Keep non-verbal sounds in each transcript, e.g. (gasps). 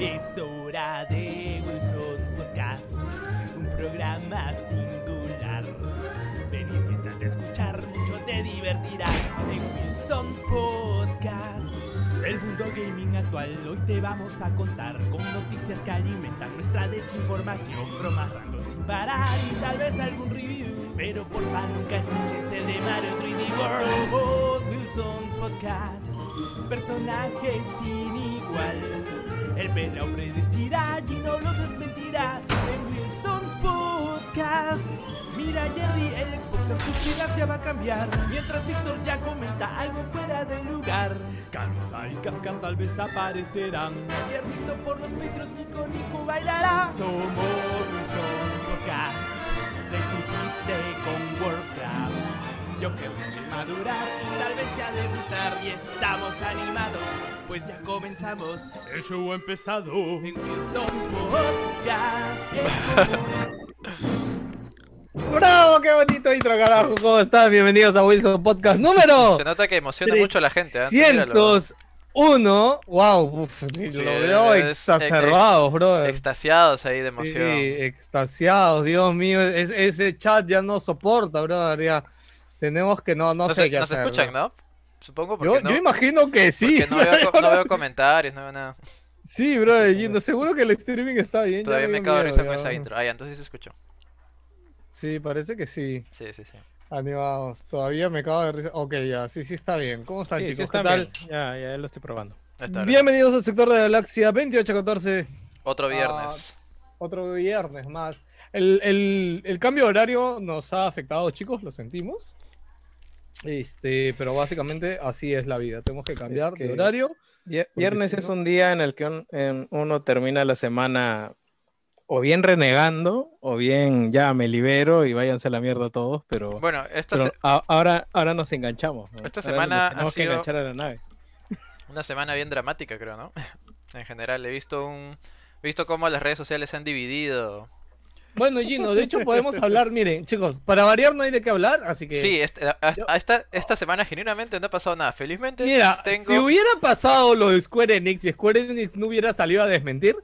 Es hora de Wilson Podcast, un programa singular. Ven y siéntate a escuchar, mucho te divertirás. En Wilson Podcast, el mundo gaming actual, hoy te vamos a contar con noticias que alimentan nuestra desinformación, bromas random sin parar y tal vez algún review. Pero porfa nunca escuches el de Mario 3D World. Oh, Wilson Podcast, personajes sin igual. El pelo predecirá y no lo desmentirá. En Wilson Podcast. Mira Jerry, el Xbox en su vida se va a cambiar. Mientras Víctor ya comenta algo fuera de lugar. Kamsa y Kafkan tal vez aparecerán. Tiernito por los petros, Nico Nico bailará. Somos Wilson Podcast. Desististe con Warcraft. Yo quiero madurar y tal vez ya debutar. Y estamos animados, pues ya comenzamos. El show ha empezado. En Wilson Podcast. Ah, Es como- ¡Bravo! ¡Qué bonito intro, carajo! ¿Cómo están? Bienvenidos a Wilson Podcast número Se nota que emociona mucho a la gente. ¿eh? Míralo. 301. ¡Wow! Uf, sí, Sí, lo veo es- exacerbados, brother. Extasiados ahí de Sí, emoción. extasiados, Dios mío. Es- ese chat ya no soporta, brother. ya. Tenemos que no, no, no sé se, qué no se hacer. escuchan, bro. ¿no? Supongo Yo, porque no. yo imagino que sí. porque no veo, co- no veo comentarios, no veo nada. (laughs) sí, brother. y no- seguro que el streaming está bien. ya Todavía me dio cago de miedo, risa con ya. esa intro. Ah, ya, entonces sí se escuchó. Sí, parece que sí. Sí, sí, sí. Animados. Todavía me cago de risa. Ok, ya. Sí, sí está bien. ¿Cómo están, Sí, sí chicos? están ¿Qué tal? bien. Ya, ya lo estoy probando. Ahí está, ahora. Bienvenidos al sector de la galaxia 2814, Ah. Otro viernes. otro viernes más. El, el- el cambio de horario nos ha afectado, chicos, lo sentimos. Este, pero básicamente así es la vida. Tenemos que cambiar que- de horario. Vie- si Viernes no- es un día en el que un- en- uno termina la semana o bien renegando o bien ya me libero y váyanse a la mierda todos, pero, Bueno, esta pero se- a- ahora, ahora nos enganchamos. ¿no? Esta Ahora semana nos ha tenemos que sido- enganchar a la nave. una semana bien dramática, creo, ¿no? (laughs) En general, he visto un. He visto cómo las redes sociales se han dividido. Bueno, Gino, de hecho podemos (laughs) hablar, miren, chicos, para variar no hay de qué hablar, así que... Sí, este- a- a- a esta, esta semana genuinamente no ha pasado nada. Felizmente Mira, tengo. si hubiera pasado lo de Square Enix y Square Enix no hubiera salido a desmentir,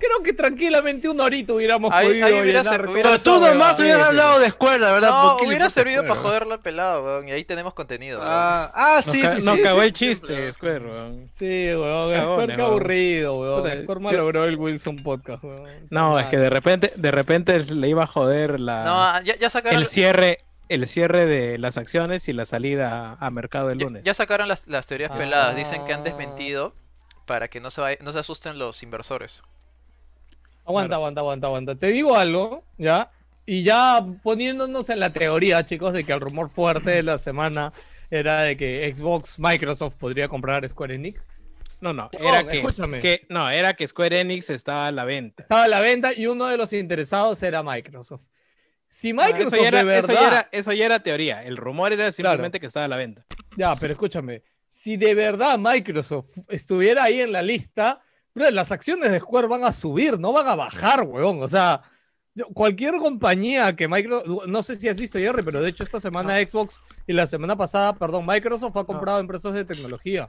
creo que tranquilamente una horita hubiéramos Ahí- podido ahí hubiera- llenar hubiera- Pero toda tú esa nomás huevada. hubieras hablado de escuela, ¿verdad? No, ¿Por qué le hubiera pones servido escuela? para joderlo al pelado, weón. Y ahí tenemos contenido, weón. Ah, ah, Nos sí, ca- sí, nos sí. cagó el chiste, Square, weón. Sí, weón, es Cagones, Square qué weón. aburrido, weón. Puta, Square yo- malogró el Wilson Podcast, weón. No, Ah, es que de repente, de repente le iba a joder la, Ah. No, ya, ya sacaron, el cierre, el cierre de las acciones y la salida a, a mercado el ya, lunes. ya sacaron las, las teorías peladas. Dicen que Ah. han desmentido para que no se, vaya- no se asusten los inversores. Aguanta, aguanta, aguanta, aguanta. Te digo algo, ¿ya? Y ya poniéndonos en la teoría, chicos, de que el rumor fuerte de la semana era de que Xbox, Microsoft podría comprar Square Enix. No, no, Huevón, era que, escúchame. que- no, era que Square Enix estaba a la venta. Estaba a la venta y uno de los interesados era Microsoft. Si Microsoft Ah, eso, ya era, de eso verdad... ya era- eso ya era teoría. El rumor era simplemente que estaba a la venta. Ya, pero escúchame, si de verdad Microsoft estuviera ahí en la lista, bro, las acciones de Square van a subir, no van a bajar, weón. O sea, yo- cualquier compañía que Microsoft, no sé si has visto Jerry, pero de hecho esta semana Xbox y la semana pasada, perdón, Microsoft ha comprado empresas de tecnología.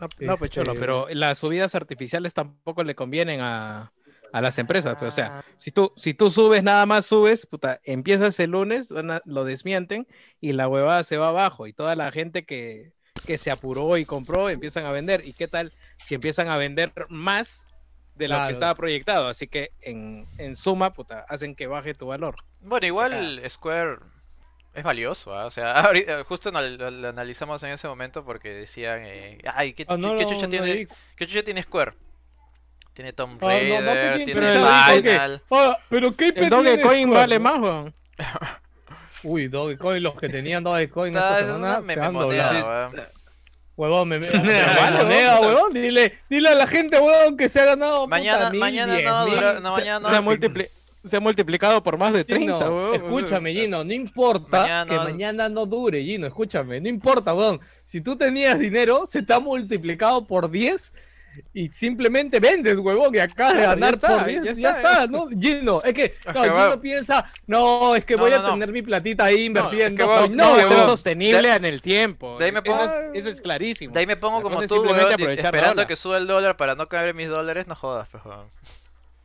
No, no, pues cholo, Este- pero las subidas artificiales tampoco le convienen a, a las empresas. pues, o sea, si tú, si tú subes, nada más subes, puta, empiezas el lunes, van a- lo desmienten y la huevada se va abajo. Y toda la gente que, que se apuró y compró empiezan a vender. ¿Y qué tal si empiezan a vender más de lo Claro. que estaba proyectado? Así que en, en suma, puta, hacen que baje tu valor. Bueno, igual Square es valioso, ¿ah? o sea, (laughs) ahorita- justo no- lo, lo analizamos en ese momento porque decían, eh, ay, ¿qué, Ah, no, qué- qué no, chucha no tiene, di- qué chucha tiene Square? Tiene Tomb Ah, no, Raider, no sé quién tiene chucha dijo que- Final. Ah, pero qué El Dogecoin vale más, weón. Uy, Dogecoin, los que tenían Dogecoin Está- esta es una semana se han mememoneda, doblado. weón. Huevón, me, me vale, moneda, huevón. Dile, dile a la gente, huevón, que se ha ganado. puta, Mañana- mil, mañana diez no va a mil. durar- no, Se- mañana no se, ha multipli- se ha multiplicado por más de 30, Gino, weón. escúchame, Gino, no importa Mañana que no- mañana no dure, Gino, escúchame, no importa, weón. Si tú tenías dinero, se te ha multiplicado por 10 y simplemente vendes, huevón, y acabas de Claro, ya ganar está, por 10. ya Ya, está. está, ¿no? Gino, es que, claro, que, Gino huevón. piensa, no, es que No, voy no, a no. tener mi platita ahí es que, invirtiendo. huevón, No, No, es huevón. sostenible De- en el tiempo. de ahí me Eso pongo- es- eso es clarísimo. De ahí me pongo La como cosa es tú, simplemente weón, dis- aprovechar la esperando ola. que suba el dólar para no cambiar mis dólares, no jodas, pues, weón.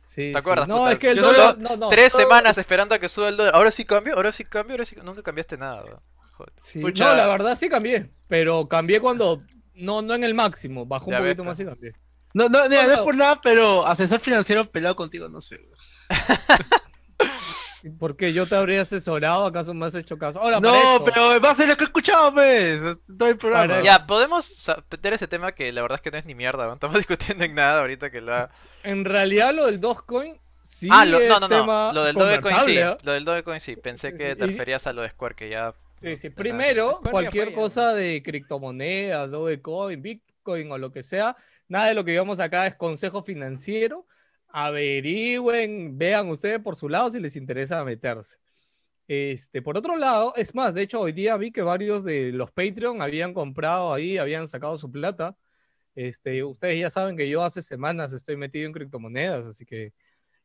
Sí, ¿Te sí. acuerdas? No, puta? es que el Yo solo dólar. No, no. Tres semanas esperando a que suba el dólar. Ahora sí cambio, ahora sí cambio, ahora sí. Nunca cambiaste nada, weón. Joder. Sí, Pucha. No, la verdad sí cambié, pero cambié cuando. No, no en el máximo, bajó un Ya ves, poquito pues. más y cambié. No, no, mira, no es no. por nada, pero asesor financiero peleado contigo, no sé. Porque yo te habría asesorado, acaso me has hecho caso. Ahora, para No, esto- pero va a ser lo que he escuchado, pues. Todo el programa. Para- Ya, podemos sa- meter ese tema que la verdad es que no es ni mierda, weón. Estamos (laughs) discutiendo en nada ahorita que la. En realidad lo del Dogecoin sí ah, lo- es no, no, tema no. Lo del Dogecoin sí. conversable, ¿ah? Lo del Dogecoin sí. Pensé que te Y- referías a lo de Square, que ya. Sí, sí. no, nada. Primero, Después cualquier me apoyan. cosa de criptomonedas, Dogecoin, Bitcoin o lo que sea, nada de lo que digamos acá es consejo financiero. Averigüen, vean ustedes por su lado si les interesa meterse. Este, por otro lado, es más, de hecho hoy día vi que varios de los Patreon habían comprado ahí, habían sacado su plata. Este, ustedes ya saben que yo hace semanas estoy metido en criptomonedas, así que...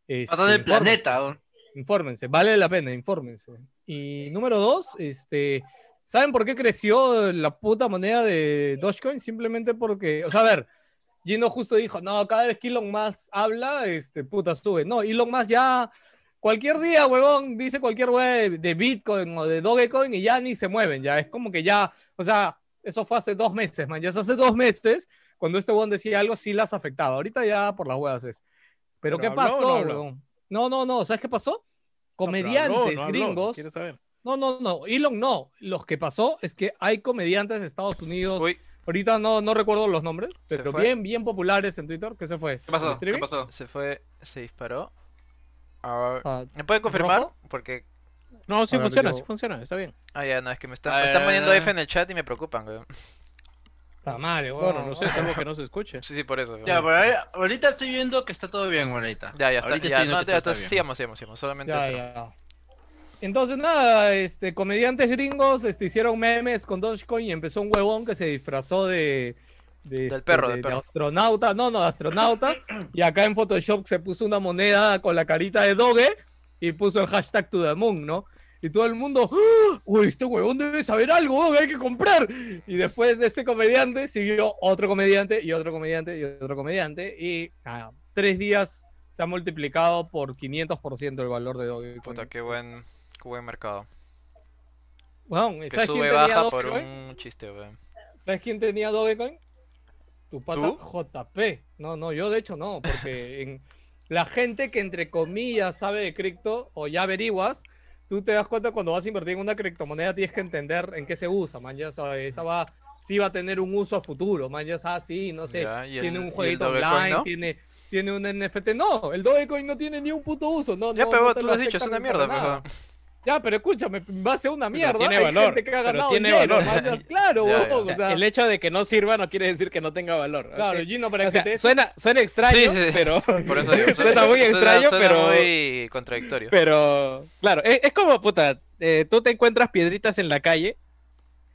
este, Matando el infórmense planeta. ¿no? infórmense, vale la pena, infórmense. Y número dos, este, ¿saben por qué creció la puta moneda de Dogecoin? Simplemente porque, o sea, a ver, Gino justo dijo, no, cada vez que Elon Musk habla, este, puta, sube. No, Elon Musk ya, cualquier día, huevón, dice cualquier web de Bitcoin o de Dogecoin y ya ni se mueven, ya, es como que ya, o sea, eso fue hace dos meses, man, ya es hace dos meses, cuando este huevón decía algo, sí las afectaba, ahorita ya por las huevas es. Pero, ¿Pero ¿qué habló o no pasó, habló? huevón? No, no, no, ¿sabes qué pasó? No, pero Comediantes habló, no habló, gringos. quiero saber. No, no, no, Elon no. Lo que pasó es que hay comediantes de Estados Unidos, Uy, ahorita no, no recuerdo los nombres, pero fue. bien, bien populares en Twitter, que se fue. ¿Qué ¿El pasó? ¿Qué streaming? pasó? se fue, se disparó. A ver, Ah, ¿Me pueden confirmar? ¿rojo? Porque. No, sí A ver, funciona, yo- sí funciona, está bien. Ah, ya, no, es que me están, A me ver, están a ver, poniendo a F ver. en el chat y me preocupan, weón. (laughs) puta madre, Bueno, weón. no sé, salvo que no se (laughs) escuche. Sí, sí, por eso. weón. Ya, por ahí- ahorita estoy viendo que está todo bien, ahorita. Ya, ya está. Ya, Ahorita estoy viendo no, ya, que todo está entonces bien. sigamos, sigamos, sigamos. Solamente Ya, eso. ya. Entonces, nada, este, comediantes gringos este, hicieron memes con Dogecoin y empezó un huevón que se disfrazó de. de, este, perro, de- del de perro. astronauta, no, no, de astronauta. y acá en Photoshop se puso una moneda con la carita de Doge y puso el hashtag to the moon, ¿no? Y todo el mundo, ¡Ah! uy, este huevón debe saber algo, huevón, hay que comprar. Y después de ese comediante siguió otro comediante y otro comediante y otro comediante. Y nada, tres días se ha multiplicado por 500% el valor de Dogecoin. Puta, qué buen, qué buen mercado. Weón, Que ¿sabes, quién sube tenía baja por Dogecoin? un chiste, weón. ¿Sabes quién tenía Dogecoin? Tu pata ¿Tú? JP. No, no, yo de hecho no, (laughs) porque en- la gente que entre comillas sabe de cripto o ya averiguas, tú te das cuenta cuando vas a invertir en una criptomoneda tienes que entender en qué se usa, man. Ya sabes, esta va, sí va a tener un uso a futuro, man. Ya sabes, sí, no sé, Ya, ¿y el- tiene y un el jueguito Dogecoin, online, no? tiene, tiene un NFT. No, el Dogecoin no tiene ni un puto uso. No, Ya, no, pero no te tú lo has dicho, es aceptan una ni para mierda, pero. nada. (laughs) Ya, pero escúchame, va a ser una Pero mierda. tiene Hay valor, gente que ha pero ganado tiene dinero, valor. mañas, claro, (laughs) Ya, ya. huevón, o sea, el hecho de que no sirva no quiere decir que no tenga valor. ¿ok? claro, Gino, para O que sea, te des- suena, suena extraño, Sí, sí, sí. pero. (laughs) Por eso digo, suena muy extraño, suena pero. muy contradictorio. Pero, claro, e, es, es como, puta, eh, tú te encuentras piedritas en la calle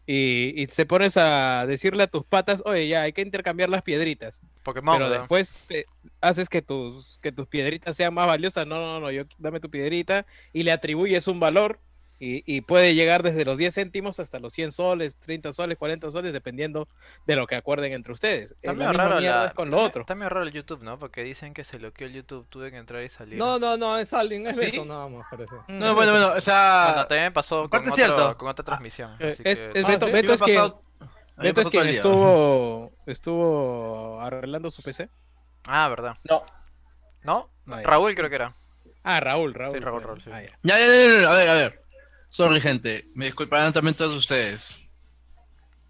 y, y se pones a decirle a tus patas, oye, ya, hay que intercambiar las piedritas. Pokémon, pero weón. después te- haces que tus, que tus piedritas sean más valiosas. No, no, no, yo dame tu piedrita y le atribuyes un valor y, y puede llegar desde los 10 céntimos hasta los 100 soles, 30 soles, 40 soles, dependiendo de lo que acuerden entre ustedes. Está Eh, medio la misma raro mierda la- es con lo otro. Está medio raro el YouTube, ¿no? Porque dicen que se loqueó el YouTube, tuve que entrar y salir. No, no, no, es alguien, es ¿Sí? Beto nada más, parece. No, bueno, bueno, o sea. Bueno, también me pasó con, Parte otro- cierto. Ah, con otra transmisión. Eh, así es, que- es Ah, Beto, ¿sí? a mí Beto me es ha quien, pasado- a mí me Beto es pasó todo quien el día. estuvo, estuvo arreglando su PC. Ah, ¿verdad? No. ¿No? No, ya. Raúl creo que era. Ah, Raúl, Raúl. Sí, Raúl, fue. Raúl, sí. Ah, ya. Ya, ya, ya, ya, a ver, a ver. Sorry, gente. Me disculparán también todos ustedes.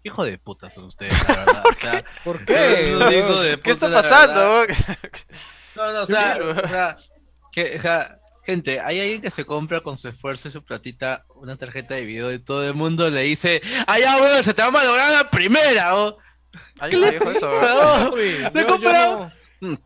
Hijo de puta son ustedes, la verdad. O sea, ¿Por qué? qué? No, digo de ¿Qué está puta, la pasando? no, no, o sea, o sea, que, o sea, gente, hay alguien que se compra con su esfuerzo y su platita una tarjeta de video y todo el mundo le dice, ¡Ay, ya, weón, se te va a malograr la primera, oh! ¿Alguien me dijo eso? O sea, oh, Uy, te yo- he yo comprado- no-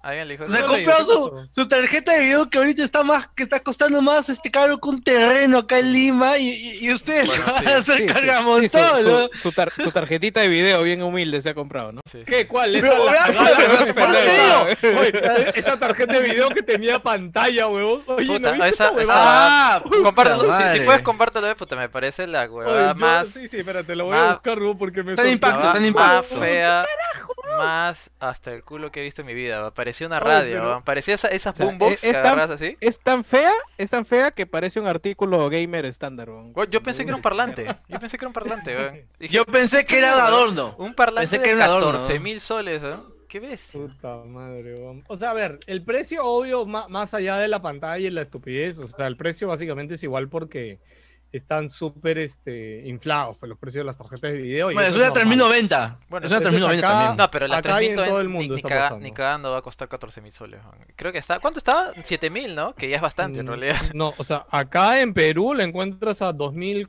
Alguien le dijo O eso. sea, No Solo le comprado digo, su, su tarjeta de video que ahorita está más, que está costando más este caro que un terreno acá en Lima y, y, y ustedes Bueno, lo van sí, a hacer Sí, sí, cargamontón, sí, su, ¿no? su- su tar- su tarjetita de video bien humilde se ha comprado, ¿no? sí, sí. ¿Qué? ¿Cuál? Esa, Pero, la- pero, la- la- pero, la- pero, la- pero, la- pero, la- Oye, esa tarjeta de video que tenía pantalla, huevón. Oye, Puta, ¿no viste esa- esa huevada? uh. Ah, Compártelo, puta si- si, madre. puedes compártelo de puta, me parece la Oye, huevada yo- más, Sí, sí, espérate, lo voy a más- buscar, huevón, porque me Está en sorprendió. impacto, la está en más impacto. fea, más hasta el culo que he visto en mi vida. weón. Parecía una Oye, radio, pero- weón. parecía esa- esas O sea, boombox es- que es tan- agarras así. Es tan fea, es tan fea que parece un artículo gamer estándar, weón. Weón, Yo pensé que era un parlante, yo pensé que era un parlante. (laughs) weón. Dije, Yo pensé que era de adorno. un parlante pensé de que era un adorno, 14 mil soles, weón. ¿qué ves? Puta madre, weón. O sea, a ver, el precio, obvio, ma- más allá de la pantalla y la estupidez, o sea, el precio básicamente es igual porque están súper este, inflados pues, los precios de las tarjetas de video. y Bueno, es eso una normal. 3090. Bueno, es una entonces 3090 acá- también. No, pero la Acá y 3000 en todavía todo el ni- mundo ni, está caga- pasando. ni cagando va a costar 14 mil soles. weón. Creo que está. ¿Cuánto estaba? 7000, ¿no? Que ya es bastante en Mm, realidad. (laughs) (laughs) No, o sea, acá en Perú la encuentras a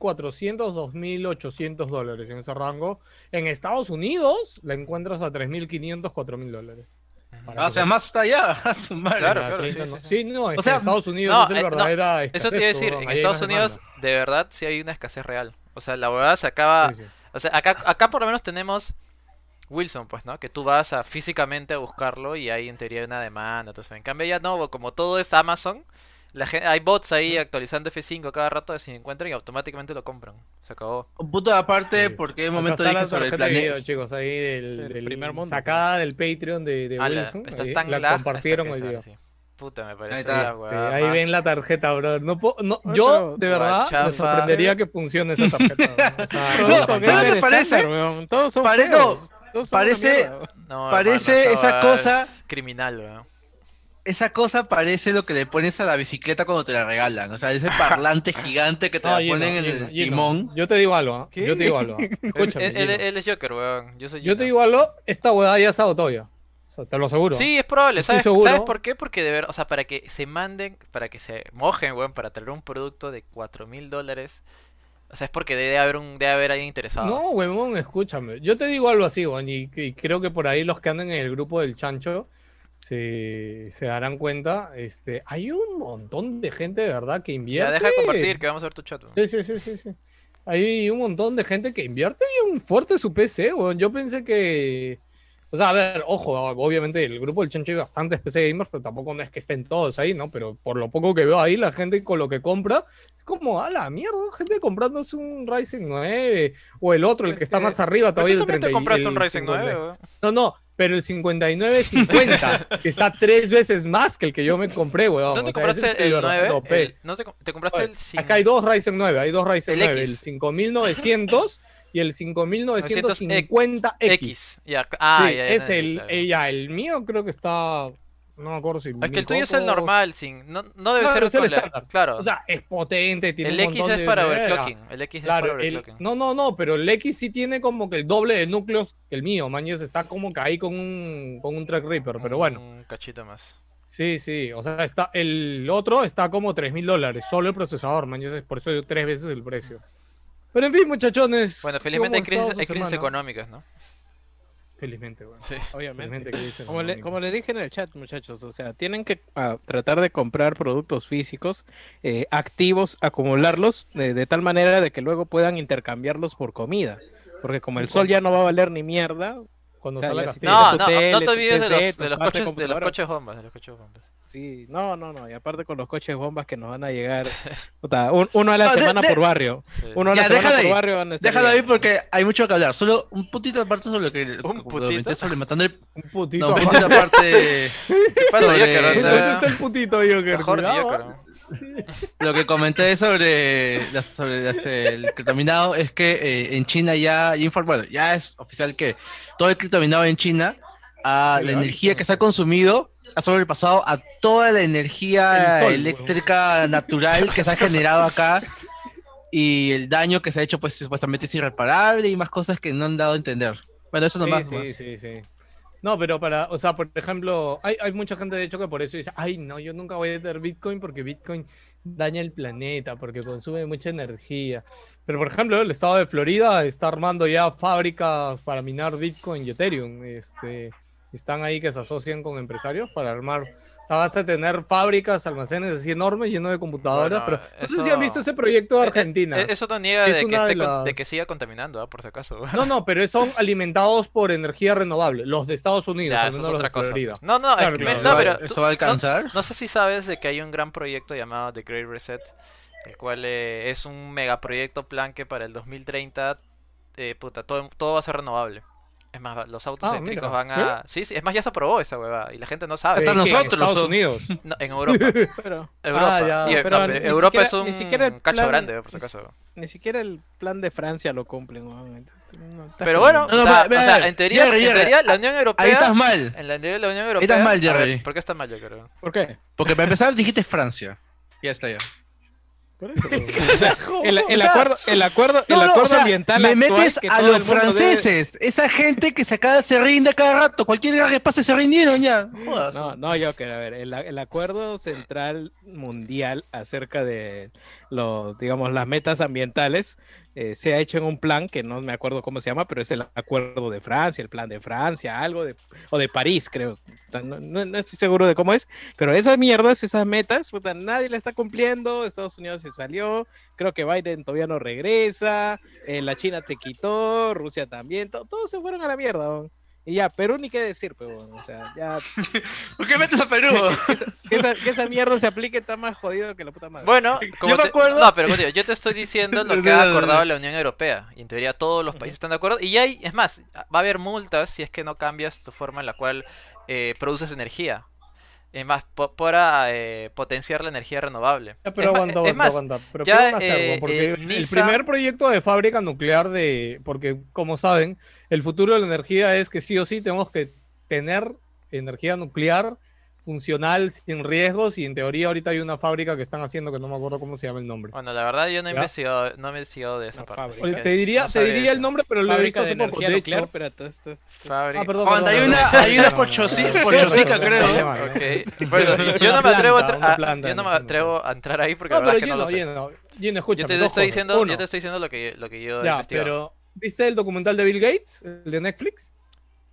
2.400, 2.800 dólares en ese rango. En Estados Unidos la encuentras a 3.500, 4.000 dólares. Ah, O pues sea, más está allá. (laughs) a su madre. Claro, La claro, sí, 30 sí, no. sí. no, es O que sea, Estados Unidos no, es eh, el no, verdadera Eso te iba a escasez, decir, weón, en ahí hay Estados más Unidos demanda. de verdad sí hay una escasez real. O sea, la huevada se acaba. Sí, sí. O sea, acá, acá por lo menos tenemos Wilson, pues, ¿no? Que tú vas a físicamente a buscarlo y hay en teoría hay una demanda. Entonces, en cambio, ya no, como todo es Amazon, la gen- hay bots ahí actualizando F5 cada rato, se encuentran y automáticamente lo compran. Se acabó. Puta, aparte, Sí. porque en un Acá momento está dije la sobre el tarjeta de video, planeta. chicos, ahí del, Del del- primer mundo. sacada del Patreon de, de Ala, Wilson. estás ahí, Ah, tan pues. la lag hasta compartieron que hoy se- día. sí. Puta, me parece. está. la Sí, huevada ahí más- ven la tarjeta, bro. No puedo- no, Oye, yo, pero- de verdad, Guachapa. me sorprendería que funcione esa tarjeta. bro. O sea, (laughs) Todo No, es puta con madre. ¿sabes lo que gamer parece? estándar, weón. Todos son Pare- no, feos. Todos son una parece- mierda, weón. No, Parece hermano, esa esa huevada cosa- es Criminal, weón. Esa cosa parece lo que le pones a la bicicleta cuando te la regalan. O sea, ese (laughs) parlante gigante que te No, la Gino, ponen en Gino, el Gino, timón. Yo te digo algo, ¿ah? ¿Qué? Yo te digo algo. (laughs) ¿ah? Escúchame, Él, él- Gino. él es Joker, weón. Yo soy Yo te Gino. digo algo, esta huevada ya es sabotoya. O sea, te lo aseguro. Sí, es probable, Estoy ¿sabes? seguro. ¿Sabes por qué? Porque de ver, o sea, para que se manden, para que se mojen, weón, para traer un producto de 4 mil dólares, o sea, es porque debe haber un, debe haber alguien interesado. No, huevón, escúchame. Yo te digo algo así, weón, y, y creo que por ahí los que andan en el grupo del chancho se, se darán cuenta. Este, hay un montón de gente de verdad que ya invierte. deja de compartir, que vamos a ver tu chat, weón. Sí, sí, sí, sí, sí. Hay un montón de gente que invierte bien fuerte su PC, weón. Yo pensé que. O sea, a ver, ojo, obviamente el grupo del Chancho hay bastantes PC gamers, pero tampoco no es que estén todos ahí, ¿no? Pero por lo poco que veo ahí, la gente con lo que compra, es como, a la mierda, gente comprándose un Ryzen 9 o el otro, el que está más arriba Pero todavía, tú el Este, también 30 te y- compraste el un Ryzen 9, 50. weón. No, no, pero el 5950, que está tres veces más que el que yo me compré, weón. ¿No te O sea, ese compraste es el verdadero 9? OP. El- ¿No te, com- te compraste Oye, el 5? Acá hay dos Ryzen 9, hay dos Ryzen El 9, X. el 5900 y el 5950X. X. Ya, ah, sí, ya, ya, es ya, el, ya, ya. eh, ya, el mío creo que está, no me acuerdo si... Es que el 1000 tuyo es el cocos. normal, sin. No, no debe Claro, ser es el con la- estándar. Claro. O sea, es potente, tiene el un X montón es de para verga. overclocking. El X es para Claro, el- overclocking. no, no, no, pero el X sí tiene como que el doble de núcleos que el mío, mañez está como que ahí con un, con un track Reaper, pero bueno, Un cachito más. sí, sí, o sea, está, el otro está como 3 mil dólares, solo el procesador, mañez es por eso yo tres veces el precio. Pero en fin, muchachones. Bueno, felizmente hay ¿cómo ha estado crisis, su hay crisis semana? económicas, ¿no? Felizmente, bueno. Sí. Obviamente. Felizmente crisis Como, le, económica. como les dije en el chat, muchachos, o sea, tienen que ah, tratar de comprar productos físicos eh, activos, acumularlos eh, de, de tal manera de que luego puedan intercambiarlos por comida. Porque como el sol ya no va a valer ni mierda, Cuando este o sea, sale ya la tele. No, sí. tu no, tele, no te tu olvides de PC, los, tu de los parte coches, de los computadora. coches bombas, de los coches bombas. sí, no, no, no. Y aparte con los coches bombas que nos van a (laughs) llegar, puta, un- uno a la No, de- semana de- por barrio. Sí. Uno a la Ya, semana déjala por ahí. barrio van a estar Déjalo ahí llegando. porque hay mucho que hablar. Solo un putito aparte sobre lo que lo ¿Un que putito? comenté sobre matando el. Un putito. (laughs) No, un aparte. putito (laughs) aparte. ¿Qué pasa, Sobre- Joker? ¿Dónde ¿Dónde Anda- está el putito, Joker? Mejor de Cuidado, Joker, ¿ah? ¿no? Lo que comenté sobre, las- sobre las- el criptominado es que eh, en China ya, ya inform- bueno, ya es oficial que todo el criptominado en China, ah, la energía que se ha consumido ha sobrepasado a toda la energía El sol, eléctrica natural que se ha generado acá y el daño que se ha hecho pues supuestamente es irreparable y más cosas que no han dado a entender. Bueno, eso nomás. Sí, nomás. sí, sí, sí. No, pero para, o sea, por ejemplo, hay, hay mucha gente de hecho que por eso dice, ay, no, yo nunca voy a tener Bitcoin porque Bitcoin daña el planeta, porque consume mucha energía. Pero por ejemplo, el estado de Florida está armando ya fábricas para minar Bitcoin y Ethereum. Este, Están ahí que se asocian con empresarios para armar. O sea, vas a tener fábricas, almacenes así enormes llenos de computadoras. Bueno, pero no sé si eso- han visto ese proyecto de Argentina. E- Eso no niega Es de que, una de esté con- de las- que siga contaminando, ah, por si acaso. No, no, pero son alimentados por energía renovable. Los de Estados Unidos, Ya, al eso es menos los otra de cosa. Florida. No, no, Claro, eh, claro. no, ¿Eso va- pero ¿Eso tú- va a no- alcanzar? No sé si sabes de que hay un gran proyecto llamado The Great Reset, el cual eh, es un megaproyecto plan que para el 2030, eh, puta, todo, todo va a ser renovable. Es más, va- los autos Ah, eléctricos mira. van a... ¿Sí? sí, es más, ya se aprobó esa huevada y la gente no sabe. Hasta Eh, que en nosotros, Estados son- Unidos. No, en (laughs) Europa. Ah, Pero Europa, ya, Y- no, pero pero ni Europa siquiera- ni es un siquiera el cacho plan- grande, eh, por si ni- acaso. ni siquiera el plan de Francia lo cumplen. weón. No, estás Pero bueno, No, o no, sea, pero, ve, o a sea, ver, en teoría, Jerry, en Jerry, teoría, la Unión Europea... Ahí estás mal. En la, de la Unión Europea... estás mal, a ver, Jerry. ¿Por qué estás mal, yo creo? ¿Por qué? Porque para empezar dijiste Francia. Ya está ya. Por (laughs) eso, weón. el, el acuerdo, el acuerdo, el No, no, acuerdo o sea, ambiental. me actual metes que a todo el los mundo debe- franceses. Esa gente que se, acaba, se rinde a cada rato. Cualquier guerra que pase se rindieron ya. Jodas. No, no, yo quiero a ver. El, el acuerdo central mundial acerca de los, digamos, las metas ambientales eh, se ha hecho en un plan que no me acuerdo cómo se llama, pero es el acuerdo de Francia, el plan de Francia, algo de, o de París, creo. Puta, No, no- no estoy seguro de cómo es, pero esas mierdas, esas metas, puta, nadie la está cumpliendo. Estados Unidos se salió, creo que Biden todavía no regresa, eh, la China te quitó, Rusia también, to- todos se fueron a la mierda. weón. Y ya, Perú ni qué decir, pero o sea, ya ¿Por qué metes a (laughs) Perú? que esa, que esa mierda se aplique está más jodido que la puta (laughs) madre. Bueno, como Yo me te- acuerdo- No, pero contigo, yo te estoy diciendo lo que No, ha no, no. acordado la Unión Europea. Y en teoría todos los países están de acuerdo. Y ya hay, es más, va a haber multas si es que no cambias tu forma en la cual eh, produces energía. Es más, po- para eh, potenciar la energía Ya, renovable. es Ah, pero ma- aguanta, es aguanta, más, aguanta. Pero ya, ¿qué van a hacer, eh, no? Porque eh, el Nissan- primer proyecto de fábrica nuclear de. Porque, como saben, el futuro de la energía es que sí o sí tenemos que tener energía nuclear funcional, sin riesgos, y en teoría ahorita hay una fábrica que están haciendo que no me acuerdo cómo se llama el nombre. Bueno, la verdad yo no he ¿Ya? investigado, no he investigado de esa La parte. así fábrica. que Te diría, no te sabría diría el decir. nombre, pero lo he visto Fábrica de hace poco. energía De nuclear, hecho, pero estás- estás- Fábrica. ah, perdón, Juan, perdón, hay perdón, una- perdón, (laughs) hay una perdón, porchocica- perdón, porchocica, perdón, creo. perdón, perdón, (laughs) Ok, perdón. bueno, yo no me planta, atrevo a, una tra- a- planta, yo no me una planta. atrevo a entrar ahí porque No, la verdad pero es que no Gino, lo sé. Gino, Gino, Yo escúchame, te dos estoy cosas. diciendo, yo Uno, te estoy diciendo lo que lo que yo he ya, investigado. pero ¿viste el documental de Bill Gates, el de Netflix?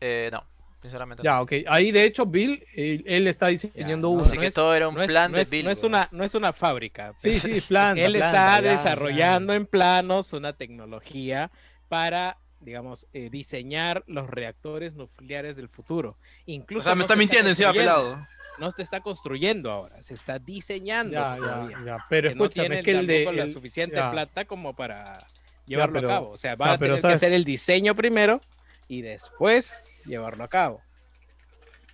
Eh, no, sinceramente no. Ya, ok. Ahí, de hecho, Bill, él, él está diseñando Ya, no, uno. Así no que es- todo era un No es, plan no de es- Bill. no es weón. (laughs) una, no es una fábrica. pues. Sí, sí, planta. Él planta, está ya, desarrollando planta. en planos una tecnología para, digamos, eh, diseñar los reactores nucleares del futuro. O Incluso sea, me no está se mintiendo encima, construyendo, pelado. No se está construyendo ahora, se está diseñando. Ya, todavía. ya, ya. Pero que no escúchame, tiene es que el de. tampoco la el- suficiente ya. plata como para llevarlo pero- a cabo. O sea, va ya, a pero tener que ¿sabes? hacer el diseño primero y después llevarlo a cabo.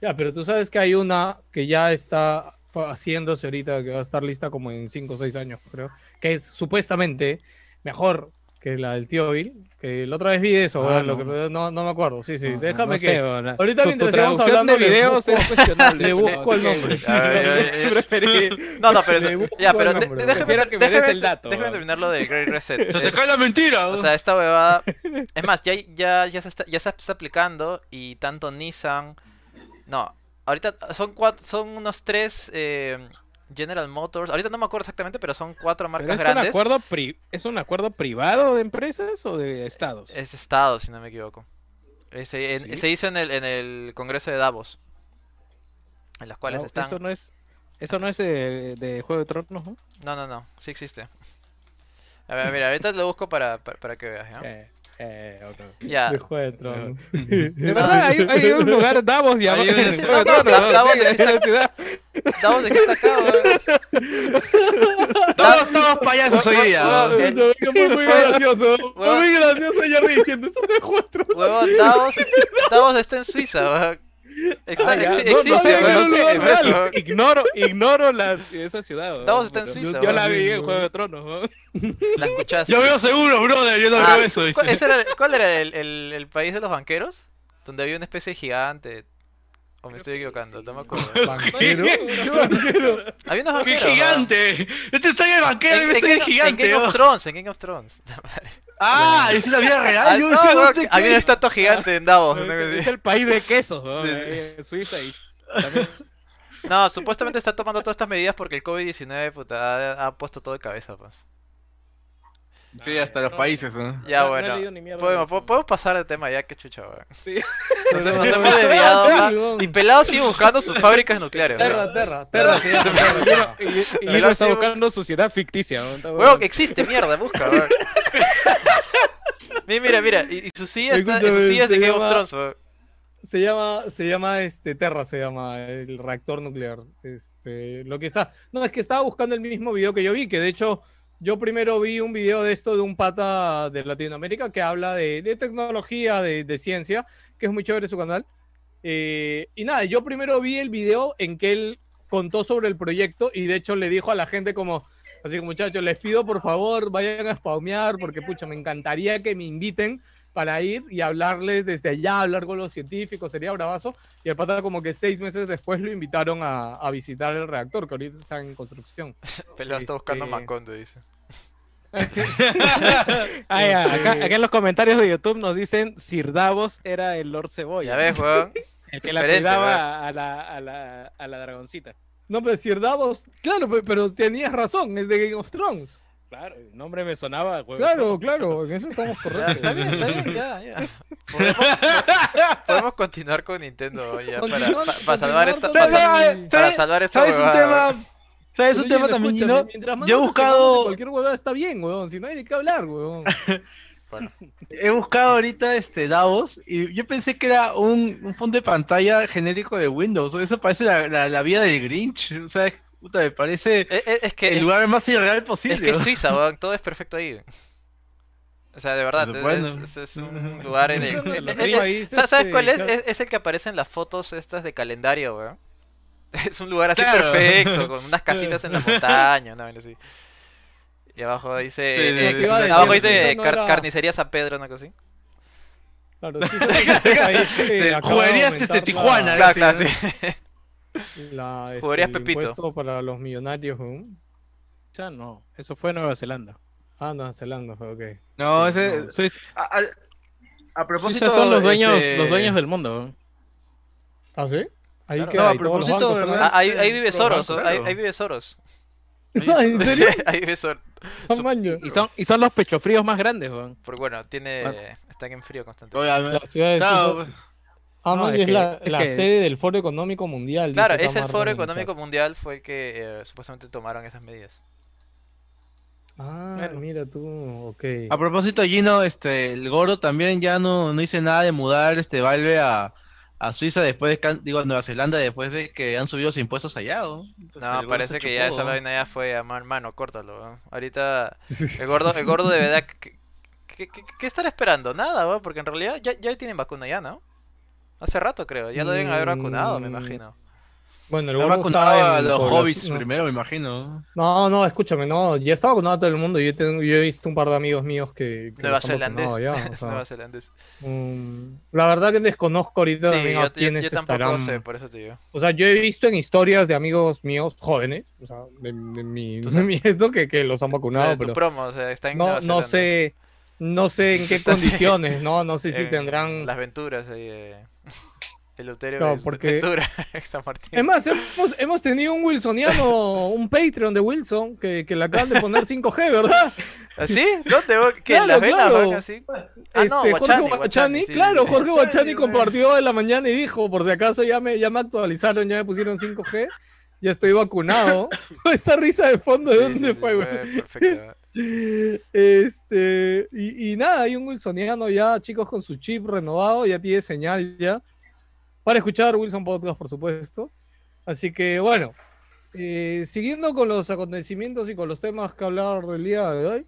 Ya, pero tú sabes que hay una que ya está fa- haciéndose ahorita, que va a estar lista como en 5 o 6 años, creo. Que es supuestamente mejor que la del tío Bill. Que la otra vez vi de eso, Ah, weón, lo no. que- no, no me acuerdo. Sí, sí. No, Déjame no que. sé, o la- ahorita tu- tu mientras sigamos traducción hablando, de le videos busco- es cuestionable. (laughs) le sí, busco así el que nombre. A (laughs) ver, a ver, preferí- No, no, pero eso- Me busco ya, pero el de- nombre, déjame, prefiero que me des déjame- el dato, déjame weón. terminar lo de Great Reset. Se Es- te cae la mentira. (laughs) o sea, esta huevada. (laughs) Es más, ya, ya, ya, se está, ya se está aplicando y tanto Nissan. No, ahorita son cuatro, son unos tres eh, General Motors. Ahorita no me acuerdo exactamente, pero son cuatro Pero marcas es, un grandes. acuerdo pri- ¿Es un acuerdo privado de empresas o de estados? Es Estado, si no me equivoco. Eh, Se, en- ¿Sí? se hizo en el, en el Congreso de Davos. En las cuales No, están. Eso no es, eso no es eh, de, Juego de Tronos, ¿no? No, no, no, sí existe. A ver, mira, ahorita lo busco para, para, para que veas, ¿ya? Eh, eh, ok. Ya. de Juego de (laughs) Tronos. De verdad, hay, hay un (laughs) lugar Davos llamado Hay un- Juego de sí, Tronos, (laughs) Davos- ¿no? Davos Sí, es la ciudad. Davos, ¿de qué está acá, weón? Todos, todos payasos hoy día. Huevón, eh, Fue muy gracioso. Fue Bueno. muy gracioso Jerry diciendo eso no es Juego de Tronos". huevón, Davos, Davos está en Suiza, weón. Está- Ah, ya. exi- No, no existe, sé, en no weón, algún sé, lugar en real. eso. verdad, Ignoro, ignoro la, esa ciudad. weón, Davos está en pero Suiza, Yo, yo la weón. vi en Juego de Tronos. (laughs) weón. La escuchaste. Yo veo seguro, brother. Yo no Ah, veo eso. dice. ¿cuál, ese era el- cuál era el, el- el país de los banqueros? Donde había una especie de gigante. O me estoy equivocando, no me acuerdo. Banquero. ¿Qué? Había unos ¡Qué banqueros. weón. gigante! Este está en el banquero y En, me en está en el Game- en gigante. Game of ¿no? Thrones, en Game of (laughs) Thrones. Ah, es la vida real. Ah, Yo no, decía, weón, ¿dónde qué? había una estatua gigante en (laughs) Davos. una cosa así. Es, es el país de quesos, weón, Sí, sí. ahí en Suiza. Y también- No, supuestamente está tomando todas estas medidas porque el COVID-19 puta, ha, ha puesto todo de cabeza, pues. Sí, hasta los países, ¿no? (laughs) Ya, No, no he bueno. leído ni mierda de Podemos, eso. po- podemos pasar de tema ya, que chucha, weón. Sí. (laughs) Nos, hemos- nos hemos (laughs) desviado. Terra, pa. Y Pelado sigue buscando sus fábricas nucleares. weón. Terra, terra, terra. se llama, terra. Y, y Pero uno está sí, buscando sociedad ficticia. ¿no? Está Weón, bueno. que existe, mierda, busca, weón. Mira, mira, mira, y, y su silla está, y su Escúchame, silla es de se Game of llama- Thrones, weón. Se llama, se llama este, Terra, se llama el reactor nuclear. Este, lo que está. No, es que estaba buscando el mismo video que yo vi, que de hecho, yo primero vi un video de esto de un pata de Latinoamérica que habla de, de tecnología, de, de ciencia, que es muy chévere su canal. Eh, y nada, yo primero vi el video en que él contó sobre el proyecto y de hecho le dijo a la gente como. Así que muchachos, les pido por favor, vayan a spawnear, porque pucha, me encantaría que me inviten para ir y hablarles desde allá, hablar con los científicos, sería bravazo. Y el pata como que seis meses después lo invitaron a, a visitar el reactor, que ahorita está en construcción. Pelado está buscando Este- Macondo, dice. (laughs) Ah, ya, acá, Este- acá en los comentarios de YouTube nos dicen Sir Davos era el Lord Cebolla. Ya ves, weón. el que la diferente, cuidaba a la, a, la, a la dragoncita. No, pero Sir Davos, claro, pe- pero tenías razón, es de Game of Thrones. Claro, el nombre me sonaba. huevón. Claro, claro, en eso estamos Pues, Ya, correctos. está bien, está bien, ya, ya. Podemos, podemos continuar con Nintendo ya para, Continuar- pa- para salvar esta. continuar ¿Sabes, con- para- sabes, para sabes- salvar esta sabes un huevada, tema? ¿Sabes un Pero, tema oye, también, escúchame, Gino? mientras más Yo he nos buscado- tengamos de Cualquier huevada está bien, weón, si no hay de qué hablar, (laughs) weón. He buscado ahorita este Davos y yo pensé que era un, un fondo de pantalla genérico de Windows. Eso parece la, la, la vida del Grinch. O sea, es- puta, me parece weón. Eh, eh, Es que el es- lugar más irreal es posible. que es Suiza, weón, todo es perfecto ahí. O sea, de verdad, es- supone. es, es un lugar en (laughs) el... Son de es- los es- es- países, ¿Sa- ¿Sabes este, cuál es? que- es? es el que aparece en las fotos estas de calendario, weón. (laughs) Es un lugar así Claro. perfecto, con (laughs) unas casitas en la montaña, una vaina así. Y abajo dice... Sí, sí, eh, sí, sí. abajo Eso dice eh, no car- era- carnicería San Pedro, una cosa así. Claro, sí, son esos países (laughs) que Te- acaban de jugarías desde aumentar la- Tijuana, Claro, Ah, sí, claro, ¿no? sí. (laughs) La, este, Jugarías el Pepito. impuesto para los millonarios, weón. Ya no, eso fue Nueva Zelanda. Ah, Nueva Zelanda, ok. No, ese. Suiza, A, a- a propósito. Suiza son los dueños, este, los dueños del mundo. huevón. ¿Ah, sí? Ahí Claro. queda, No, a ahí todos los propósito, bancos, ¿verdad? Ah, ahí, Este, ahí vive Pro Soros, Banco, ahí, claro. ahí vive Soros. ¿no? (laughs) ¿En (laughs) serio? ahí vive Soros. Ah, maño. Y son, y son los pechofríos más grandes, huevón. Porque bueno, Bueno. tiene. Están en frío constante. Oye, a ver, La ciudad de no, pues, Suiza. Ah, No, maño, es es que- la, es la que- sede del Foro Económico Mundial. Claro, dice es el Tamar Foro Ronen en el Económico chat. Mundial fue el que eh, supuestamente tomaron esas medidas. Ah, Claro. mira tú, ok. A propósito, Gino, este, el Gordo también ya no, no hice nada de mudar este Valve a, a Suiza después de que han- digo, a Nueva Zelanda después de que han subido los impuestos allá. ¿no? Este, el No, Gordo parece se que ya chupó, esa ¿no? vaina ya fue a man- mano, córtalo. weón. (laughs) Ahorita el gordo, el gordo de verdad. ¿Qué, qué, qué- qué estará esperando? Nada, weón, porque en realidad ya, ya tienen vacuna ya, ¿no? Hace rato creo, ya lo deben haber vacunado, me Mm. imagino. Bueno, el Han gordo vacunado estaba a en los población- hobbits no. primero, me imagino. No, no, escúchame, no, ya está vacunado todo el mundo. Yo, tengo- yo he visto un par de amigos míos que, que Nueva los han Zelanda. vacunado ya, (laughs) o sea, Nueva Zelandés. mm, la verdad que desconozco ahorita Sí, también yo, a yo- quiénes yo tampoco estarán. sé, por eso te digo. O sea, yo he visto en historias de amigos míos jóvenes, o sea, de, de mi, Tú de sabes. mi (laughs) esto, que, que los han Lo vacunado, de tu pero promo, o sea, está en no, Nueva no Zelanda. sé, no sé (laughs) en qué Está así. condiciones, no, no sé si en tendrán. Las Venturas ahí eh, de... Eleuterio mm. No, Ves- porque- Ventura, (laughs) San Martín. Es más, hemos, hemos tenido un (laughs) Wilsoniano, un Patreon de Wilson, que, que le acaban de poner 5G, ¿verdad? ¿Ah, sí? ¿Dónde? vos? (laughs) ¿Qué? Claro, ¿Las velas? claro. van así? (laughs) Ah, no, Este, Guachani, Jorge Guachani, sí. claro, Jorge Guachani, Guachani güey. compartió en la mañana y dijo, por si acaso ya me, ya me actualizaron, ya me pusieron 5G, ya estoy (laughs) vacunado. (laughs) Esa risa de fondo, (laughs) ¿de Sí, sí, dónde sí, fue, güey? perfecto. Este, y, y nada, hay un Wilsoniano ya, chicos, con su chip renovado, ya tiene señal ya. Para escuchar Wilson Podcast, por supuesto. Así que bueno, eh, siguiendo con los acontecimientos y con los temas que hablar del día de hoy,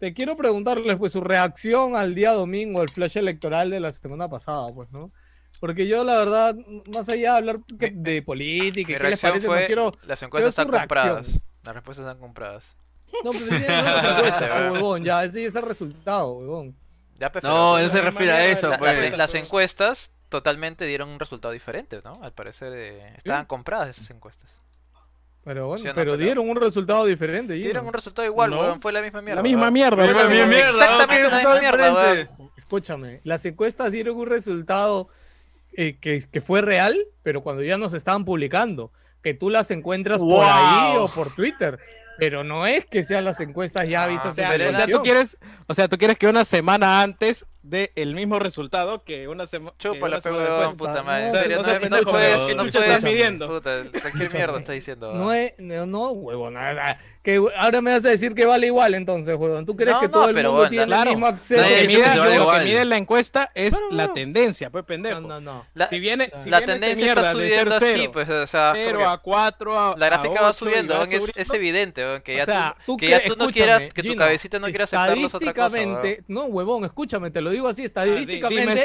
te quiero preguntarles pues su reacción al día domingo, el flash electoral de la semana pasada, pues, ¿no? Porque yo la verdad, más allá de hablar que- Mi- de política, y Mi qué les reacción parece, fue, no quiero... las encuestas su están reacción. compradas. Las respuestas están compradas. No, pues, ya no nos encuesta, huevón, ya, ese es el resultado, huevón. Ya, pero- No, no la- se refiere a eso, las, pues. las encuestas totalmente dieron un resultado diferente, ¿no? Al parecer eh, estaban compradas esas encuestas. Pero bueno, ¿Sí o no, pero pelado? dieron un resultado diferente. Gino. Dieron un resultado igual, No. weón, fue la misma mierda. La misma weón. mierda. Pero, huevón. mi mierda, exactamente ¿no? la ¿Qué estaba misma mierda, enfrente? Escúchame, las encuestas dieron un resultado eh, que, que fue real, pero cuando ya nos estaban publicando, que tú las encuentras por ahí Wow. o por Twitter. Pero no es que sean las encuestas ya Ah, vistas en pero O televisión. sea, tú quieres, o sea, tú quieres que una semana antes dé el mismo resultado que una, sema- que Chupa una la semana huevón, después. puta No, madre. En no, serio, no no, seas no pendejo, puedes, huevón. no Chucha, puedes. estás midiendo. Puta, cualquier Escúchame. mierda está diciendo. No, es, no, no, huevón. ah, ah, Que ahora me vas a decir que vale igual entonces, huevón. ¿Tú crees No, que no, todo el pero mundo bueno, tiene claro. el mismo Lo acceso? Nadie ha que, dicho que mide, se vale lo que igual. mide la encuesta es Claro, la no. tendencia, pues pendejo. No, no, no. La, Si viene, si la viene esta tendencia está mierda de ser subiendo así, cero, pues, o sea, cero como que a 4 a la a gráfica va ocho y subiendo, weón, es, subiendo. es evidente, weón, que O ya sea, tú, que ya cre- tú no escúchame, quieras, que tu Gino, cabecita no quiera aceptarlo es otra cosa, weón. Estadísticamente, no, huevón, escúchame, te lo digo así, Ah, di- dime estadísticamente. Y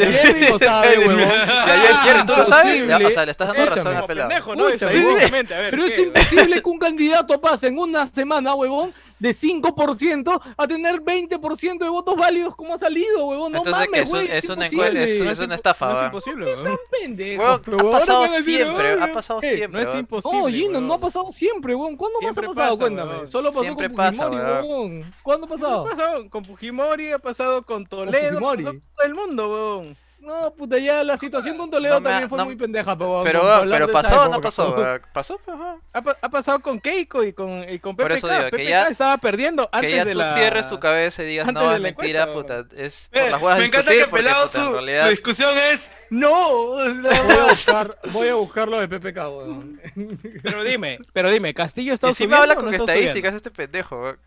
estadísticamente. Jerry lo sabe, Dime. huevón. (laughs) (laughs) Y "Ah, ahí es cierto, tú lo sabes, ya, o sea, le estás dando Escúchame, razón a la Como pelada. pendejo, ¿no? Escúchame. Estadísticamente, a ver, Pero ¿qué? es imposible (laughs) que un candidato pase en una semana, huevón, de 5% a tener 20% de votos válidos como ha salido, huevón. No Entonces, que mames, es, un- güey. es una imposible. encuesta, es, No es es una impo- estafa, no es weón. imposible, No weón. sean pendejos, Weón, pero ha ahora pasado van a decir, siempre, "Ay, ha pasado eh, siempre, No es weón. imposible. No, Gino, no ha weón. pasado siempre, huevón. ¿Cuándo más ha Siempre pasado? pasa, Cuéntame. huevón. Solo pasó Siempre con pasa, Fujimori, huevón. huevón. ¿Cuándo ha Ha pasado? pasado con Fujimori, ha pasado con Toledo, Fujimori. con todo el mundo, weón. No, puta, ya la situación con Toledo No me ha- también fue no- muy pendeja, pero huevón, Pero, con weón, hablar pero de pasó esa o no época, pasó, huevón. weón. Pasó, pues, ajá. Ha, pa- ha pasado con Keiko y con, y con Por PPK. eso digo, que PPK ya- estaba perdiendo antes Que ya de tú la... cierres tu cabeza y digas, antes no, de es la mentira, encuesta, puta. Es por Eh, las huevas me encanta que discutir, porque, pelado puta, en su, realidad- su discusión es (laughs) no. Voy (laughs) a buscar, voy a buscar lo de PPK, huevón. Pero dime, pero dime, ¿Castillo está (laughs) Y si me habla con estadísticas. estadísticas este pendejo, weón.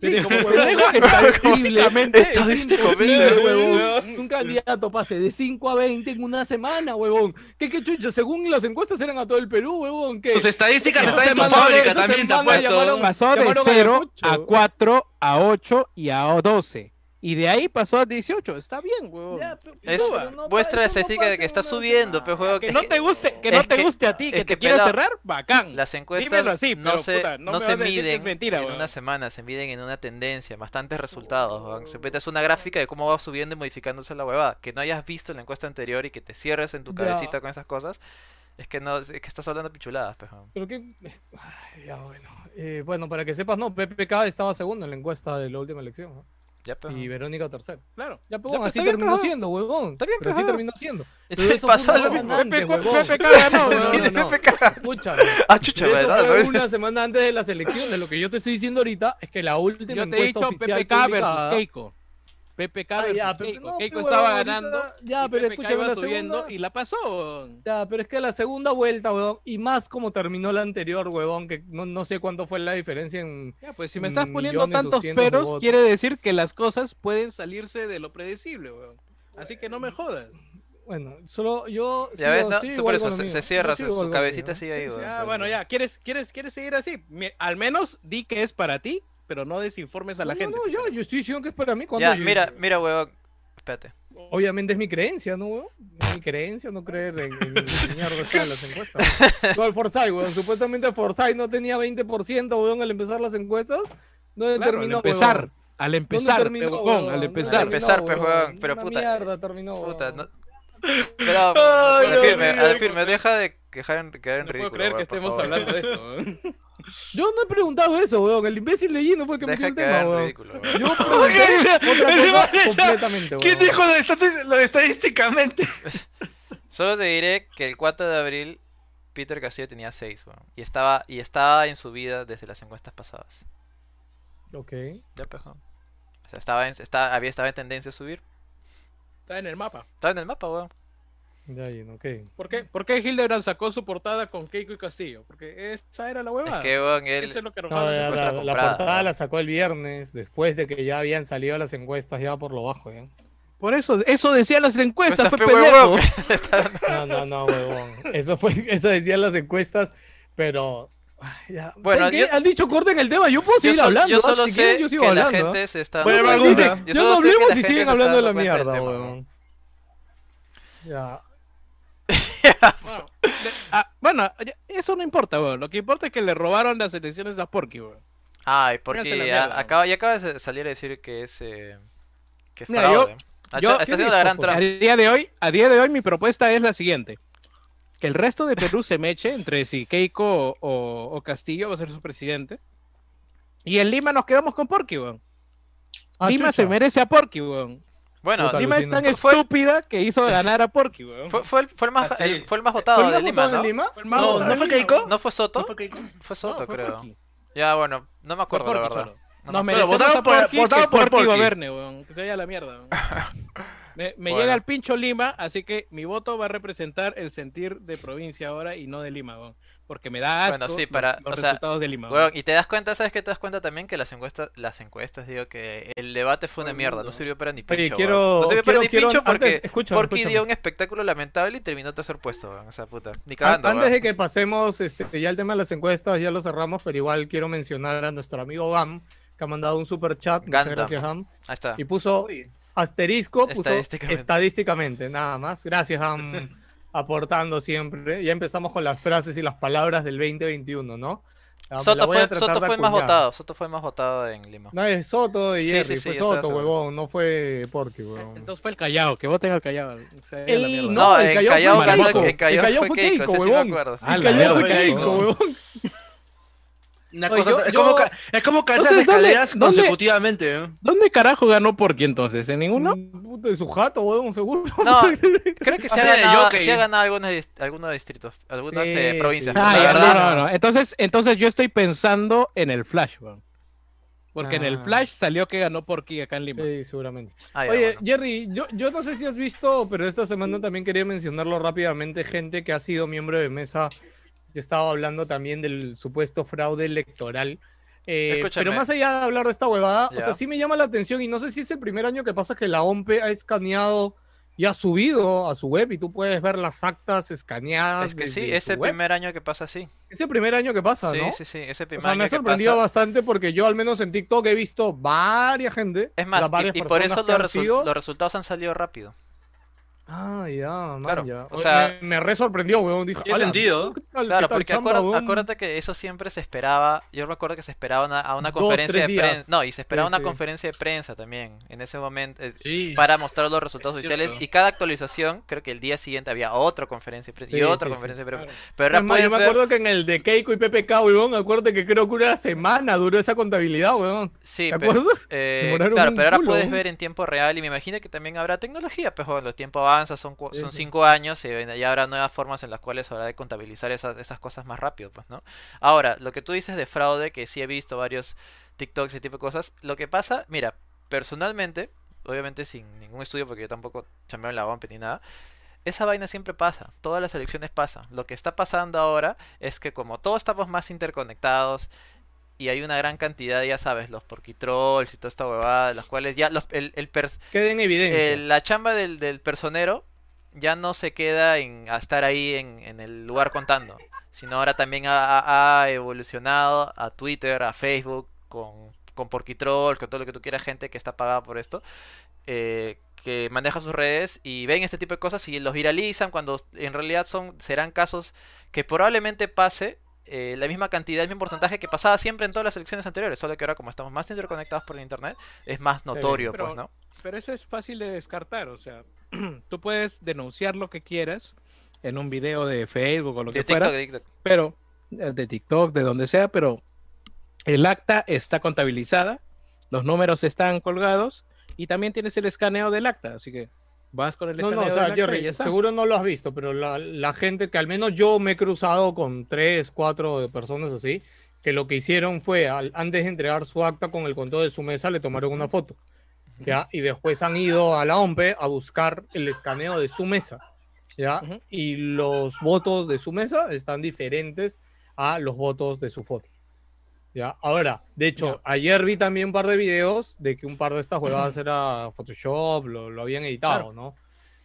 Sí, (laughs) (laughs) como pendejo, estadísticamente. es Estadísticamente, imposible, huevón. weón. Que Un candidato pase de 5 a 20 en una semana, huevón. ¿Qué, qué chucha? Según las encuestas eran a todo el Perú, huevón. ¿Qué? Tus (laughs) estadísticas Esa están en tu semana- fábrica esa también, te semana apuesto. llamaron- Pasó de Llamaron a 0 a Ayacucho. 4, a 8 y a 12. Y de ahí pasó a 18. Está bien, weón. Ya, pero- Es no, pero no pasa- muestra la eso no estadística de pasa que está en una subiendo, semana. pero juego Que es no que te guste, que no es te que- guste a ti, que, es que te quieras pelado, cerrar, bacán. las encuestas Dímelo así, no pero, se, puta, no no me se vas a decir que es miden mentira, en weón. una semana, se miden en una tendencia, bastantes resultados. weón. Se mete es una gráfica de cómo va subiendo y modificándose la huevada. Que no hayas visto en la encuesta anterior y que te cierres en tu Ya. cabecita con esas cosas, es que no, es que estás hablando pichuladas, pues, weón. Pero qué. Ay, ya, bueno. Eh, bueno, para que sepas, no, PPK estaba segundo en la encuesta de la última elección. ¿no? Ya, pues, Y weón. Verónica tercero. Claro. Ya, pues, pues, así está bien, terminó pues, siendo, huevón. Está bien, pero pues, así ah. terminó (laughs) siendo. (laughs) Pero Entonces eso fue una pasó lo semana antes, mismo. huevón. PPK (laughs) ganó, No, weón. no, no. Escúchame. Ah, chucha, Eso ¿verdad? fue ¿No? una semana antes de las elecciones. Lo que yo te estoy diciendo ahorita es que la última Yo te he encuesta dicho oficial PPK versus publicada- Keiko. PPK Ah, versus ya, pero pues Keiko. no, Keiko pero estaba ahorita- ganando. Ya, y pero PPK escúchame iba la subiendo segunda. y la pasó. weón. Ya, pero es que la segunda vuelta, huevón, y más como terminó la anterior, huevón, que no, no sé cuánto fue la diferencia en... Ya, pues si me estás Mm, poniendo millones tantos doscientos de peros, votos. quiere decir que las cosas pueden salirse de lo predecible, weón. Así que no me jodas. Bueno, solo yo... Ya ves, ¿no? Sí, por eso se, se cierra, se- su, su cabecita sigue ahí, Sí, weón. ah, bueno, ya, ¿quieres, quieres, quieres seguir así? Mi- al menos di que es para ti, pero no desinformes a la no, gente. No, yo, yo estoy diciendo que es para mí. cuando Ya, yo- mira, mira, huevón. Espérate. Obviamente es mi creencia, ¿no, huevón? Es mi creencia no creer en, en, en mierda esa de las encuestas. (laughs) huevón. Con el Forsyth, huevón. Supuestamente Forsyth no tenía 20%, huevón, al empezar las encuestas. No Claro, terminó, al empezar, huevón. al ¿Dónde empezar, terminó, huevón, huevón? al ¿Dónde empezar. Al empezar, pues, huevón? huevón, pero Una puta. mierda terminó, Puta, huevón. no. (laughs) Pero, Ay, al firme, Dios mío. al firme, deja de quejar en, quedar en No ridículo. puedo creer que weón, por estemos favor, hablando (laughs) weón. de (laughs) esto. weón. Yo no he preguntado eso, weón. El imbécil de Gino fue el que metió Deja el quedar tema, en weón. ridículo. weón. Yo (laughs) pregunté otra cosa Ese man está- completamente, ¿Quién weón. dijo lo de, estati- lo de estadísticamente? Solo te diré que el 4 de abril Peter Castillo tenía 6, weón. Y estaba, y estaba en su vida desde las encuestas pasadas. Ok. Ya, pues, weón. O sea, estaba en, está- había, estaba en tendencia a subir. Está en el mapa. Estaba en el mapa, weón. Ya, Gino, ok. ¿Por qué? ¿Por qué Hildebrand sacó su portada con Keiko y Castillo? Porque esa era la Es Ah. huevada. que, weón, Eso es él... lo que No, arrojaron. ya, encuesta la, la comprada, portada ¿no? la sacó el viernes, después de que ya habían salido las encuestas, ya por lo bajo, ¿eh? Por eso, eso decía las encuestas, Encuestas, fue pe, pendejo. huevón. (laughs) No, no, no, huevón. Eso, fue, (laughs) eso decían las encuestas, pero... ay, ya. Bueno, ¿Saben yo- qué? han dicho corten el tema, yo puedo seguir sol- hablando. yo ah, solo si sé quieren, yo sigo que hablando. la ¿ah. gente se está... No, Bueno, dando no, Margot, cuenta- dice, alguna. yo ya solo no sé que la hablemos y gente se siguen está hablando de la dando cuenta del mierda, tema, huevón. Ya. Bueno, de- ah, bueno, ya- eso no importa, weón. Lo que importa es que le robaron las elecciones a Porky, weón. Ay, Pónganse la porque mierda. a- acaba, ya acaba de salir a decir que es... eh, que es Mira, yo- fraude. Ah, yo- está haciendo la gran ¿qué dijo, A trampa. día de hoy, a día de hoy mi propuesta es la siguiente. Que el resto de Perú se meche entre si Keiko o, o- o Castillo va a ser su presidente. Y en Lima nos quedamos con Porky, weón. Ah, Lima se chucha. merece a Porky, weón. Bueno, Puta, Lima es tan Fue- estúpida que hizo ganar a Porky, weón. Fue, fue el, fue el más, Así. el- fue el más ¿Fue votado el de más Lima, votado ¿no? en Lima? Fue el más No, votado ¿no de fue Lima, Keiko? weón. ¿No fue Soto? ¿No fue Keiko? Fue Soto, No, fue creo. Porky. Ya, bueno, no me acuerdo, Por la Porky verdad. solo. No Nos me- Pero merecemos votaron a por- Porky, votaron que por Porky Porky. gobierne, weón. Que se vaya a la mierda, (laughs) weón. Me, me Bueno. llega el pincho Lima, así que mi voto va a representar el sentir de provincia ahora y no de Lima, weón. Porque me da asco Bueno, sí, para- los, los o sea, resultados de Lima. Weón, y te das cuenta, ¿sabes qué? Te das cuenta también que las encuestas, las encuestas, digo, que el debate fue una mierda, no sirvió para ni pincho. Oye, weón. quiero- No sirvió para quiero- ni quiero- pincho porque antes- escúchame, Porky escúchame. dio un espectáculo lamentable y terminó tercer puesto, weón. O sea, puta. Ni An- cagando, Antes weón. de que pasemos este, ya el tema de las encuestas, ya lo cerramos, pero igual quiero mencionar a nuestro amigo Gam, que ha mandado un super chat. Muchas Gandam. gracias, Gam. Ahí está. Y puso asterisco, puso Estadísticamente. estadísticamente, nada más. Gracias, (laughs) Gam, aportando siempre. Ya empezamos con las frases y las palabras del 2021, ¿no? Ah, me la Soto voy a fue, tratar Soto de fue el más acuñar. votado, Soto fue el más votado en Lima. No, es Soto y Sí, Jerry. sí, sí, fue yo estaba Soto, seguro. huevón. No fue Porky, huevón. Entonces fue el Callao, que voten al Callao. se vaya a la mierda. El, no, en el Callao, Callao fue ganó- Keiko. en El Callao Callao fue fue Keiko, Keiko, ese sí me huevón. acuerdo, sí. El Ah, la Callao fue mierda, Keiko, Keiko. huevón. Una Oye, cosa, yo- es, yo- como, ca- es como caerse Entonces, las ¿dónde- escaleras dónde- consecutivamente. ¿eh? ¿Dónde carajo ganó Porky entonces? (laughs) ¿En ninguno? Mm, puta, de su jato, huevón, seguro. (laughs) No, creo que se ha Hace de ganado, jockey. sí ha ganado algunos, dist- algunos distritos, algunas Sí, eh, sí. provincias. Ah, la ya, verdad, no, no, no. Entonces, entonces yo estoy pensando en el Flash, weón. Porque en el Ah. Flash salió que ganó Porky acá en Lima. Sí, seguramente. Ah, ya, Oye, bueno. Jerry, yo, yo no sé si has visto, pero esta semana también quería mencionarlo rápidamente, gente que ha sido miembro de mesa. Yo estaba hablando también del supuesto fraude electoral. Eh, Escúchame. pero más allá de hablar de esta huevada, Ya. o sea, sí me llama la atención y no sé si es el primer año que pasa que la OMPE ha escaneado y ha subido a su web y tú puedes ver las actas escaneadas. es que desde sí, su es el web. primer año que pasa así. Es el primer año que pasa, sí, ¿no? sí, sí, es el O primer sea, me año ha que sorprendido pasa. bastante porque yo al menos en TikTok he visto varias gente. Es más, las varias y, y por eso personas que los, han resu- sido- los resultados han salido rápido. Ah, ya, man, Claro, ya. o Oye, sea- me, me re sorprendió, weón. Dije, Tiene "Ala, sentido. ¿qué tal- qué Claro, tal porque chamba, acuérdate, weón?". acuérdate que eso siempre se esperaba, yo recuerdo que se esperaba una- a una Dos, conferencia tres de prensa, días. no, y se esperaba Sí, una sí. conferencia de prensa también, en ese momento, eh, Sí. para mostrar los resultados Es oficiales, cierto. y cada actualización, creo que el día siguiente había otra conferencia de prensa, y Sí, otra sí, sí, conferencia de prensa, claro. pero Es más, yo ahora puedes me ver, acuerdo que en el de Keiko y PPK, weón, acuérdate que creo que una semana duró esa contabilidad, weón. sí, ¿Te pero- acuerdas? eh, Demoraron claro, un pero ahora culo, puedes weón. ver en tiempo real, y me imagino que también habrá tecnología, pues bueno, el tiempo avanza, son, cu- Sí, son sí. cinco años, y ven- ya habrá nuevas formas en las cuales habrá de contabilizar esas, esas cosas más rápido, pues, ¿no? Ahora, lo que tú dices de fraude, que sí he visto varios TikToks y ese tipo de cosas, lo que pasa, mira, personalmente, obviamente sin ningún estudio, porque yo tampoco chambeo en la OMP ni nada, esa vaina siempre pasa, todas las elecciones pasan. Lo que está pasando ahora es que como todos estamos más interconectados y hay una gran cantidad, ya sabes, los porquitrolls y toda esta huevada, de las cuales ya los, el, el pers- Queda en evidencia. eh, la chamba del, del personero ya no se queda en a estar ahí en, en el lugar contando, sino ahora también ha, ha- ha evolucionado a Twitter, a Facebook, con, con Porquitrol, con todo lo que tú quieras, gente que está pagada por esto, eh, que maneja sus redes y ven este tipo de cosas y los viralizan cuando en realidad son serán casos que probablemente pase. eh, la misma cantidad, el mismo porcentaje que pasaba siempre en todas las elecciones anteriores, solo que ahora como estamos más interconectados por el internet, es más ve, notorio, pero- pues, ¿no? Pero eso es fácil de descartar, o sea, (clears throat) tú puedes denunciar lo que quieras en un video de Facebook o lo De que TikTok, fuera, de TikTok. pero eh, de TikTok, de donde sea, pero el acta está contabilizada, los números están colgados y también tienes el escaneo del acta, así que vas con el No, escaneo no, o del sea, acta y ya Jerry, está. seguro no lo has visto, pero la, la gente que al menos yo me he cruzado con tres, cuatro de personas así, que lo que hicieron fue, al- antes de entregar su acta con el conteo de su mesa, le tomaron una foto. ¿ya? Y después han ido a la OMPE a buscar el escaneo de su mesa. ¿ya? Ujú. Y los votos de su mesa están diferentes a los votos de su foto. ¿ya? Ahora, de hecho, ayer vi también un par de videos de que un par de estas huevadas era Photoshop, lo, lo habían editado, Claro. ¿no?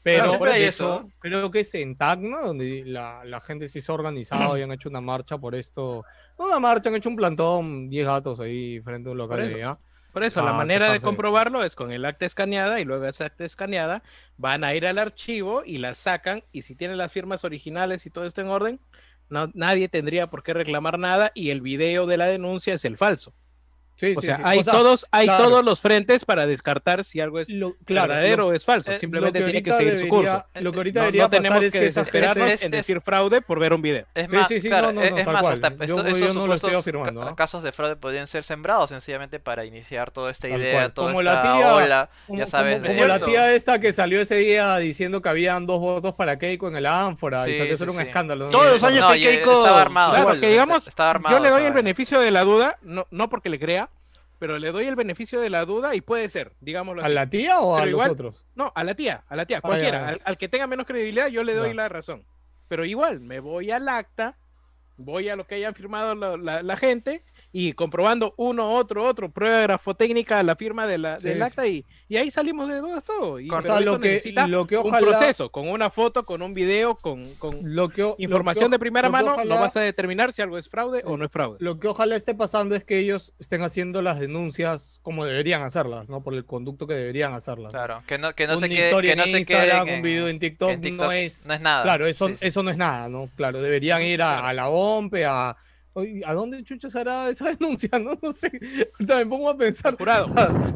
Pero Pero siempre hay de eso, hecho, creo que es en Tacna, donde la, la gente sí se ha organizado y han hecho una marcha por esto. No una marcha, han hecho un plantón, 10 gatos ahí frente a un local eso. de allá. Por eso, Ah, la te manera de pasa de- comprobarlo es con el acta escaneada y luego esa acta escaneada van a ir al archivo y la sacan y si tienen las firmas originales y todo esto en orden, no- nadie tendría por qué reclamar nada y el video de la denuncia es el falso. Sí, O sí, sea, sí. hay O sea, todos, hay claro. todos los frentes para descartar si algo es lo- claro, verdadero lo- o es falso. eh, lo Simplemente que tiene que ahorita seguir su curso. debería- Lo que ahorita No- no, debería tenemos pasar que es que esas desesperarnos jefes- es- en es- decir fraude por ver un video. Es Sí, más, sí, sí, claro, no, no, es, no, es tal más, cual. hasta Yo- esto- yo esos no lo estoy supuestos afirmando, ca- ¿ah? casos de fraude podrían ser sembrados sencillamente para iniciar toda esta Tal idea, cual. toda Como la esta tía- ola, Como, ya sabes. como- de- como la Cierto. tía esta que salió ese día diciendo que habían dos votos para Keiko en el ánfora Sí, y salió a ser sí, un sí. escándalo. ¿no? Todos los Sí, años No, que y Keiko estaba armado. sexual. Claro, que digamos, Ah, Está armado, yo le doy está el armado. beneficio de la duda, no, no porque le crea, pero le doy el beneficio de la duda y puede ser, digámoslo ¿A así. la tía o a los Pero igual- otros? No, a la tía, a la tía, ya, cualquiera. ya. Al, al que tenga menos credibilidad, yo le doy Ya. la razón. Pero igual, me voy al acta, voy a lo que hayan firmado la, la- la gente y comprobando uno, otro, otro, prueba grafotécnica, la firma de la, Sí, del sí. acta y, y ahí salimos de dudas todo. Y, Con- O pero sea, esto lo que, necesita lo que un ojalá. proceso, con una foto, con un video, con, con Lo que, o- lo que información oj- de primera lo que mano, ojalá- no vas a determinar si algo es fraude o no es fraude. Lo que ojalá esté pasando es que ellos estén haciendo las denuncias como deberían hacerlas, ¿no? Por el conducto que deberían hacerlas. Claro, que no, que no Una se quede, historia que no en se quede Instagram, en, un video en TikTok, en no TikToks, es. nada. Claro, eso, Sí, sí. eso no es nada, ¿no? Claro, deberían ir a, a la OMPE, a. Oye, ¿A dónde chuchas hará esa (laughs) denuncia? No, no sé. Ahorita me pongo a pensar. (laughs) Al (laughs) jurado.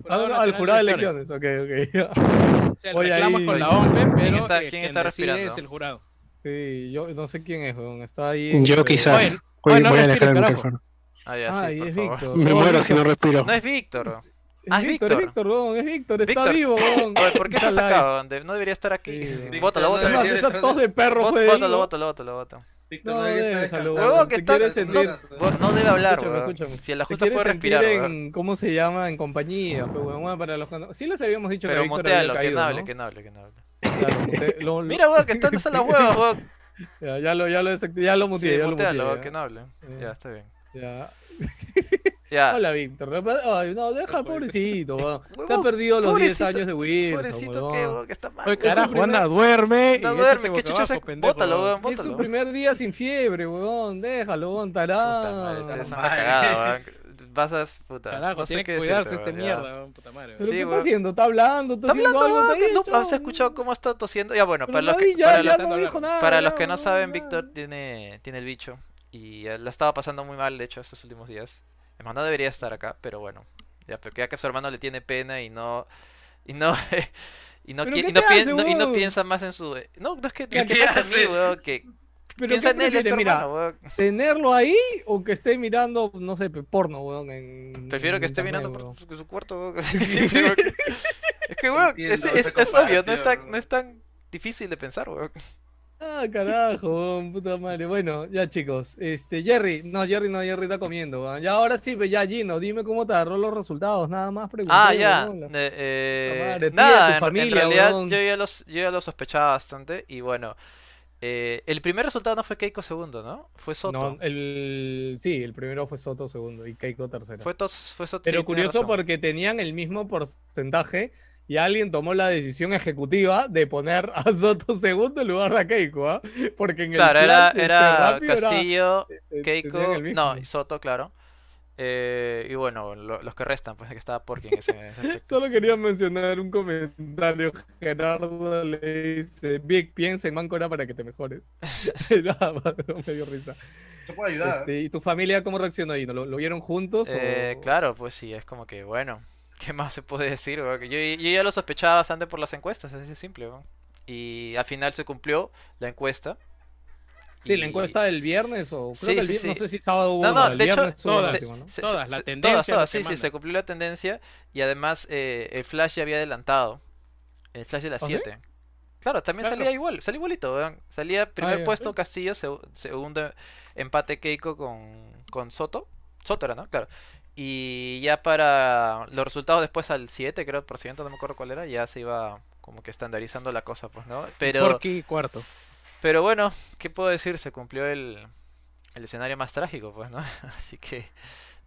A- Al Jurado al Nacional jurado de de elecciones. Ok, ok. (laughs) O sea, el Oye, reclamo ahí- con la OMPE, pero ¿Quién está- eh, quién quien está decide respirando? es el jurado. Sí, yo no sé quién es, weón. Está ahí. Yo pero- quizás. Oye, Voy, no voy a respire, alejar el carajo. micrófono. Ah, ya, sí, Ay, por es favor. Víctor. Me Oh, muero Víctor. si no respiro. No es Víctor. Es Ah, es Víctor, Víctor. es Víctor, weón, es Víctor, está Víctor. vivo, (laughs) weón. Oye, ¿Por qué Está se live. sacado? No debería estar aquí. Sí, Sí, sí. Bótalo, Víctor, bótalo. (laughs) Además, Debería esa estar- tos de perro fue de Bótalo, Diego. bótalo, bótalo, bótalo. Víctor, No, no, está déjalo, descansando. Huevón, que si está. quieres No, sentir- vos- no debe hablar, Escúchame, huevón. escúchame. Si en la Si justa quieres puede sentir respirar, huevón. en, ¿cómo se llama? En compañía, pues, weón, bueno, para los condo- Sí les habíamos dicho que Pero Víctor había mutealo, que caído, no hable, ¿no? que no hable, que no hable. Claro, mute- lo- lo- Mira, huevón, que está dándose las huevas, huevón. Ya, ya lo, ya lo, desact- ya lo muteé, Sí, ya lo muteé, mutealo, ya. que no hable. Ya, está bien. Ya. Ya. Hola, Víctor. Ay, no, deja al pobrecito, weón. Se ha (laughs) Huevón, perdido los 10 pobrecito, años de Wilson, Pobrecito que, weón. huevón, que está mal. Oye, huevón. Es carajo, su primer- anda, duérmeme. No duerme, qué chucha se. Bótalo, huevón, Es su bótalo. primer día sin fiebre, weón. Déjalo, weón, Puta madre, tarado. esta es una Madre. cagada, weón. Vas a. Puta. Carajo, no sé tiene qué que cuidarse decirte, este weón, ya. mierda, weón, puta madre. ¿Pero Sí, qué weón. está hablando? ¿Está hablando? ¿Está, Está haciendo hablando, algo? huevón, Está que ahí, no. chao, ¿Has escuchado cómo está tosiendo? Ya, bueno, Pero para los Madrid que. ya, para ya los- no dijo nada, Para ya, los que no weón, saben, ya. Víctor tiene, tiene el bicho y eh, la estaba pasando muy mal, de hecho, estos últimos días. Es más, no debería estar acá, pero bueno. Ya, pero ya que su hermano le tiene pena y no... Y no... (laughs) y no, ¿Pero quie- qué y no te pien- hace, no- y no huevón? piensa más en su... eh, No, no es que... ¿Qué no es que te piensa en hace? mí, huevón, que (laughs) ¿Pero piensa qué en él, es tu prefieres? Mira, mm, hermano, huevón. ¿Tenerlo ahí o que esté mirando, no sé, pe- porno, weón? En, Prefiero que esté en internet, mirando weón? por su, su cuarto, (laughs) huevón. (laughs) Siempre, huevón. Es que, huevón, Entiendo es, esa es- es obvio, no es, tan, comparación. no es tan difícil de pensar, huevón. Ah, carajo, weón, puta madre. Bueno, ya chicos. Este, Jerry, no, Jerry no, Jerry está comiendo, weón. Ya ahora sí, pues ya Gino, dime cómo te agarró los resultados, nada más pregunté, Ah, ya. weón, la- de- eh, madre, tía, tu nada, en- en, familia, realidad weón. yo ya, los, yo ya lo sospechaba bastante. Y bueno, eh, el primer resultado no fue Keiko segundo, ¿no? Fue Soto. No, eh, el, sí, el primero fue Soto segundo y Keiko tercero. Fue, tos, fue Soto. Pero sí, tienes curioso razón. porque tenían el mismo porcentaje y alguien tomó la decisión ejecutiva de poner a (laughs) Soto segundo en lugar de a Keiko, ¿ah? Porque en el Claro, era, flash, este, era rápido era- Castillo, eh, Keiko. tenían el mismo. No, y Soto, claro. Eh, y bueno, lo- los que restan, pues que estaba Porkin en (laughs) ese, en ese aspecto. Solo quería mencionar un comentario. Gerardo le dice, Vic, piensa en Máncora para que te mejores. (laughs) (laughs) Nada más, me dio risa. Yo puedo ayudar. Este, ¿Y tu familia cómo reaccionó? Dino? ¿Lo, lo vieron juntos? o- Eh, claro, pues sí, es como que bueno, (laughs) ¿qué más se puede decir? weón? Que Yo, yo ya lo sospechaba bastante por las encuestas, así de simple. weón. Y al final se cumplió la encuesta. Sí, la y- encuesta del viernes o creo Sí, que el sí, vier- no sí. sé si sábado hubo No, una, no, el de hecho, viernes hubo una se- última, ¿no? se- Todas, la se- tendencia todas, es la todas, que sí, sí, manda. se cumplió la tendencia y además eh, el flash ya había adelantado. El flash de las ¿Ah, sí? 7. Claro, también Claro. salía igual, salía igualito, weón. Salía primer Ah, ya. puesto Castillo, seg- segundo empate Keiko con, con Soto. Soto era, ¿no? Claro. Y ya para los resultados después al 7, creo, por ciento, no me acuerdo cuál era, ya se iba como que estandarizando la cosa, pues, ¿no? Pero... Porky cuarto. Pero bueno, ¿qué puedo decir? Se cumplió el, el escenario más trágico, pues, ¿no? (laughs) Así que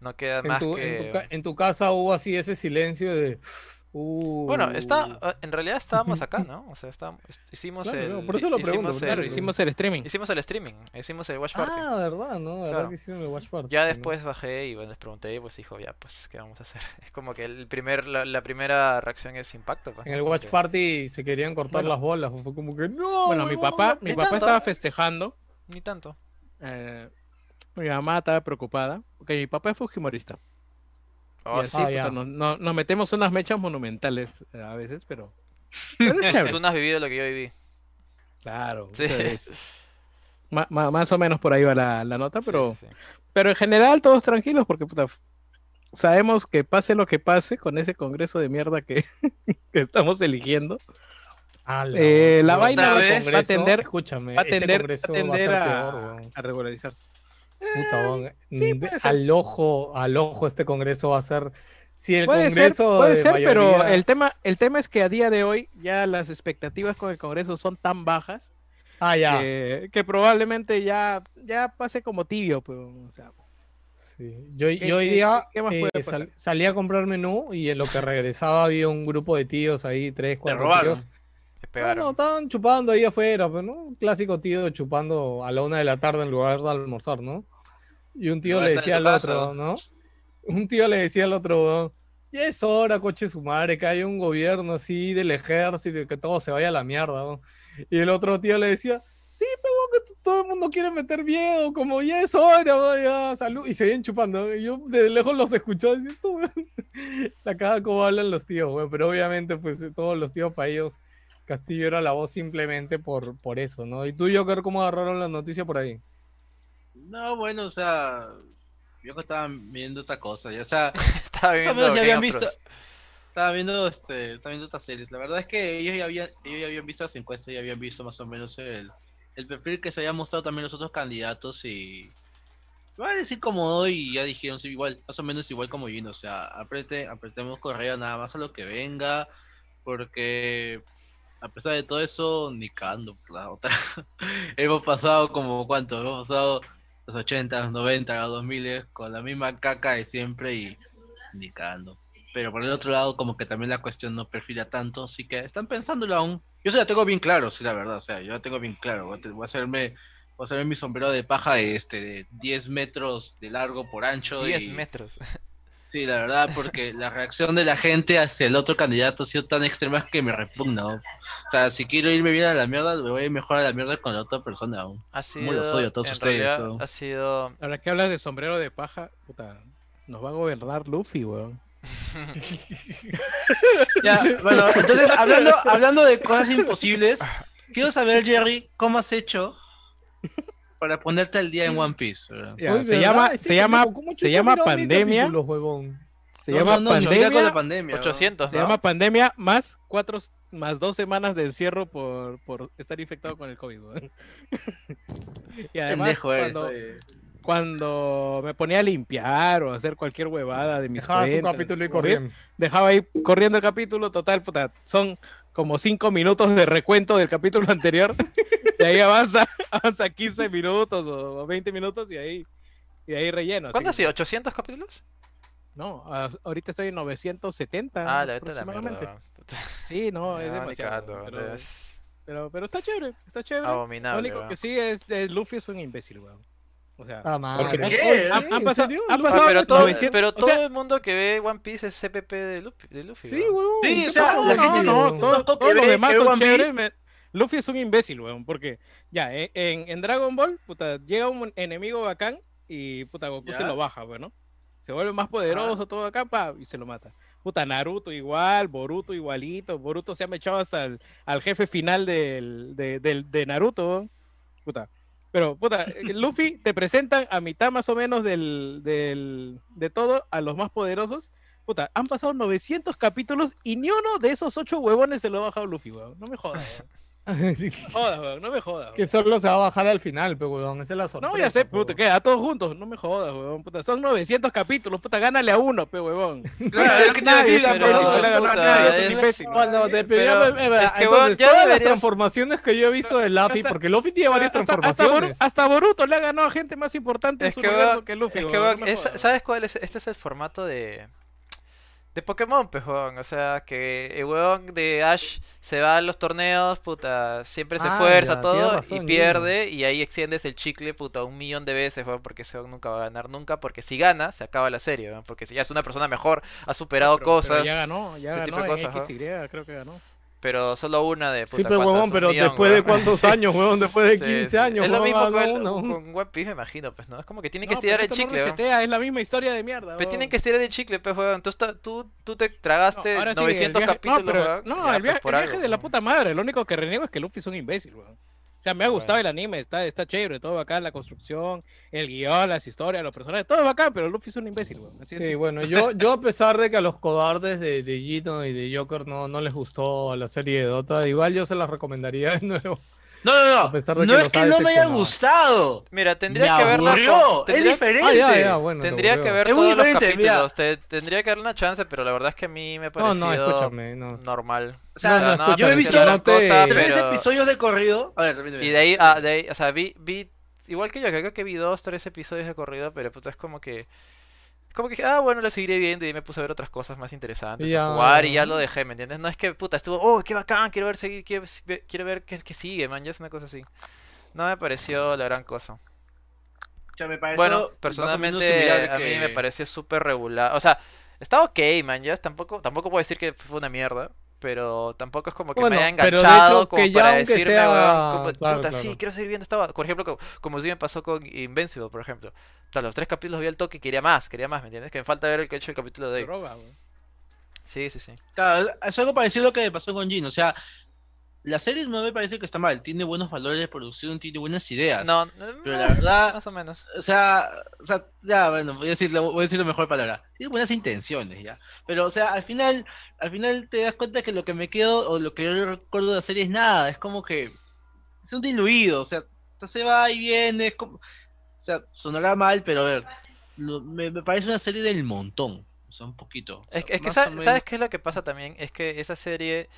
no queda En más tu, en, tu, que... ca- en tu casa hubo así ese silencio de... Bueno, está, "Uh". eh, en realidad estábamos acá, ¿no? O sea, estábamos, hicimos Claro, el... claro, por eso lo pregunto, hicimos Claro, el- hicimos el streaming. hicimos el streaming, hicimos el watch party. Ah, verdad, ¿no? Verdad Claro. que hicieron el watch party. Ya ¿no? después bajé y bueno, les pregunté y pues dijo, ya, pues, ¿qué vamos a hacer? (laughs) Es como que el primer, la, la primera reacción es impacto, pues, En ¿no? el Como watch que- party se querían cortar Bueno. las bolas. Fue como que no. Bueno, mi huevón, papá, no". mi ni papá tanto. estaba festejando. Ni tanto. eh, mi mamá estaba preocupada. Porque mi papá es fujimorista. Oh, y así, sí. Ah, puta, ya. no- no- nos metemos unas mechas monumentales eh, a veces, (laughs) pero. pero es chévere. Tú no has vivido lo que yo viví. Claro. Sí. puta, es- ma- ma- más o menos por ahí va la, la nota, Sí, pero, sí, sí. pero en general todos tranquilos porque puta, f- sabemos que pase lo que pase con ese congreso de mierda que, (laughs) que estamos eligiendo. Eh, la huevón. vaina va- Congreso, va a tender- Ah, escúchame, va a este tender, va a, congreso va a tender ser a- peor, huevón. a regularizarse. Eh, Puta, huevón. sí, Mm, puede de- ser. al ojo, al ojo este congreso va a ser si el Puede ser, congreso puede de ser, pero mayoría- el tema, el tema es que a día de hoy ya las expectativas con el Congreso son tan bajas Ah, ya. que, que probablemente ya, ya pase como tibio. Pero, o sea, Sí. Yo, ¿Qué- yo hoy qué- día qué más puede eh, pasar? sal- salí a comprar menú y en lo que regresaba había un grupo de tíos ahí, tres, cuatro robaron. tíos. (laughs) No, Me pegaron. no, estaban chupando ahí afuera, pero ¿no? Un clásico tío chupando a la una de la tarde en lugar de almorzar, ¿no? Y un tío No, le está en decía su al casa. otro, ¿no? Un tío le decía al otro, weón, ya es hora, coche su madre, que haya un gobierno así del ejército y que todo se vaya a la mierda, weón". Y el otro tío le decía, sí, pero que t- todo el mundo quiere meter miedo, como ya es hora, weón, ya, salud. Y seguían chupando. Y yo de lejos los escuchaba diciendo, (laughs) la caga como hablan los tíos, weón. Pero obviamente, pues todos los tíos para ellos Castillo era la voz simplemente por, por eso, ¿no? Y tú, Joker, ¿cómo agarraron la noticia por ahí? No, bueno, o sea, yo que estaba viendo otra cosa, ya, o (laughs) sea, (laughs) Estaba Más o viviendo menos Game ya habían of visto. Thrones. Estaba viendo, este, estaba viendo otras series. La verdad es que ellos ya habían, ellos ya habían visto las encuestas y habían visto más o menos el, el perfil que se habían mostrado también los otros candidatos y va a decir como y ya dijeron sí, igual, más o menos igual como Gino, o sea, apriete, apretemos correa nada más a lo que venga, porque a pesar de todo eso, ni cagando por la otra. hemos pasado como cuánto, hemos pasado los 80, los 90, los 2000 con la misma caca de siempre y ni cagando pero por el otro lado como que también la cuestión no perfila tanto, así que están pensándolo aún. Yo se la tengo bien claro, sí, la verdad, o sea, yo la tengo bien claro, voy a, te- voy a hacerme voy a hacerme mi sombrero de paja de este de 10 metros de largo por ancho 10 y- metros. Sí, la verdad, porque la reacción de la gente hacia el otro candidato ha sido tan extrema que me repugna. ¿no? O sea, si quiero irme bien a la mierda, me voy a ir mejor a la mierda con la otra persona. ¿no? Ha Cómo sido, los odio a todos en ustedes, realidad, so. ha sido ahora que hablas de sombrero de paja, puta, nos va a gobernar Luffy, weón. Ya, bueno, entonces hablando, hablando de cosas imposibles, quiero saber, Jerry, ¿cómo has hecho para ponerte al día en One Piece? ¿verdad? Ya, Uy, se ¿verdad? llama, Este se llama, pendejo, ¿cómo se chucha llama mira mil pandemia, capítulos, huevón? se No, llama no, no, ni siquiera con pandemia, la pandemia. ¿no? 800, se ¿no? llama pandemia más cuatro, más dos semanas de encierro por, por estar infectado con el COVID, weón. (laughs) Y además, Pendejo eres. eh. cuando- oye. cuando me ponía a limpiar o a hacer cualquier huevada de mis Dejaba su cuentas, capítulo y corri- corrían. Dejaba ahí corriendo el capítulo, total, puta, son como cinco minutos de recuento del capítulo anterior. y ahí avanza, avanza 15 minutos o o 20 minutos y ahí, y ahí relleno. así ¿Cuánto ha que- sido? ¿800 capítulos? No, a- ahorita estoy en 970. Ah, la vete a la aproximadamente. mierda. Sí, no, es No, ni demasiado. cagando, Pero, es pero, pero está chévere, está chévere. Lo abominable. único weón. que sí es, es Luffy es un imbécil, weón. O sea, Ah, madre. qué? Oye, han, han ¿en pasado, serio? han Lu- pasado Ah, pero todo, 900, pero o sea, todo el mundo que ve One Piece es CPP de Luffy. De Luffy Sí, weón. huevón. Sí, ¿qué o sea, pasó, la huevón? gente- no, No, no, todo- loco que todos los ve- demás que ve son One chéveres. Piece. me- Luffy es un imbécil, weón, porque ya eh, en, en Dragon Ball, puta, llega un enemigo bacán y puta Goku se Ya. lo baja, weón, ¿no? Se vuelve más poderoso, todo acá, pa, y se lo mata. Puta, Naruto igual, Boruto igualito, Boruto se ha mechado hasta el al jefe final del, de, del- de Naruto, weón. puta. Pero, puta, eh, Luffy te presentan a mitad más o menos del, del, de todo a los más poderosos Puta, han pasado 900 capítulos y ni uno de esos ocho huevones se lo ha bajado Luffy, weón. No me jodas, weón. No me jodas, weón. No me jodas. (laughs) que weón. solo se va a bajar al final, pero huevón, esa es la sorpresa. No, ya sé, huevón. puta, queda todos juntos. No me jodas, weón. Puta, son 900 capítulos, puta, gánale a uno, pe, huevón. Claro, es que te iba a decir, "Ah, la Pero, pasada no puta, ganó nadie, es es un un imbécil. Cuando te pidió- Pero, eh, eh, es que, entonces, huevón, ya todas las deberías- transformaciones que yo he visto de Luffy, Hasta- porque Luffy tiene varias Hasta- hasta- Hasta, transformaciones. Boru- hasta Boruto le ha ganado a gente más importante en Es su que, universo weón, que Luffy, es que, weón. weón, No me es- jodas, ¿sabes cuál es? Este es el formato de. De Pokémon, pues, weón. O sea, que el weón de Ash se va a los torneos, puta. Siempre se Ah, esfuerza ya, tienes todo razón, y Gino. pierde. Y ahí extiendes el chicle, puta, un millón de veces, weón. Porque ese weón nunca va a ganar nunca. Porque si gana, se acaba la serie, weón. Porque si ya es una persona mejor, ha superado weón. Pero- pero cosas. ya ganó, ya ese ganó tipo de en cosas, XY, creo que ganó. Pero solo una de puta, sí, pero ¿cuántas? huevón, Un pero millón, después de huevón. cuántos años, huevón, después de Sí, 15 sí. años, Es lo huevón, mismo haga con, el- una, huevón. con One Piece, me imagino, pues, ¿no? Es como que tienen que No, estirar el pero este esto no chicle, ¿no? resetea, es la misma historia de mierda. Pero weón. tienen que estirar el chicle, pues, weón. Tú, está- tú, tú te No, tragaste ahora sí, el 900 viaje- capítulos, No, pero- weón. no, Ya, el, pues, viaje, por el viaje algo, de la ¿no? puta madre. Lo único que renego es que Luffy es un imbécil, weón. O sea, me ha gustado el anime, está, está chévere, todo bacán, la construcción, el guión, las historias, los personajes, todo bacán, pero Luffy es un imbécil, weón. Así es. Sí, bueno, yo, yo a pesar de que a los cobardes de, de Gino y de Joker no, no les gustó la serie de Dota, igual yo se las recomendaría de (laughs) nuevo. No, no, A pesar no. de No que es nos que ha no me haya decepcionado. gustado. Mira, Me tendría que verla. aburrió. con- Es tendría- Ah, diferente. ya, ya, bueno. te Tendría que aburrió. ver Es muy todos los diferente, mira. capítulos. Te- tendría que dar una chance, pero la verdad es que a mí me ha No, parecido no, escúchame, no. normal. O sea, No, no, yo he escúchame, visto si no te- cosa, tres pero- episodios de corrido. A ver, repíteme. Y de ahí, ah, de ahí, o sea, vi, vi, igual que yo, que creo que vi dos, tres episodios de corrido, pero puta, es como que, es como que dije, ah, bueno, lo seguiré viendo y me puse a ver otras cosas más interesantes, Ya. a jugar y ya lo dejé, ¿me entiendes? No es que, puta, estuvo, oh, qué bacán, quiero ver, seguir, quiero, ve- quiero ver qué, qué sigue, man, ya es una cosa así. No me pareció la gran cosa. O sea, me pareció Bueno, más o menos personalmente similar a mí me que- pareció súper regular, o sea, está ok, man, ya es- tampoco, tampoco puedo decir que fue una mierda. Pero tampoco es como que Bueno, me haya pero de hecho, enganchado como que ya para aunque decirme, sea- "Weón, como- claro, puta, claro. sí, quiero seguir viendo estaba Por ejemplo, como, como sí me pasó con Invincible, por ejemplo. O sea, los tres capítulos vi al toque y quería más, quería más, ¿me entiendes? Que me falta ver el que ha hecho el capítulo de hoy. Droga, weón. Sí, sí, sí. Claro, es algo parecido a lo que me pasó con Jin. O sea, la serie no me parece que está mal. Tiene buenos valores de producción, tiene buenas ideas. No, Pero eh, la verdad, más o menos. o sea, o sea, ya, bueno, voy a decir, la- voy a decir la mejor palabra. Tiene buenas intenciones, ya. Pero, o sea, al final, al final te das cuenta que lo que me quedo o lo que yo recuerdo de la serie es nada. Es como que es un diluido. O sea, se va y viene. Es como, o sea, sonará mal, pero a ver, lo- me, me parece una serie del montón. O sea, un poquito. O Es sea, que, es que más sa- o menos. ¿sabes qué es lo que pasa también? Es que esa serie,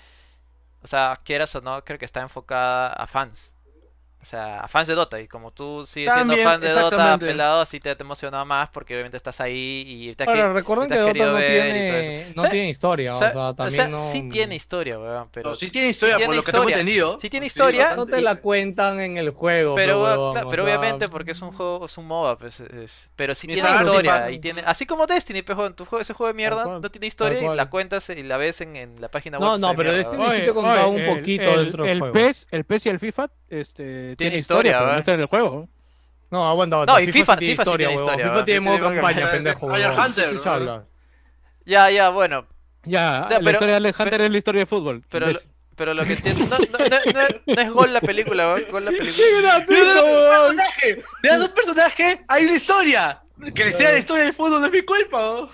o sea, quieras o no, creo que está enfocada a fans. O sea, a fans de Dota. Y como tú sigues También, siendo fan de Dota, exactamente. pelado, así te, te emociona más porque obviamente estás ahí y te has Ahora, que- recuerden te que has Dota querido no ver y todo eso. tiene, no Sa- tiene historia, o sa- sea, o también sea, no... sí tiene historia, weón, pero... No, sí tiene historia, tiene por lo que historia. tengo entendido. Sí tiene Pues historia. No bastante. te la cuentan en el juego, Pero, pues, ah, huevón, claro, o pero sea, mm. obviamente porque es un juego, es un MOBA, pues, es- pero sí Mira, tiene claro, historia sí. y tiene, así como Destiny, pues, joven, tu juego, ese juego de mierda cual, no tiene tal historia y cual. la cuentas y la ves en, en la página web. No, pues, no, de pero mierda, Destiny ¿verdad? sí te contaba un poquito el, dentro del el juego. PES, el PES y el FIFA este, tiene, historia, historia, pero ¿verdad? no está en el juego. No, aguanta, aguanta. No, y FIFA- sí tiene FIFA sí tiene huevón, historia, FIFA ¿verdad? tiene modo Tiene- campaña, pendejo. Hunter, huevón. Hunter, ¿Qué hablas? Ya, ya, bueno, Ya, Ya, la pero- historia de Alexander pero- es la historia de fútbol. pero lo, imbécil. pero lo que entiendo, no, no, no- no- no es gol la película, weón, gol la película. ¡Qué gratuito, huevón! personaje! ¡Le das un personaje! ¡Hay una historia! Que le sea la historia del fútbol no es mi culpa. ¿no?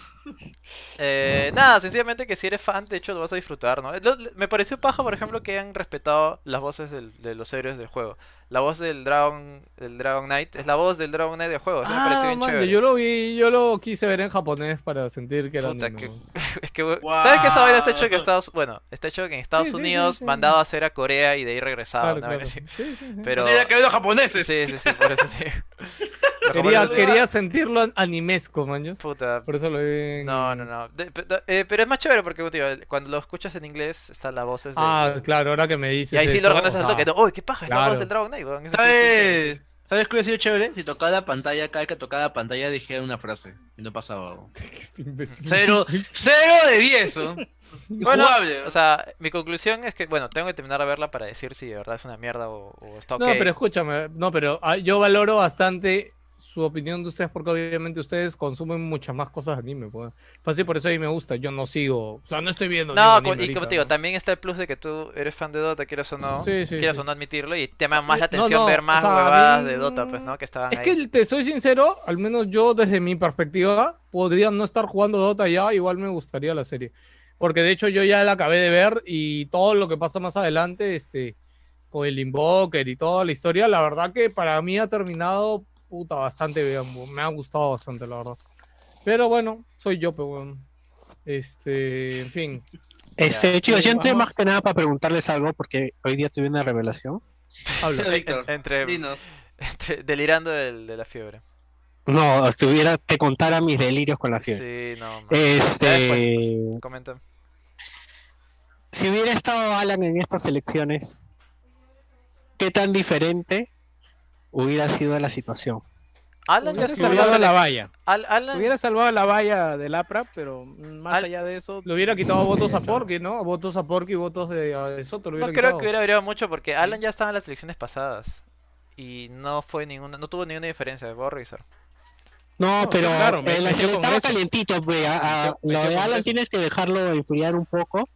Eh, nada, sencillamente que si eres fan, de hecho lo vas a disfrutar, ¿no? Lo- me pareció paja, por ejemplo, que han respetado las voces del- de los héroes del juego. La voz del Dragon, del Dragon Knight es la voz del Dragon Knight del juego. Eso me pareció Ah, bien mano, chévere. yo lo vi, yo lo quise ver en japonés para sentir que era Puta, anime, que- huevón. Es que, ¿sabes que esa vaina está hecho en Guau. Estados Bueno, está hecho en Estados Sí, sí, sí, Unidos, sí. mandado a hacer a Corea y de ahí regresado, Claro, una vaina claro. así. Sí, sí, sí. (laughs) Pero. No tenía que ver los japoneses. Sí, sí, sí, por eso (laughs) sí. Lo Quería, compré- quería sentirlo an- animesco, manches. Puta. Por eso lo vi. en- No, no, no. De- pe- da- eh, pero es más chévere porque tío, el- cuando lo escuchas en inglés están las voces de. Ah, claro, ahora que me dices. y ahí sí eso, lo reconoces o al sea, toque. ¿no? ¡Uy, qué paja! Es la voz claro. del Dragon Knight, weón. Eso sí, sí, sí. ¿Sabes? ¿Sabes qué hubiera sido chévere? Si tocaba la pantalla, cada vez que tocaba la pantalla dijera una frase. Y no pasaba. ¿no? (laughs) este imbécil. Cero, cero de diez. ¿no? (laughs) Bueno, Injugable. O sea, mi conclusión es que, bueno, tengo que terminar de verla para decir si de verdad es una mierda o, o está ok. No, pero escúchame, no, pero ah, yo valoro bastante su opinión de ustedes porque obviamente ustedes consumen muchas más cosas de anime, pues. Fácil por eso a mí me gusta, yo no sigo, o sea, no estoy viendo No, ningún anime co- y como ahorita, te digo, ¿no? también está el plus de que tú eres fan de Dota, quieras o no, Sí, sí, quieras sí. Eh, o no admitirlo, y te llama más la No, atención no, ver o más sea, a huevadas mí- de Dota, pues, ¿no? Que estaban Es ahí. que te soy sincero, al menos yo desde mi perspectiva podría no estar jugando Dota ya, igual me gustaría la serie. Porque de hecho yo ya la acabé de ver y todo lo que pasa más adelante, este, con el Invoker y toda la historia, la verdad que para mí ha terminado puta bastante bien, bu- me ha gustado bastante la verdad. Pero bueno, soy yo, pero Este, en fin. Este, chicos, Sí, yo entré vamos. más que nada para preguntarles algo porque hoy día tuve una revelación. (laughs) Habla. Víctor, Entre, dinos. (laughs) entre- delirando del- de la fiebre. No, estuviera, te contara mis delirios con la fiebre. Sí, no, man. Ya después, Este, pues, comenta. si hubiera estado Alan en estas elecciones, ¿qué tan diferente hubiera sido la situación? Alan ya Hubiera estuvo en la salvado la selección. valla. Al- Alan- Hubiera salvado la valla del APRA, pero más (laughs) Al- allá de eso. Le hubiera quitado votos a Porky, ¿no? Votos a Porky y votos de, a de Soto. le No hubiera creo quitado. que hubiera variado mucho porque Alan ya estaba en las elecciones pasadas. Y no fue ninguna, no tuvo ninguna diferencia, debo revisar. No, No, pero claro, me- eh, la- metió se le estaba Congreso. calientito, pues, a- a- Metió- metió lo de Alan Congreso. tienes que dejarlo enfriar un poco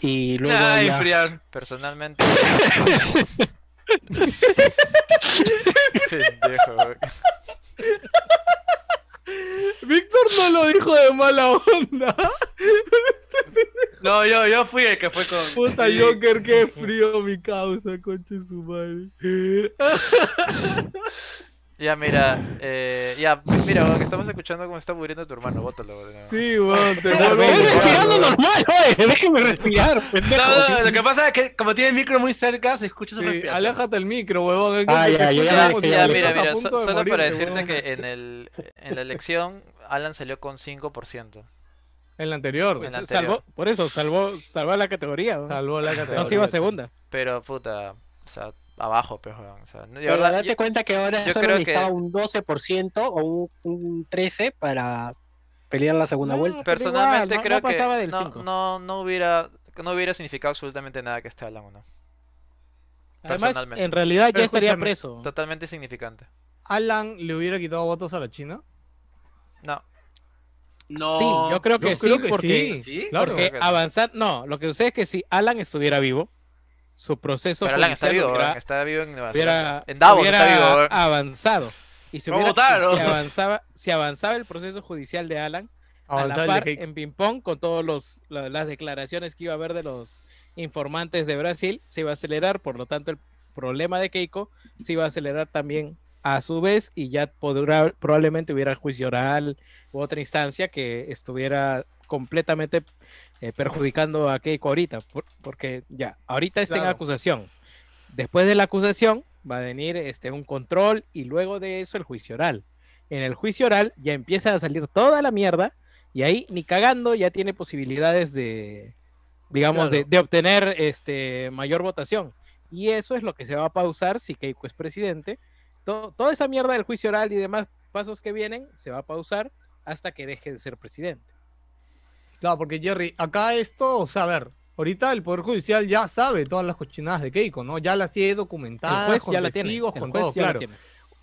y luego Ah, ya- enfriar. Personalmente. (laughs) Pendejo, güey. Víctor no lo dijo de mala onda. No, yo, yo fui el que fue con. Puta sí. Joker, qué frío mi causa, conche su madre. Ya, mira, eh, ya, mira, weón, que estamos escuchando cómo está muriendo tu hermano, bótalo. weón. Sí, weón, te Claro, vuelvo ven, ven, Estoy loco. respirando normal, oye, déjeme respirar, pendejo. No, no, lo que pasa es que como tiene el micro muy cerca, se escucha su Sí, respiración. aléjate el micro, huevón. Ah, ya, yo ya Ya, pues, me dejé, ya, ya le mira, estás mira, so- solo para decirte que en, el, en la elección Alan salió con 5%. En la anterior. En la Pues, Salvó- anterior. por eso, salvó, salvó a la categoría. ¿no? Salvó la categoría. No se iba a segunda. Pero puta, o sea, abajo, pues, weón, o sea, no- de Pero verdad, date yo- cuenta que ahora yo solo creo que- necesitaba un 12% o un, un 13% para pelear la segunda Mm, No, vuelta. pero igual, personalmente no- no creo que pasaba del no, cinco. no, no hubiera no hubiera significado absolutamente nada que esté Alan o no. Además, Personalmente. en realidad ya Pero estaría escúchame, preso. Totalmente insignificante. Alan le hubiera quitado votos a la China. No, No. Sí, yo creo que Yo sí, creo que sí. porque, ¿Sí? Claro. porque Creo que no. avanzar. No, lo que sucede es que si Alan estuviera vivo, su proceso pero Alan está judicial vivo, hubiera- weón, está vivo en Nueva hubiera, Zelanda. En Davos hubiera está vivo. weón. avanzado. Y si, Lo hubiera- votaron. si avanzaba, si avanzaba el proceso judicial de Alan, Avanzar a el la par, de Hake. en ping-pong con todas las declaraciones que iba a haber de los informantes de Brasil, se iba a acelerar, por lo tanto el problema de Keiko se iba a acelerar también a su vez y ya podrá, probablemente hubiera juicio oral u otra instancia que estuviera completamente eh, perjudicando a Keiko ahorita, por- porque ya, ahorita está en Claro. acusación. Después de la acusación va a venir este, un control y luego de eso el juicio oral. En el juicio oral ya empieza a salir toda la mierda y ahí ni cagando ya tiene posibilidades de, digamos, de, Claro. de obtener este, mayor votación. Y eso es lo que se va a pausar si Keiko es presidente. To- toda esa mierda del juicio oral y demás pasos que vienen se va a pausar hasta que deje de ser presidente. Claro, porque Jerry, acá esto, o sea, a ver, ahorita el Poder Judicial ya sabe todas las cochinadas de Keiko, ¿no? Ya las tiene El documentadas, juez con ya la tiene. testigos, el con juez todo, ya la claro. tiene.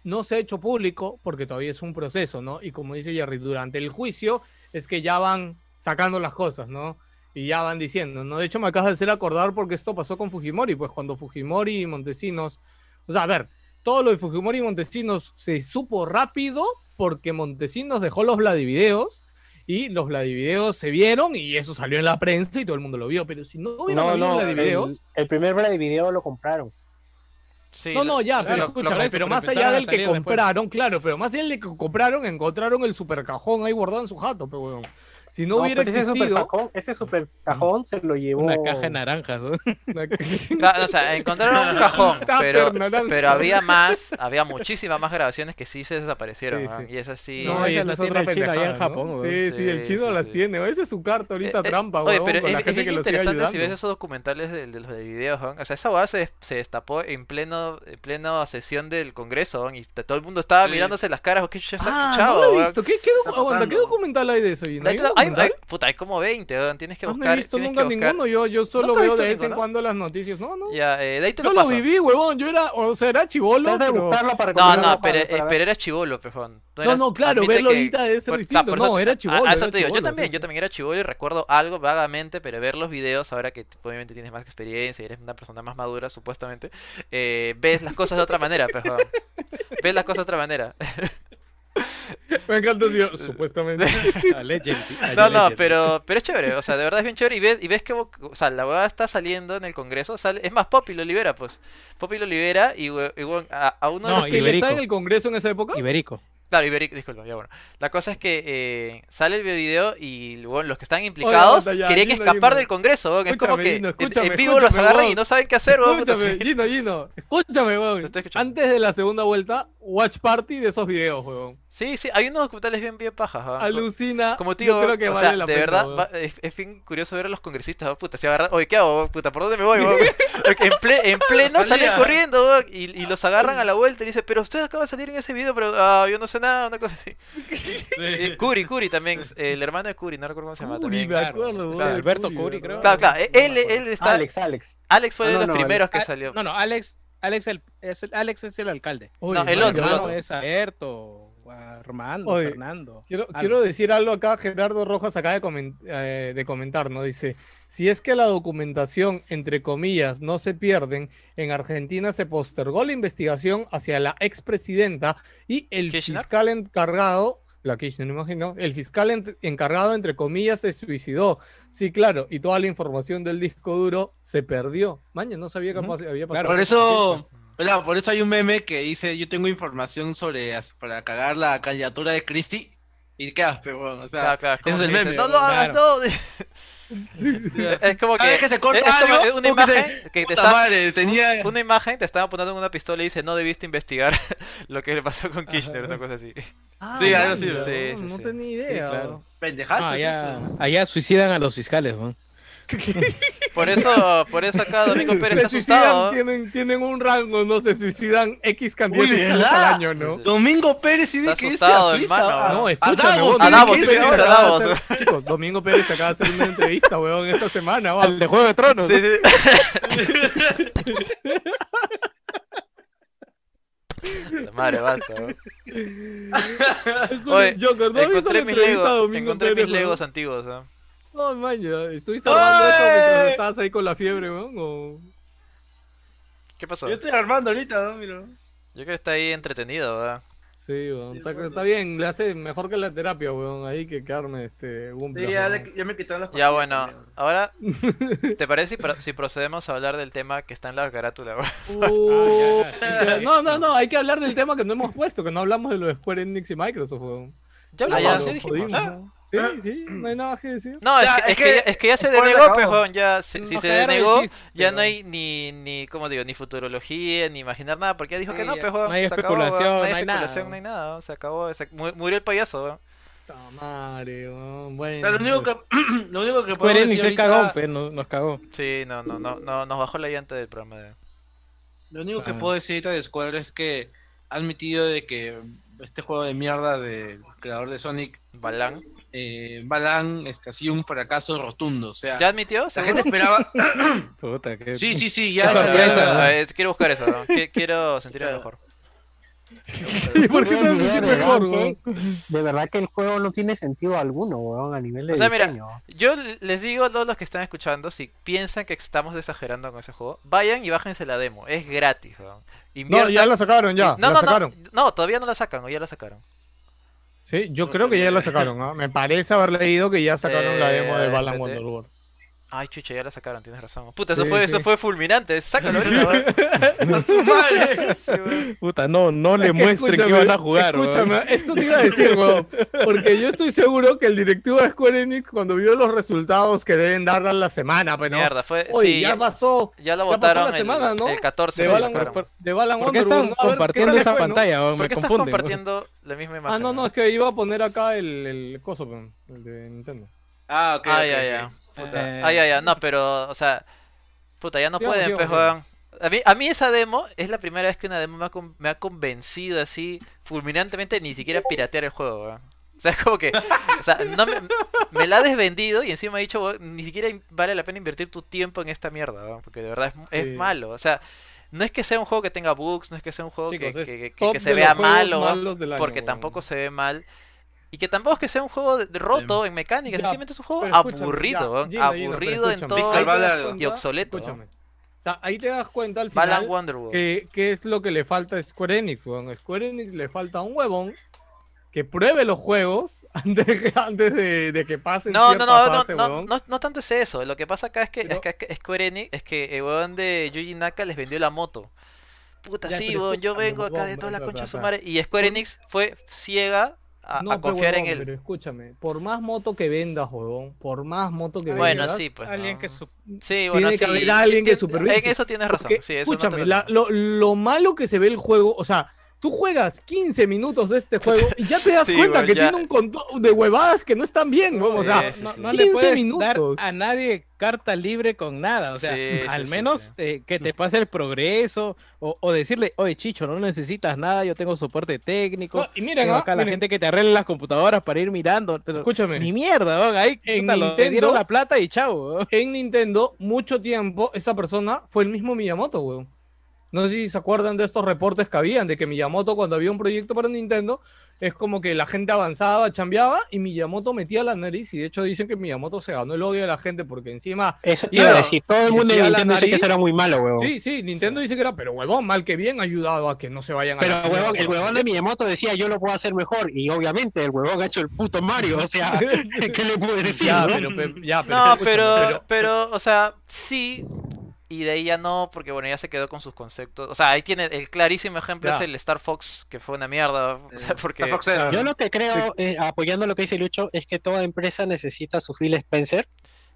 No se ha hecho público porque todavía es un proceso, ¿no? Y como dice Jerry, durante el juicio es que ya van sacando las cosas, ¿no? Y ya van diciendo, ¿no? De hecho, me acabas de hacer acordar porque esto pasó con Fujimori, pues cuando Fujimori y Montesinos, o sea, a ver, todo lo de Fujimori y Montesinos se supo rápido porque Montesinos dejó los Vladivideos y los Vladivideos se vieron y eso salió en la prensa y todo el mundo lo vio, pero si no hubieran habido Vladivideos... el, el primer Vladivideo lo compraron. Sí, No, lo- no, ya, claro, pero lo escúchame, compraron, pero pero más allá empezaron a del que salir después. compraron, claro, pero más allá del que compraron, encontraron el supercajón ahí guardado en su jato, pero weón. Si no, hubiera pero Ese existido. supercajón, ese supercajón se lo llevó. Una caja de naranjas. (laughs) ¿no? Claro, o sea, encontraron (laughs) un cajón, Tupper pero, naranja. pero había más, había muchísimas más grabaciones que sí se desaparecieron, Sí, weón, sí. y esas sí. no, y esa esa la es tiene otra el chino allá en pendejada, ¿no? Japón, weón. Sí, sí, el Sí, chino sí, las sí. tiene. Esa es su carta ahorita Eh, eh, trampa, Oye, weón, pero con es, la es gente que bien lo sigue interesante si ves ayudando. esos documentales de, de los de videos, weón. o sea, esa hueá se, se destapó en pleno en plena sesión del Congreso, weón, y t- todo el mundo estaba Sí. mirándose las caras, o qué chucha se ha Ah, escuchado, no lo he weón? visto. ¿Qué, qué, docu- Está aguanta, ¿qué pasando. documental hay de eso? Gino? ¿Hay Hay, un tra- hay- documental? hay- puta, hay como 20, weón, tienes que Ah, buscar. no he visto tienes nunca que buscar. ninguno. Yo, yo solo ¿Nunca has veo visto de vez en ninguno? cuando las noticias. No, no. Ya, eh, de ahí te Yo lo lo paso. viví, huevón. Yo era, o sea, era chivolo, Trata de pero. buscarlo para No, comprarlo no, para- pero, para eh, ver. pero era chivolo, pejón. No, no, claro, verlo ahorita debe ser Por- distinto. por No, te- era a- chivolo, a eso era te digo, yo chivolo, también, sí, yo sí. también era chivolo y recuerdo algo vagamente, pero ver los videos ahora que tipo, obviamente tienes más experiencia y eres una persona más madura, supuestamente, eh, ves las cosas de otra manera, pejón. Ves las cosas de otra manera. Ah, Me encanta (laughs) si yo, supuestamente. (laughs) No, no, pero, pero es chévere, o sea, de verdad es bien chévere y ves, y ves que bo- o sea, la huevada está saliendo en el Congreso, sale, es más, Poppy lo libera, pues. Poppy lo libera y, hue- y huevón, a, a uno de No, los y ¿Que él Iberico. estaba en el Congreso en esa época? Iberico. Claro, Iberico, disculpa, ya bueno. La cosa es que eh, sale el video y bueno, los que están implicados aguanta, ya, querían Gino, escapar Gino. del Congreso, weón, que es como Escúchame, que Gino, en- en escúchame, vivo los escúchame, agarran y weón. no saben qué hacer, weón, puta, Escúchame, sí. Gino, Gino. Escúchame, weón. Te estoy escuchando. Antes de la segunda vuelta, watch party de esos videos, weón. (laughs) Sí, sí, hay unos documentales bien, bien pajas. ¿ah? Alucina. Como tío, yo creo que o vale sea, la de pena, verdad, weón. va- es, es bien curioso ver a los congresistas, ¿no? puta, se agarran, oye, ¿qué hago? Puta, ¿por dónde me voy? weón?" (laughs) en, ple- en pleno Salía. salen corriendo weón, y, y los agarran a la vuelta y dicen, pero usted acaba de salir en ese video, pero ah, yo no sé nada, una cosa así. Sí, Curi, Curi también, el hermano de Curi, no recuerdo cómo se llama Curi, también. me acuerdo, O weón. sea, de Alberto Curi, ¿verdad? creo. Claro, claro, eh, él, él está, Alex, Alex, Alex. Ah, fue No, de no, los no, primeros Ah, que Al- salió. Ah, No, no, Alex, Alex, el, es el- Alex es el alcalde. Oye, No, el mano, otro, el mano, Hermano otro. Es Alberto, Armando, Oye, Fernando. Quiero, algo. quiero decir algo acá, Gerardo Rojas acaba de, comen- eh, de comentar, ¿no? Dice, si es que la documentación, entre comillas, no se pierden, en Argentina se postergó la investigación hacia la expresidenta y el ¿Kirchner? fiscal encargado, la Kirchner, me imagino, el fiscal en- encargado, entre comillas, se suicidó. Sí, claro, y toda la información del disco duro se perdió. Maño, no sabía que Ujú. pas- había pasado. Por eso, hola, por eso hay un meme que dice, yo tengo información sobre as- para cagar la candidatura de Christie. Y qué asco, weón, o sea, Claro, claro, como ese es que el dicen, meme, No lo hagas, claro. (laughs) (laughs) no. es como cada que. vez que se corta es- es como algo, una como que se- imagen que te puta está madre, tenía... una imagen, te estaba apuntando con una pistola y dice, no debiste investigar (laughs) lo que le pasó con Kirchner, una cosa así. Ah, Sí, algo mano, así, ¿no? Sí, sí, no sí. tenía idea. claro. Ah, Pendejazo, Ah, No, es allá, eso. allá suicidan a los fiscales, ¿no? Por eso, por eso acá Domingo (laughs) Pérez se está asustado. suicidan, tienen, tienen un rango, no se suicidan X cantidad Uy, de veces ¿verdad? al año, ¿no? Sí, Domingo Pérez tiene Está que irse a asustado, Suiza. hermano. a- No, a escúchame, Davos, vos, tiene Davos, Domingo que Pérez irse Pérez, a ahora. acaba de Davos. hacer- chicos, Domingo Pérez acaba de hacer una entrevista, weón, esta semana. weón. Al Ah, de Juego de Tronos. Sí, sí. (laughs) La madre, basta. ¿no? Oye, Joker, ¿no has visto la Encontré mis entrevista a legos, Domingo encontré Pérez? mis weón? legos antiguos. ¿no? No, man, ya, ¿estuviste hablando de eso mientras ¡Oye! estabas ahí con la fiebre, weón? O... ¿Qué pasó? Yo estoy armando ahorita, ¿no? Mira. Yo creo que está ahí entretenido, ¿verdad? Sí, weón, está, está bien, le hace mejor que la terapia, weón, ahí que quedarme este, un Sí, (laughs) ya, le- ya me quitaron las Ya pastillas, bueno, amigo. (laughs) ahora, ¿te parece si, pro- si procedemos a hablar del tema que está en la carátula? weón? Uh, Ah, ya, sí. no, no, no, hay que hablar del tema que no hemos puesto, que no hablamos de los Square Enix y Microsoft. weón. Ya Ah, hablamos, ya, Ah, Lo sí dijimos. jodimos, ah, ¿no? Sí, sí, no hay nada que decir. No, Ya, es, que, es es, que, que- ya, es que ya se spoiler denegó, acabó. pejón, ya, si, si Nos se cagaron el denegó, chiste, ya ¿no? no hay ni, ni, ¿cómo digo? Ni futurología, ni imaginar nada, porque ya dijo que Sí, no, ya. pejón, No hay se acabó, weón, especulación, no hay no hay nada. especulación, no hay nada, weón, se acabó, se- mu- murió el payaso, weón. Puta madre, weón, bueno. O sea, lo único (laughs) que, (clears throat) lo único que Square podemos Enix decir se ahorita- cagó, pues, no- nos cagó. Sí, no, no, no, no, nos bajó la llanta del programa de... Lo único que Ah. puedo decir ahorita de Square es que ha admitido de que este juego de mierda del creador de Sonic, Balán. eh, Balan, este, ha sido un fracaso rotundo. O sea, ¿Ya admitió? la ¿Seguro? gente (laughs) esperaba. Puta, que... sí, sí, sí, ya Qué se había- sorpresa. Ah, eh, quiero buscar eso, weón, qui- quiero sentirme Claro. mejor. ¿Y por qué me Weón, haces idea sentir mejor, elegante. weón? De verdad que el juego no tiene sentido alguno, weón, a nivel de O sea, mira, diseño. Yo l- les digo a todos los que están escuchando, si piensan que estamos exagerando con ese juego, vayan y bájense la demo, es gratis, weón. No, ya la sacaron, ya, no, la no, sacaron. no, no, todavía no la sacan, o ya la sacaron. Sí, yo creo que ya la sacaron, ¿ah? me parece haber leído que ya sacaron la demo de Eh, Balan PT. Wonderworld. Ay, chucha, ya la sacaron, tienes razón. Puta, eso Sí, fue, eso sí. fue fulminante, sácalo ahorita, (laughs) weón. (laughs) ¡A su madre! Sí, weón. Puta, no, no le Es que muestren que escúchame, van a jugar, weón. Escúchame, esto te iba a decir, weón. Porque yo estoy seguro que el directivo de Square Enix, cuando vio los resultados que deben dar a la semana, pero no. Mierda, fue. Oye, sí, ya ya, pasó. ya la pasó votaron la semana, el, ¿no? el 14 De la Balan, sacaron. de Balan ¿Por qué Wonderworld. están A ver, ¿qué compartiendo tal le esa fue, no? pantalla? weón? ¿Por Me qué estás confunden. weón. compartiendo la misma imagen? Ah, no, no, es que iba a poner acá el, el coso, weón, el de Nintendo. Ah, ok. Ay, ok, ay, ok. ay. Puta. Eh. Ay, ay, ay. Ah, No, pero, o sea. Puta, ya no Sigamos, pueden, sigamos, pues, sigamos. weón. A mí, a mí esa demo es la primera vez que una demo me ha, con- me ha convencido así fulminantemente ni siquiera piratear el juego, weón. O sea, es como que. O sea, no me, me la ha desvendido y encima ha dicho, "Weón, ni siquiera in- vale la pena invertir tu tiempo en esta mierda, weón", Porque de verdad es, es Sí. malo. O sea, no es que sea un juego que tenga bugs, no es que sea un juego que- Chicos, que, es que- que top se de vea los juegos malo, weón, malos del año, porque weón. tampoco se ve mal. Y que tampoco es que sea un juego de- de roto en mecánica, Em, Ya, sencillamente es un juego Pero escúchame, aburrido, ya, Gino, weón, Gino, pero aburrido en escúchame, todo ahí te das Balan- cuenta- y obsoleto, ¿no? Escúchame. O sea, ahí te das cuenta al Balan final Wonderworld. que, que es lo que le falta a Square Enix, weón. A Square Enix le falta un huevón que pruebe los juegos (laughs) antes, que- antes de, de que pasen No, no, cierta no, no, fase, no, weón. no, no tanto es eso. Lo que pasa acá es que, Pero- es que- es que Square Enix, es que el weón de Yuji Naka les vendió la moto. Puta, Ya, sí, pero weón, yo escúchame, vengo acá de huevón, toda la pa, concha pa, de su pa. madre. Y Square Enix fue ciega a, No, a pe, confiar en huevón, él. Pero escúchame, por más moto que vendas, huevón, por más moto que Bueno, vendas, sí, pues. Alguien no. que su- Sí, bueno, que sí. haber alguien que tien- supervise. En eso tienes razón. Porque, sí, eso no te escúchame, lo la- niego. lo, lo malo que se ve el juego, o sea, Tú juegas 15 minutos de este juego y ya te das Sí, cuenta weón, que ya. tiene un montón de huevadas que no están bien, weón. o Sí, sea, sí, no, sí. no le 15 puedes minutos. dar a nadie carta libre con nada. O sea, Sí, sí, al sí, menos sí. eh, que te pase el progreso o, o decirle, oye, Chicho, no necesitas nada, yo tengo soporte técnico. No, y miren, Tengo ah, acá la miren, gente que te arregla las computadoras para ir mirando. Pero escúchame. ni mierda, weón, ahí En puta, lo- te Nintendo- dieron la plata y chao. weón. en Nintendo, mucho tiempo, esa persona fue el mismo Miyamoto, weón. No sé si se acuerdan de estos reportes que habían, de que Miyamoto cuando había un proyecto para Nintendo, es como que la gente avanzaba, chambeaba, y Miyamoto metía la nariz, y de hecho dicen que Miyamoto se ganó el odio de la gente, porque encima, Eso te iba a Claro. decir. Todo el Y mundo tira en la Nintendo dice que nariz. eso era muy malo, huevón. sí, sí, Nintendo dice que era, pero huevón, mal que bien, ayudaba a que Ah, no se vayan a... Pero la huevón, el mierda". huevón de Miyamoto decía yo lo puedo hacer mejor y obviamente el huevón ha hecho el puto Mario, (laughs) o sea, ¿qué le puedo decir? ya, no? pero, pe- ya, pero, No, escúchame, pero, pero, o sea, sí. Y de ahí ya no, porque bueno, ya se quedó con sus conceptos. O sea, ahí tiene el clarísimo ejemplo Ya. es el Star Fox, que fue una mierda. O sea, porque... Star Fox Zero. (laughs) Yo lo que creo, eh, apoyando lo que dice Lucho, es que toda empresa necesita su Phil Spencer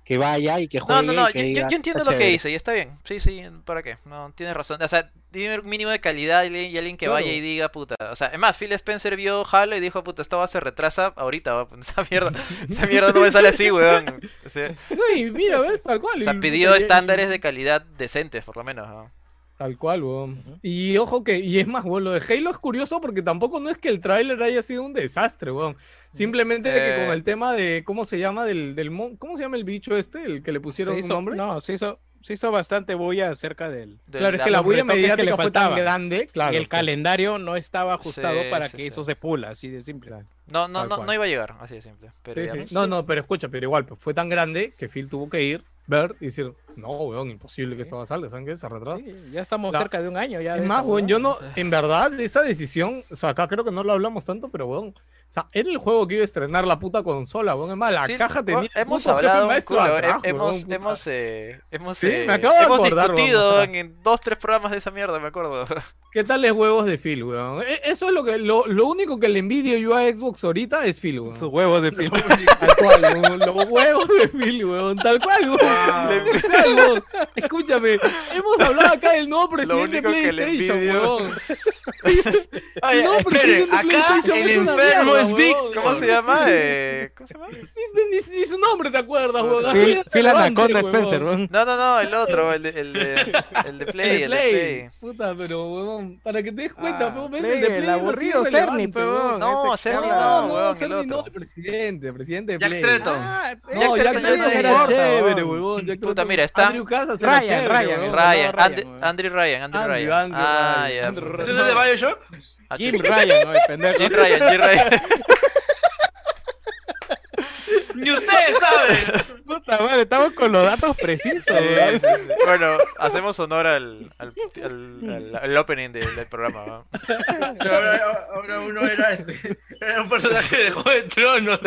que vaya y que No, juegue. no, no, y yo, que yo- diga, yo entiendo "Está lo que chévere". dice y está bien. Sí, sí, ¿para qué? No, tienes razón. O sea, dime un mínimo de calidad y, alguien- y alguien que Claro. vaya y diga, puta. O sea, es más, Phil Spencer vio Halo y dijo, puta, esta va se retrasa ahorita. va, (laughs) Esa mierda, esa mierda no me sale así, weón. O sea, No, y mira, ves, tal cual. (laughs) o sea, y- pidió y- y- estándares de calidad decentes, por lo menos. ¿no? Tal cual, weón. Y ojo que, y es más, weón, lo de Halo es curioso porque tampoco no es que el tráiler haya sido un desastre, weón. Simplemente de que con Eh. el tema de, ¿cómo se llama? Del, del mon- ¿Cómo se llama el bicho este? El que le pusieron Se un hizo- nombre. No, se hizo, se hizo bastante bulla acerca del... De claro, es que la los bulla retoques que le mediática fue tan faltaban. grande, claro. y el calendario no estaba ajustado Sí, para sí, que sí. eso se pula, así de simple. No, no, Tal no, cual. no iba a llegar, así de simple. Pero Sí, ya sí. ves. No, no, pero escucha, pero igual, pues, fue tan grande que Phil tuvo que ir, ver y decir, no, weón, imposible que esto va a salir, ¿saben qué? Se retrasa. Sí, ya estamos La- cerca de un año ya. Es de más, esa weón, yo huevada. no, en verdad, esa decisión, o sea, acá creo que no lo hablamos tanto, pero weón, o sea, era el juego que iba a estrenar la puta consola, weón, es más, la Sí, caja tenía weón, el hemos puto jefe hablado un maestro culo, he- atrás, weón, hemos puta. hemos eh, hemos Sí, me eh, acabo de hemos acordar, weón, discutido o sea. en, en dos tres programas de esa mierda (laughs) me acuerdo (laughs) ¿Qué tal los huevos de Phil, weón? E- Eso es lo que, lo, lo único que le envidio yo a Xbox ahorita es Phil, weón. Sus huevos (laughs) de pila. Tal cual, weón, los huevos de Phil, weón, tal cual, weón. Tal cual, weón. Escúchame, hemos hablado acá del nuevo presidente de único que le PlayStation, envidio- weón. Oye, No, pero esperen, si yo no acá PlayStation el es una enfermo mierda, es Vic. huevón. cómo se llama Eh, cómo se llama Ni, ni- ni su nombre te acuerdas, weón. Así Phil, de Phil relevante, Anaconda huevón. Spencer, weón. no no no el otro el de, el de, el de El play de el de play Play. Puta, pero weón, para que te des cuenta, Ah, weón, ves, el de Play, Play el es así aburrido relevante, Cerny, pe, weón. weón. no Ese Cerny Carla, no no, weón el Cerny no, otro el presidente, el presidente de Jack Play. Tretton. Ah, No, Jack Jack Tretton Tretton ya era no chévere, weón. Jack Puta, Tretton- mira, está- Andrew Casas era Ryan, chévere, Ryan, weón. Ryan, Ryan, Ande- weón. Andrew Ryan Andrew Andrew, Ryan Andrew ah Ryan, ya Andrew puta. ¿Ese (laughs) es el de Bioshock? Ah, Jim chucha. Ryan, no, el (laughs) pendejo. Jim Ryan Jim (laughs) Ryan Ni ustedes saben. Puta madre, estamos con los datos precisos, Sí, weón. sí, sí. bueno hacemos honor al al, al- al- al opening del, del programa ¿no? Pero ahora, ahora uno era este. Era un personaje de Juego de Tronos.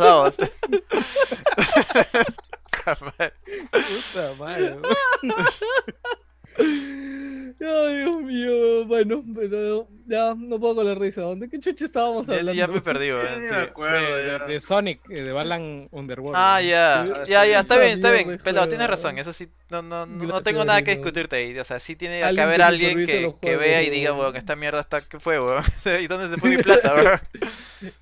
(laughs) Davos Puta madre, weón. Ay, Dios mío, bueno, pero ya no puedo con la risa. ¿Dónde qué chucha estábamos Ya- hablando? ya me perdí Yo weón, ni sí. me acuerdo. De ya. Sonic, eh, de Balan Underworld. Ah, weón. ya. Ah, Ya, sí, ya, está esa bien, está bien. mierda, Pero hijo tienes de- razón, eso sí, no, no, no, no Gracias, tengo nada que weón. discutirte ahí. O sea, sí tiene que Alguien haber que alguien supervise que, los que vea y juegos, diga, weón. weón, esta mierda está, ¿qué fue, weón? (laughs) ¿Y dónde se fue mi (laughs) plata, weón?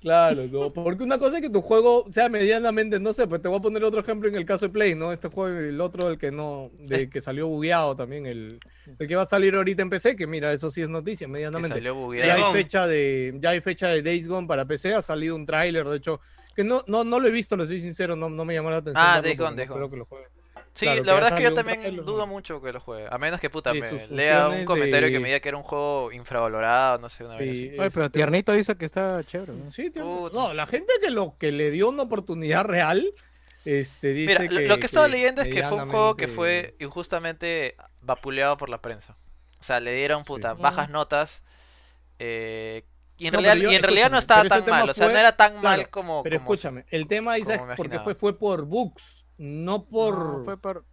Claro, no, porque una cosa es que tu juego sea medianamente, no sé, pues te voy a poner otro ejemplo en el caso de Play, ¿no? Este juego, el otro, el que no, Eh. de que salió bugueado también, el, el que va a salir ahorita en PC, que mira, eso sí es noticia, Que medianamente. salió Ya bugueado. hay Gone. fecha de, ya hay fecha de Days Gone para PC, ha salido un tráiler, de hecho, que no, no, no lo he visto, lo soy sincero, no, no me llamó la atención. Ah, verlo, Days pero Gone, Days no Gone. creo que lo juegue. Sí, claro, que la ya verdad es que salió yo un también tráiler, dudo weón. mucho que lo juegue. A menos que puta De me sus lea un funciones comentario que de- me diga que era un juego infravalorado, no sé, una vez Sí, así. Oye, pero este, Tiernito dice que está chévere, weón. Sí, tiene- Puta. No, la gente que lo que le dio una oportunidad real, este, dice Mira, lo- que, lo que he estado leyendo es que fue un juego que medianamente- fue injustamente vapuleado por la prensa. O sea, le dieron puta, Sí. bajas notas. eh, y en No, pero realidad, yo- y en realidad no escúchame, estaba pero ese tan tema mal. O sea, no fue- era tan claro, mal como. Pero como- escuchame, el tema Isaac, como me porque imaginaba. fue, fue por bugs, no por No, fue por-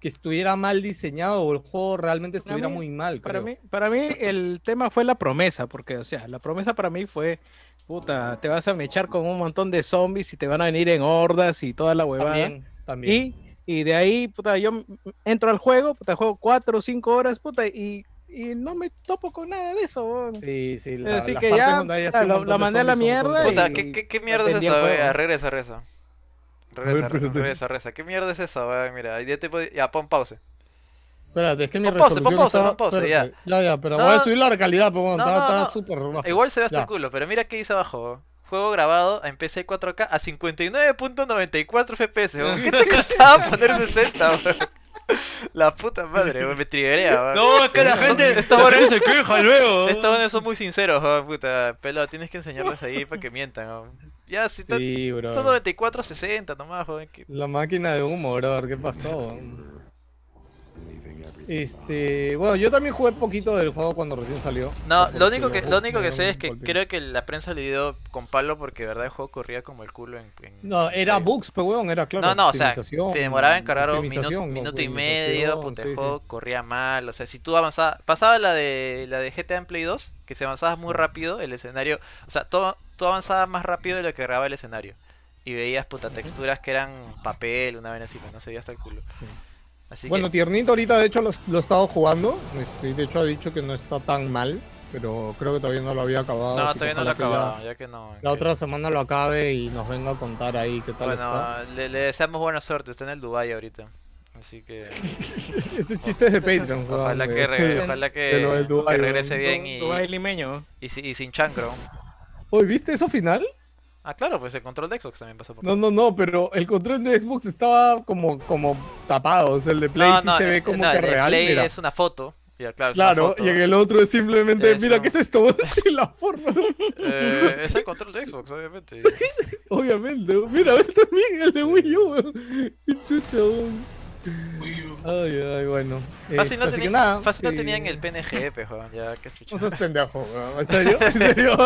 que estuviera mal diseñado o el juego realmente Para estuviera mí- muy mal. Para creo. mí, para mí el tema fue la promesa, porque, o sea, la promesa para mí fue, puta, te vas a mechar con un montón de zombies y te van a venir en hordas y toda la huevada. también. también. Y, y de ahí, puta, yo m- entro al juego, puta, juego cuatro o cinco horas, puta, y y no me topo con nada de eso. weón. Sí, sí, la, Así las que partes ya, donde hay así claro, un lo- montón lo de mandé a la zombies son mierda con- Puta, y- ¿qué, qué, qué mierda es entendí el esa, juego. wea? Regresa, regresa. Regresa, ver, pero- regresa, regresa. ¿Qué mierda es esa, wea? Mira, ya, tipo, ya pon pause. Espérate, es que mi Pon pausa, resolución pon pausa, estaba- pon pausa, espérate, ya. Ya, pero No, voy a no. subir la calidad, porque bueno, No, estaba, no, estaba no. súper baja. Igual se ve hasta Ya. el culo, pero mira qué dice abajo. weón. Juego grabado en PC 4K a 59.94 FPS. (laughs) weón. ¿Qué te costaba poner 60, weón? La puta madre, weón, me triggerea, weón. No, es que la gente, Esto la ahora- (laughs) gente se queja luego. Estos weones son muy sinceros, weón, puta. Pelo, tienes que enseñarles ahí para que mientan, weón. Ya, si está Sí, bro. 94 60 nomás, joven. que- La máquina de humo, brother, ¿qué pasó? Este, bueno, yo también jugué poquito del juego cuando recién salió. No, Porque lo único que, me- lo único me que dio sé un es que golpe. creo que la prensa le dio con palo porque de verdad el juego corría como el culo en... en- No, era en- bugs, pero weón, era claro. No, no, o sea, optimización, se demoraba en cargar un minuto, optimización, minuto y optimización, medio, puta, sí, el sí. juego corría mal, o sea, si tú avanzabas, pasaba la de la de GTA en Play 2, que si avanzabas muy rápido, el escenario, o sea, todo, tú avanzabas más rápido de lo que grababa el escenario. Y veías puta texturas que eran papel, una vez así, pues, no se veía hasta el culo. Así Bueno, que, Tiernito ahorita de hecho lo, lo he estado jugando. Este, de hecho ha dicho que no está tan mal, pero creo que todavía no lo había acabado. no, así que todavía no lo he ojalá que ya acabado, ya que no. La que- otra semana lo acabe y nos venga a contar ahí qué tal está. (laughs) Bueno, le, le deseamos buena suerte, está en el Dubai ahorita. Así que Ese chiste es de Patreon, weón, ojalá de- (laughs) que, re- ojalá de lo que, del Dubai, que regrese weón. bien y, Tu bailimeño. y, si- y sin chancro. Oye, ¿viste eso final? Ah, claro, pues el control de Xbox también pasó por No, no, no, pero el control de Xbox estaba como, como tapado. O sea, el de Play sí se ve eh, como no, que el de real. Play mira. es una foto. Ya, claro, es una Claro, foto. y en el otro es simplemente, Es mira, un- ¿qué es esto? (laughs) Y la forma, Eh, es el control de Xbox, obviamente. (laughs) obviamente. Mira, (laughs) ve también el de Wii U. weón. Qué chucha, weón. Ay, ay, bueno. Fácil, Este, no, así que tenía- nada, fácil no sí. tenían el PNG, pues, weón, ya, qué chucha. No seas pendejo, weón. ¿En serio? ¿En serio?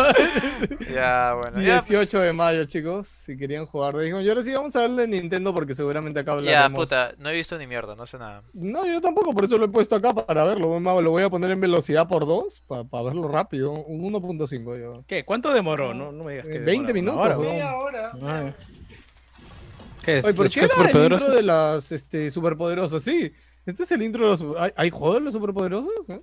Ya, (laughs) (laughs) bueno. ya, pues, 18 de mayo, chicos, si querían jugar de Digimon. Y ahora sí vamos a hablar de Nintendo porque seguramente acá ya, hablaremos. puta, no he visto ni mierda, no sé nada. No, yo tampoco, por eso lo he puesto acá para verlo. Más, Lo voy a poner en velocidad por 2 para verlo rápido. Un 1.5 yo. ¿Qué? ¿Cuánto demoró? No, no me digas que Eh, 20 demoró minutos, una hora, weón. weón. Ah. ¿Qué es? Oye, ¿por ¿Los qué chicos era el superpoderosos? intro de las este, superpoderosas? Sí, este es el intro de los... super- ¿Hay, hay juego de los superpoderosos? ¿Eh?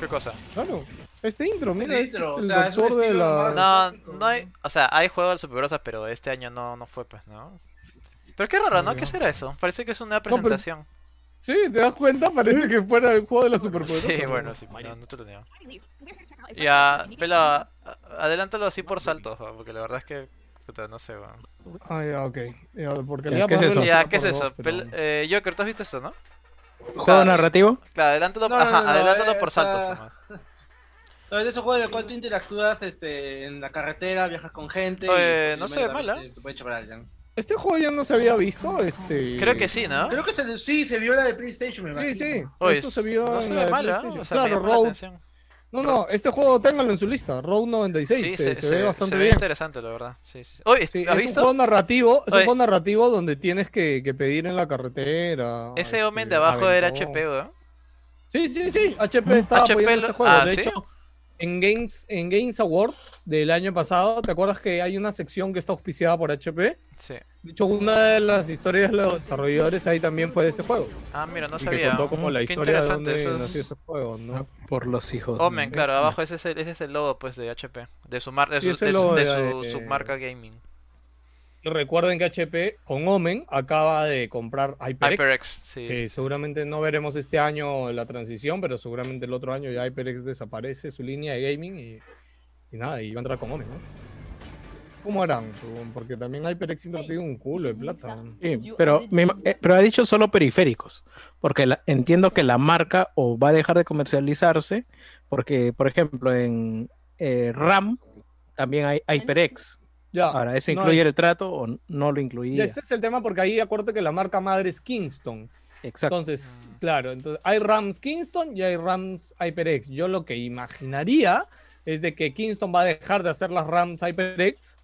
¿Qué cosa? Claro. Este intro, mira, es intro, este, o el sea, es un doctor de estilo la... más- No, no hay. O sea, hay juegos de supergrosas, pero este año no, no fue, pues, ¿no? Pero qué raro, ¿no? ¿Qué será eso? Parece que es una pero- presentación. Sí, ¿te das cuenta? Parece que fuera el juego de las superpoderosas. Sí, ¿no? bueno, sí, no, no te lo niego. Ya, pela, a- adelántalo así por saltos, weón, porque la verdad es que. Puta, no sé, weón. Ah, ya, ok. Ya, porque Ya, le voy a ¿qué es poner eso? velocidad Ya, ¿qué es por eso? dos, pero- Pel- eh, Joker, ¿tú has visto eso, no? ¿Juego narrativo? Claro, adelántalo, No, no, ajá, no, no, adelántalo eh, por o sea, saltos. nomás. No, es de esos juegos en el cual tú interactúas este, en la carretera, viajas con gente. y, Oye, pues, no se ve inmediatamente mal, te puede chocar alguien. Este juego ya no se había visto, este... Creo que sí, ¿no? Creo que se, sí, se vio la de PlayStation, me Sí, imagino. sí. Oye, esto se vio no en se la ve de mal, ¿ah? PlayStation. O sea, me claro, llamó la Road. atención. No, no, este juego ténganlo en su lista. Road 96 se, se ve bastante se bien. interesante, la verdad. Sí, sí. Oye, Sí, ¿has es visto? un juego narrativo, es Oye. un juego narrativo donde tienes que, que pedir en la carretera. Ese este, Omen de abajo era aventón. HP, weón. Sí, sí, sí, HP estaba HP apoyando lo- este juego. Ah, de ¿sí? hecho, en Games, en Games Awards del año pasado, ¿te acuerdas que hay una sección que está auspiciada por HP? Sí. De hecho, una de las historias de los desarrolladores ahí también fue de este juego. Ah, mira, no y que sabía. contó como la Qué historia de interesante, dónde eso es- nació este juego, ¿no? Por los hijos. Omen, claro, abajo ese es el, ese es el logo pues de HP, de su mar, de Sí, su, ese de su- logo de de- su de- submarca gaming. Y recuerden que HP con Omen acaba de comprar HyperX, sí. que seguramente no veremos este año la transición, pero seguramente el otro año ya HyperX desaparece su línea de gaming y, y nada, y va a entrar con Omen, ¿no? ¿Cómo harán? weón? Porque también HyperX siempre tiene un culo de plata. weón. Sí, pero, me ima- eh, pero ha dicho solo periféricos, porque la- entiendo que la marca o va a dejar de comercializarse, porque por ejemplo en eh, RAM también hay HyperX. Ya, Ahora, ¿eso no, incluye es- el trato o n- no lo ya incluía? ese es el tema porque ahí acuérdate que la marca madre es Kingston. Exacto. Entonces, Ah. claro, entonces hay Rams Kingston y hay Rams HyperX. Yo lo que imaginaría es de que Kingston va a dejar de hacer las Rams HyperX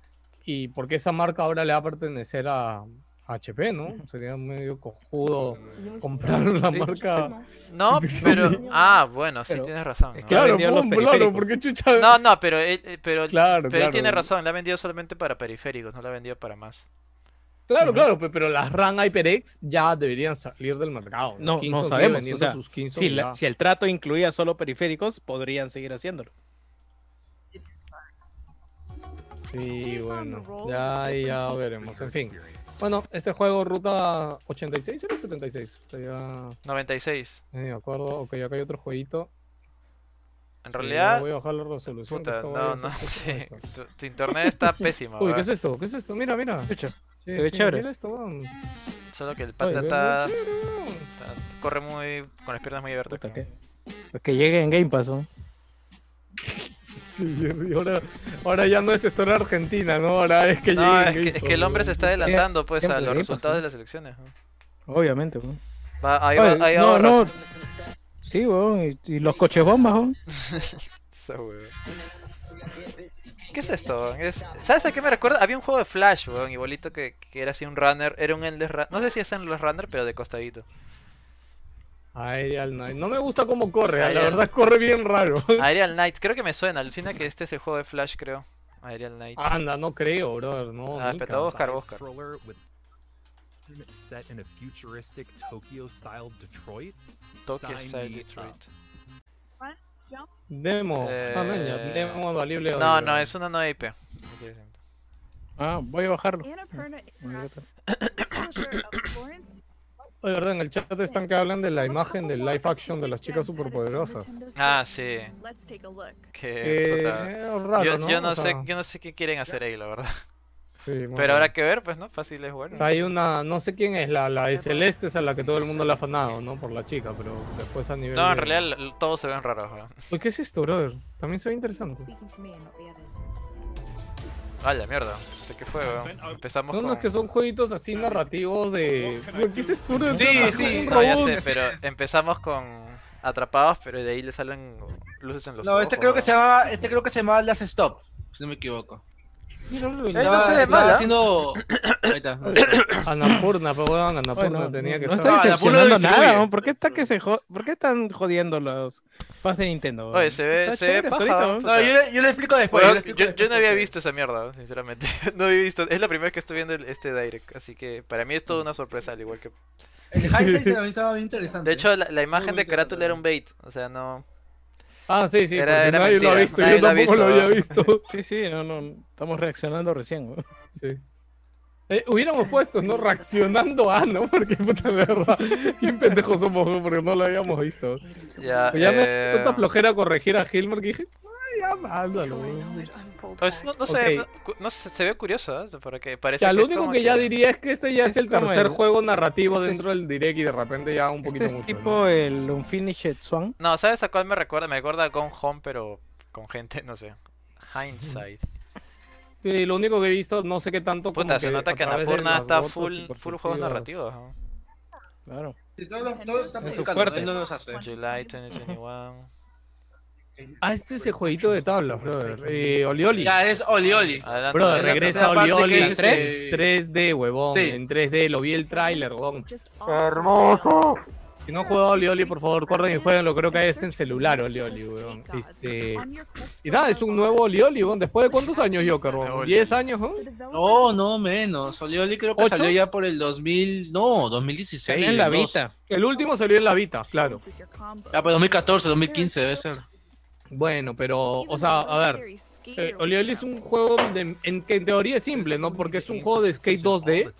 y porque esa marca ahora le va a pertenecer a HP, ¿no? Sería medio cojudo comprar la marca. No, pero ah, bueno, sí Pero- tienes razón. es ¿no? que- Claro, vendido los pum, claro, periféricos. porque chucha. No, no, pero él, eh, pero, claro, pero él claro. tiene razón, la ha vendido solamente para periféricos, no la ha vendido para más. Claro, Ujú. claro, pe- pero las RAN HyperX ya deberían salir del mercado. No, no Kingston sigue sabemos, vendiendo o sea, sus Kingston Si, la- ya. si el trato incluía solo periféricos, podrían seguir haciéndolo. Sí, bueno, ya, ya veremos. En fin, bueno, este juego ruta 86 era 76. O sea, Ya, 96. ya ni me acuerdo. Ok, acá hay otro jueguito. En Sí, realidad, voy a bajar la resolución. que puta, esta no, vaina no, se- (laughs) sí. Ahí está. Tu, tu internet está pésimo. Uy, ¿qué weón. es esto? ¿Qué es esto? Mira, mira. Sí, Se ve sí, chévere. Mira esto, weón. Solo que el Oye, pata ve- está, ve chévere. está- corre muy. con las piernas muy abiertas. Puta, creo. que, que llegue en Game Pass. ¿no? Sí, y ahora, ahora ya no es esto en Argentina, ¿no? Ahora es que No, lleguen es que, es gritos, que el hombre weón. se está adelantando pues a siempre los le resultados pasa. de las elecciones. ¿no? Obviamente. weón. Va, ahí Oye, va, ahí no, ahorras. no. Sí, weón. Y, y los coches bombas, weón. Esa hueva. ¿Qué es esto? weón? Es- ¿Sabes a qué me recuerda? Había un juego de Flash, weón, y bolito que, que era así un runner, era un endless runner, no sé si es endless runner, pero de costadito. Ay, al Knight. No me gusta cómo corre, Ay, la al- verdad corre bien (laughs) raro. Aerial Knight, creo que me suena, alucina que este es el juego de Flash, creo. Aerial Knight. Anda, no creo, brother, no. Ah, nica. espera, Oscar, Oscar. Side-scroller with set in a futuristic Tokyo-style Detroit. Tokyo Sign Side me up. Ah, Detroit. Demo. Ah, man, ya, Eh, demo valible. No, no, es una nueva IP. Así de simple. Ah, voy a bajarlo. Annapurna Ahí está. publisher of Florence Oye, verdad, en el chat están que hablan de (coughs) la imagen del live action de las chicas superpoderosas. Ah, sí. Let's take a look. Que, Que puta, eh, raro, yo, ¿no? yo O no sé, sea, yo no sé qué quieren hacer ahí, la verdad. sí, muy Pero raro. habrá que ver, pues, ¿no? Fácil es jugar. O sea, hay una, no sé quién es, la, la de Celeste es a la que todo el mundo le ha afanado, ¿no? Por la chica, pero después a nivel No, en de- realidad l- l- todos se ven raros, weón. Uy, ¿qué es esto, brother? También se ve interesante. Speaking to me and not the others. Ah, la mierda. ¿De qué fue, weón? Empezamos No, no, con... es que son jueguitos así narrativos de... Uy, ¿Qué es esto, brother? Ah, Sí, Es sí, un No, ya robot. sé, pero empezamos con atrapados, pero de ahí le salen luces en los No, ojos. este creo que se weón. llama, este creo que se llama Last Stop, si no me equivoco. Mira, brother, Eh, no Estaba- se ve estaba mal, ¿ah? (coughs) haciendo. Ahí está, ahí está. Anapurna, pero weón, Oye, Anapurna no, tenía que no estar. está Ah, la pura decepcionando distribuye. nada, weón. ¿Por qué, está que se jo- ¿Por qué están jodiendo los fans de Nintendo? weón? Oye, se ve- Está se ve chévere hasta paja, ahorita, weón. weón. No, yo, yo le explico después. Weón, le explico yo, después yo no había porque- visto esa mierda, weón, sinceramente. (laughs) No había visto. Es la primera vez que estoy viendo el- este direct, así que para mí es toda una sorpresa, al igual que. El Hindsight (laughs) se lo estaba bien interesante. De hecho, la, la imagen Muy de bonito carátula ese era un bait, o sea, no. Ah, sí, sí, Era- porque era nadie lo ha mentira, visto, nadie yo lo ha tampoco lo había visto, ¿no? visto. Sí, sí, no, no. Estamos reaccionando recién. weón. Sí. Eh, hubiéramos puesto, ¿no? Reaccionando a, ¿no? (laughs) Porque, puta, de verdad, bien pendejos somos, ¿no? porque no lo habíamos visto. Pues Ya, Pues Ya me eh, dio tanta flojera corregir a Hilmer que dije, ay, ya, mándalo, weón". Pues no, no, se, Ok. ve- no, cu- no se, se ve curioso, ¿eh? Porque parece Ya, que lo es único como que ya diría es que este ya Es es el como tercer el- juego narrativo este es- dentro del direct y de repente ya un poquito Este es mucho. tipo ¿no? el Unfinished Swan. No, ¿sabes a cuál me recuerda? Me recuerda a Gone Home, pero con gente, no sé. Hindsight. Sí, lo único que he visto, no sé qué tanto. como Puta, se nota a que través de Anapurna las está fotos y full, full juegos perspectivas. narrativos. ¿no? Claro. Sí, todo lo- todo lo está Es su publicando, fuerte. él no nos hace. July 2021. Ah, este es el jueguito de tablas, brother. Eh, Olioli. Ya, es Oli Oli. Adelante. Brother, la regresa tercera parte Olioli que en es este- 3, d huevón. Sí. En 3D, lo vi el tráiler, huevón. Just Hermoso. Si no han jugado a Olioli, por favor, corren y jueguenlo. Creo que ahí está en celular, Olioli, weón. huevón. Este. Y nada, es un nuevo Olioli, huevón. ¿Después de cuántos años, Joker, huevón? Oli. ¿10 años, huevón? No, pues. no, menos. Oli Oli creo que ¿Ocho? salió ya por el 2000. No, 2016. en la el dos. vista. El último salió en la Vita, claro. Ya, pues 2014, 2015 debe ser. Bueno, pero, o sea, a ver. Eh, Oli Oli es un juego de- en que en teoría es simple, ¿no? Porque es un juego de skate 2D,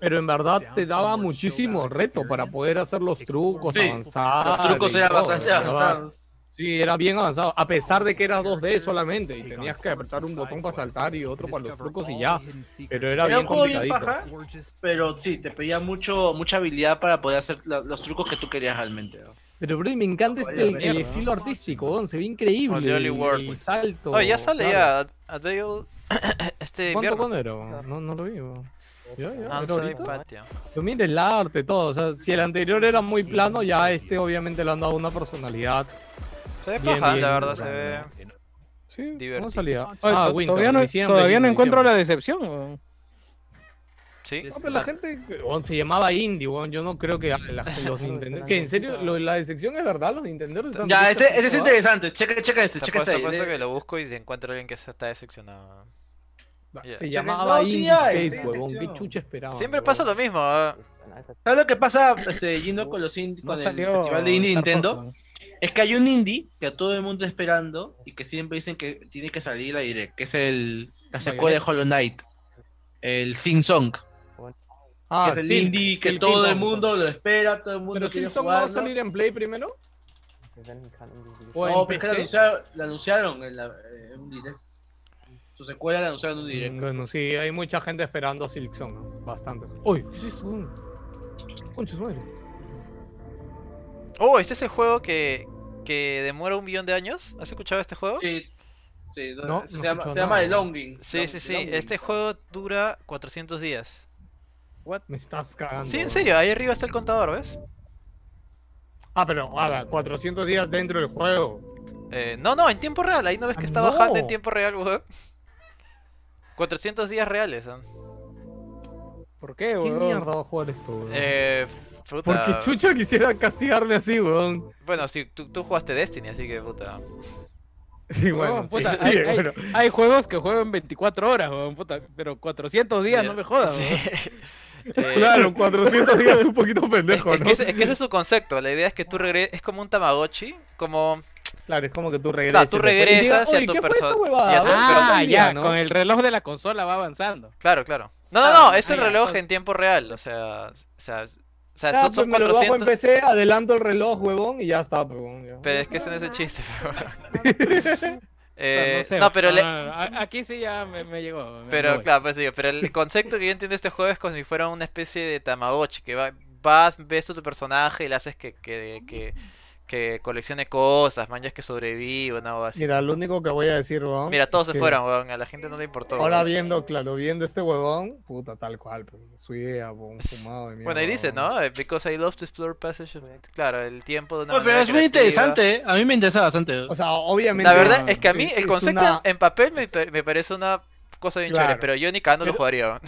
pero en verdad te daba muchísimo reto para poder hacer los trucos, Sí, avanzar. Ah, Los trucos y eran todo, bastante ¿verdad? avanzados. Sí, era bien avanzado, a pesar de que era 2D solamente y tenías que apretar un botón para saltar y otro para los trucos y ya. Pero era Era bien un juego bien complicadito. paja, pero sí, te pedía mucho, mucha habilidad para poder hacer la- los trucos que tú querías realmente. ¿no? Pero, bro, y me encanta este, el, el estilo artístico, weón, se ve increíble. Oli Oli el- World. el salto. Oye, ya sale claro. ya. A Day Old- (coughs) este ¿Cuánto invierno. cuándo era? weón? No, no lo vi. weón. Ya, ya, Ah, era soy ahorita. patio. Pero mira el arte, todo. O sea, si el anterior era muy plano, ya este obviamente le han dado una personalidad. Se ve Bien, paja, bien, la verdad, se bien, ve Sí. ¿Cómo divertido. salía? Oye, Ah, to- Winter, todavía no, diciembre, todavía no diciembre, encuentro la diciembre. decepción. weón. Sí. No, pero la gente weón, se llamaba indie, weón. Yo no creo que ah, la- los Nintendo. Que en serio, lo- la decepción es verdad, los Nintendo están. Ya, este, este es interesante. interesante. Checa, checa este, Te checa apuesto, este. apuesto Le- que lo busco y si encuentro a alguien que se está decepcionado. Yeah. Ah, Se Chequen- llamaba no, sí Indie hay, Face, sí, huevón. sí, sí, ¿Qué no. chucha esperaba? Siempre pasa lo mismo. ah. ¿Sabes lo que pasa, este, Gino, con los indie, No con el salió festival de indie de Star Nintendo? Fox, Es que hay un indie que a todo el mundo está esperando y que siempre dicen que tiene que salir la direct, que es el, la secuela de Hollow Knight, el Sing Song, Ah, que es el Silk, indie que Silk todo el Song. mundo lo espera, todo el mundo Pero quiere Simpson no va a jugarlo. salir en Play primero. O No, en pero es que la PC. anunciaron, la anunciaron en, la, eh, en un direct. Su secuela la anunciaron en un direct. Bueno, sí, hay mucha gente esperando Silk Song. Bastante. Uy, ¿qué es esto? Concha su madre. Oh, este es el juego que, que demora un millón de años. ¿Has escuchado este juego? Sí, sí, no, No, se, no llama, escucho se llama nada. The Longing. Sí, Long- sí, The sí. Longing. Este juego dura 400 días. Me estás cagando. Sí, en serio, ahí arriba está el contador, ¿ves? Ah, pero ahora, 400 días dentro del juego. Eh, no, no, en tiempo real. Ahí no ves que Ah, está bajando en no. tiempo real, weón. 400 días reales. ¿ah? ¿Por qué, ¿Qué weón? mierda va a jugar esto, weón? Eh, puta. Mm. Porque Chucha quisiera castigarme así, weón. (laughs) Bueno, sí, tú, tú jugaste Destiny, así que puta. Sí, (laughs) Weón, bueno, sí, puta, sí, hay, hay- bueno. hay juegos que juegan 24 horas, weón, puta, pero 400 días, Ya. no me jodas. Sí. weón. (laughs) Eh, Claro, 400 días es un poquito Es, pendejo, es ¿no? que ese, es que ese es su concepto. La idea es que tú regreses. Es como un Tamagotchi. Como. Claro, es como que tú regresas. Claro, tú regresas y a tu ¿qué fue esta persona- huevada? y a A tu ver, persona- pero Ah, sí, ya, ¿no? con el reloj de la consola va avanzando. Claro, claro. No, no, no. Es ah, el ya, reloj entonces- en tiempo real. O sea. O sea, o sea Ah, son, pues son me lo bajo en 400. PC, adelanto el reloj, huevón, y ya está, pues, huevón. ya. Pero es que ese no es el chiste. (laughs) (laughs) O sea, Eh, sé, no, pero, weón, le- no, no, no, a- aquí sí ya me, me llegó. Oh, me- me pero voy. claro, pues digo, pero el concepto que yo entiendo de este juego es como si fuera una especie de Tamagotchi, que va- vas, ves a tu personaje y le haces que, que, que, que coleccione cosas, manchas que sobrevivan o así. Mira, lo único que voy a decir, huevón. Mira, todos es se que fueron, weón, a la gente no le importó. Ahora weón. viendo, claro, viendo este huevón, puta, tal cual, pues, su idea, huevón, fumado de mierda. Bueno, ahí dice, huevón. ¿no? Eh, Because I love to explore passage of- Claro, el tiempo de una No, pero manera es muy creativa. interesante, ¿eh? a mí me interesa bastante. O sea, obviamente. ah, La verdad es que a mí el concepto una- en papel me, pa- me parece una cosa bien Claro. chévere, pero yo ni cagando lo Pero- jugaría. weón.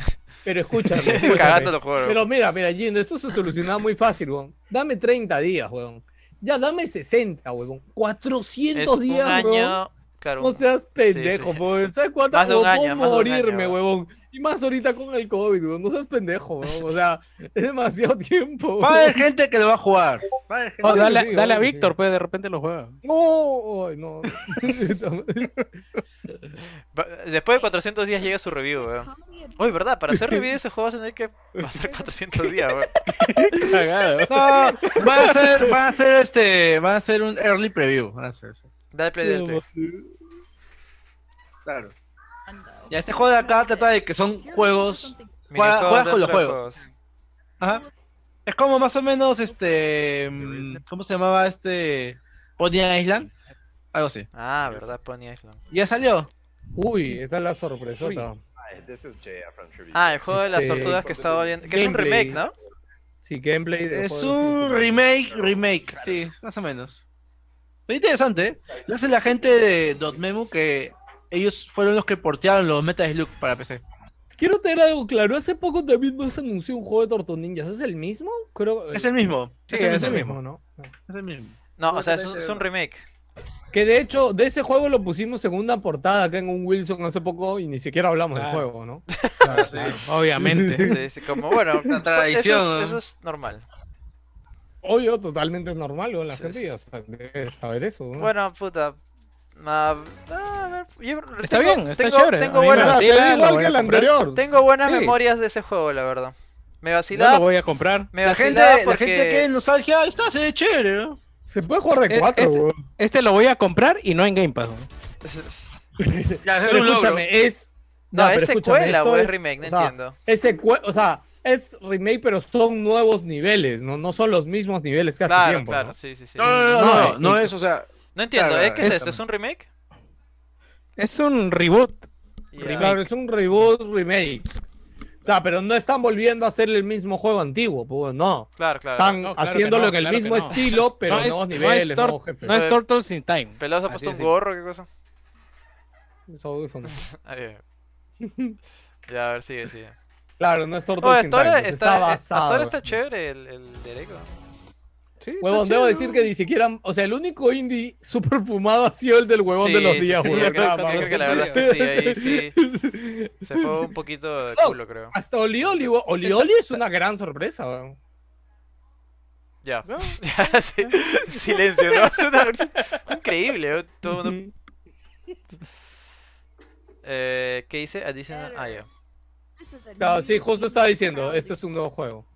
Pero (laughs) escúchame, escúchame. Cagando lo juego. Pero mira, mira, Gino, esto se solucionaba muy fácil, huevón. Dame 30 días, huevón. Ya, dame 60, huevón. 400 Es un días, huevón. año, claro, No un- seas pendejo, Sí, sí. huevón. ¿Sabes cuánto Más de un huevón, año, más de un morirme, año. huevón? Y más ahorita con el COVID, huevón. No seas pendejo, huevón. O sea, es demasiado tiempo. Va a (laughs) haber gente que lo va a jugar. Va a haber gente. Oh, dale, Sí, dale a obvio, sí. Víctor, pues de repente lo juega. No, ay, no. Va- Después de 400 días llega su review, weón. Uy, verdad, para hacer review de ese juego vas a tener que pasar 400 días, weón. No, va a ser, va a ser este, va a ser un early preview. Va a ser, sí. Dale play, dale play. Claro. Ya este juego de acá trata de que son juegos. Juega- Minijuegos juegas con los dentro de juegos. Ajá. Es como más o menos este, mm, ¿cómo se llamaba este? Pony Island, algo así. Ah, verdad, Pony Island. Ya salió. (laughs) Uy, esta es la sorpresota. Ah, el juego de las Este, tortugas que estaba viendo. Que es un gameplay. remake, ¿no? Sí, gameplay. del Es juego, sí, un total. remake, remake, sí, más o menos. Pero interesante, ¿eh? Lo hace la gente de Dotmemu que ellos fueron los que portearon los Meta Slug para PC. Quiero tener algo claro. Hace poco también nos anunció un juego de Torto Ninjas. ¿Es el mismo? Creo Es el mismo. Sí, es el es mismo. el mismo, ¿no? Es el mismo. No, o Creo sea, que es un, debe es ser un remake. Que de hecho, de ese juego lo pusimos en una portada acá en un Wilson hace poco y ni siquiera hablamos del Claro. juego, ¿no? Ah, Obviamente. Sí, sí, como, (laughs) bueno, pues, tradición, Eso ¿no? es, eso es normal. Obvio, totalmente es normal, ¿no? La Sí, gente sí. ya sa- debe saber eso, ¿no? Bueno, puta. Ah, a ver, yo Está tengo- bien, está tengo- chévere. Tengo A mí me Bueno, o sea, buenas, vacila, se ve lo igual voy que a el comprar. anterior. tengo buenas Sí. memorias de ese juego, la verdad. Me No vacilaba. lo voy a comprar. me La gente, vacilaba la porque... gente que es nostalgia, ahí está, se ve chévere, ¿no? Se puede jugar de Es- cuatro, es- weón. Este lo voy a comprar y no en Game Pass. weón. (laughs) Ya, ese es Pero un logro. escúchame, es. No, pero es escúchame, secuela esto o es remake, no o sea, entiendo. Es secue- o sea, es remake, pero son nuevos niveles, no, no son los mismos niveles que hace Claro, tiempo. claro, ¿no? sí, sí, sí. No, no, no, no, no, no es, o sea, No entiendo, Claro, ¿eh? ¿qué es eso esto? ¿Es no. un remake? Es un reboot. Ya. Claro, es un reboot remake. O sea, pero no están volviendo a hacer el mismo juego antiguo, pues no. Claro, claro. están No, claro haciéndolo que no, en el claro que mismo no. estilo, pero no es, nuevos no es niveles, Tor- nuevos jefes. no es Turtles in Time. Pelado se ha Así puesto un de gorro, qué (laughs) cosa. Los audífonos. Ah, ya. (laughs) Ya, a ver, sigue, sigue. Claro, no es Turtles Oye, in hasta ahora Time, pues, está, está hasta ahora basado. está chévere el, el Dereco. Sí, está Huevón, debo chévere, decir que ni siquiera. O sea, el único indie super fumado ha sido el del huevón de los Sí, días, sí, sí, huevón. yo creo, Nada yo más. creo que la verdad es que sí, ahí sí. Se fue un poquito de Oh. culo, creo. (laughs) Hasta Olioli, huevón. Olioli es una gran sorpresa, huevón. Ya. ¿No? (laughs) Ya, sí. Silencio, ¿no? (laughs) Es una- fue increíble, ¿no? Todo el mundo- Ujú. Eh, ¿Qué hice? Additional. Ah, ya. This is a No, new sí, justo game estaba diciendo, este modality. es un nuevo juego.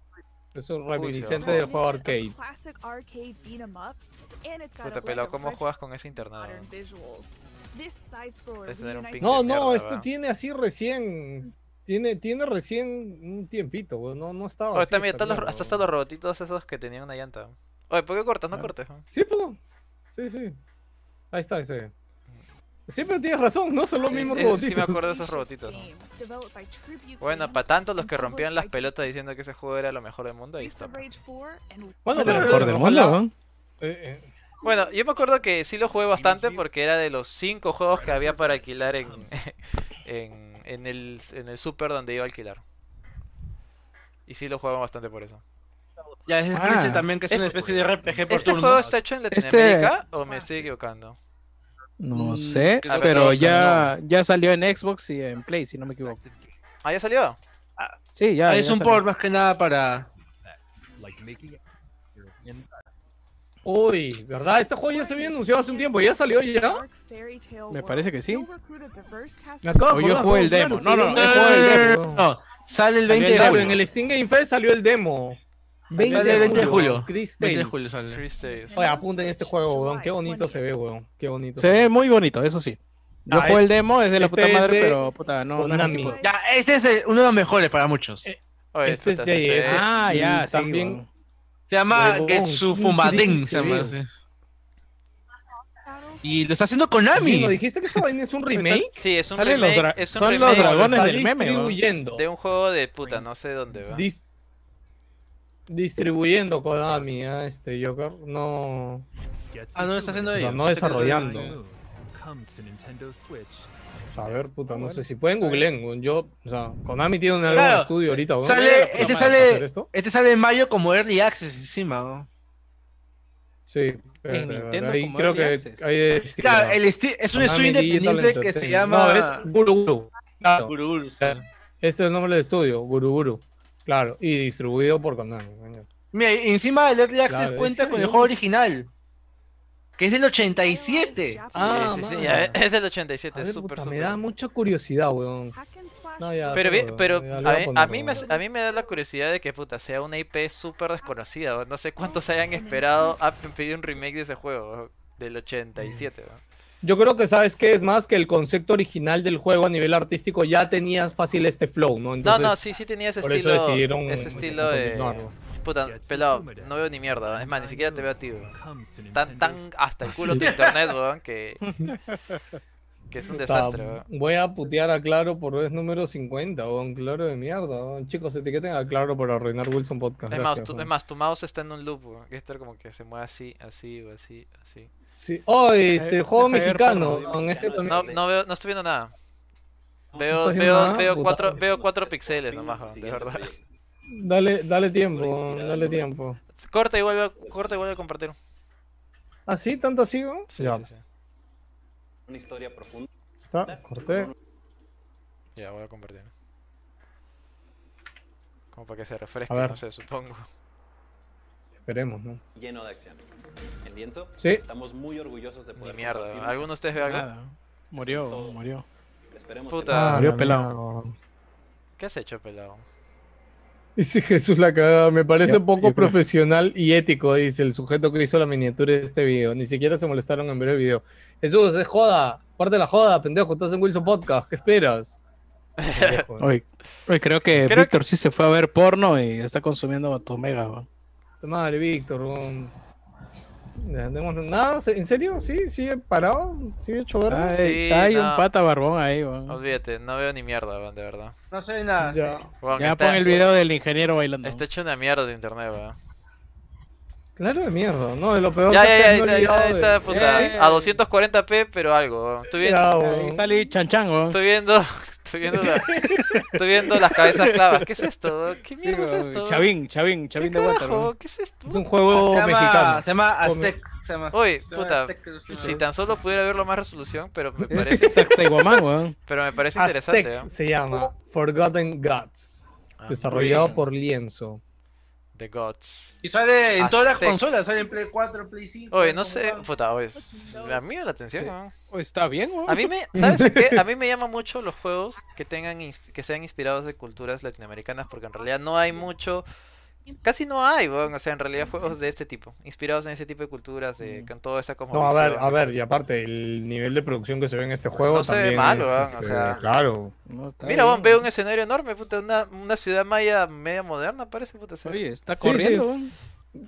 Es un reminiscente Uy, del This juego is a arcade. classic arcade beat 'em ups, and it's got a Puta blend pelado, of ¿cómo retro juegas con ese internado? modern visuals. This side-scroller Debe tener un reunites ping No, de no, mierda, esto va. tiene así recién. Tiene, tiene recién un tiempito, weón. No, no estaba. Oh, así también esta están los, mierda, hasta weón. están los robotitos esos que tenían una llanta. Oye, ¿por qué cortas? No Claro. cortes. ¿no? Sí, po. Sí, sí. Ahí está, ese. Siempre tienes razón, no son los Sí, mismos sí, sí me robotitos. acuerdo. de esos Ambitious robotitos, ¿no? game, developed by Tribute Bueno, Games para tanto los and que published rompían las by pelotas diciendo que ese juego era lo mejor del mundo, ahí Streets está. of pues. Rage 4 and Bueno, Lo pero- mejor del mundo, ojalá- ¿no? eh, eh, Bueno, yo me acuerdo que sí lo jugué bastante porque era de los cinco juegos que había para alquilar en, (laughs) en, en el, en el super donde iba a alquilar. Y sí lo jugaba bastante por eso. Ya es Ah. explícito también que es una Este- especie de RPG por ¿Este turnos. juego está hecho en Latinoamérica o me estoy Classic. equivocando? No Mm, sé, creo que pero no, ya, ya salió en Xbox y en Play, si no me equivoco. Ah, ya salió. Sí, ya. Ah, es ya un salió. port más que nada para. Like making it your impact. Uy, ¿verdad? Este juego ya se había anunciado hace un tiempo, ya salió ya. Dark Fairy Tale Me World. parece que sí. You'll recruit a diverse cast Me of acabo de O yo acordar, jugué el claro, demo. salió No, un no, demo. el juego del demo. Eh, No, sale el 20 de Claro, en julio. el Steam Game Fest salió el demo. 20 Sale el 20 de julio. Chris 20 de Tales. julio sale. Chris Tales. Oye, apunten este juego, weón. Qué bonito se ve, weón. Qué bonito. Se ve muy bonito, eso sí. Yo Ah, jugué el demo, es de la este puta es madre, de pero puta, no, no es mi Konami. tipo de- Ya, este es el- uno de los mejores para muchos. Eh. Oye, Este Pues, puta, sí, sí, sí, este- es- Ah, y ya, sí, también- weón. Se llama Huevón, Getsu qué Fumaden. increíble Se llama, video. sí. battles. Y lo está haciendo Konami. ¿No dijiste que esta vaina es un Pues remake? Sí, es un Salen los remake, dra- es un son los remake dragones. Está del meme, weón. distribuyendo. de un juego de puta, no sé dónde va. Dis- distribuyendo Konami a este Joker. No. Getsu Ah, no, está haciendo Fumaden. O sea, ellos. no desarrollando. Comes to Nintendo Switch. A ver, puta, no sé si pueden googleen. weón. Yo, o sea, Konami tiene un algún Claro. estudio ahorita. weón. Sale, este ¿Hacer sale, esto? este sale en mayo como Early Access encima. ¿no? Sí, espérate, En a ver, Nintendo ahí como creo Early que Access. hay de- sí, Claro, ya. el esti- es un Konami estudio Digital independiente que se Entertainment. llama. No, es Guru Guru. Claro, Guruguru, sí. ese es el nombre del estudio, Guru Guru. Claro, y distribuido por Konami. coño. Mira, y encima el Early Access Claro, cuenta ese con el es- juego original. Que es del 87. Ah, sí, sí, sí, man. ya, (laughs) es del A 87, ver, es súper, puta, me súper. da mucha curiosidad, weón. Hack and slash No, ya, Pero, vi- weón, pero ya a, le voy mí- poner, a mí me, weón. a mí me da la curiosidad de que puta sea una IP súper desconocida. weón. No sé cuántos hayan esperado a pedir un remake de ese juego weón, del 87. weón. Yo creo que sabes que es más que el concepto original del juego a nivel artístico ya tenía fácil este flow, ¿no? No, Entonces, no, sí, sí tenía ese por estilo. eso decidieron Ese estilo de. continuarlo. Puta, Getsu pelado, Fumaden. no veo ni mierda. weón. Ah, Es más, ni siquiera te veo a ti. weón. Comes to Tan, tan Nintendo's- hasta el culo tu internet, weón, que. que es un Puta, desastre, weón. Voy a putear a Claro por vez número 50, weón. Claro de mierda, weón. Chicos, etiqueten a Claro por arruinar Wilson Podcast. Es más, gracias, tu, weón. es más, tu mouse está en un loop, weón. Que estar como que se mueve así, así, o así, así. Sí. Oh, este Javier, juego Javier, mexicano. por favor, Con este No, también. no veo, no estoy viendo nada. Veo, estás viendo veo, nada? veo Puta. cuatro, veo cuatro píxeles nomás, weón, de verdad. Dale, dale tiempo, weón, dale tiempo. (laughs) Corta y vuelve, a- corta y vuelve a compartir. ¿Ah, sí? ¿Tanto así, weón? Sí, ya, sí, sí. está. Corté. Ya, voy a compartir. Como para que se refresque, A ver. no sé, supongo. Esperemos, ¿no? lleno de acción. El lienzo, Sí. estamos muy orgullosos de Ni poder mierda. compartirlo. ¿Alguno de ustedes Ah, ve algo? Nada. Murió, murió. Esperemos que Puta. Ah, Murió la pelado. mierda, weón. ¿Qué has hecho, pelado? (laughs) Dice Jesús la cagada, me parece Yo- poco yo creo. profesional y ético, dice el sujeto que hizo la miniatura de este video. Ni siquiera se molestaron en ver el video. Jesús, es joda, parte de la joda, pendejo, estás en Wilson Podcast, ¿qué esperas? Pendejo, (laughs) ¿no? Hoy, hoy creo que Creo Víctor sí se fue a ver porno y está consumiendo tu mega, weón. Puta Madre, Víctor. weón. Ya, tenemos- Nada, ¿en serio? ¿Sí? ¿Sigue parado? ¿Sigue hecho verga? Ay, Sí, hay no. un pata barbón ahí, weón. Olvídate, no veo ni mierda, weón, de verdad. No sé nada. Ya. Weón, Ah, Ya está, pon el video del ingeniero bailando. está este hecho una mierda de internet, weón. Claro de mierda, no, de lo peor Ya, es que ya, ya, me he está, olvidado está, de- está, pues, puta. Eh. A 240p, pero algo, weón. Estoy viendo, Ya, Ahí weón. sale Chan Chan, weón. estoy viendo, (laughs) Estoy viendo, la- estoy viendo las cabezas clavas. ¿Qué es esto? ¿Qué Sí, mierda es güey. esto? Chavín, Chavín, Chavín de Guata. carajo? güey. ¿Qué es esto? Es un juego Ah, Se llama- mexicano. se llama Come- Aztec. Se llama, Uy, se llama puta, Aztec, creo que se llama. si tan solo pudiera verlo a más resolución, pero me Es parece, (laughs) Sacsayhuamán, weón. pero me parece interesante. Aztec ¿eh? se llama Forgotten Gods, Ah, desarrollado por Lienzo. The Gods. Y sale en todas las Aztec. consolas, sale en Play 4, Play 5. Oye, en no sé, computador. puta, oye, es- a mí me llama la atención. Sí. ¿no? Oh, Está bien, weón. A mí (laughs) me, ¿sabes qué? A mí me llama mucho los juegos que tengan ins- que sean inspirados de culturas latinoamericanas porque en realidad no hay mucho casi no hay, weón, o sea, en realidad juegos de este tipo, inspirados en ese tipo de culturas de con toda esa Mm. No, a ver, a cosmovisión. ver, y aparte, el nivel de producción que se ve en este juego No se ve también mal, es, weón, o este, sea. (laughs) claro. No, está Mira, weón, bien. veo un escenario enorme, puta, una, una ciudad maya media moderna, parece, puta. se ve- Oye, está Sí, sí, corriendo, es- weón.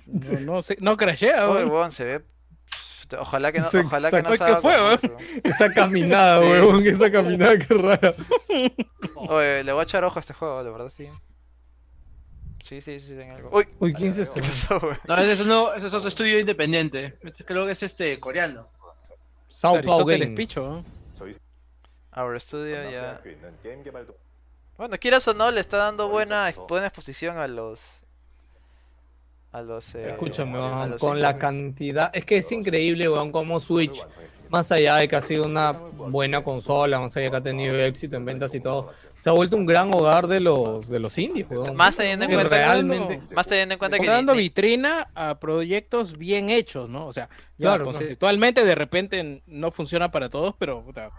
No, no, sé- no crashea, Oye, weón. weón, se ve Ojalá que no, Se ojalá que no sacó- este ¿eh? salga ¿qué fue, con weón? Fox, weón. Esa caminada, Sí. weón, esa caminada que rara. Oye, le voy a echar ojo a este juego, la verdad sí. Sí, sí, sí, en algo. Uy, Uy, ¿quién es ¿qué este? pasó, weón? No, ese es, uno- ese es otro estudio independiente. Este creo que es este coreano. Sao Paulo Aristóteles Games. Picho, weón. Our Studio ya. Bueno, quieras o no, le está dando buena, buena exposición a los. A los. eh, Escúchame, a weón, los con la indie. cantidad. Es que es increíble, weón, cómo Switch, más allá de que ha sido una buena consola, más allá de que ha tenido éxito en ventas y todo, se ha vuelto un gran hogar de los, de los indies, weón. Más teniendo en que cuenta realmente. que. Más teniendo en cuenta que. Está dando ni- ni- vitrina a proyectos bien hechos, ¿no? O sea, ya, Claro, no. conceptualmente de repente no funciona para todos, pero puta,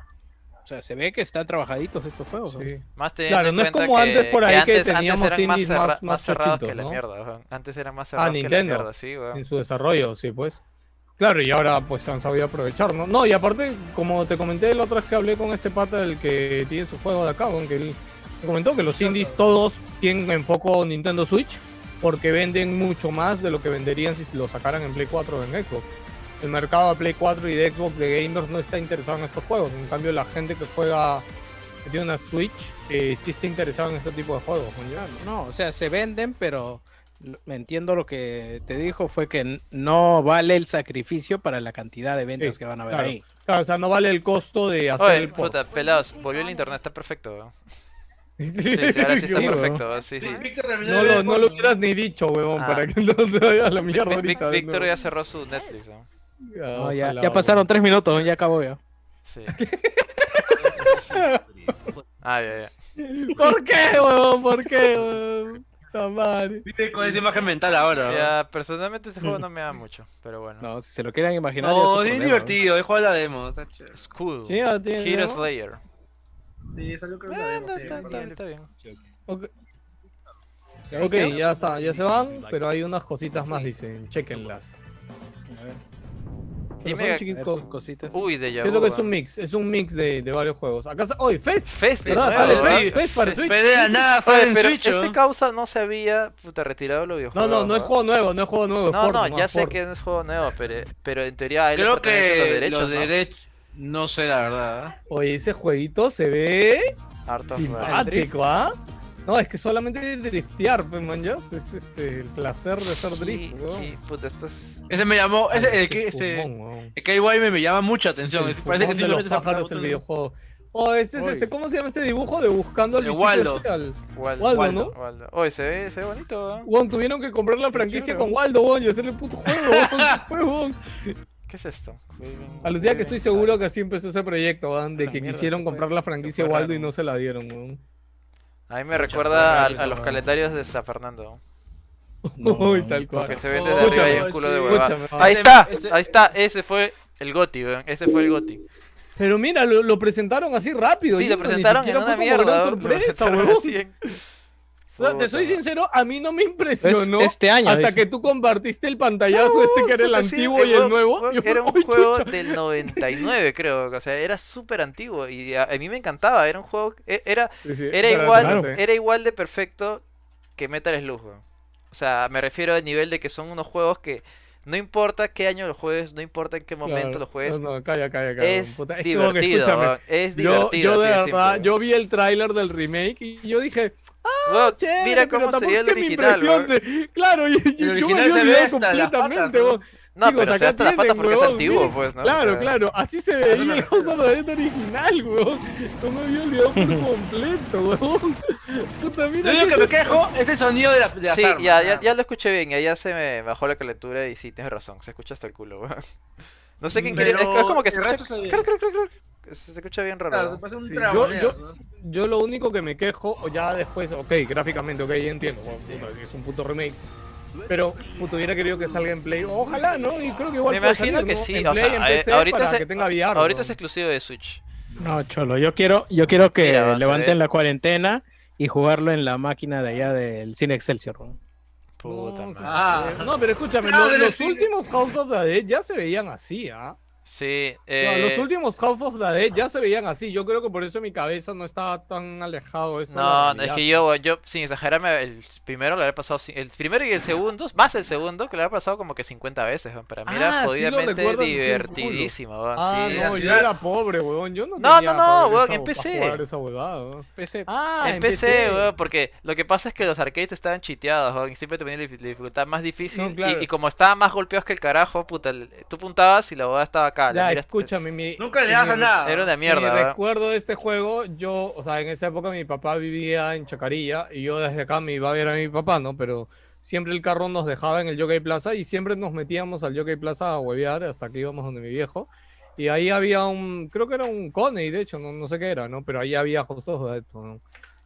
o sea, se ve que están trabajaditos estos juegos. ¿no? Sí. Más teniendo Claro, en no es cuenta como que, antes por ahí que antes, antes teníamos eran más, indies cerra- más- más cerrados que la chochitos, ¿no? Ah, mierda, weón. Antes eran más cerrados que la Nintendo. mierda, sí, weón. en su desarrollo, sí, pues. Claro, y ahora pues han sabido aprovechar, ¿no? No, y aparte, como te comenté la otra vez que hablé con este pata del que tiene su juego de acá, aunque él me comentó que los indies todos tienen en foco Nintendo Switch porque venden mucho más de lo que venderían si lo sacaran en Play 4 o en Xbox. El mercado de Play 4 y de Xbox de gamers no está interesado en estos juegos. En cambio, la gente que juega, que tiene una Switch, eh, sí está interesada en este tipo de juegos. ¿no? Ya, No, o sea, se venden, pero lo- me entiendo lo que te dijo fue que n- no vale el sacrificio para la cantidad de ventas Sí, que van a haber claro. ahí. Claro, o sea, no vale el costo de hacer Oye, el port. (laughs) puta, pelados, volvió el internet, está perfecto, weón. Sí, sí, (laughs) ahora sí está Sí, weón. perfecto, weón, sí, sí. Víctor terminó No de lo, ver no lo Pokémon. hubieras ni dicho, huevón, Ah. para que no se vaya a la (laughs) mierda Vic- ahorita. de Víctor nuevo. ya cerró su Netflix, weón. No, ojalá, ya, ya huevón. pasaron tres minutos, ¿no? ya acabó ya. (laughs) Sí. Ah, ya, ya. ¿Por qué, huevón? ¿Por qué, huevón? Puta madre. Vive con esa imagen mental ahora. ¿no? Ya, personalmente ese Mm. juego no me da mucho, pero bueno. No, si se lo quieran imaginar. ya es No, su es problema, Oh, divertido, he jugado la demo. Está chévere. School. Sí, ya tiene- Hero ¿no? Slayer. Sí, salió creo que la Ah, demo. no, sí, está, me está bien, acuerdo. está bien. Ok, ok, ya está, ya se van, pero hay unas cositas más, dicen, chequenlas. ¿no? A ver, Pero Dime- son a ver, chiquico- cositas. Uy, de ya. Siento que es un mix, es un mix de, de varios juegos. Acá, sa- hoy, Fest, Fest, de ¿verdad? nuevo, Sale Fest, ¿verdad? sí. Fest, Fest para Switch. Pero de la nada sale Oye, en pero Switch. este ¿no? causa no se había puta, retirado de los No, videojuegos. no, no es juego nuevo, no es juego nuevo. es No, port, no, nomás, ya sé port. que no es juego nuevo, pero, pero en teoría a él le Creo pertenecen los que derechos, los ¿no? derechos. No sé la verdad. ¿eh? Oye, ese jueguito se ve... Art of Ride. Simpático, ¿ah? No, es que solamente driftear, pues, man, ya, es este, el placer de hacer Sí, drift, weón. sí, puta, esto es... Ese me llamó. Ese, el Ese que, ese, fumón, weón. el KY me, me llama mucha atención. El es- parece que fumón de los simplemente se pájaros el videojuego. Oh, este es Oy. este, ¿cómo se llama este dibujo de buscando al El bichito Waldo. este, al- Waldo, Waldo, Waldo. ¿no? Waldo. Oye, se ve, se ve bonito, ¿eh? Weón, tuvieron que comprar la franquicia chévere. con Waldo, weón, y hacer el puto juego, (laughs) weón, con su juego, weón. ¿Qué es esto? Alucina que estoy seguro que así empezó ese proyecto, weón, de la que mierda, quisieron se fue- comprar la se franquicia fue Waldo y raro. no se la dieron, weón. A mí me recuerda a, gracias, a los weón. calendarios de San Fernando. No, (laughs) Uy, no, tal cual. Porque se ven desde arriba y Oh, un culo sí. de hueva. Escúchame, Ahí este- está, este- ahí está. Ese fue el Goti, weón. Ese fue el Goti. Pero mira, lo, lo presentaron así rápido. Sí, Gino, lo presentaron ni en siquiera fue una como gran mierda. weón. Lo sorpresa, presentaron weón. así en- O sea, te Puta soy madre. sincero, a mí no me Es- impresionó este año. hasta dice. que tú compartiste el pantallazo este que era el Puta, sí, antiguo y el weón, nuevo. weón, Yo fui, Era un "Uy, juego chucha". del 99, creo. O sea, era súper antiguo. Y a, a mí me encantaba. Era un juego. e- Era, Sí, sí, era, espérate, igual, espérate. era igual de perfecto que Metal Slug. weón. O sea, me refiero al nivel de que son unos juegos que no importa qué año los juegues, no importa en qué momento Claro. los juegues. No, no, calla, calla, calla. es, puta, (laughs) es que, weón, divertido, escúchame, weón, es yo- divertido. Yo, de así de verdad, simple, yo vi el tráiler del remake y yo dije, weón. Weón, chévere, mira pero cómo se tampoco ve es el que me original. weón. impresione. Claro, y, y yo me original había se ve olvidado hasta las patas, completamente, ¿no? weón. No, Chicos, pero se acá hasta las patas tienen, porque es huevón, antiguo, miren. pues, ¿no? O Claro, sea, claro, así (laughs) se veía el House of the Dead original, weón. No me había olvidado por (laughs) completo, weón. Puta, mira. Lo único que qué me quejo es el sonido de, la, de las Sí, armas. ya, ya, ya lo escuché bien, y allá se me bajó la calentura y sí, tienes razón, se escucha hasta el culo, weón. (laughs) No sé quién quiere, es, Pero es como que se el escucha, resto se ve. creo, creo, creo, creo, se se escucha bien raro. Claro, weón. parece un Sí, yo, tragamonedas, yo, ¿no? yo lo único que me quejo, o ya después, ok, gráficamente, ok, ya entiendo, bueno, puta, es un puto remake. Pero puto, hubiera querido que salga en Play. Ojalá, ¿no? Y creo que igual Me puede imagino salir, que ¿no? sí, En o Play, sea, en a- PC, ahorita para se- que tenga VR. Ahorita weón. es exclusivo de Switch. No, cholo, yo quiero, yo quiero que Mira, vas a ver. levanten la cuarentena y jugarlo en la máquina de allá del Cine Excelsior. ¿no? Puta madre. Ah, No, pero escúchame, Claro, los, del los cine. últimos House of the Dead ya se veían así, ¿ah? Sí, No, eh, los últimos House of the Dead ya se veían así. Yo creo que por eso mi cabeza no estaba tan alejado de eso. No, no, es que yo, yo, sin exagerarme, el primero lo había pasado, ci- el primero y el segundo, más el segundo, que lo había pasado como que 50 veces, weón. Para mí Ah, era sí lo jodidamente recuerdas así un culo. divertidísimo, weón, Ah, sí. no, la yo ciudad- era pobre, weón. Yo no No, tenía no, no, para ver weón, esa- en para PC. jugar esa huevada, weón. PC. Ah, En PC, weón, porque lo que pasa es que los arcades estaban chiteados, weón, y siempre te ponían la dif- la dificultad más difícil, No, y- claro. y, como estaban más golpeados que el carajo, puta, el- tú puntabas y la boda estaba acá, la Ya, mira- escúchame, este mi, Nunca le en das a mi- nada. Eh, era una mi mierda, weón. recuerdo de este juego, yo, o sea, en esa época mi papá vivía en Chacarilla y yo desde acá me iba a ver a mi papá, ¿no? Pero siempre el carro nos dejaba en el Jockey Plaza y siempre nos metíamos al Jockey Plaza a huevear hasta que íbamos donde mi viejo. Y ahí había un, creo que era un Coney, de hecho, no, no sé qué era, ¿no? Pero ahí había House of the Dead, ¿no?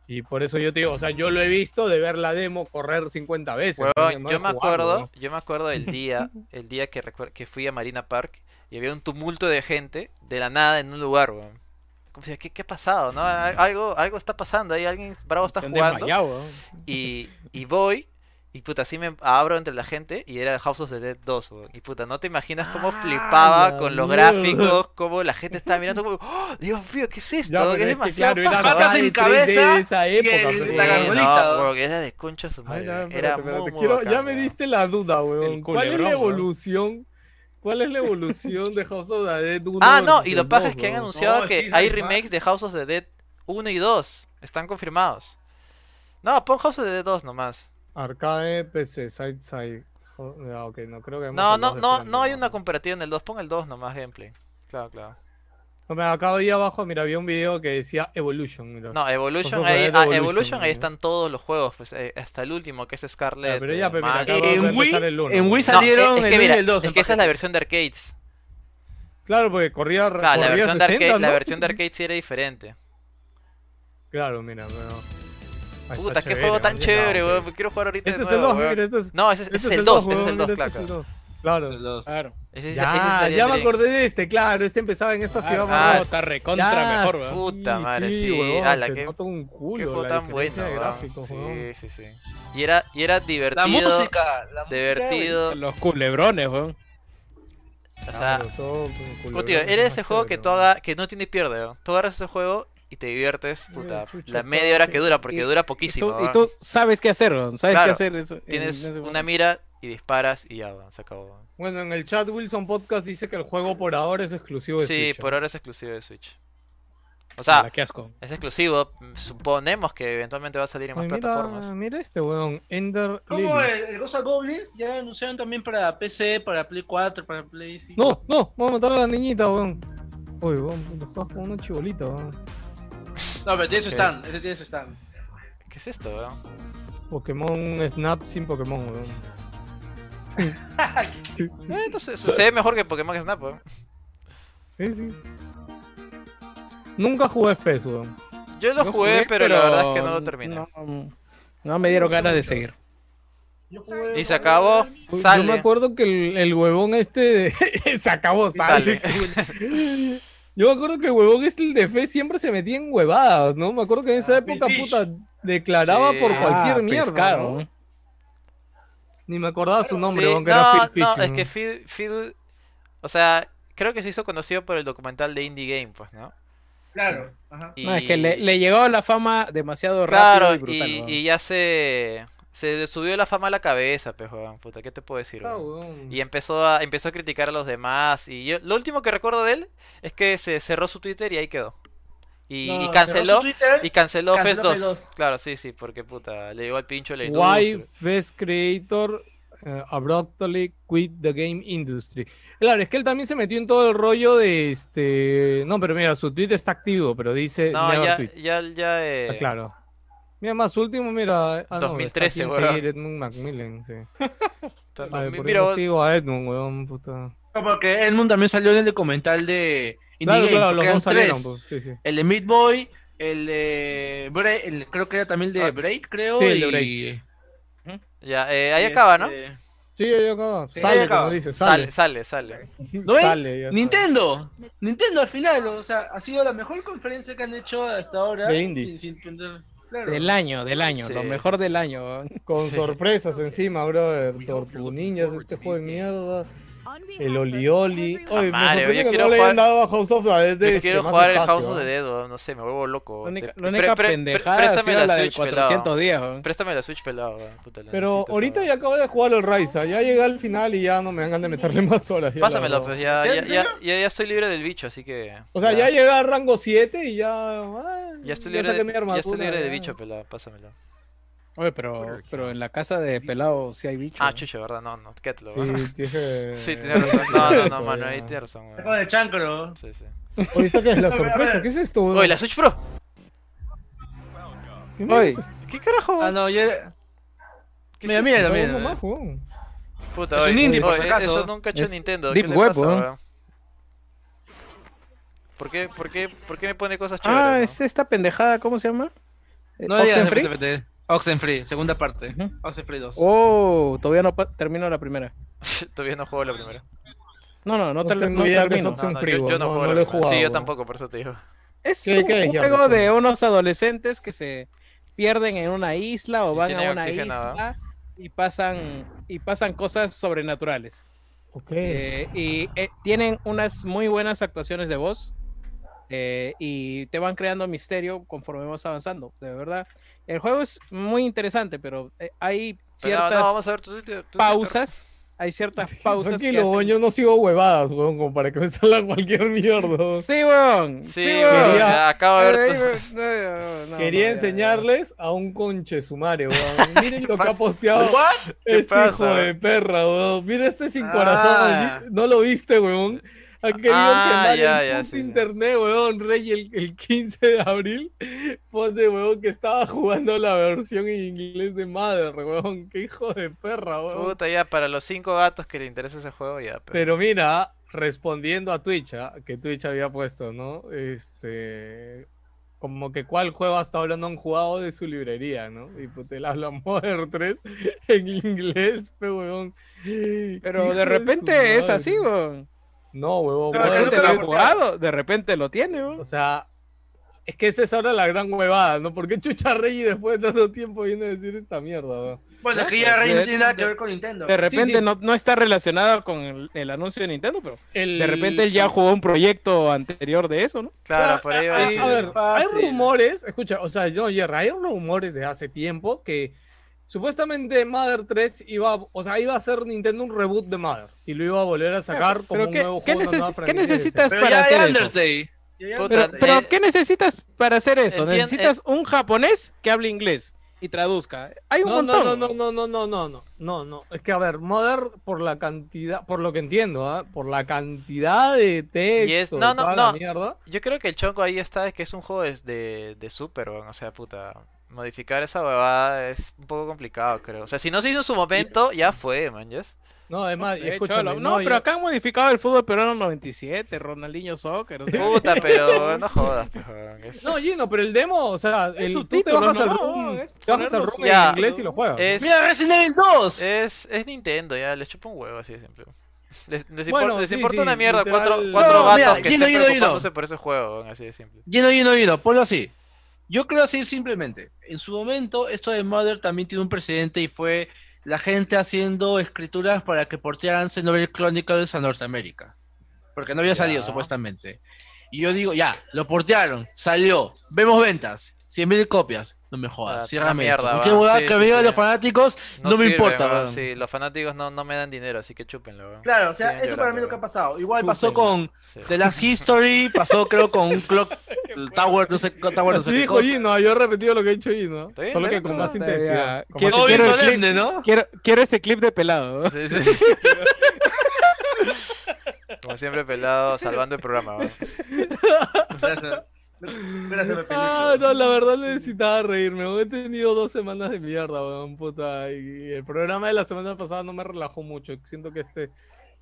Y por eso yo te digo, o sea, yo lo he visto de ver la demo correr 50 veces. ¿no? Huevón, No ah, de yo me jugarlo, acuerdo, ¿no? yo me acuerdo del (laughs) día, el día que recuer- que fui a Marina Park y había un tumulto de gente de la nada en un lugar, weón. Como si, ¿qué, qué ha pasado? ¿No? Mm. Al- Algo, algo está pasando ahí, alguien bravo está Están jugando. desmayados, ¿no? (laughs) Y, y voy, y puta, así me abro entre la gente y era House of the Dead 2, weón. Y puta, no te imaginas cómo Ah, flipaba la con los mierda. gráficos, cómo la (laughs) gente estaba mirando como, ¡Oh, Dios mío, ¿qué es esto? Ya, pero que es es que, demasiado claro, era paja, Patas weón". Atari 3D en cabeza de esa época. el- pues, Sí, la weón. gargolita, no, weón. weón, era de concha su Ay, madre. ya, espérate, era espérate. muy, muy Quiero- ya bacán, me weón. diste la duda, weón. El ¿Cuál es culebrón, la weón. evolución? ¿Cuál es la evolución de House of the Dead 1? Ah, no, y los lo paja es que han anunciado No, que sí, hay hay más. remakes de House of the Dead 1 y 2. Están confirmados. No, pon House of the Dead 2 nomás. Arcade, PC, side, side. Jo- Ah, ok, no creo que. No, no, no, no hay una comparativa en el 2. Pon el 2 nomás, gameplay. Claro, claro. Me acabo ahí abajo, mira, había un video que decía Evolution. Mira. No, Evolution, House of the ahí, Dead ah, Evolution, Evolution, ahí ¿no? están todos los juegos. Pues, eh, hasta el último, que es Scarlet. Ya, pero eh, ya, pero mira, Max. acaba- No, de En Wii, empezar el uno. en Wii No, es- salieron es el que 1 y mira, el 2. es que esa es la versión de arcades. Claro, porque corría. Claro, corría la versión de 60, arcade, la ¿no? versión de arcade sí era diferente. Claro, mira, pero. Ahí Puta, está qué chévere, juego tan weón, chévere, llegado, weón. sí. Quiero jugar ahorita de Este es el nuevo, 2, weón. mira, este es. No, ese es- este ese es el 2, ese es weón, el 2, mira, claro. este es el claro. 2. Claro. Claro. Ese- ese- ese Ya, sería ya el me link. acordé de este, claro, este empezaba en esta ciudad ah, Ah, más no, está recontra Ya, mejor, ¿verdad? Puta madre, sí, huevón, ala, se qué- nota un culo Qué juego la tan bueno, diferencia de weón. gráficos, Sí, huevón. sí, sí. Y era, y era divertido. La música, la música. Divertido. Los culebrones, weón. O sea, Claro, todo con culo, como te digo, huevón, era más ese juego que chévere, tú haga- que no tiene pierde, weón. Tú agarras ese juego y te diviertes, puta, chucha, la está media hora que bien. dura, porque Y- dura Y tú, poquísimo. y weón. tú sabes qué hacer, weón. Sabes Claro, qué hacer. eso- en- Tienes en ese una momento. mira y disparas y ya, weón, se acabó. weón. Bueno, en el chat Wilson Podcast dice que el juego por ahora es exclusivo de Sí, Switch. por ahora es exclusivo de Switch. O Ala, sea, Ah, qué asco. es exclusivo. Suponemos que eventualmente va a salir en más Ay, plataformas. Pues mira, mira este weón, Ender Como el, Lilies. el Ghost of Goblins ya anunciaron también para PC, para Play 4, para Play 5. No, no, vamos a matar a la niñita, weón. Uy, weón, puto, juegas como una chibolita, weón. No, pero tiene su stand, ese tiene su stand. ¿Qué es esto, weón? Pokémon Snap sin Pokémon, weón. Eh, entonces, se ve mejor que Pokémon Snap, weón. Sí, sí. Nunca jugué FES, weón. Yo lo Yo jugué, pero, la verdad es que no lo terminé. No, mm, no me dieron ganas de seguir. Yo jugué- Y se acabó, Uy, sale. Yo me acuerdo que el, el huevón este de- (laughs) se acabó, sale. Yo me acuerdo que el huevón este el de fe siempre se metía en huevadas, ¿no? Me acuerdo que en esa Ah, época, fish. puta, declaraba Sí. por cualquier Ah, mierda. pescado, ¿no? weón. Ni me acordaba su nombre, Sí, aunque no, era Phil no, Fish, es que Ah, Phil, Phil- o sea, creo que se hizo conocido por el documental de Indie Game, pues, ¿no? Claro. Ajá. Y, No, es que le, le llegó la fama demasiado claro, rápido y brutal. y, weón. y ya se, se le subió la fama a la cabeza, pues, weón, puta, ¿qué te puedo decir? Ah, weón? huevón. Y empezó a, empezó a criticar a los demás, y yo, lo último que recuerdo de él es que se cerró su Twitter y ahí quedó. Y, No, y cerró canceló, su Twitter. y canceló, canceló FES 2. FES 2. Claro, sí, sí, porque puta, le llegó al pincho, le Why Fest Creator eh, abruptly quit the game industry. Claro, es que él también se metió en todo el rollo de este. No, pero mira, su tweet está activo, pero dice. No, never ya, tweet. ya, ya. eh, Eh, Ah, claro. Mira, más último, mira. ah, no, está 2013, sin weón. seguir, Edmund Macmillan, sí. está en Vale, 2000. por Mira, eso vos- sigo a Edmund, weón, puta. No, porque Edmund también salió en el documental de Indie Claro, Game, claro, porque los eran dos salieron, tres. pues, sí, sí. El de Meat Boy, el de Bra- el- creo que era también el Ah, de Braid, creo. sí, el de y- Braid. ya, eh, ahí y acaba, ¿no? este- Sí, yo acabo. Sí, sale, ahí acaba. como dice, sale. Sale, sale, sale. (laughs) ¿No ven? Sale, ya está. Nintendo. Nintendo al final, o sea, ha sido la mejor conferencia que han hecho hasta ahora. De indies. sin- sin entender- claro. Del año, del año, Sí. lo mejor del año. weón. Con Sí. sorpresas encima, brother. Tortu Ninjas, este juego de mierda. El Oli Oli. Oye, me Madre, sorprende yo que quiero no le jugar- hayan dado a House of the Dead. Yo este, quiero más jugar el espacio, House of the ¿eh? Dead, weón, no sé, me vuelvo loco. La única, Te- la pre- única pre- pre- pendejada ha préstame sido la, la del Switch, pelado. 410. weón. Préstame la Switch, pelado. weón, puta, la Pero necesito, ahorita weón. ya acabo de jugar el Raiza. Ya llegué al final y ya no me dan ganas de meterle (laughs) más horas. ya, la Pásamelo, verdad. pues ya, ¿Ya, ya, en ya, serio? ya, ya estoy libre del bicho, así que. O sea, ya llegué al rango 7 y ya. ah, ya estoy libre, saqué de, mi ya estoy armadura, libre del ya. bicho, pelado, pásamelo. Oye, pero, pero en la casa de pelado sí hay bicho. Ah, weón. chucho, verdad, no, no, quédalo. Sí, weón. (laughs) dije. Sí, tienes razón. No, no, (laughs) no, mano, ahí Ya. tienes razón, weón. Con el chancro. Sí, sí. Oye, ¿esta qué es la A ver, a sorpresa? ver. ¿Qué es esto? Oye, la Switch Pro. ¿Qué mierda Oye. es esto? ¿Qué carajo? Ah, no, ya. ¿Qué Mira, es mira, Está mira. bueno más, weón. eso? Puta, es oye, un indie, por oye, si acaso. Eso nunca ha hecho Es Nintendo. Deep ¿Qué le Web, pasa, weón. weón? ¿Por qué, por, qué, ¿Por qué me pone cosas chéveres? Ah, no? es esta pendejada, ¿cómo se llama? Eh, No digas Oxenfree. Oxenfree. Oxenfree, segunda parte. Ujú. Oxenfree 2. Oh, todavía no pa- termino la primera. Todavía no juego la primera. No, no, no, No te- tengo no idea que termino. es Option No, no, Free, yo- yo, weón. no No, juego no la lo he primera. Sí, yo jugado, tampoco, por eso te digo. Es ¿Qué- un qué es, Jarvis? juego de unos adolescentes que se pierden en una isla o Y van tienen a una oxígeno, ¿ah? isla y pasan y pasan cosas sobrenaturales. Ok. Eh, y eh, tienen unas muy buenas actuaciones de voz eh, y te van creando misterio conforme vas avanzando, de verdad. El juego es muy interesante, pero eh, hay Pero no, ciertas no, vamos a ver tu Twitter. tu Twitter. pausas, hay ciertas (laughs) pausas que Tranquilo, weón, hacen- yo no sigo huevadas, weón, como para que me (laughs) salga cualquier mierda. weón. Sí, weón. Sí, weón. weón, ya acabo de ver Ay, tu... weón, no, no, no, Quería no, ya, enseñarles a un conche sumario, (laughs) weón. Miren lo que ha pasa? posteado ¿Qué este pasa, hijo weón? de perra, weón. Mira este sin Ah. corazón, ¿no lo viste, weón? Ha querido Ah, quemar ya, el ya, puto sí, ya. internet, weón. Rey, el, el 15 de abril, pone, weón, que estaba jugando la versión en inglés de Mother, weón. Qué hijo de perra, weón. Puta, ya, para los cinco gatos que le interesa ese juego, ya. Pero... Pero mira, respondiendo a Twitch, ¿ah? que Twitch había puesto, ¿no? Este. Como que cuál juego hasta ahora no han jugado de su librería, ¿no? Y putel habla (laughs) Modern 3 en inglés, pe huevón. Pero Hijo de su repente es así, madre. weón. No, huevón. De Pero acá Modern 3, repente lo ha no te la voltearon. jugado, de repente lo tiene, weón. o sea, es que esa es ahora la gran huevada, ¿no? ¿Por qué Chucha Rey después de tanto tiempo viene a decir esta mierda, weón? Bueno, es que ya Rey no de- tiene nada que ver con Nintendo. De repente sí. No, no está relacionado con el, el anuncio de Nintendo, pero El- de repente él ya jugó un proyecto anterior de eso, ¿no? Claro, por ahí va ah, a A- decir. a ver, Fácil. hay rumores, escucha, o sea, no, Jerry, hay rumores de hace tiempo que supuestamente Mother 3 iba, o sea, iba a hacer Nintendo un reboot de Mother y lo iba a volver a sacar como pero un ¿qué, nuevo qué juego. una neces- nueva qué franquicia, necesitas Pero para ya hacer hay eso? Undertale. Ya hay Puta, Pero, Undertale. pero eh, ¿qué necesitas para hacer eso? entiendo, eh. necesitas un japonés que hable inglés y traduzca. Hay un No, montón. no, no, no, no, no, no, no, no, no. Es que a ver, Mother por la cantidad, por lo que entiendo, ¿ah? por la cantidad de texto, de no, no, toda la no. mierda. Yo creo que el chonco ahí está, es que es un juego de, de, de Super, weón, o sea, puta. Modificar esa huevada es un poco complicado, creo. O sea, si no se hizo en su momento, ya fue, man, ¿yes? No, además, Sí, y escúchame, cholo. No, y- pero acá han modificado el fútbol peruano 97, Ronaldinho Soccer. o sea, (laughs) Puta, pero no jodas, pues, weón, es- No, Gino, pero el demo, o sea, el, tú te subtítulo, bajas ¿no? al room, Es te bajas al ponerlo room su- Ya. en inglés y lo juegas. es, Mira, Resident Evil 2. Eh, es, es Nintendo, ya, les chupa un huevo así de simple. Les, les impor- Bueno, les sí, importa sí, una mierda cuatro, literal- cuatro No, gatos mira, que Gino, estén Gino, Gino. preocupándose por ese juego, weón, así de simple. Lleno, lleno, lleno. Ponlo así. Yo creo así simplemente. En su momento, esto de Mother también tiene un precedente y fue la gente haciendo escrituras para que portearan Xenoblade Chronicles a Norteamérica. Porque no había salido, supuestamente. Y yo digo, ya, lo portearon, salió, vemos ventas, 100.000 copias. No me Ah, jodas, una ciérrame esto. mierda, ¿Por qué weón. huevada Sí, que sí, veo sí. los fanáticos? No, me sirve, importa, weón. weón. Sí, los fanáticos no, no me dan dinero, así que chúpenlo, weón. Claro, o sea, Sigan eso para mí llorando, nunca ha pasado. Igual pasó Chúpenlo. con Sí. The Last History, pasó creo con (laughs) un Clock Tower, no sé, Clock Tower, no sé Así qué dijo cosa. Gino, yo he repetido lo que ha dicho Gino. bien, Solo está que bien, con está más bien. intensidad. con Quiero- más Todo bien quiero el clip. solemne, ¿no? Quiero, quiero ese clip de pelado. ¿no? Sí, sí. Como siempre, pelado, salvando el programa. weón. Gracias. Gracias, Pepe Ah, Lucho. no, la verdad necesitaba reírme. weón. He tenido dos semanas de mierda, weón, puta. Y el programa de la semana pasada no me relajó mucho. Siento que este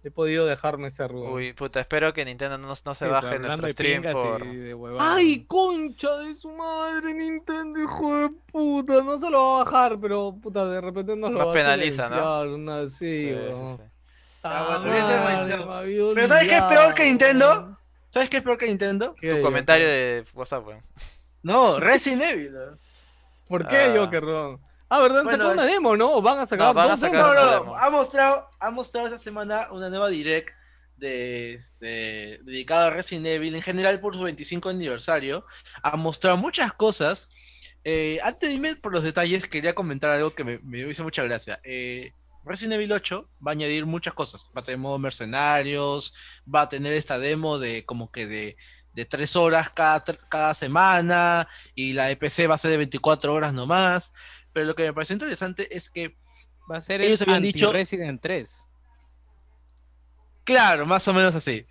he podido dejarme ser, weón. Uy, puta, espero que Nintendo no, no se Sí, baje hablando nuestro de stream pingas por. y de huevadas, ¡Ay, ¿no? concha de su madre, Nintendo, hijo de puta! No se lo va a bajar, pero puta, de repente nos lo Nos va penaliza, a ¿no? silenciar, Una así, Sí, sí, weón. sí. Ah, bueno, debería ser madre, maicero. me había Pero ¿sabes qué es peor que olvidado, Nintendo? weón. ¿Sabes qué es peor que Nintendo? ¿Qué, Tu Joker? comentario de WhatsApp, weón. No, Resident Evil. weón. ¿Por qué, Ah. Joker, weón? Ah, ¿verdad? Han Bueno, sacado una es- demo, ¿no? ¿O van a sacar No, van a dos sacar- demos? No, no, no, no. no. Ha mostrado, ha mostrado esta semana una nueva direct de este dedicada a Resident Evil en general por su 25 aniversario. Ha mostrado muchas cosas. Eh, antes de irme por los detalles, quería comentar algo que me, me hizo mucha gracia. Eh, Resident Evil 8 va a añadir muchas cosas. Va a tener modo mercenarios, va a tener esta demo de como que de, de 3 horas cada, tr- cada semana y la de PC va a ser de 24 horas nomás. Pero lo que me pareció interesante es que Va a ser Ellos el habían dicho- Resident 3. Claro, más o menos así.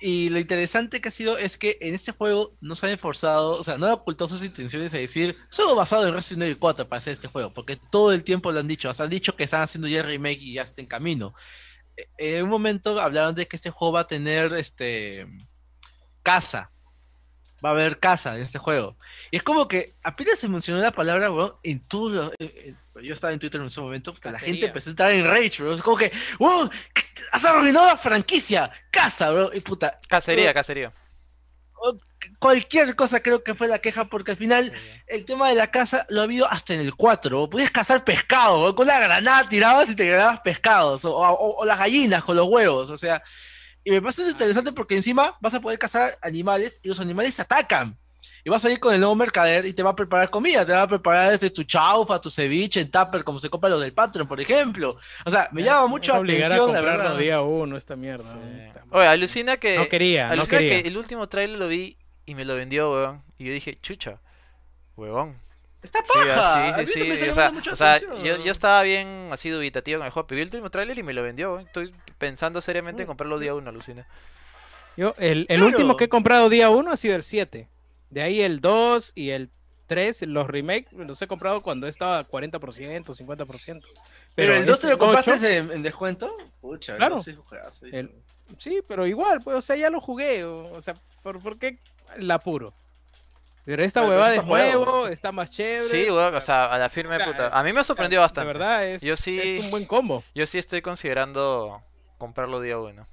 Y lo interesante que ha sido es que en este juego no se han esforzado, o sea, no han ocultado sus intenciones de decir, solo basado en Resident Evil 4 para hacer este juego, porque todo el tiempo lo han dicho, hasta han dicho que están haciendo ya el remake y ya está en camino. Eh, En un momento hablaron de que este juego va a tener este casa. Va a haber casa en este juego. Y es como que apenas se mencionó la palabra, weón, en todo lo- en- en- yo estaba en Twitter en ese momento, puta, la gente Cacería. empezó a entrar en rage, weón. Es como que, weón, has arruinado la franquicia, casa, bro. Y puta, Cacería, cacería. cualquier cosa creo que fue la queja, porque al final el tema de la casa lo ha habido hasta en el 4. bro. Podías cazar pescado, bro. con una granada tirabas y te ganabas pescados, o, o- o las gallinas con los huevos, o sea. Y me parece interesante porque encima vas a poder cazar animales y los animales se atacan. Y vas a ir con el nuevo mercader y te va a preparar comida, te va a preparar desde tu chaufa, tu ceviche, en tupper, como se compra los del Patreon, por ejemplo. O sea, me llama Me mucho la va a obligar a atención, la comprarlo verdad. día uno esta mierda. uh, ¿no? Puta madre. Oye, alucina que. No quería, no alucina quería. que el último trailer lo vi y me lo vendió, weón. Y yo dije, chucha, weón. Está Sí, paja. ah, sí, a mí sí, me sí, está O sea, llamando mucho o sea, la atención. yo, yo estaba bien así dubitativo con el juego. pero Vi el último trailer y me lo vendió, weón. Estoy pensando seriamente en comprarlo día uno, alucina. Yo, el, el Claro. último que he comprado día 1 ha sido el 7. De ahí el 2 y el 3, los remakes, los he comprado cuando estaba a 40%, 50%. Pero el este 2 te estos lo este ocho, compraste en, en descuento. Pucha, Claro. no sé, juegazo, dice. El- Sí, pero igual, pues, o sea, ya lo jugué. O, o sea, ¿por, por qué el apuro? Pero esta Claro, pero huevada eso es está nuevo, nuevo. está más chévere. Sí, weón, o sea, a la firme Claro, puta. A mí me sorprendió De bastante. verdad, es, Yo sí- es un buen combo. Yo sí estoy considerando comprarlo día uno.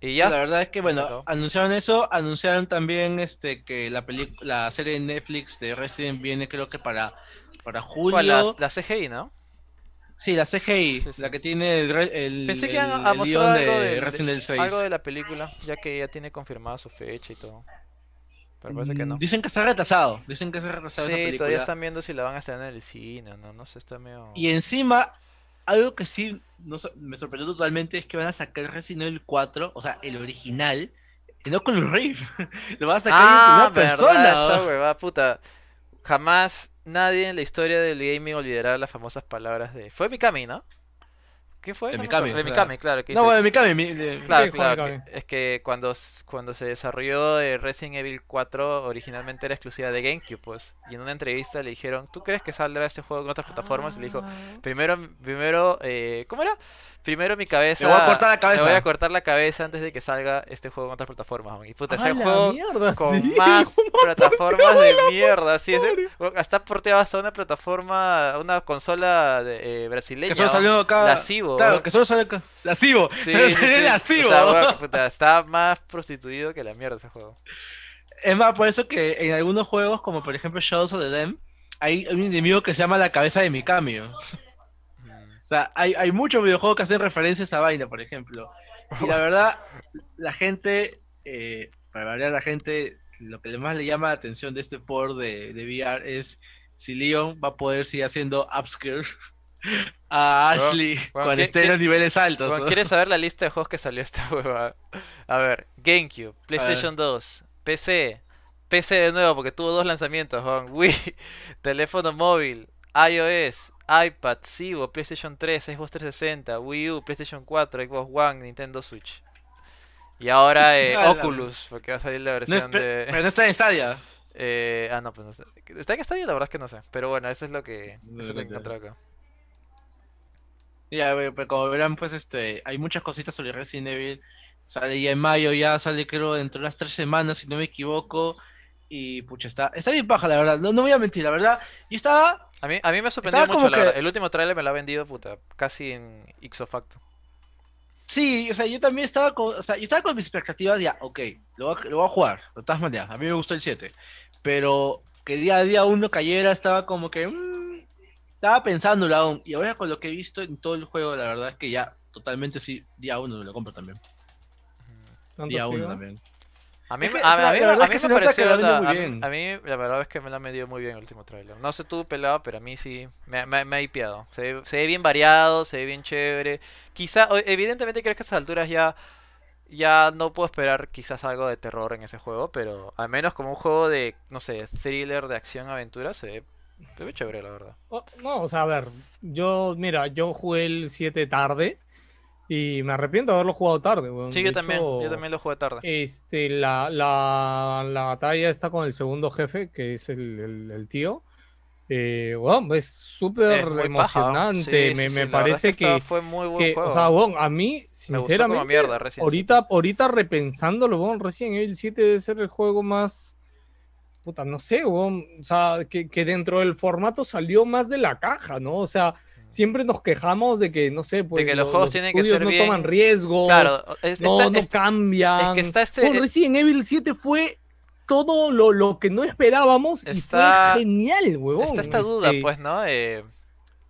Y ya. La verdad es que, bueno, acabó. anunciaron eso. Anunciaron también este, que la, pelic- la serie de Netflix de Resident viene, creo que para, para julio. ¿Cuál? La, la CGI, ¿no? Sí, la CGI, Sí, sí. la que tiene el, re- el, Pensé que el- iban a a el mostrar guión algo de, del- Resident Evil 6. Algo de la película, ya que ya tiene confirmada su fecha y todo. Pero parece que Mm, no. Dicen que está retrasado. Dicen que está retrasado esa Sí, película. todavía están viendo si la van a estrenar en el cine, no, no sé, está medio... Y encima, algo que sí no so- me sorprendió totalmente es que van a sacar Resident Evil 4, o sea, el original, en Oculus Rift. (laughs) Lo van a sacar en primera persona. Ah, verdad, esa ¿no? huevada, puta. Jamás nadie en la historia del gaming olvidará las famosas palabras de... Fue Mikami, ¿no? ¿Qué fue? De No me Mikami, acuerdo. De claro. Mikami, claro. que No, dice- bueno, mi cambio, mi- de- Claro, Sí, claro. Juan Mikami. que- es que cuando, s- cuando se desarrolló eh, Resident Evil 4, originalmente era exclusiva de GameCube, pues. Y en una entrevista le dijeron, ¿tú crees que saldrá este juego en otras plataformas? Y le dijo, primero, primero, eh, ¿cómo era? Primero mi cabeza. Me voy a cortar la cabeza. Me voy a cortar la cabeza antes de que salga este juego en otras plataformas. weón. Y puta, ¡A la ese juego mierda, con sí, (laughs) más hijo, plataformas de mierda. Sí, ese- madre. weón, está porteado hasta una plataforma, a una consola de- eh, brasileña. que solo weón. salió acá. Lascivo, Claro, weón. que solo salió acá. Lascivo. Sí, (laughs) solo sí, salió sí. lascivo. O sea, weón, que puta, está más prostituido que la mierda ese juego. Es más, por eso que en algunos juegos, como por ejemplo Shadows of the Dam, hay hay un enemigo que se llama la cabeza de mi cambio. Mm. O sea, hay, hay muchos videojuegos que hacen referencia a esa vaina, por ejemplo. Y la verdad, la gente, eh, para variar, la gente lo que más le llama la atención de este port de, de VR es si Leon va a poder seguir haciendo upscale a Weón, Ashley weón, cuando ¿qué- esté en qué- los niveles altos. weón, ¿no? ¿Quieres saber la lista de juegos que salió esta (laughs) huevada? A ver, GameCube, PlayStation 2, PC, PC de nuevo porque tuvo dos lanzamientos, weón, (laughs) Wii, teléfono móvil, iOS, iPad, Cibo, PlayStation 3, Xbox 360, Wii U, PlayStation 4, Xbox One, Nintendo Switch. Y ahora eh, Ala. Oculus, porque va a salir la No es versión pe- de... Pero no está en Stadia. Eh, ah, no, pues no sé. ¿Está en estadio? La verdad es que no sé. Pero bueno, eso es lo que, eso es lo que he encontrado acá. Ya, güey, pero como verán, pues este, hay muchas cositas sobre Resident Evil. Sale ya en mayo, ya sale creo dentro de unas tres semanas, si no me equivoco. Y pucha, está, está bien baja, la verdad. No, no voy a mentir, la verdad. Yo estaba. A mí, a mí me ha sorprendido Estaba mucho, como la que- verdad. El último trailer me lo ha vendido, puta, casi en ipso facto. Sí, o sea, yo también estaba con. O sea, yo estaba con mis expectativas, ya, ok, lo voy a, lo voy a jugar, de todas maneras. A mí me gustó el 7. Pero que día a día uno cayera, estaba como que. mm, estaba pensándolo aún. Y ahora con lo que he visto en todo el juego, la verdad es que ya, totalmente sí, día uno me lo compro también. ¿Tanto Día sí, uno no? también. A mí, Es que, me- o sea, a, a mí, la verdad a es mí que se me nota que pareció, la vende la- muy a- bien. A, mí la verdad es que me la han vendido muy bien el último trailer. No sé tú, pelado, pero a mí sí me, me- me ha hipeado. Se, ve- se ve bien variado, se ve bien chévere. Quizá, o- evidentemente creo que a estas alturas ya, ya no puedo esperar quizás algo de terror en ese juego, pero al menos como un juego de, no sé, thriller, de acción, aventura, se ve, se ve chévere, la verdad. O- Oh, No, o sea, a ver, yo, mira, yo jugué el 7 tarde y me arrepiento de haberlo jugado tarde, weón. Sí, Mm, De yo también, yo hecho, también lo jugué tarde. Este, la, la, la batalla está con el segundo jefe, que es el, el- el tío. Eh, weón, es súper Es muy paja, ¿no? emocionante. Sí, me me sí, sí, la verdad es parece que estaba- que, fue muy buen que, juego. o sea, weón, a mí, me gustó como sinceramente, mierda, recién. ahorita, ahorita repensándolo, weón, Resident Evil 7 debe ser el juego más. Puta, no sé, weón. O sea, que, que dentro del formato salió más de la caja, ¿no? O sea, siempre nos quejamos de que, no sé, pues. que los lo- juegos tienen que estudios ser no bien- toman riesgos. Claro, es- no, está- no es- cambian. es que está este- Weón, Resident Evil 7 fue todo lo, lo que no esperábamos y Está- fue genial, weón. Está esta duda, Este, pues, ¿no? Eh,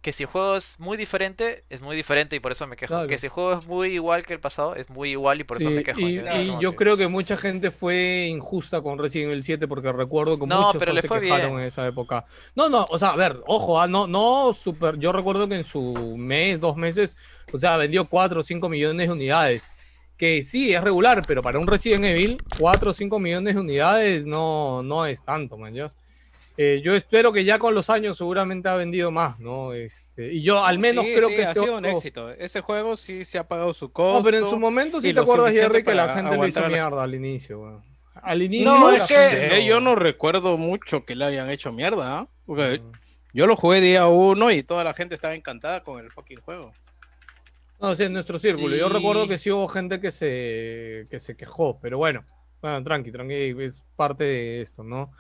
que si el juego es muy diferente, es muy diferente y por eso me quejo. Claro. Que si el juego es muy igual que el pasado, es muy igual y por eso sí, me quejo. y, ¿entiendes? y Como yo que- creo que mucha gente fue injusta con Resident Evil 7 porque recuerdo que No, muchos pero no le se fue quejaron bien. en esa época. No, no, o sea, a ver, ojo, ah, no, no, super. Yo recuerdo que en su mes, dos meses, o sea, vendió 4 o 5 millones de unidades. Que sí, es regular, pero para un Resident Evil, 4 o 5 millones de unidades no, no es tanto, man. Dios. Eh, yo espero que ya con los años seguramente ha vendido más, ¿no? Este, y yo al menos Sí, creo sí, que ha este sido un otro- éxito. Ese juego sí se ha pagado su costo. no, pero en su momento sí y te lo acuerdas, Jerry, suficiente que la para gente le hizo aguantar- mierda al inicio, weón. Al inicio. No, la es que- gente- Eh, yo no recuerdo mucho que le hayan hecho mierda. ¿ah? Porque yo lo jugué día uno y toda la gente estaba encantada con el fucking juego. No, sí, en nuestro círculo. Yo Sí. recuerdo que sí hubo gente que se, que se quejó, pero bueno, bueno, tranqui, tranqui, es parte de esto, ¿no?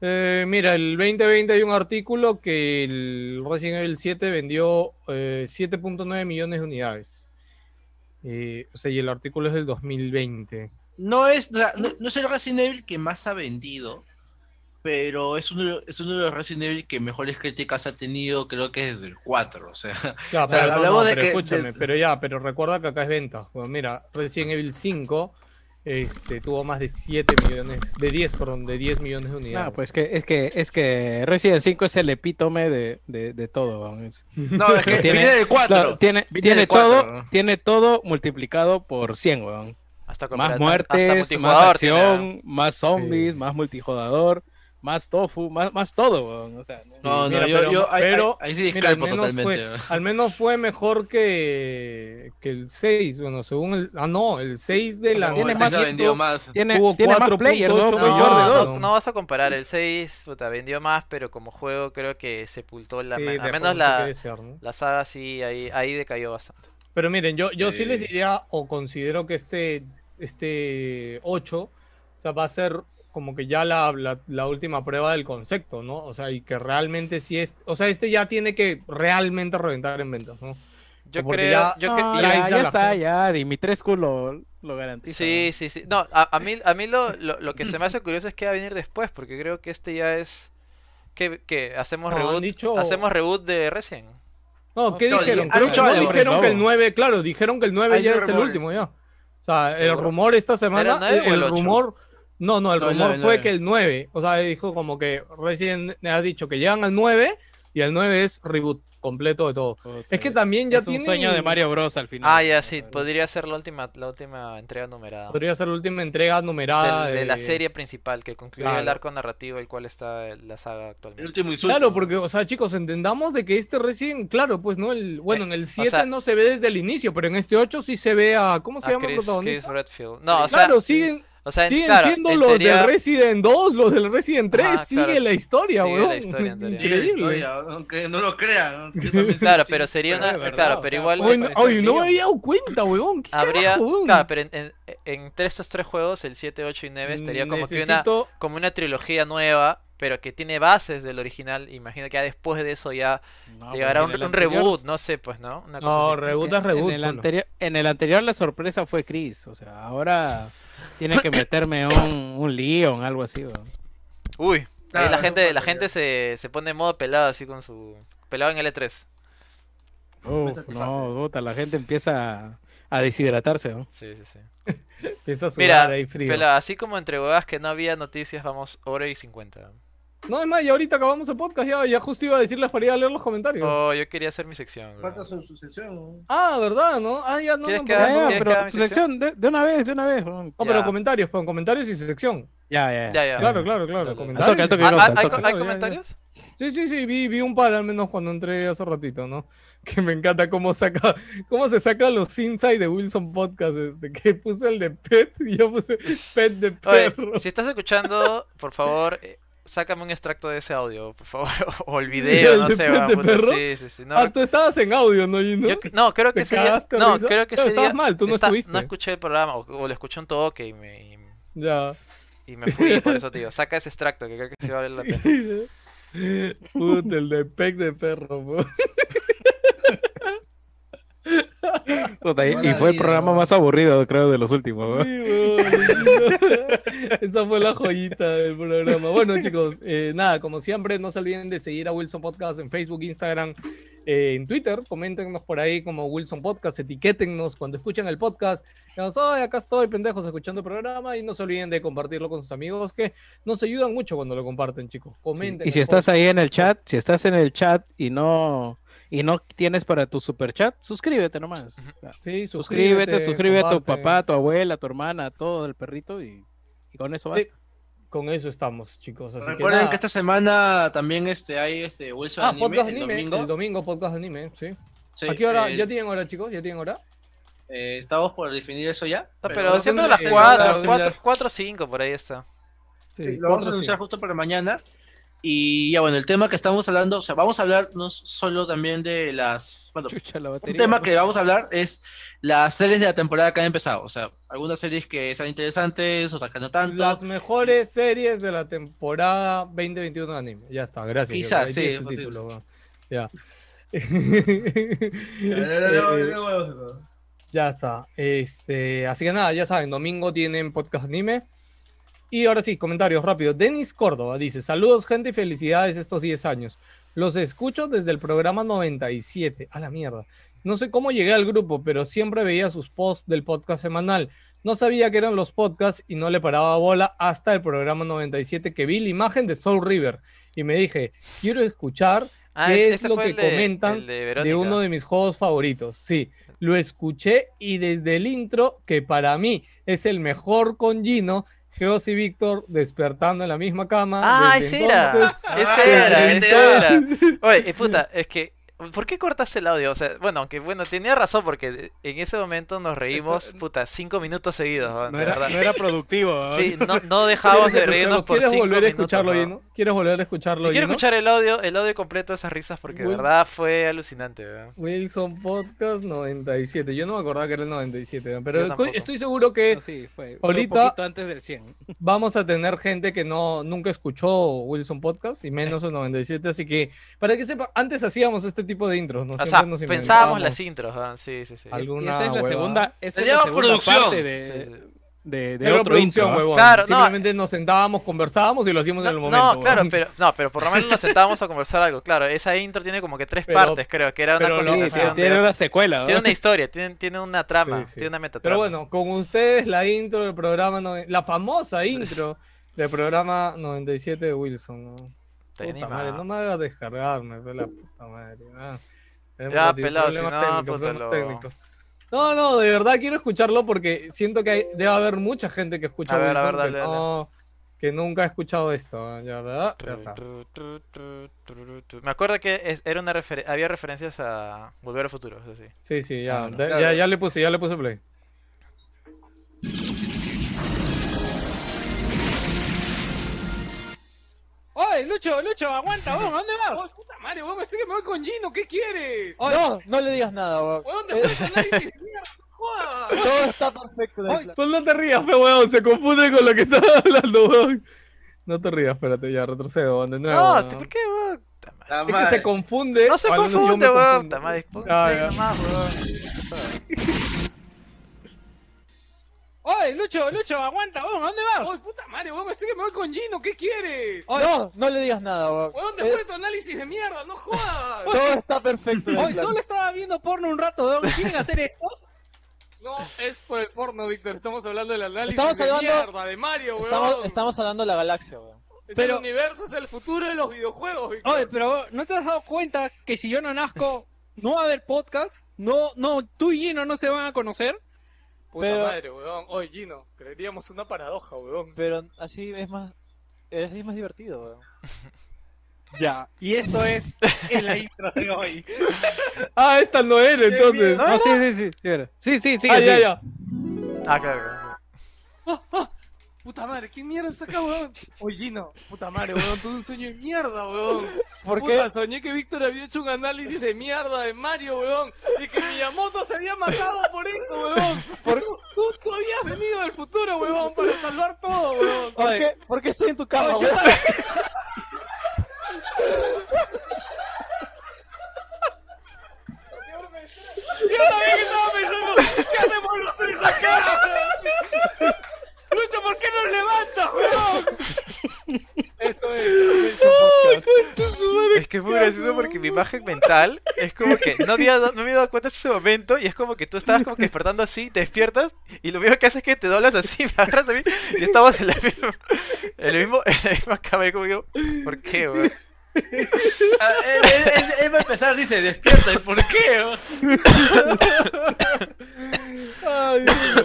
Eh, mira, el 2020 hay un artículo que el Resident Evil 7 vendió eh, 7.9 millones de unidades. Eh, o sea, y el artículo es del 2020. No es, o sea, no, no es el Resident Evil que más ha vendido, pero es uno, de- es uno de los Resident Evil que mejores críticas ha tenido, creo que desde el 4. O sea, (laughs) Ya, O sea, pero, no, no, hablamos de pero que- escúchame, de- pero ya, pero recuerda que acá es venta. Bueno, mira, Resident Evil 5 este, tuvo más de 7 millones, de 10, perdón, de 10 millones de unidades. No, pues que, es, que, es que Resident 5 es el epítome de, de, de todo. ¿no? Es- no, es que Tiene- viene del 4. claro, tiene Viene tiene del todo, cuatro, ¿no? tiene todo multiplicado por 100, weón. Hasta Más cooperativo- hasta muertes, más multijugador tiene, acción, más zombies, Sí. más multijodador, más tofu, más, más todo, weón. O sea, no- No, no, Mira, yo, pero- yo ahí, pero, ahí- ahí sí Mira, al, discrepo menos totalmente. fue, al menos fue mejor que, que el 6. Bueno, según el. Ah, no, el 6 de la. No, tiene el más seis ha vendido más. tiene, Tuvo tiene más 4.8 players, weón, millones. mayor de No, dos. dos. no vas a comparar el 6, puta, vendió más, pero como juego creo que sepultó la... Sí, me- al dejó menos mucho la, que desear, ¿no? la saga sí, ahí, ahí decayó bastante. Pero miren, yo, yo sí les Eh. diría o considero que este, este 8, o sea, va a ser como que ya la, la- la última prueba del concepto, ¿no? O sea, y que realmente sí es, o sea, este ya tiene que realmente reventar en ventas, ¿no? Yo Porque creo... ya- yo No, que- yo- ahí ya, está ya la está, gente. ya, Dimitrescu lo, lo garantiza. Sí, sí, sí. No, a, a mí, a mí lo, lo, lo que se me hace curioso es que va a venir después, porque creo que este ya es... que que hacemos No, han reboot? dicho- ¿Hacemos reboot de Resident? No, ¿qué No, dijeron? ha Creo dicho que no algo, dijeron ¿no? que el 9, claro, dijeron que el 9 Hay ya es el rumores. último ya. O sea, el ¿Seguro? rumor esta semana, ¿Era el nueve o el, el ocho? rumor, No, no, el No, rumor el nueve, el fue nueve. que el 9, o sea, dijo como que recién me ha dicho que llegan al 9 y el 9 es reboot completo de todo. es que también ya es un tienen- sueño de Mario Bros al final. Ah, ya sí, podría ser la última, la última entrega numerada. Podría ser la última entrega numerada Del- de, la serie principal que concluye el eh, Claro. arco narrativo el cual está la saga actualmente. Claro, porque, o sea, chicos, entendamos de que este recién, claro, pues no, el, bueno, en el 7 Eh, sea- no se ve desde el inicio, pero en este 8 sí se ve a, ¿cómo se A llama el Ah, Chris, Chris protagonista? Redfield. No, o sea, claro, siguen, o sea, en- siguen claro, siendo en los teoría- del Resident 2, los del Resident 3, Ajá, sigue claro, la historia, sigue la weón. historia en teoría. Sigue la Increíble. historia, aunque no lo crean. yo también Claro, sí- pero sería pero una. de verdad, claro, o pero sea, igual. Hoy, no- hoy no me había dado cuenta, weón. ¿Qué Habría, carajo, weón? claro, pero en, en- en tres- estos tres juegos, el 7, 8 y 9, estaría Mm, como que Necesito- una como una trilogía nueva, pero que tiene bases del original. Imagino que ya después de eso ya llegará pues, un, en el un anterior- reboot, no sé, pues, ¿no? Una cosa No, así. reboot es En reboot. el, solo. anterior, en el anterior la sorpresa fue Chris, o sea, ahora tiene que meterme un, un Leon, algo así. weón. Uy, ahí Claro, la no gente, la pasa gente se, se pone en modo pelado así con su. Pelado en E L3. Oh, Uf, Sorpresa que no, fácil. puta, la gente empieza a, a deshidratarse. ¿no? Sí, sí, sí. Empieza a sudar Mira, ahí frío. pela, así como entre huevas que no había noticias, vamos hora y 50. No, es más, y ahorita acabamos el podcast, ya, ya justo iba a decirles para ir a leer los comentarios. Oh, yo quería hacer mi sección. Falta weón. su sucesión. Ah, ¿verdad? ¿No? Ah, ya no. ¿Quieres no, que perdón, haga- no. Ya, ¿quieres que haga pero mi tu sección? sección, de, de una vez, de una vez. weón. No, pero Ya. comentarios, pon comentarios y sección. Ya, ya, ya. Ya, ya. Claro, claro, claro. Al toque, Comentarios. al toque, y ¿Ah, Rosa, ¿Hay, al co- toque. hay No, ya, ya. comentarios? Sí, sí, sí, vi, vi un par al menos cuando entré hace ratito, ¿no? (laughs) Que me encanta cómo saca, cómo se saca los insights de Wilson Podcast, este, que puso el de Pet (laughs) y yo puse Pet de (laughs) Oye, perro. si estás escuchando, por favor, eh, sácame un extracto de ese audio, por favor, (laughs) (laughs) o el ¿Y video, el no de sé, Pet weón, de puta, perro? sí, sí, sí, no, ah, tú estabas en audio, ¿no, Gino? yo cre- no, creo (laughs) que ¿Te ese día- cagaste de no, risa? creo que Claro, ese estabas día mal, tú no esta- estuviste. escuché el programa, o, o lo escuché un toque y me, y, Ya. (laughs) y me fui, por eso te digo, saca ese extracto, que creo que sí vale la pena. Puta, el de Pet de perro, po. Puta, y, y Mala fue el vida, programa weón. más aburrido, creo, de los últimos. Sí, weón. (laughs) weón. Esa fue la joyita del programa. Bueno, chicos, eh, nada, como siempre, no se olviden de seguir a Wilson Podcast en Facebook, Instagram, eh, en Twitter. Coméntenos por ahí como Wilson Podcast, etiquétennos cuando escuchan el podcast. Digamos, "Ay, acá estoy, pendejos, escuchando el programa. Y no se olviden de compartirlo con sus amigos, que nos ayudan mucho cuando lo comparten, chicos. Comenten. Y si estás ahí en el chat, si estás en el chat y no y no tienes para tu super chat, suscríbete nomás. O sea, Sí, suscríbete, suscribe a tu comparte. papá, a tu abuela, a tu hermana, a todo el perrito y, y con eso Sí. basta. (laughs) Con eso estamos, chicos. Así Recuerden que, nada. esta semana también este, hay este Wilson Ah, Anime, podcast el anime, domingo. el domingo podcast anime, sí. Sí, ¿A qué hora? eh, ¿Ya tienen hora, chicos? ¿Ya tienen hora? eh, estamos por definir eso ya. No, Ah, pero vamos a siempre a tener las que 4, hablar similar. 4, 4 o 5, por ahí está. Sí, lo vamos a anunciar justo para mañana. Y ya bueno, el tema que estamos hablando, o sea, vamos a hablar no solo también de las... Bueno, Chucha, la un batería, tema ¿no? que vamos a hablar es las series de la temporada que han empezado. O sea, algunas series que sean interesantes, otras que no tanto. Las mejores series de la temporada 2021 de anime. Ya está, gracias. Quizás, Ahí sí, tienes el posible. título, (laughs) weón. Ya. Eh, Claro, Ya está. Este, así que nada, ya saben, domingo tienen podcast anime. Y ahora sí, comentarios rápidos. Denis Córdoba dice: Saludos, gente, y felicidades estos 10 años. Los escucho desde el programa 97. A la mierda. No sé cómo llegué al grupo, pero siempre veía sus posts del podcast semanal. No sabía que eran los podcasts y no le paraba bola hasta el programa 97 que vi la imagen de Soul River. Y me dije, quiero escuchar Ah, ¿Qué es es- ese lo fue que el de- comentan el de de Verónica. uno de mis juegos favoritos. Sí, lo escuché y desde el intro, que para mí es el mejor con Gino, Geos y Víctor despertando en la misma cama. Ah, desde ese era. entonces- Ah, Ese era, desde ese era. Oye, eh, puta, es que. ¿Por qué cortaste el audio? O sea, bueno, aunque bueno, tenía razón porque en ese momento nos reímos, puta, cinco minutos seguidos, weón, No de era, verdad. no era productivo. weón. Sí, no, no dejábamos de ¿Quieres reírnos escucharlo? por ¿Quieres cinco volver a minutos. escucharlo, weón. Gino? ¿Quieres volver a escucharlo, Y quiero Gino? escuchar el audio, el audio completo de esas risas porque de Bueno. verdad fue alucinante, weón. Wilson Podcast 97. Yo no me acordaba que era el 97, ¿no? Yo pero estoy, tampoco. estoy seguro que No, sí, fue, fue ahorita- un poquito antes del 100. vamos a tener gente que no nunca escuchó Wilson Podcast y menos el 97, así que para que sepa, antes hacíamos este tipo de intros, ¿no? O Siempre sea, nos pensábamos las inventábamos intros, weón, sí, sí, sí. Y Alguna esa es la huevada. segunda, esa es la Sería segunda producción. parte de, Sí, sí. de, de Era otro intro. producción, ¿ah? huevón. Claro, no. Simplemente nos sentábamos, conversábamos y lo hacíamos en el momento. No, claro, huevón. pero, no, pero por lo menos nos sentábamos a conversar algo. Claro, esa intro tiene como que tres Pero- partes, creo, que era una pero lo- Sí, continuación. sí, Ajá. de- tiene una secuela. ¿ah? ¿no? Tiene una historia, tiene, tiene una trama, Sí, sí. tiene una Pero metatrama. bueno, con ustedes la intro del programa, noven- la famosa intro del programa 97 de Wilson. ¿no? Te Puta anima. madre, no me hagas descargarme, pe la puta madre. ah. Tenemos Ya, ti- pelado, si no, puta, problemas lo- técnicos. No, no, de verdad quiero escucharlo porque siento que hay- debe haber mucha gente que escucha A ver, a Wilson ver, que, dale, dale. no- que nunca ha escuchado esto. ah, Ya, ¿verdad? Ya está. Tu, tu, tu, tu, tu. Me acuerdo que es- era una refer- había referencias a Volver al Futuro, eso sí. Sí, sí, ya, Ah, no. de- Claro. ya, ya le puse, ya le puse play. ¡Oye, Lucho, Lucho, aguanta, vos! ¿A dónde (laughs) vas? puta madre, weón, estoy que me voy con Gino, ¿qué quieres? No, no le digas nada, weón. Todo está perfecto. de ahí. (laughs) Pues no te rías, pe weón, se confunde con lo que estaba (laughs) hablando, weón. No te rías, espérate, ya retrocedo, weón, de nuevo. No, weón. te- ¿por qué, weón? La Es que se madre. confunde. No se o Eh, al menos yo confunde, me weón. confundo. Puta madre, pon Ah, play ya. nomás, weón. Ya sabes. ¡Oye, Lucho, Lucho, aguanta, vos! ¿A dónde vas? Ay, puta madre, weón, estoy que me voy con Gino, ¿qué quieres? No, no le digas nada, weón. Weón, Eh, de tu análisis de mierda, no jodas. Todo está perfecto. de ahí, Oye, solo estaba viendo porno un rato, weón. ¿Quieren hacer esto? (laughs) No, es por el porno, Víctor, estamos hablando del análisis Estamos de hablando- mierda, de Mario, weón. Estamos, estamos hablando de la galaxia, weón. Es pero- el universo, es el futuro de los videojuegos, Víctor. Oye, pero weón, ¿no te has dado cuenta que si yo no nazco, no va a haber podcast? No, no, tú y Gino no se van a conocer. Puta pero- madre, weón. Oye, Gino, creeríamos una paradoja, weón. Pero así es más. Así es más divertido, weón. Ya, y esto es (laughs) en la intro de hoy. Ah, esta no era, entonces. No, sí, sí, sí, sí, era. sí, sí, sí, ah, sí. ya, ya. Ah, claro, claro. Puta madre, ¿qué mierda está acá, weón? Oye, Gino, puta madre, weón, tuve un sueño de mierda, weón. ¿Por Puta, qué? soñé que Víctor había hecho un análisis de mierda de Mario, weón. Y que Miyamoto se había matado por esto, weón. Tú, tú- tú habías venido del futuro, weón, para salvar todo, weón. ¿Por qué, por qué estoy en tu cama, weón? Yo también estaba pensando, ¿qué hacemos los tres acá? Lucho, ¿por qué nos levantas, weón? Esto es. Es que es muy gracioso porque mi imagen mental es como que no había, da- no me había dado cuenta hasta ese momento y es como que tú estabas como que despertando así, te despiertas y lo mismo que haces es que te doblas así, (laughs) me agarras a mí y estabas en la misma, en la mismo, en la misma cama y como digo, ¿por qué, weón? Ah, él, él- él- él va a empezar, dice, despierta, ¿y por qué? (laughs)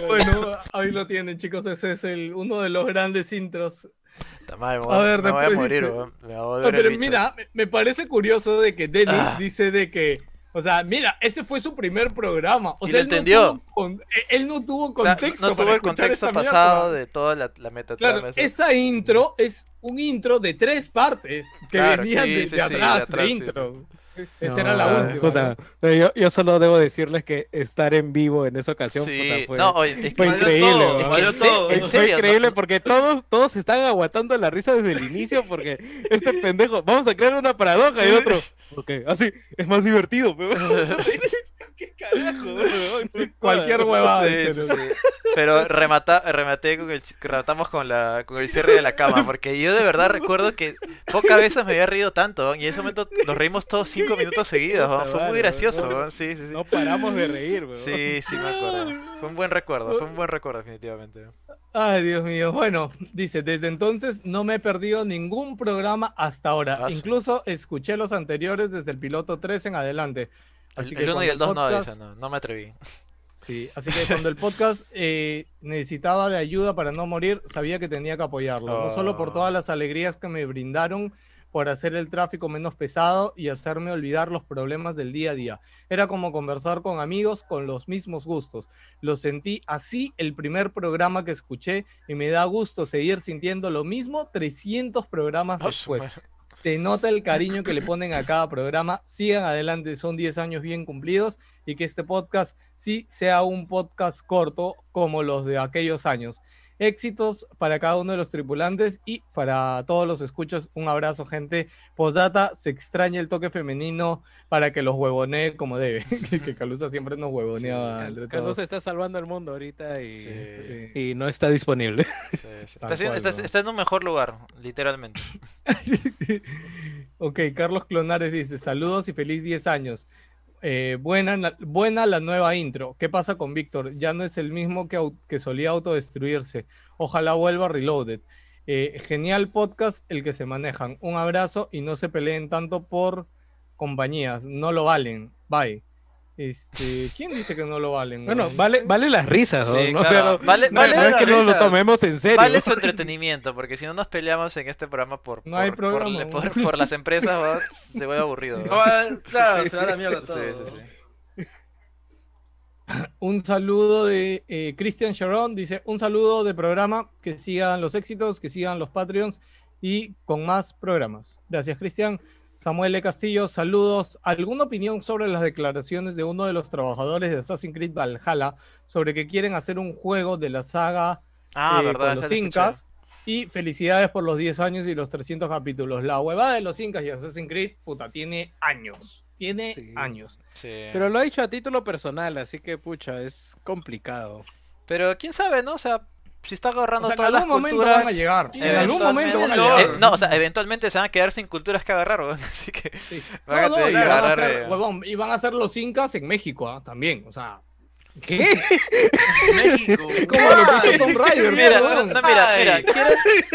Bueno, ahí lo tienen, chicos. Ese es el, uno de los grandes intros. Puta madre, me A voy a, ver, me voy a después morir, dice- weón. Me va a doler No, el pero bicho. mira, me- me parece curioso de que Dennis Ah. dice de que. O sea, mira, ese fue su primer programa. O Y sea, lo él no entendió. tuvo con- él- él no tuvo Claro, contexto. no para tuvo el escuchar contexto esta mierda. pasado de toda la, la metatrama. Claro, esa. esa intro es un intro de tres partes que Claro, venían sí, de, sí, de sí, de atrás, de atrás, sí. intros. Esa era la Ah, No, última. Puta, yo, yo solo debo decirles que estar en vivo en esa ocasión Sí, puta, fue, no, oye, es que fue Valió increíble. todo, weón. valió Sí, todo. fue ¿En serio? increíble No- porque todos, todos están aguantando la risa desde el inicio porque este pendejo, vamos a crear una paradoja y otro, ok, así, es más divertido. weón. (laughs) ¿Qué carajo? weón? Sí, cualquier huevada. Sí, pero- sí, sí. Pero remata, rematé con el, ch- rematamos con, la, con el cierre de la cama, porque yo de verdad recuerdo que pocas veces me había reído tanto, ¿no? y en ese momento nos reímos todos cinco minutos seguidos, ¿no? fue muy gracioso, ¿no? sí, sí, sí. No paramos de reír, weón. Sí, sí, me acuerdo. Fue un buen recuerdo, fue un buen recuerdo definitivamente. Ay, Dios mío. Bueno, dice, desde entonces no me he perdido ningún programa hasta ahora. Ah, sí. Incluso escuché los anteriores desde el piloto 3 en adelante. Así El, que 1 y cuando el 2 no, podcast- dicen, no, no me atreví. (laughs) Sí, así que cuando el podcast eh, necesitaba de ayuda para no morir, sabía que tenía que apoyarlo. No solo por Ah. todas las alegrías que me brindaron por hacer el tráfico menos pesado y hacerme olvidar los problemas del día a día. Era como conversar con amigos con los mismos gustos. Lo sentí así el primer programa que escuché y me da gusto seguir sintiendo lo mismo 300 programas Ah, pues. su después. Se nota el cariño que le ponen a cada programa. Sigan adelante, son 10 años bien cumplidos y que este podcast sí sea un podcast corto como los de aquellos años. Éxitos para cada uno de los tripulantes y para todos los escuchos. Un abrazo, gente. Posdata, se extraña el toque femenino para que los huevonee como debe. (laughs) que, que Calusa siempre nos huevoneaba. Cal- entre Carlos todos. está salvando el mundo ahorita y, Eh, Sí. y no está disponible. Está, haciendo- está- está en un mejor lugar, literalmente. (laughs) Ok, Carlos Clonares dice, saludos y feliz 10 años. Eh, buena, na- buena la nueva intro. ¿Qué pasa con Víctor? Ya no es el mismo que, au- que solía autodestruirse. Ojalá vuelva Reloaded. Eh, genial podcast el que se manejan. Un abrazo y no se peleen tanto por compañías. No lo valen. Bye. Este, ¿Quién dice que no lo valen? Bueno, weón? vale, vale las risas, Sí, ¿no? O sea, claro. no- Vale- no- vale- no es que no lo risas. tomemos en serio. Vale su entretenimiento, (laughs) porque si no nos peleamos en este programa por, No hay por, por- programa, por- weón. (laughs) por las empresas, weón, se vuelve aburrido. weón. Ah, claro, se va a la mierda todo. Sí, sí, sí. Un saludo de eh, Christian Sharon, dice, un saludo de programa, que sigan los éxitos, que sigan los Patreons y con más programas. Gracias, Cristian. Samuel E. Castillo, saludos. ¿Alguna opinión sobre las declaraciones de uno de los trabajadores de Assassin's Creed Valhalla sobre que quieren hacer un juego de la saga Ah, eh, verdad, con los esa la escuché. Incas? Y felicidades por los 10 años y los 300 capítulos. La huevada de los Incas y Assassin's Creed, puta, tiene años. Tiene Sí. años. Sí. Pero lo ha dicho a título personal, así que pucha, es complicado. Pero quién sabe, ¿no? O sea, si está agarrando O sea, en todas las algún momento culturas, van a llegar. En algún momento van a eventualmente- llegar. eh, no, o sea, eventualmente se van a quedar sin culturas que agarrar, weón, (laughs) así que van No, a no, tener y que van a agarrar, ser, eh, huevón, y van a ser los incas en México ah, también, o (laughs) sea. ¿Qué? México. Como lo que hizo Tomb Raider, Mira, no, huevón. no, mira, mira, Ay. quiero,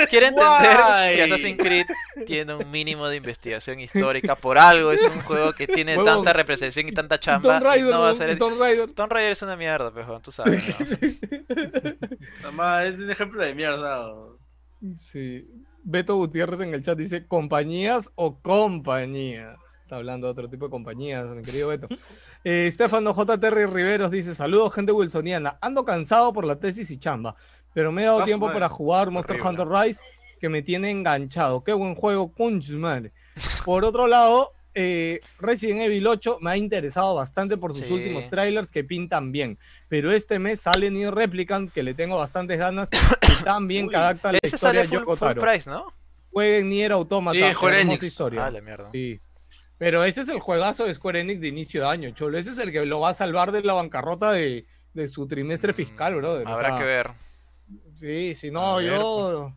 quiero entender Guay. que Assassin's Creed tiene un mínimo de investigación histórica por algo, es un juego que tiene Huevón. tanta representación y tanta chamba, Tomb Raider, no va a huevón, ser... Tomb Raider. Tomb Raider es una mierda, pejón, tú sabes, (laughs) ¿no? Mamá, es un ejemplo de mierda. o- Sí. Beto Gutiérrez en el chat dice compañías o compañías. Está hablando de otro tipo de compañías, mi querido (laughs) Beto. Eh, Estefano J. Terry Riveros dice: Saludos, gente wilsoniana. Ando cansado por la tesis y chamba, pero me he dado Ah, su tiempo madre. para jugar Monster Horrible. Hunter Rise, que me tiene enganchado. Qué buen juego, punch, madre. Por otro lado, eh, Resident Evil 8 me ha interesado bastante por sus Sí. últimos trailers que pintan bien, pero este mes sale New Replicant, que le tengo bastantes ganas, (coughs) y también que adapta la Ese historia sale de full, Yoko full Taro. price, ¿no? Jueguen Nier Automata. Sí, Square hermosa Enix. historia. Ah, la mierda. Sí. Pero ese es el juegazo de Square Enix de inicio de año, cholo. Ese es el que lo va a salvar de la bancarrota de, de su Mm, trimestre fiscal, brother. O Mm, Habrá sea, que ver. Sí, sí, no, A ver, pues. yo,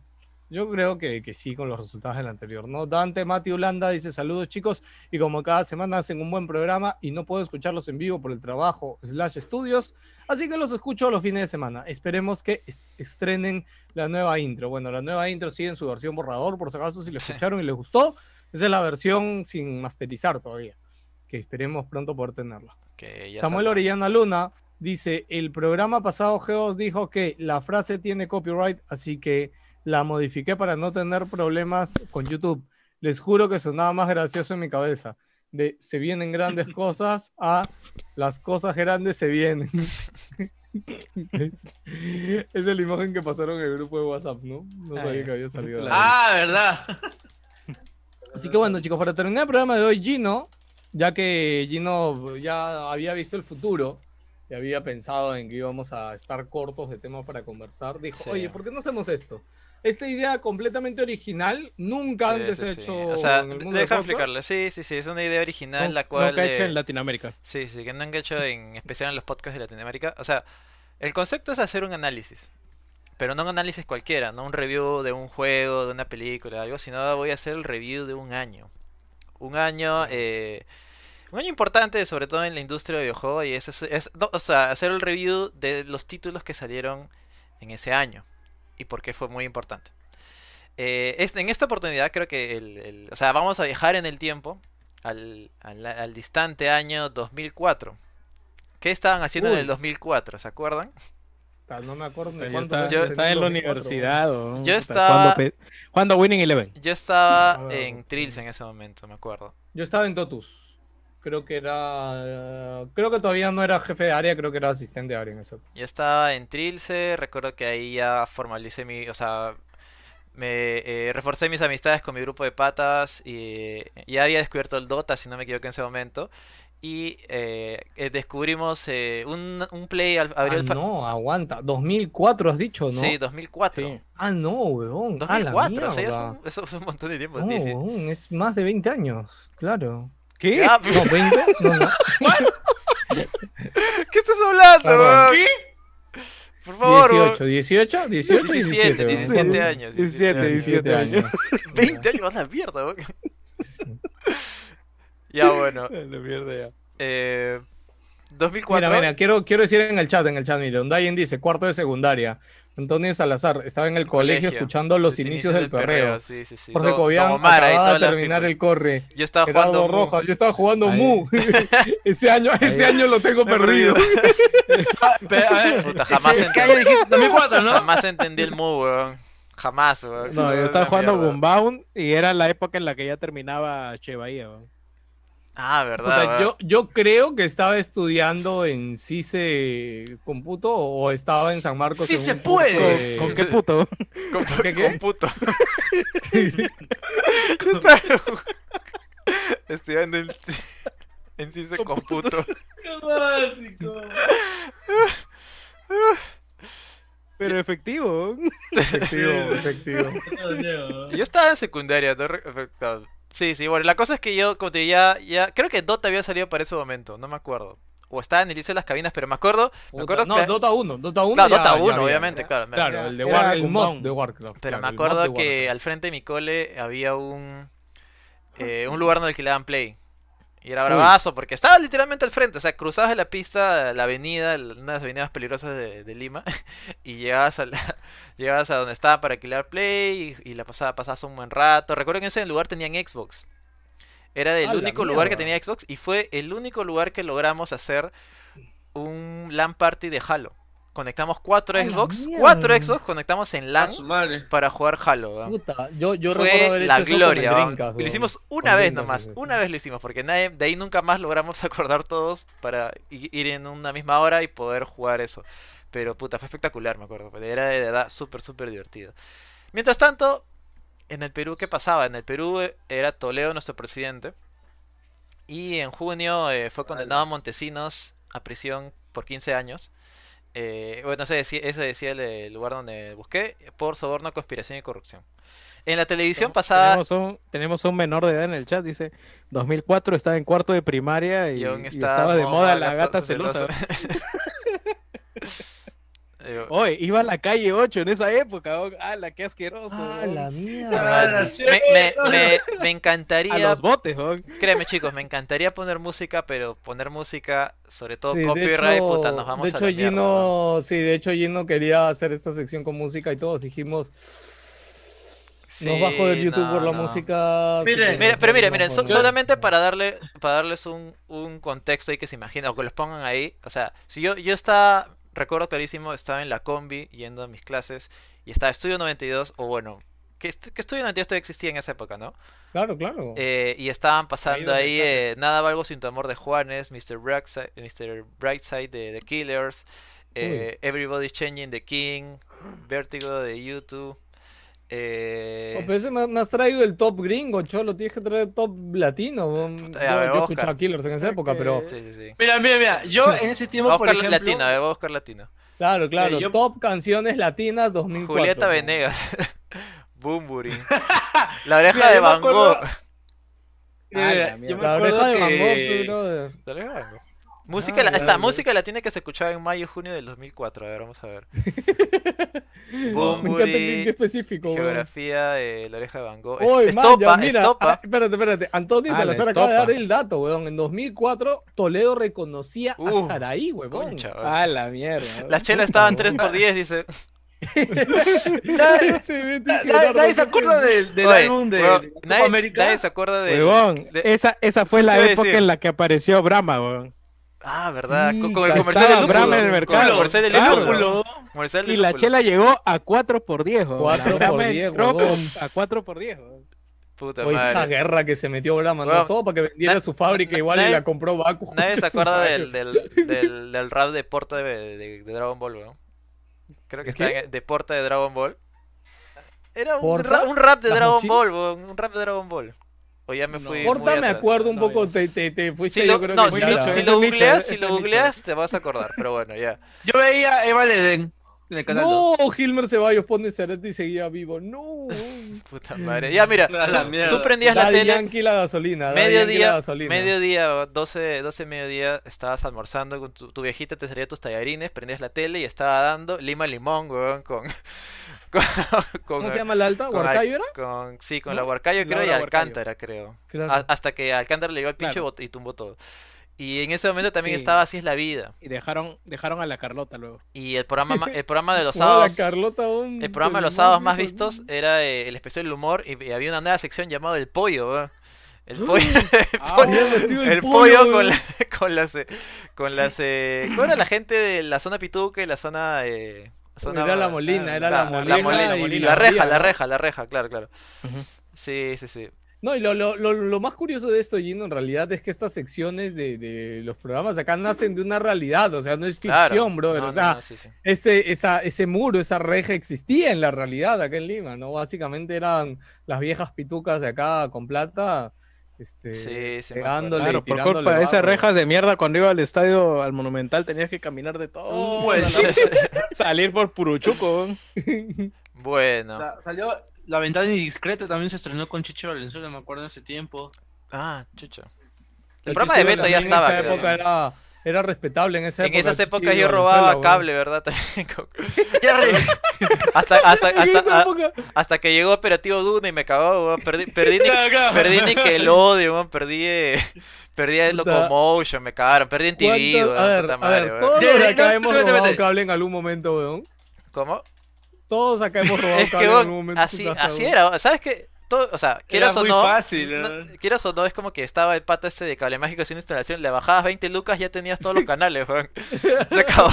yo creo que, que sí con los resultados del anterior. No, Dante Mati Holanda dice saludos chicos y como cada semana hacen un buen programa y no puedo escucharlos en vivo por el trabajo slash estudios, así que los escucho los fines de semana. Esperemos que est- estrenen la nueva intro. Bueno, la nueva intro sigue en su versión borrador, por si acaso si la escucharon y les gustó, esa es la versión sin masterizar todavía, que esperemos pronto poder tenerla. Que ya Samuel saldrá. Orellana Luna dice, el programa pasado Geos dijo que la frase tiene copyright, así que la modifiqué para no tener problemas con YouTube. Les juro que sonaba más gracioso en mi cabeza. De se vienen grandes (laughs) cosas a las cosas grandes se vienen. (laughs) es, es la imagen que pasaron en el grupo de WhatsApp, ¿no? No sabía que había salido. Ah, ¿verdad? (laughs) Así que bueno, chicos, para terminar el programa de hoy, Gino, ya que Gino ya había visto el futuro y había pensado en que íbamos a estar cortos de temas para conversar, dijo, Sí. oye, ¿por qué no hacemos esto? Esta idea completamente original, nunca Sí, antes sí, he sí. hecho O sea, en el de- mundo del deja podcast. explicarle. Sí, sí, sí, es una idea (laughs) original Nunca- la cual. nunca hecho eh, en Latinoamérica. Sí, sí, que no han hecho en especial en los podcasts de Latinoamérica. O sea, el concepto es hacer un análisis. Pero no un análisis cualquiera, no un review de un juego, de una película, de algo, sino voy a hacer el review de un año. Un año, eh, un año importante, sobre todo en la industria de videojuegos, y es, es- es- no, o sea, hacer el review de los títulos que salieron en ese año y por qué fue muy importante. Eh, es- en esta oportunidad creo que el- el- o sea, vamos a viajar en el tiempo al, al- al distante año 2004. ¿Qué estaban haciendo en Uy. el 2004? ¿Se acuerdan? Puta, No me acuerdo ni Pues Yo cuántos estaba, años yo tenía estaba en la 2004, universidad. o- Yo puta, estaba- Cuando, pe- cuando Winning Eleven. Yo estaba Ah, en sí. Trills en ese momento, me acuerdo. weón. Yo estaba en Totus. Creo que era... Creo que todavía no era jefe de área, creo que era asistente de área en eso. Yo estaba en Trilce, recuerdo que ahí ya formalicé mi, o sea, me eh, reforcé mis amistades con mi grupo de patas y eh, ya había descubierto el Dota, si no me equivoco en ese momento. y eh, eh, descubrimos eh, un, un play al abrió Ah, el fa- no, aguanta. 2004 has dicho, ¿no? Sí, 2004. Ah, no, weón. A la 2004, o sea, pues, es mierda. un, eso es un montón de tiempo. No, dice. weón, es más de 20 años, claro. ¿Qué? (laughs) Ah, No, 20, no, no. ¿Qué estás hablando, Claro. weón? (laughs) Por favor, weón. 18, 18, 18, 17. 17, 17 weón. años. 17, 17 (laughs) años. 20 años, vas a la mierda, (laughs) weón. ya, bueno. Ah, La mierda ya. Eh, 2004. Mira, mira, quiero, quiero decir en el chat, en el chat, mira, Undayen dice, cuarto de secundaria. Antonio Salazar estaba en el colegio, Colegio. escuchando los Los inicios del perreo. sí, sí, sí. Jorge Don- Cobian Don Omar, ahí acababa de todas las terminar el corre. Yo estaba Gerardo jugando Mu. Rojas, yo estaba jugando (laughs) Mu. (laughs) ese año, ese año lo tengo perdido. Puta, (laughs) jamás ese entendí. calle dijiste, 2004, (laughs) ¿no? Jamás entendí el Mu, weón. Jamás, weón. No, yo Weón, estaba una jugando mierda. Boombound y era la época en la que ya terminaba Che Bahía. weón. Ah, verdad. Puta, weón. yo, yo creo que estaba estudiando en CICE E Computo o estaba en San Marcos. Sí en E se un curso puede. de- ¿Con- con qué (laughs) puto? (laughs) Con, qué, con (laughs) puto. (laughs) (laughs) Estudiando en, (laughs) en CISE con puto. Pero efectivo. weón. (laughs) Yo estaba en secundaria. no re- no. Sí, sí, bueno, la cosa es que yo, como te digo, ya, ya- creo que Dota había salido para ese momento, no me acuerdo. O estaba en el inicio de las cabinas, pero me acuerdo, me Puta, acuerdo no, que- Dota 1, Dota 1. Claro, ya- Dota ya 1, había. obviamente, claro. me- Claro, el, de Era War, el mod Gunbound. de Warcraft. Pero claro, me el mod de acuerdo Warcraft. que al frente de mi cole había un eh, un lugar donde alquilaban Play. Y era Uy. bravazo, porque estaba literalmente al frente. O sea, cruzabas de la pista, la avenida, el- una de las avenidas peligrosas de, de Lima, (laughs) y llegabas a, la- (laughs) llegabas a donde estaba para alquilar Play y, y la pasaba, pasabas un buen rato. Recuerdo que en ese lugar tenían Xbox. Era el ¡A la único lugar que mierda! tenía Xbox y fue el único lugar que logramos hacer un LAN party de Halo. Conectamos cuatro ¡A la Xbox, mierda! cuatro Xbox conectamos en LAN para jugar Halo. weón. Puta, yo, yo recuerdo Fue haber la hecho eso con el gloria. weón. Dreamcast, Y lo weón. hicimos una Con vez Dreamcast, nomás, sí, sí. una vez lo hicimos, porque nadie- de ahí nunca más logramos (laughs) acordar todos para i- ir en una misma hora y poder jugar eso. Pero puta, fue espectacular, me acuerdo. porque Era de verdad súper, súper divertido. Mientras tanto, en el Perú, ¿qué pasaba? En el Perú eh, era Toledo nuestro presidente. Y en junio eh, fue condenado a Montesinos a prisión por 15 años. Eh, bueno, eso decía, eso decía el, eh, lugar donde busqué, por soborno, conspiración y corrupción. En la televisión pasada... Tenemos un, tenemos un menor de edad en el chat, dice 2004 estaba en cuarto de primaria y, Guión y está estaba de mo- moda la gata gata celosa. (laughs) (laughs) Digo, Hoy iba a la calle 8 en esa época. weón. ¡Ala, qué asqueroso! weón! ah, me, me- me- me encantaría... A los botes, weón. Créeme chicos, me encantaría poner música, pero poner música, sobre todo Sí, de copyright, hecho- puta, nos vamos de a hecho, la mierda, ¿no? Gino, sí, de hecho Gino quería hacer esta sección con música y todos dijimos, nos va a joder Sí, YouTube por no, la no. música. así que Mira, pero miren, no miren, so- joder". solamente para darle, para darles un, un contexto ahí que se imaginen, o que los pongan ahí. O sea, si yo, yo estaba, recuerdo clarísimo, estaba en la combi yendo a mis clases y estaba Estudio 92, o bueno, que, est- que Estudio 92 todavía existía en esa época, ¿no? Claro, claro. Eh, y estaban pasando Amigos de ahí eh, Nada Valgo Sin Tu Amor de Juanes, Mr. Brightside, Mr. Brightside de The Killers, eh, Everybody's Changing the King, Vértigo de YouTube. Oh, Eh, pero ese me, me has traído el top gringo, cholo, tienes que traer el top latino. weón. a yo ver, yo Oscar. escuchaba Killers en esa época, pero... Sí, sí, sí. Mira, mira, (laughs) mira. Yo en ese tiempo, Voy a eh, por buscar ejemplo. latino, a ver, voy a buscar latino. Claro, claro, Eh, yo- top canciones latinas 2004. Julieta weón. Venegas. (laughs) (laughs) Bumburi. La oreja Mira, de yo me Van acuerdo- Gogh. (laughs) Ah, Mira, la mira, eh, yo me La oreja acuerdo de Van que- Gogh, brother. La oreja de Van Gogh. Música, Ah, la- ya, esta ya. música latina que se escuchaba en mayo y junio del 2004. A ver, vamos a ver. Me encanta que, Bumburi. que específico, eh. weón. Geografía de la oreja de Van Gogh. Es- Oy, man, estopa, ya, mira, ah, estopa. espérate, espérate. Antonio Ah, la Salazar acaba de dar estopa. el dato, weón. En 2004, Toledo reconocía Uh, a Saraí, weón. Concha, (laughs) weón. ¡A la mierda! Las chelas estaban 3x10, dice. (laughs) (laughs) Nadie- Ese Betty Nadie Gerardo, nadie se qué acuerda del, del Oye, álbum de, weón, de Copa nadie, América. nadie se acuerda de. Huevón, eh, de- esa, esa fue la Justo iba a época decir. en la que apareció Brahma, weón. Ah, ¿verdad? Sí, Co- con el estaba comercial de Lúpulo. Brahma en el mercado. Comercial de Claro. Lúpulo. Comercial de Y la Lúpulo. chela llegó a 4 por 10, weón. Cuatro La Brahma por diez, entró huevón. A 4 por 10, weón. Puta Oye, esa madre. guerra que se metió Brahma, Weón, ¿no? todo para que vendiera na- su fábrica igual nadie- y la compró Baku. Nadie se concha su acuerda madre. del, del, del, del rap de Porta de, de- de Dragon Ball, weón. Creo que está ¿Qué? en, de Porta de Dragon Ball. Era un, ¿Porta? ra- un rap de ¿Las Dragon mochilas? Ball, weón. Un rap de Dragon Ball. O ya me fui. Corta, muy me atrás. acuerdo un poco, te, te, te fuiste, Si yo lo, creo no, que si, muy lo- atrás. si lo googleas, si lo googleas, te vas a acordar. Pero bueno, ya. Yo veía a Eva Ledén en el canal No, Gilmer Ceballos pone Cerati y seguía vivo. No. Puta madre. Ya, mira, tú- tú prendías la Daddy tele- Yankee la gasolina. Daddy Yankee la Mediodía, gasolina. mediodía, 12, 12 mediodía, estabas almorzando con tu, tu viejita, te servía tus tallarines, prendías la tele y estaba dando Lima Limón, weón, con... (laughs) con- con- se llama la alta? con- ¿Huarcayo era? con- sí, con ¿No? la Huarcayo creo y Laura Huarcayo. Alcántara, creo. Claro. A- hasta que Alcántara le llegó al pincho y Claro. bot- y tumbó todo. Y en ese momento también Sí. estaba Así es la vida. Y dejaron, dejaron a la Carlota luego. Y el programa, ma- el programa de los Guau, la sábados... Carlota, un- El programa de los sábados más vistos era eh, el especial del humor y, y había una nueva sección llamada El Pollo, weón. (gasps) El pollo, (laughs) el Ah, pollo- hubiera sido el el pollo, pollo con, weón. la- con las, eh, con las, eh, ¿cómo era la gente de la zona Pituca y la zona, eh, zona- Era La Molina, era La Molina y la La reja, Vía, la ¿no? reja, la reja, claro, claro, sí, sí, sí, No, y lo, lo- lo- lo más curioso de esto, Gino, en realidad es que estas secciones de, de los programas de acá nacen de una realidad, o sea, no es Claro. ficción, brother. No, o no, sea, no, sí, (laughs) sí. ese, esa, ese muro, esa reja existía en la realidad acá en Lima, ¿no? Básicamente eran las viejas pitucas de acá con plata, este, sí, me acuerdo. pegándole, Claro, por tirándole culpa de esas barro. rejas de mierda, cuando iba al estadio, al Monumental, tenías que caminar de Oh. todo. (laughs) Salir por Puruchuco. bueno. La- salió La Ventana Indiscreta, también se estrenó con Chicho Valenzuela, me acuerdo en ese tiempo. Ah, chucho. El El programa de Chichibel Beto ya también estaba, En esa creo. época era, era respetable. En, esa En época, esas Chichi épocas yo Valenzuela, robaba weón. cable, ¿verdad? (laughs) También con- hasta, hasta, En (laughs) hasta, ah, esa a- época. hasta que llegó Operativo Duna y me cagó, weón. Perdí, perdí, (laughs) ni- Claro, claro. (laughs) perdí Nickelodeon, weón. Perdí, (laughs) eh, perdí el Puta. Locomotion, me cagaron. Perdí en TV, ¿Cuántas- weón. a ver, puta a madre, ver, weón. todos acá hemos vete, robado vete. cable en algún momento, weón. ¿Cómo? Todos acá hemos robado Es cable en que, weón, algún momento. en su así, casa, así weón. era, weón. ¿sabes qué? Todo, o sea, quieras o muy no, fácil, no- quieras o no, es como que estaba el pata este de cable mágico sin instalación, le bajabas 20 lucas ya tenías todos los canales, weón. (laughs) Se acabó.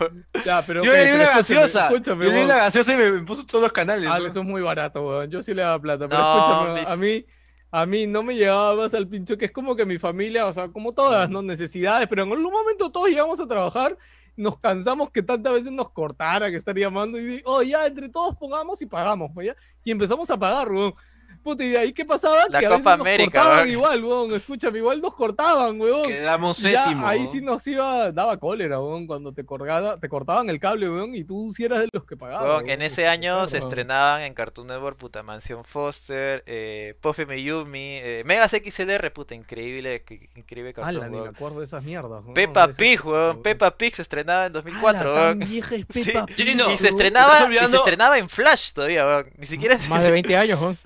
weón. Ya, pero, Yo ok, le di pero escúchame, una gaseosa. Yo escúchame, le di weón. una gaseosa y me, me puso todos los canales. Ah, ¿no? eso es muy barato, weón. Yo sí le daba plata, pero No, escúchame, weón, mis- a mí, a mí no me llegaba más al pincho, que es como que mi familia, o sea, como todas, ¿no? Necesidades, pero en algún momento todos llegamos a trabajar, nos cansamos que tantas veces nos cortara, que estar llamando y di- oh, ya, entre todos pongamos y pagamos, pues, ya. Y empezamos a pagar, weón. Puta, y de ahí qué pasaba, La que a veces Copa nos América, cortaban weón. igual, weón. Escúchame, igual nos cortaban, weón. Quedamos Y ya séptimo, Ahí weón. sí nos iba, daba cólera, weón, cuando te corgaba- te cortaban el cable, weón, y tú sí eras de los que pagaban. Weón, en ese año se claro. estrenaban en Cartoon Network, puta, Mansión Foster, eh, Puffy Miyumi, eh, Megas XLR, puta, increíble, que- increíble Cartoon, Ala, ni me weón. acuerdo de esas mierdas. weón, Peppa de esas- Pig, weón, Peppa Pig se estrenaba en 2004, Ala, weón. tan vieja es Sí, Peppa Pig, y se weón. Mm, estrenaba, Te estás y se olvidando- estrenaba en Flash todavía, weón. Ni siquiera (laughs) Más de 20 años, weón.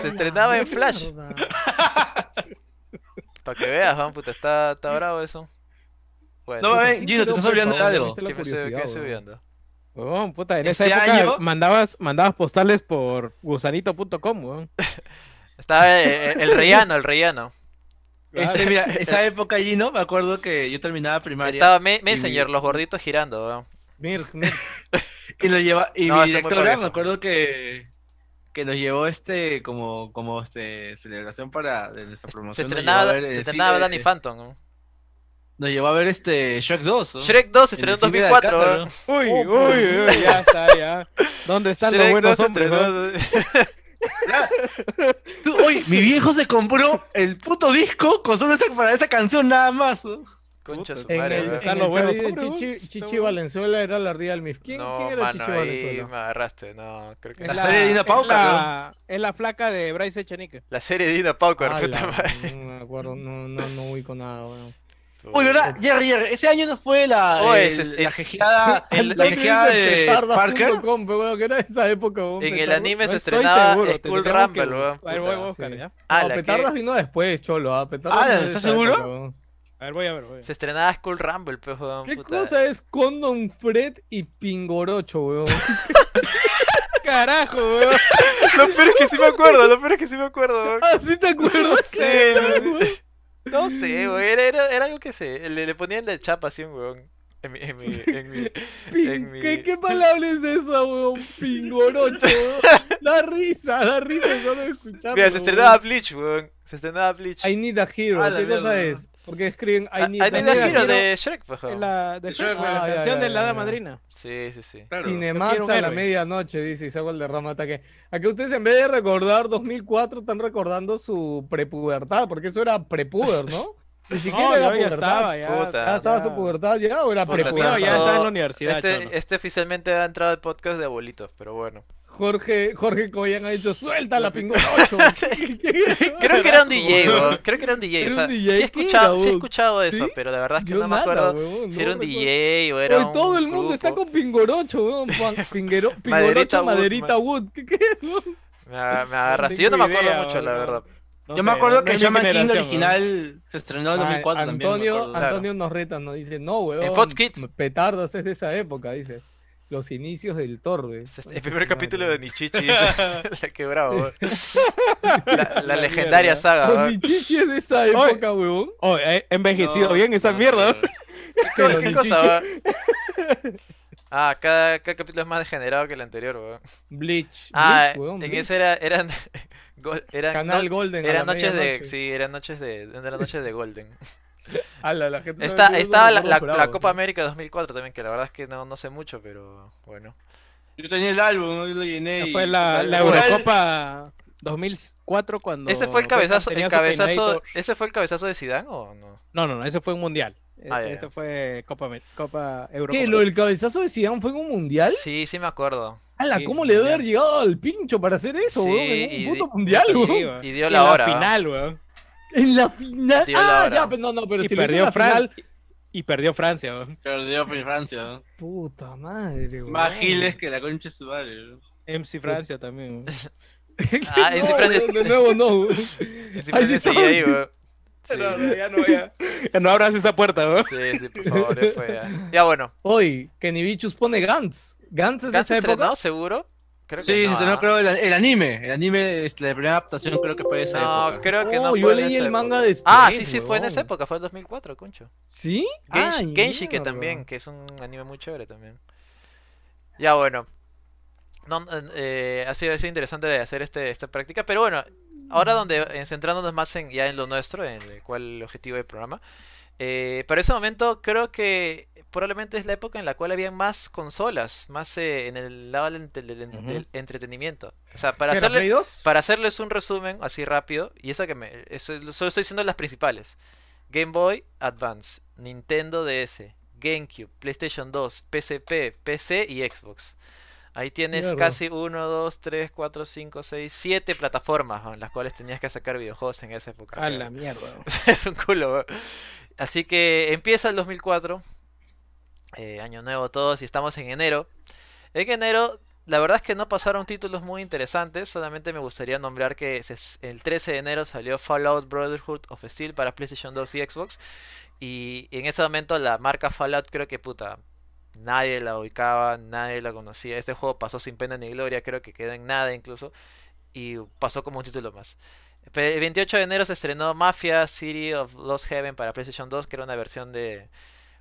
se estrenaba en Flash. (laughs) Para que veas, weón, puta, está, está bravo eso. Bueno. No, ven, Gino, te estás olvidando de algo. ¿Qué me estoy- qué me estoy olvidando? Weón, puta, en Ese esa época año- mandabas, mandabas postales por gusanito.com, weón. Estaba eh, eh, el rellano, el (laughs) rellano. (laughs) Ese, mira, (laughs) esa época allí, ¿no? Me acuerdo que yo terminaba primaria. Estaba Me- y mi- Messenger, los gorditos girando, weón. Y, lo lleva, y No, mi eso es muy directora, parejo. me acuerdo que, que nos llevó este como, como este celebración para de nuestra Se promoción. nos llevó a estrenaba, ver en se el estrenaba cine- Danny Phantom. ¿no? Nos llevó a ver este Shrek 2. ¿no? Shrek 2 se En el estrenó en cine de 2004. Alcázar, ¿no? ¿no? (laughs) Uy, Oh, uy, uy, ya está, ya. ¿Dónde están los Shrek buenos 2 hombres? estrenó- no? Tú, uy, mi viejo se compró el puto disco con solo esa, para esa canción nada más. ¿no? (laughs) Concha su En el, madre, en weón. el chat dice Chichi, Chichi Valenzuela era la real Mif. ¿Quién, No, quién era mano, Chichi ahí Valenzuela? me agarraste, no, creo que Es no. la, es la flaca de Bryce Echenique. La serie de Dina Pauker, Ala, puta madre. No me acuerdo, no, no, no ubico nada, weón. Uy, ¿verdad? Jerry, Jerry, ese año no fue la, Oh, Oye, el- se- la eh, el- jejeada, el- la el- jejeada de Parker. Com, pe, weón, que era esa época, weón, En el petardas. anime se No estoy estrenaba seguro, School tendríamos Rumble, que weón, buscar. Ahí voy a buscar, Sí. ya. Ala, No, ¿qué? Petardas vino después, cholo. ah, Petardas Ala, vino de ¿estás esa seguro? época, weón. A ver, voy a ver, voy a ver. Se estrenaba School Rumble, pues, weón, ¿Qué puta. cosa es Condom Fred y Pingorocho, (laughs) weón? Carajo, weón. Lo peor es que sí me acuerdo, lo peor es que sí me acuerdo, weón. ¿Ah, sí te acuerdas? Sí, sí, sí. No sé, weón, era, era, era algo que sé, le, le ponían del chapa así, un weón. En mi, en mi, en mi, en mi- ¿Qué, qué palabra es esa, weón? Pingorocho, weón. Da risa, da risa solo de escucharlo. Mira, weón. se estrenaba Bleach, weón. Se estrenaba Bleach. I Need a Hero, Ah, la ¿qué cosa mierda. es? Porque escriben I need, Ah, I Need a Hero de Shrek, pues, Es weón. la, de De Shrek, Shrek, la ah, ya, canción ya, de la ya, Hada ya. Madrina. Sí, sí, sí. Cinemax Yo a quiero la un héroe. medianoche, dice Isaac Valderrama Ataque. A que ustedes en vez de recordar 2004 están recordando su prepubertad, porque eso era prepuber, ¿no? Ni siquiera No, era yo ya pubertad. estaba, ya. Puta. Ya Ah, estaba su pubertad ya o era Puta, prepubertad. tío, en la universidad, Este, cholo. este oficialmente ha entrado al podcast de abuelitos, pero bueno. Jorge, Jorge Coyan ha dicho, suelta (laughs) la pingüina 8. (laughs) Creo que era un DJ, weón. Creo que era un DJ. Era O sea, un DJ, sí, he escuchado, ¿qué sí he era, escuchado eso, ¿Sí? pero la verdad es que Yo no me nada, acuerdo weón, si no era un recuerdo. DJ o era Hoy un todo el mundo está grupo. con Pingorocho, weón. Pan- (laughs) Pingero, Pingorocho, Maderita Maderita, Wood, Wood. ¿Qué, qué weón? Me, aga- (laughs) me agarraste. tengo Yo no me idea, acuerdo mucho, la weón. verdad. No Yo me sé, acuerdo no que es mi Shaman King generación, original se estrenó en Ah, 2004 también. me Antonio, acuerdo. Antonio nos reta, nos dice, no, weón. Fox Kids. m- Petardos es de esa época, dice. Los inicios del Torbe. El primer capítulo (laughs) de Nichichi. dice, la quebraba, weón. La, la legendaria mierda. saga, Los weón. Nichichi es de esa época, weón. Oh, he he envejecido No, bien esa no, mierda. pero- ¿Qué, Pero qué Nichichi- cosa, weón? Ah, cada, cada capítulo es más degenerado que el anterior, weón. Bleach. Ah, Bleach, weón. en Bleach. ese era, eran, (laughs) gol- eran, Canal no- Golden. a eran la noches de, medianoche. sí, eran noches de, eran noches de Golden. Ala, la gente Está, sabe que yo estaba no la, me la- acuerdo, la bravo, Copa sí. América 2004 también, que la verdad es que no, no sé mucho, pero bueno. Yo tenía el álbum, ¿no? yo lo llené. y- Fue la, la Igual- Eurocopa 2004 cuando. ¿Ese fue el Beckham cabezazo, tenía el su cabezazo, peinadito. ese fue el cabezazo de Zidane o no? No, no, no, ese fue un mundial. Este, Ah, ya, ya. este fue Copa, Amer- Copa Eurocopa. ¿Qué? ¿Lo del cabezazo de Zidane fue en un mundial? Sí, sí me acuerdo. Ala, Sí, ¿cómo le debe mundial. haber llegado al pincho para hacer eso, Sí, weón? En y- un puto mundial, Sí, weón. weón. Y dio En la hora. final, weón. En la final. Dio la Ah, hora. ya, pero no, no, pero Y si lo hizo en perdió la final. Francia. Y perdió Francia, weón. Perdió por Francia, ¿no? Puta madre, weón. Más (laughs) giles que la concha de su madre, ¿no? MC Francia también. (laughs) weón. Ah, ese No, Francia- weón, de nuevo no. weón. Ese Ay, sí Francia seguía sabe. ahí, weón. Sí, Ya No abras esa puerta, weón. sí, sí, por favor, ya fue ya. Ya bueno, Hoy, Kenny Bichus pone Gantz. Gantz es de ¿Gans esa se época. estrenó seguro? Creo que Sí, no, se ¿ah? estrenó, creo, el, el anime. El anime, este, la primera adaptación, creo que fue de Ah, esa No, época. creo que no Oh, fue yo en leí esa el manga época. después, Ah, sí, sí, fue en esa huevón. época, fue el 2004, concho. ¿Sí? Gensh- Ay, Genshike Ah, mierda. también, que es un anime muy chévere también. Ya bueno. No, eh, ha, sido, ha sido interesante de hacer este, esta práctica, pero bueno, ahora donde en- centrándonos más en, ya en lo nuestro, en el cual el objetivo del programa, eh, para ese momento creo que probablemente es la época en la cual había más consolas, más eh, en el lado del, del- del- Ujú. del entretenimiento. O sea, para ¿Qué era, hacerle, Play 2? para hacerles un resumen así rápido, y eso que me. eso- solo estoy diciendo las principales: Game Boy Advance, Nintendo DS, GameCube, PlayStation 2, PSP, PC y Xbox. Ahí tienes Mierda. casi 1, 2, 3, 4, 5, 6, 7 plataformas ¿no? en las cuales tenías que sacar videojuegos en esa época. A creo. (laughs) la mierda, weón. es un culo. weón. Así que empieza el 2004. eh, año nuevo todos y estamos en enero. En enero, la verdad es que no pasaron títulos muy interesantes. Solamente me gustaría nombrar que se- el 13 de enero salió Fallout Brotherhood of Steel para PlayStation 2 y Xbox. Y en ese momento la marca Fallout creo que puta. Nadie la ubicaba, nadie la conocía. Este juego pasó sin pena ni gloria, creo que quedó en nada incluso. Y pasó como un título más. Pe- El 28 de enero se estrenó Mafia City of Lost Heaven para PlayStation 2, que era una versión de.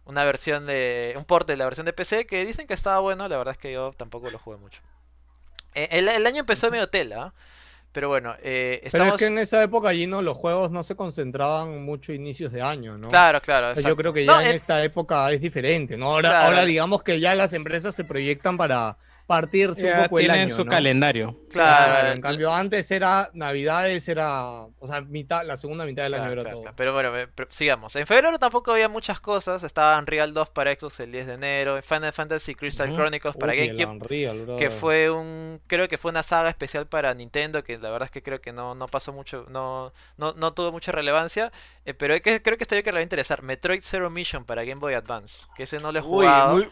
Una versión de. Un porte de la versión de PC que dicen que estaba bueno, la verdad es que yo tampoco lo jugué mucho. Eh, El, el año empezó medio tela, ¿ah? pero bueno, eh, Pero estamos. es que en esa época allí no, los juegos no se concentraban mucho inicios de año, ¿no? Claro, claro. O sea, exacto. Yo creo que ya No, en el- esta época es diferente, ¿no? Ahora, Claro. ahora digamos que ya las empresas se proyectan para partirse un Ya poco el tienen año, su ¿no? calendario. Claro, Claro, en cambio antes era Navidades, era, o sea, mitad, la segunda mitad del año Claro, era claro, todo. claro. Pero bueno, ve- pero sigamos. En febrero tampoco había muchas cosas. Estaba Unreal 2 para Xbox el 10 de enero. Final Fantasy Crystal Ujú. Chronicles para Uy, el GameCube. Unreal, bro. que fue un creo que fue una saga especial para Nintendo que la verdad es que creo que no, no pasó mucho no, no no tuvo mucha relevancia eh, pero hay que, creo que esta yo que le va a interesar Metroid Zero Mission para Game Boy Advance que ese no lo he Uy, jugado muy-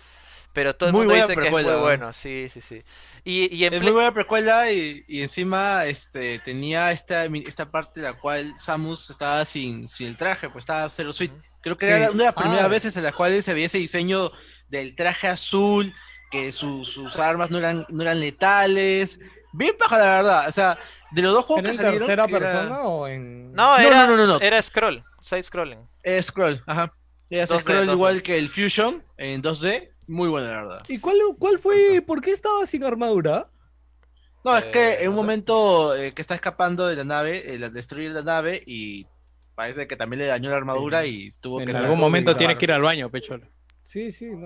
pero todo el muy mundo buena dice que es muy precuela, ¿no? bueno sí sí sí y, y en es Play- muy buena precuela y, y encima este, tenía esta, esta parte la cual Samus estaba sin, sin el traje, pues estaba cero suite. Creo que era Sí. una de las primeras Ah. veces en las cuales se veía ese diseño del traje azul, que su- sus armas no eran, no eran letales. Bien paja, la verdad. O sea, de los dos juegos ¿Era que en salieron. tercera que era- persona o en...? no, no, era, no, no, no, no. era scroll side scrolling eh, Scroll, ajá. Era 2D, Scroll 2D. igual que el Fusion en 2D. Muy buena, la verdad. ¿Y cuál, cuál fue, por qué estaba sin armadura? No, es que Eh, en no un sé. momento eh, que está escapando de la nave, eh, la destruye la nave y Parece que también le dañó la armadura y tuvo que En sacar- algún momento sacar- tiene que ir al baño, Pecholo. Sí, sí, no.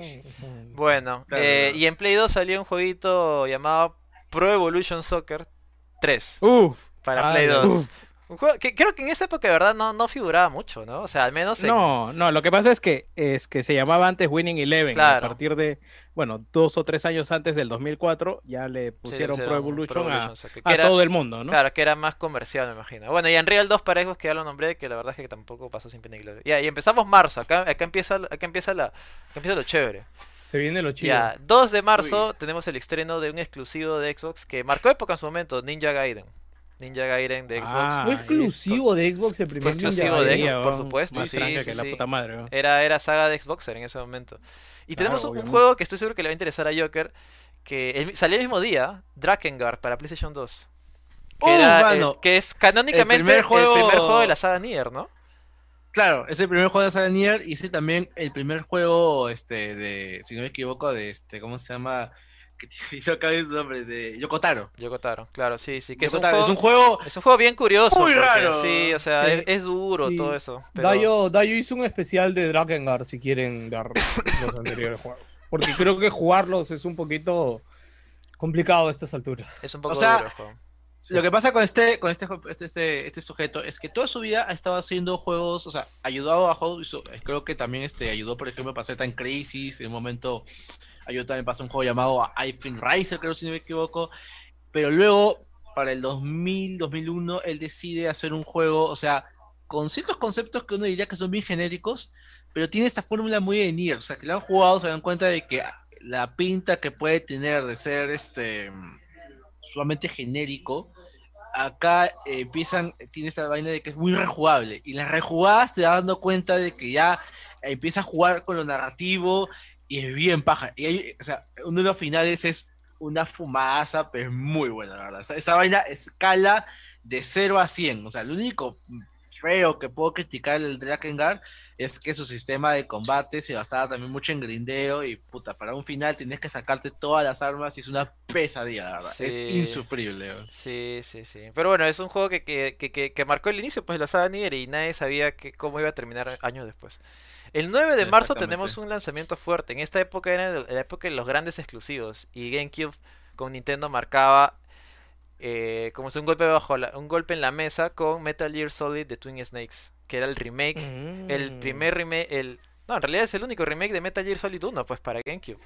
Bueno, Claro, eh, claro. y en Play 2 salió un jueguito llamado Pro Evolution Soccer 3 Uf. para Ah, Play ya. 2. Uf. Un juego que creo que en esa época de verdad no, no figuraba mucho, ¿no? O sea, al menos en- No, no, lo que pasa es que, es que se llamaba antes Winning Eleven. y Claro. A partir de, bueno, dos o tres años antes del 2004, ya le pusieron pusieron Pro Pro Evolution a, Evolution Soccer, a que era- todo el mundo, ¿no? Claro, que era más comercial, me imagino. Bueno, y en Real 2 para Xbox que ya lo nombré, que la verdad es que tampoco pasó sin pena ni gloria. Ya, y empezamos marzo, acá, acá empieza, acá empieza la, acá empieza lo chévere. Se viene lo chido. Ya, 2 de marzo tenemos el estreno de un exclusivo de Xbox que marcó época en su momento, Ninja Gaiden. Ninja Gaiden de Xbox. Ah, Fue exclusivo de Xbox el primer Fue exclusivo Ninja de Gaiden. Xbox, por weón. supuesto. Más sí, tranca sí, que la sí. Eh, puta madre, weón. Era, era saga de Xboxer en ese momento. Y Claro, tenemos un- un, obviamente. juego que estoy seguro que le va a interesar a Joker, que el- salió el mismo día, Drakengard para PlayStation 2. Que, ¡Uh, era, mano! eh, que es canónicamente primer juego- el primer juego de la saga Nier, ¿no? Claro, es el primer juego de la saga Nier y es el también el primer juego, este, de, si no me equivoco, de este, ¿cómo se llama? (laughs) Que te hizo acá sus nombres, de Yokotaro. Yokotaro, claro, sí, sí. Que es, un Yokotaro, juego, es un juego es un juego bien curioso. muy porque raro. Sí, o sea, Sí, es, es duro sí. todo eso. Pero... Dayo, Dayo hizo un especial de Drakengard si quieren dar los anteriores juegos. Porque creo que jugarlos es un poquito complicado a estas alturas. Es un poco O sea, duro el juego. Lo que pasa con este, con este, jo- este, este, este sujeto es que toda su vida ha estado haciendo juegos, o sea, ayudado a juegos, hizo- creo que también este, ayudó, por ejemplo, para hacer tan Crisis, en un momento ayudó también para hacer un juego llamado iPhone Riser, creo si no me equivoco, pero luego, para el 2000, 2001, él decide hacer un juego, o sea, con ciertos conceptos que uno diría que son bien genéricos, pero tiene esta fórmula muy de Nier, o sea, que lo han jugado, se dan cuenta de que la pinta que puede tener de ser este sumamente genérico, acá eh, empiezan, tiene esta vaina de que es muy rejugable. Y las rejugadas te das dando cuenta de que ya empieza a jugar con lo narrativo y es bien paja. Y ahí, o sea, uno de los finales es una fumaza, pero es muy buena, la verdad. O sea, esa vaina escala de 0 a 100. O sea, lo único feo que puedo criticar del Drakengard es que su sistema de combate se basaba también mucho en grindeo y puta, para un final tienes que sacarte todas las armas y es una pesadilla, la verdad. Es Sí. insufrible. weón. Sí, sí, sí. Pero bueno, es un juego que, que, que- que- que marcó el inicio pues, de la saga Nier y nadie sabía que- cómo iba a terminar años después. El 9 de marzo tenemos Exactamente. un lanzamiento fuerte. En esta época era el- la época de los grandes exclusivos y GameCube con Nintendo marcaba eh, como si un golpe bajo la- un golpe en la mesa con Metal Gear Solid de Twin Snakes, que era el remake, Mm. el primer remake, el no, en realidad es el único remake de Metal Gear Solid 1 pues para GameCube.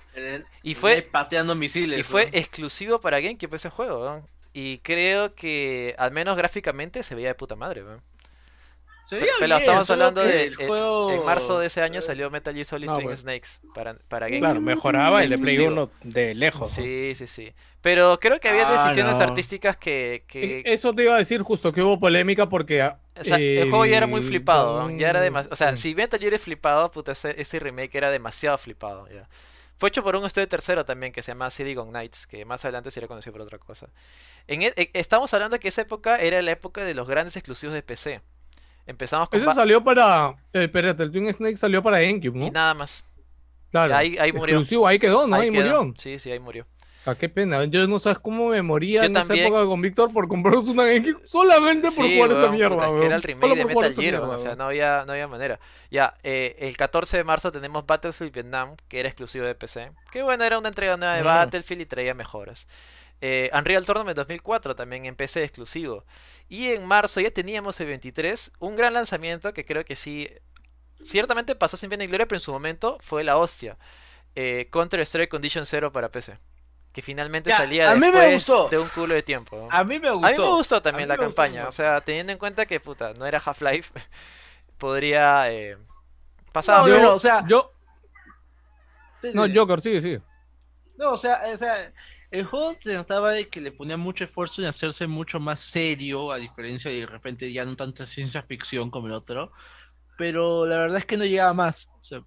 Y fue- pateando misiles. Y fue ¿no? exclusivo para GameCube ese juego, weón. Y creo que al menos gráficamente se veía de puta madre, weón. Se veía Pero bien, estamos solo hablando que de. eh, el en- juego- eh, En marzo de ese año salió Metal Gear Solid No, Twin pues. Snakes para, para GameCube. Claro, mejoraba el de Play Exclusivo. 1 de lejos. ¿no? Sí, sí, sí. Pero creo que había Ah, decisiones no. artísticas que. que- Eh, Eso te iba a decir justo, que hubo polémica porque... ah, eh, o sea, el juego ya era muy flipado, weón, ya era demasiado. demasiado. O sea, si Metal Gear es flipado, puta, ese, ese remake era demasiado flipado. ya. Fue hecho por un estudio tercero también que se llama Silicon Knights, que más adelante será conocido por otra cosa. En e- e- estamos hablando que esa época era la época de los grandes exclusivos de PC. Empezamos con Eso Ba- salió para... eh, espérate, el Twin Snake salió para GameCube, y ¿no? nada más. Claro. ahí- ahí murió. Exclusivo, ahí quedó, ¿no? Ahí, quedó. murió. Sí, sí, ahí murió. Ah, qué pena. Yo no sabes cómo me moría Yo en también. esa época con Víctor por comprarnos una GameCube solamente por Sí, jugar esa weón, mierda, puta, es que weón. era el Solo remake de por jugar Metal esa Gear, mierda, weón, o sea, weón. no había, no había manera. Ya, eh, el 14 de marzo tenemos Battlefield Vietnam, que era exclusivo de PC. Que bueno, era una entrega nueva de Mm. Battlefield y traía mejoras. Eh, Unreal Tournament 2004 también en PC exclusivo. Y en marzo ya teníamos el 23, un gran lanzamiento que creo que sí, ciertamente pasó sin pena y gloria, pero en su momento fue la hostia. Eh, Counter-Strike Condition 0 para PC. Que finalmente Ya, salía a mí me después gustó. de un culo de tiempo. ¿no? A mí me gustó. A mí me gustó también la A mí me gustó campaña, mucho. o sea, teniendo en cuenta que puta, no era Half-Life, (laughs) podría eh, pasar No, no, no, o sea, Yo, sí, sí, no, sí. Joker, sigue, sigue. No, o sea, o sea, el juego se notaba de que le ponía mucho esfuerzo en hacerse mucho más serio, a diferencia de de repente ya no tanta ciencia ficción como el otro. Pero la verdad es que no llegaba más. O sea,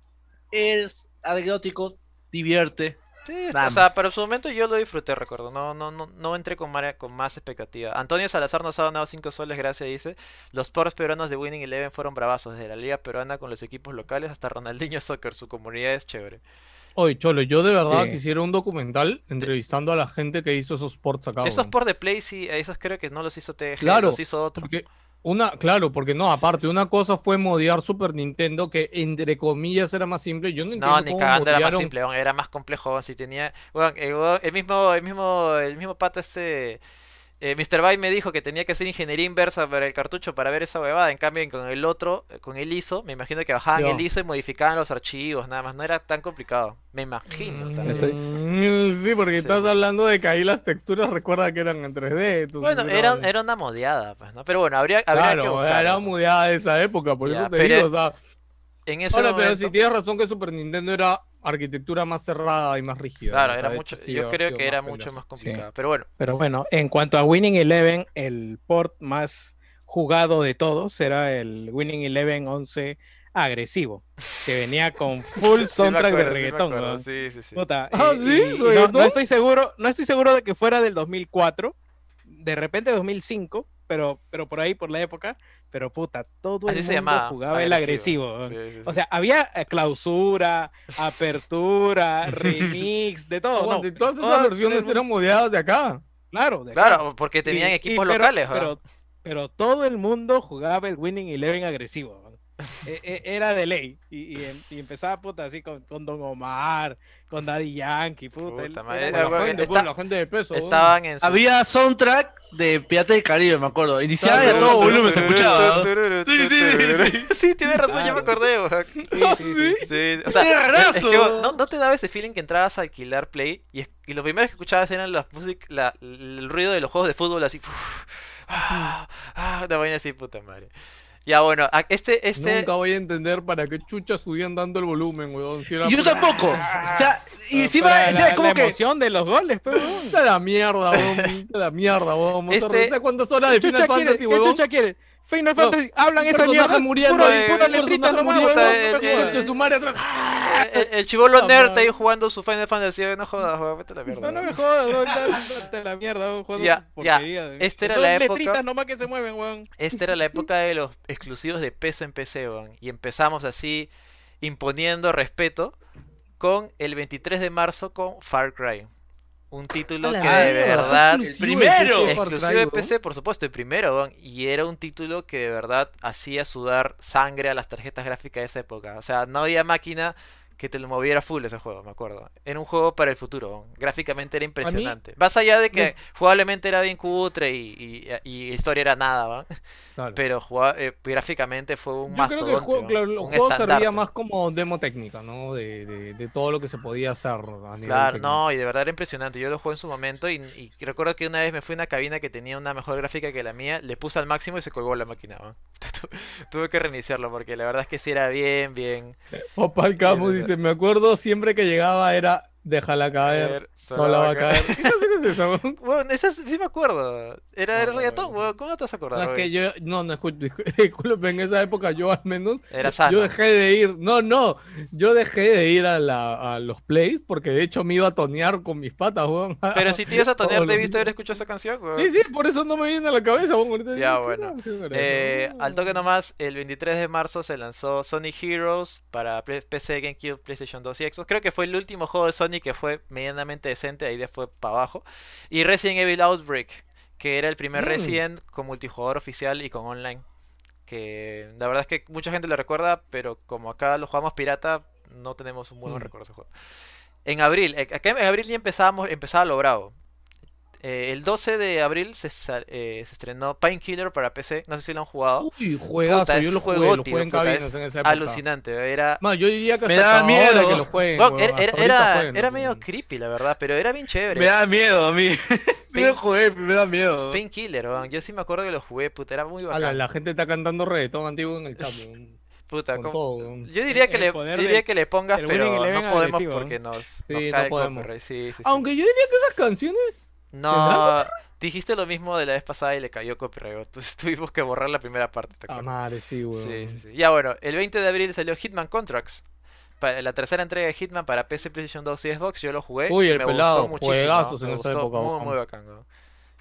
es anecdótico, divierte. Sí, Nada o sea, más. para su momento yo lo disfruté, recuerdo. No, no, no, no entré con, mare- con más expectativa. Antonio Salazar nos ha donado 5 soles, gracias, dice. Los poros peruanos de Winning Eleven fueron bravazos, desde la liga peruana con los equipos locales hasta Ronaldinho Soccer, su comunidad es chévere. Oye, Cholo, yo de verdad Sí. quisiera un documental entrevistando a la gente que hizo esos ports acá, Esos weón. por de Play, sí, esos creo que no los hizo TG, Claro, los hizo otro. Porque Una, claro, porque no, aparte, una cosa fue modear Super Nintendo, que entre comillas era más simple. Yo no (laughs) entiendo No, ni cómo cagando era más modearon- simple, weón, era más complejo. weón, Si tenía. weón, el, weón- el mismo, el mismo, el mismo pata este. eh, Mr. Byte me dijo que tenía que hacer ingeniería inversa para el cartucho para ver esa huevada. En cambio, con el otro, eh, con el ISO, me imagino que bajaban Ya. el ISO y modificaban los archivos, nada más. No era tan complicado. Me imagino también. Mm, (laughs) Sí, porque estás hablando de que ahí las texturas recuerda que eran en 3D. entonces Bueno, era, era una modeada, pues, ¿no? Pero bueno, habría, habría que Claro, buscar. era mudeada de esa época, por Ya, eso te pero- digo, o sea, En ese Ahora, pero momento- si tienes razón que Super Nintendo era arquitectura más cerrada y más rígida. Claro, o sea, era de mucho- hecho sí yo ha creo sido que más era pendejo. mucho más Sí. complicado. Pero bueno, Pero bueno, en cuanto a Winning Eleven, el port más jugado de todos era el Winning Eleven 11 agresivo, que venía (laughs) con full Sí me soundtrack de acuerdo, sí me reggaetón. acuerdo, weón. sí, sí, sí. Puta, Ah, y- ¿sí? y- y no- no, ¿Reggaetón? estoy seguro, no estoy seguro de que fuera del 2004, de repente 2005, pero, pero por ahí, por la época, pero puta, todo Así el se mundo llamaba, jugaba el agresivo. agresivo. weón. Sí, sí, O sí. sea, había (laughs) eh, clausura, apertura, remix, de todo. Aguante, no, todas esas todo- versiones eran modeadas de acá. Claro, de Claro, acá. porque tenían Y- y- equipos pero- locales, ¿verdad? Pero, pero todo el mundo jugaba el Winning Eleven agresivo. ¿no? E- e- Era de ley. Y, y em- y empezaba puta así con, con Don Omar, con Daddy Yankee, puta. él- puta era madre, bueno. weón, gente, está- pues, la gente de peso, weón. Estaban en su- Había soundtrack de Pirata del Caribe, me acuerdo. Iniciaba y a todo volumen, se escuchaba. (laughs) ¿no? Sí, sí, sí, sí. Sí, (laughs) tienes razón, yo me acordé, (laughs) weón. sí, Sí, o Es sea, tierrazo. es que, weón, no, no te daba ese feeling que entrabas a alquilar Play y, es- y lo primero que escuchabas eran las music, la- el ruido de los juegos de fútbol así. uf, ah, ah, una vaina así, puta madre. Ya bueno, a- este, este. Nunca voy a entender para qué chucha subían dando el volumen, weón. si era Yo pura- tampoco. O sea, y encima, Pero o la, sea, como la que. emoción de los goles, pero weón. Vete a la mierda, weón. vete a la mierda, weón. Montarrosa. Este- ¿Sabes cuántas horas de ¿Qué Final chucha quieres? Fantasy, ¿Qué weón? chucha quieres? Final No, Fantasy, hablan un esa personaje mierda. muriendo, pura, eh, pura un letrita personaje nomás, muriendo, weón, eh, no me eh, jodas. Concha su madre atrás. El, el chivolo Puta nerd madre. ahí jugando su Final Fantasy, no jodas, weón, vete a la mierda. No, no weón. me jodas, weón, date la mierda, weón, Ya, juego ya. porquería, weón. Esta era Son la época- letritas nomás que se mueven, weón. Esta era la época de los exclusivos de peso en PC, weón, Y empezamos así, imponiendo respeto, con el 23 de marzo con Far Cry. Un título A la que de mierda, verdad. fue exclusivo primero. de PC, Far Cry, Exclusivo de weón. PC, por supuesto, el primero, weón, Y era un título que de verdad hacía sudar sangre a las tarjetas gráficas de esa época. O sea, no había máquina que te lo moviera full ese juego, me acuerdo. Era un juego para el futuro, weón. gráficamente era impresionante. Más allá de que es- jugablemente era bien cutre y, y, y historia era nada, weón. Claro. Pero jugaba- eh, gráficamente fue un Yo creo que el mastodonte, juego, weón, claro, el un juego servía estandarte. más como demo técnica, ¿no? De, de, de todo lo que se podía hacer a nivel Claro, técnico. no, y de verdad era impresionante. Yo lo jugué en su momento y, y recuerdo que una vez me fui a una cabina que tenía una mejor gráfica que la mía, le puse al máximo y se colgó la máquina. weón. (laughs) Tu- Tuve que reiniciarlo porque la verdad es que sí era bien, bien. Opal Camus Sí, sí, sí. dice, me acuerdo siempre que llegaba era, déjala caer, Caer, sola va a (laughs) caer. (laughs) ¿Qué no sé qué es eso? weón? Bueno, esa sí me acuerdo. Era No, el no, reggaetón, no. weón. ¿Cómo no te vas a acordar, No, es que weón? yo, no, no, escu- (laughs) discul- disculpen, en esa época yo al menos, Era sano. yo dejé de ir, no, no, yo dejé de ir a, la, a los plays porque de hecho me iba a tonear con mis patas, weón. Pero si te ibas a tonear, Todos te los viste días. haber escuchado esa canción, (laughs) weón. Sí, sí, por eso no me viene a la cabeza, weón. ahorita Ya, digo, ¿qué bueno. canción era Eh, esa? al toque nomás, el 23 de marzo se lanzó Sonic Heroes para Play- PC, GameCube, PlayStation 2 y Xbox. Creo que fue el último juego de Sonic que fue medianamente decente, ahí de fue para abajo. Y Resident Evil Outbreak, que era el primer Mm. Resident con multijugador oficial y con online. Que la verdad es que mucha gente lo recuerda, pero como acá lo jugamos pirata, no tenemos un buen Mm. recuerdo de ese juego. En abril, eh, acá en abril ya empezábamos, empezaba lo bravo. Eh, el 12 de abril se, sa- eh, se estrenó Painkiller para PC. No sé si lo han jugado. Uy, juegazo, Puta, yo es lo jugué, lo juegote, jugué en puta, cabinas es en esa época. Alucinante, era. Más, yo diría que Me hasta daba ahora miedo. que lo jueguen, Bueno, weón, era, era- hasta era- ahorita jueguen, era ¿no? medio creepy, la verdad, pero era bien chévere. Me da miedo a mí. (laughs) Pin- Yo lo jugué, me da miedo. Painkiller, weón, yo sí me acuerdo que lo jugué, puta, era muy Ala, bacán. la gente está cantando reggaetón antiguo en el chat, (laughs) weón. Puta, con ¿cómo- todo, weón. Yo diría que El le, poder diría del- que le pongas, del pero Winning no Eleven podemos agresivo, ¿no? porque nos, nos Sí, no cae el podemos. copyright, sí, sí, sí. Aunque yo diría que esas canciones No, dijiste lo mismo de la vez pasada y le cayó copyright. weón. Entonces (laughs) tuvimos que borrar la primera parte. ¿te Ah, acuerdas? madre, sí, weón. Sí, (laughs) sí, sí. Ya bueno, el 20 de abril salió Hitman Contracts. pa- la tercera entrega de Hitman para PC, PlayStation 2 y Xbox. Yo lo jugué. Uy, y el me pelado, Gustó muchísimo, juegazos en me esa gustó época, Muy, weón. muy bacán. weón.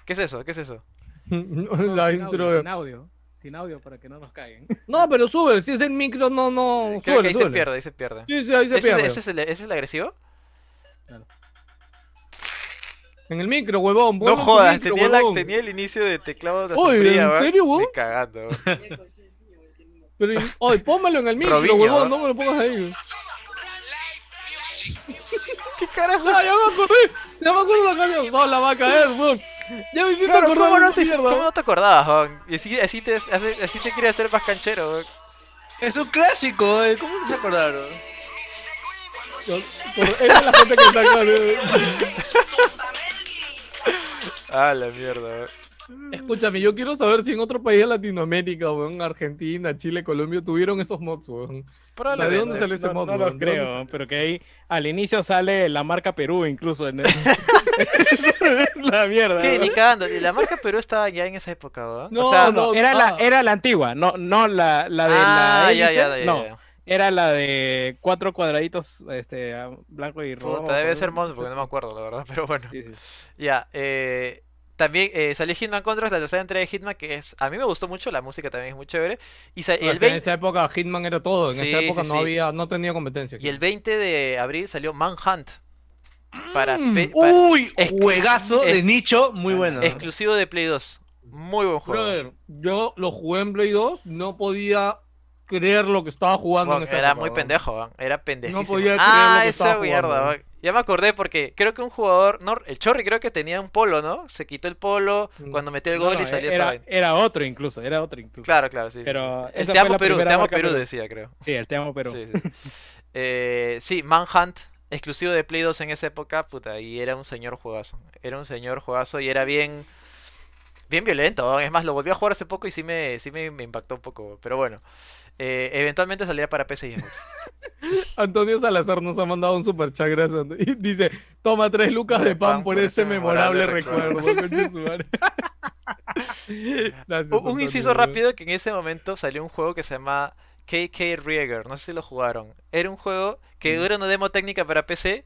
¿Qué es eso? ¿Qué es eso? la intro de... Sin audio, sin audio para que no nos caigan. No, pero sube, si es del micro, no, no, Creo sube, que ahí se sube. pierde, ahí se pierde. Sí, sí, ahí se ¿Ese, es- pierde. ese es el, ese es el agresivo? Claro. En el micro, huevón. No ponlo en tu jodas, micro, tenía, la- huevón. tenía el inicio de teclado de la Oye, sombrilla, ¿en weón. serio, weón? Ni cagando, weón. (laughs) Pero, oye, pónmelo en el micro, Robinho, huevón. ¿no? No me lo pongas ahí. ¿Qué carajo? Ah, ya me acordé. Ya me acuerdo la canción. No, la va a caer, weón. Ya me hiciste Claro, acordar ¿cómo de no, esa te, mierda. ¿cómo no te acordabas, weón? Y así, así te, así, así te quería hacer más canchero, weón. Es un clásico, eh, ¿cómo se acordaron? Por- Esa es la gente que está acá, weón. Ah, la mierda, weón. Escúchame, yo quiero saber si en otro país de Latinoamérica, weón, Argentina, Chile, Colombia, tuvieron esos mods, weón. O sea, ¿De Probablemente. dónde salió ese no, mod, No weón? lo ¿De dónde creo, pero que ahí al inicio sale la marca Perú (laughs) incluso. En el- (laughs) la mierda. ¿Qué? weón. Ni cagando. Y La marca Perú estaba ya en esa época, weón. No, o sea, no, era, la, era la antigua, no, no la, la de Oh, Ah, la ya, hélice, ya, ya, no, ya. era la de cuatro cuadraditos este, a- blanco y rojo. Puta, debe ser creo. Mons porque no me acuerdo, la verdad, pero bueno. Ya, eh, también eh, salió Hitman Contras, la tercera entrega de Hitman, que es. A mí me gustó mucho, la música también es muy chévere. Y sa- Porque el En 20, esa época Hitman era todo, en Sí, esa época sí, no sí. había, no tenía competencia. y el 20 de abril salió Manhunt. Para, Mm. pe- para- Uy, ex- juegazo de ex- nicho, muy Uh. bueno. Exclusivo de Play 2. Muy buen juego. Brother, yo lo jugué en Play 2, no podía creer lo que estaba jugando Weón, en esa era época, muy weón. pendejo, weón. era pendejísimo. podía creer lo ah, que esa estaba mierda, jugando, weón. Ya me acordé porque creo que un jugador, no, el Chorri creo que tenía un polo, ¿no? Se quitó el polo cuando metió el No, eh, gol y salió esa era, vaina. era otro incluso, era otro incluso. Claro, claro, sí. sí, Pero sí. El esa Te fue amo la Perú, Te primera amo marca Perú Perú. decía, creo. Sí, el Te amo Perú. Sí, (laughs) sí. Eh, sí, Manhunt, exclusivo de Play 2 en esa época, puta, y era un señor juegazo. Era un señor juegazo y era bien. Bien violento, weón. es más, lo volví a jugar hace poco y sí me, sí me, me impactó un poco, weón. pero bueno. Eh, eventualmente saldría para PC y Xbox. Antonio Salazar nos ha mandado un super chat, gracias. Antonio. Y dice, toma tres lucas de pan por ese memorable recuerdo. Concha su (laughs) madre. Gracias, Un- Un Antonio, inciso weón. rápido que en ese momento salió un juego que se llama KK Rieger, no sé si lo jugaron. Era un juego que Mm. era una demo técnica para PC,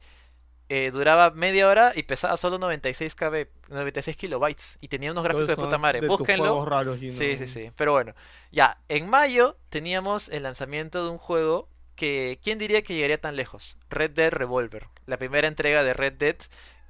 eh, duraba media hora y pesaba solo 96 KB, 96 kilobytes y tenía unos gráficos de son puta madre. de tus Búsquenlo. juegos raros, Gino. sí, sí, sí. Pero bueno, ya, en mayo teníamos el lanzamiento de un juego que, ¿quién diría que llegaría tan lejos? Red Dead Revolver, la primera entrega de Red Dead.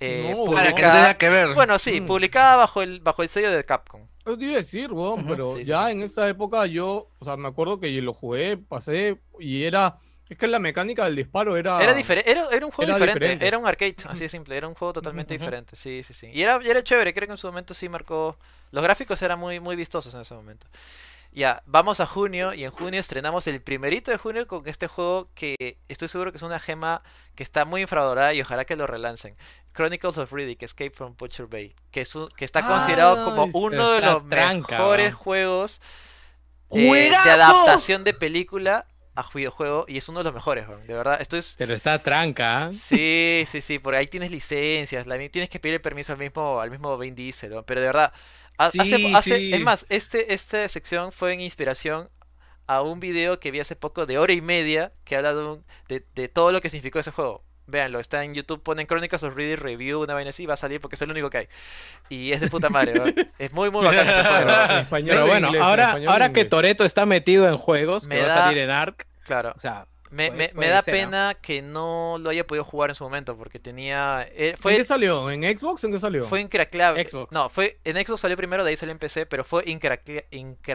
eh, No, Para que publicada- tenga que ver. Bueno, sí, Mm. publicada bajo el, bajo el sello de Capcom. Yo te iba a decir, weón, pero Sí, sí, ya en esa época yo, o sea, me acuerdo que lo jugué, pasé y era. Es que la mecánica del disparo era. Era, diferente, era, era un juego era diferente. diferente. era un arcade, así de simple, era un juego totalmente Ujú. diferente, sí, sí, sí. Y era, y era chévere, creo que en su momento sí marcó... Los gráficos eran muy, muy vistosos en ese momento. Ya, vamos a junio y en junio estrenamos el primerito de junio con este juego que estoy seguro que es una gema que está muy infravalorada y ojalá que lo relancen. Chronicles of Riddick, Escape from Butcher Bay, que, es un- Ah, que está considerado como Ay, uno de está los tranca, mejores va. juegos eh, de ¡Juegazo! adaptación de película a videojuego y es uno de los mejores, weón, de verdad. Esto es Pero está tranca. ¿ah? Sí, sí, sí, por ahí tienes licencias, la mi- tienes que pedir el permiso al mismo, al mismo Vin Diesel, ¿no? Pero de verdad, ha- hace- Sí, hace- sí. es más, este, esta sección fue en inspiración a un video que vi hace poco de hora y media que habla de, un- de, de todo lo que significó ese juego. Véanlo, está en YouTube, ponen Crónicas of Ready Review, una vaina así, va a salir porque es el único que hay. Y es de puta madre, ¿no? Es muy, muy bacán este (laughs) juego, En (laughs) ¿no? español o Pero en bueno, inglés, en ahora, español o en ahora que inglés. Toreto está metido en juegos, Me que va da- a salir en ARC, Claro. o sea, Me, puede- me- me puede da ser, ¿ah? pena que no lo haya podido jugar en su momento porque tenía... eh, fue ¿En qué salió? ¿En Xbox? ¿En qué salió? Fue incraqueable. Xbox. No, fue en Xbox salió primero, de ahí salió en PC, pero fue incraque-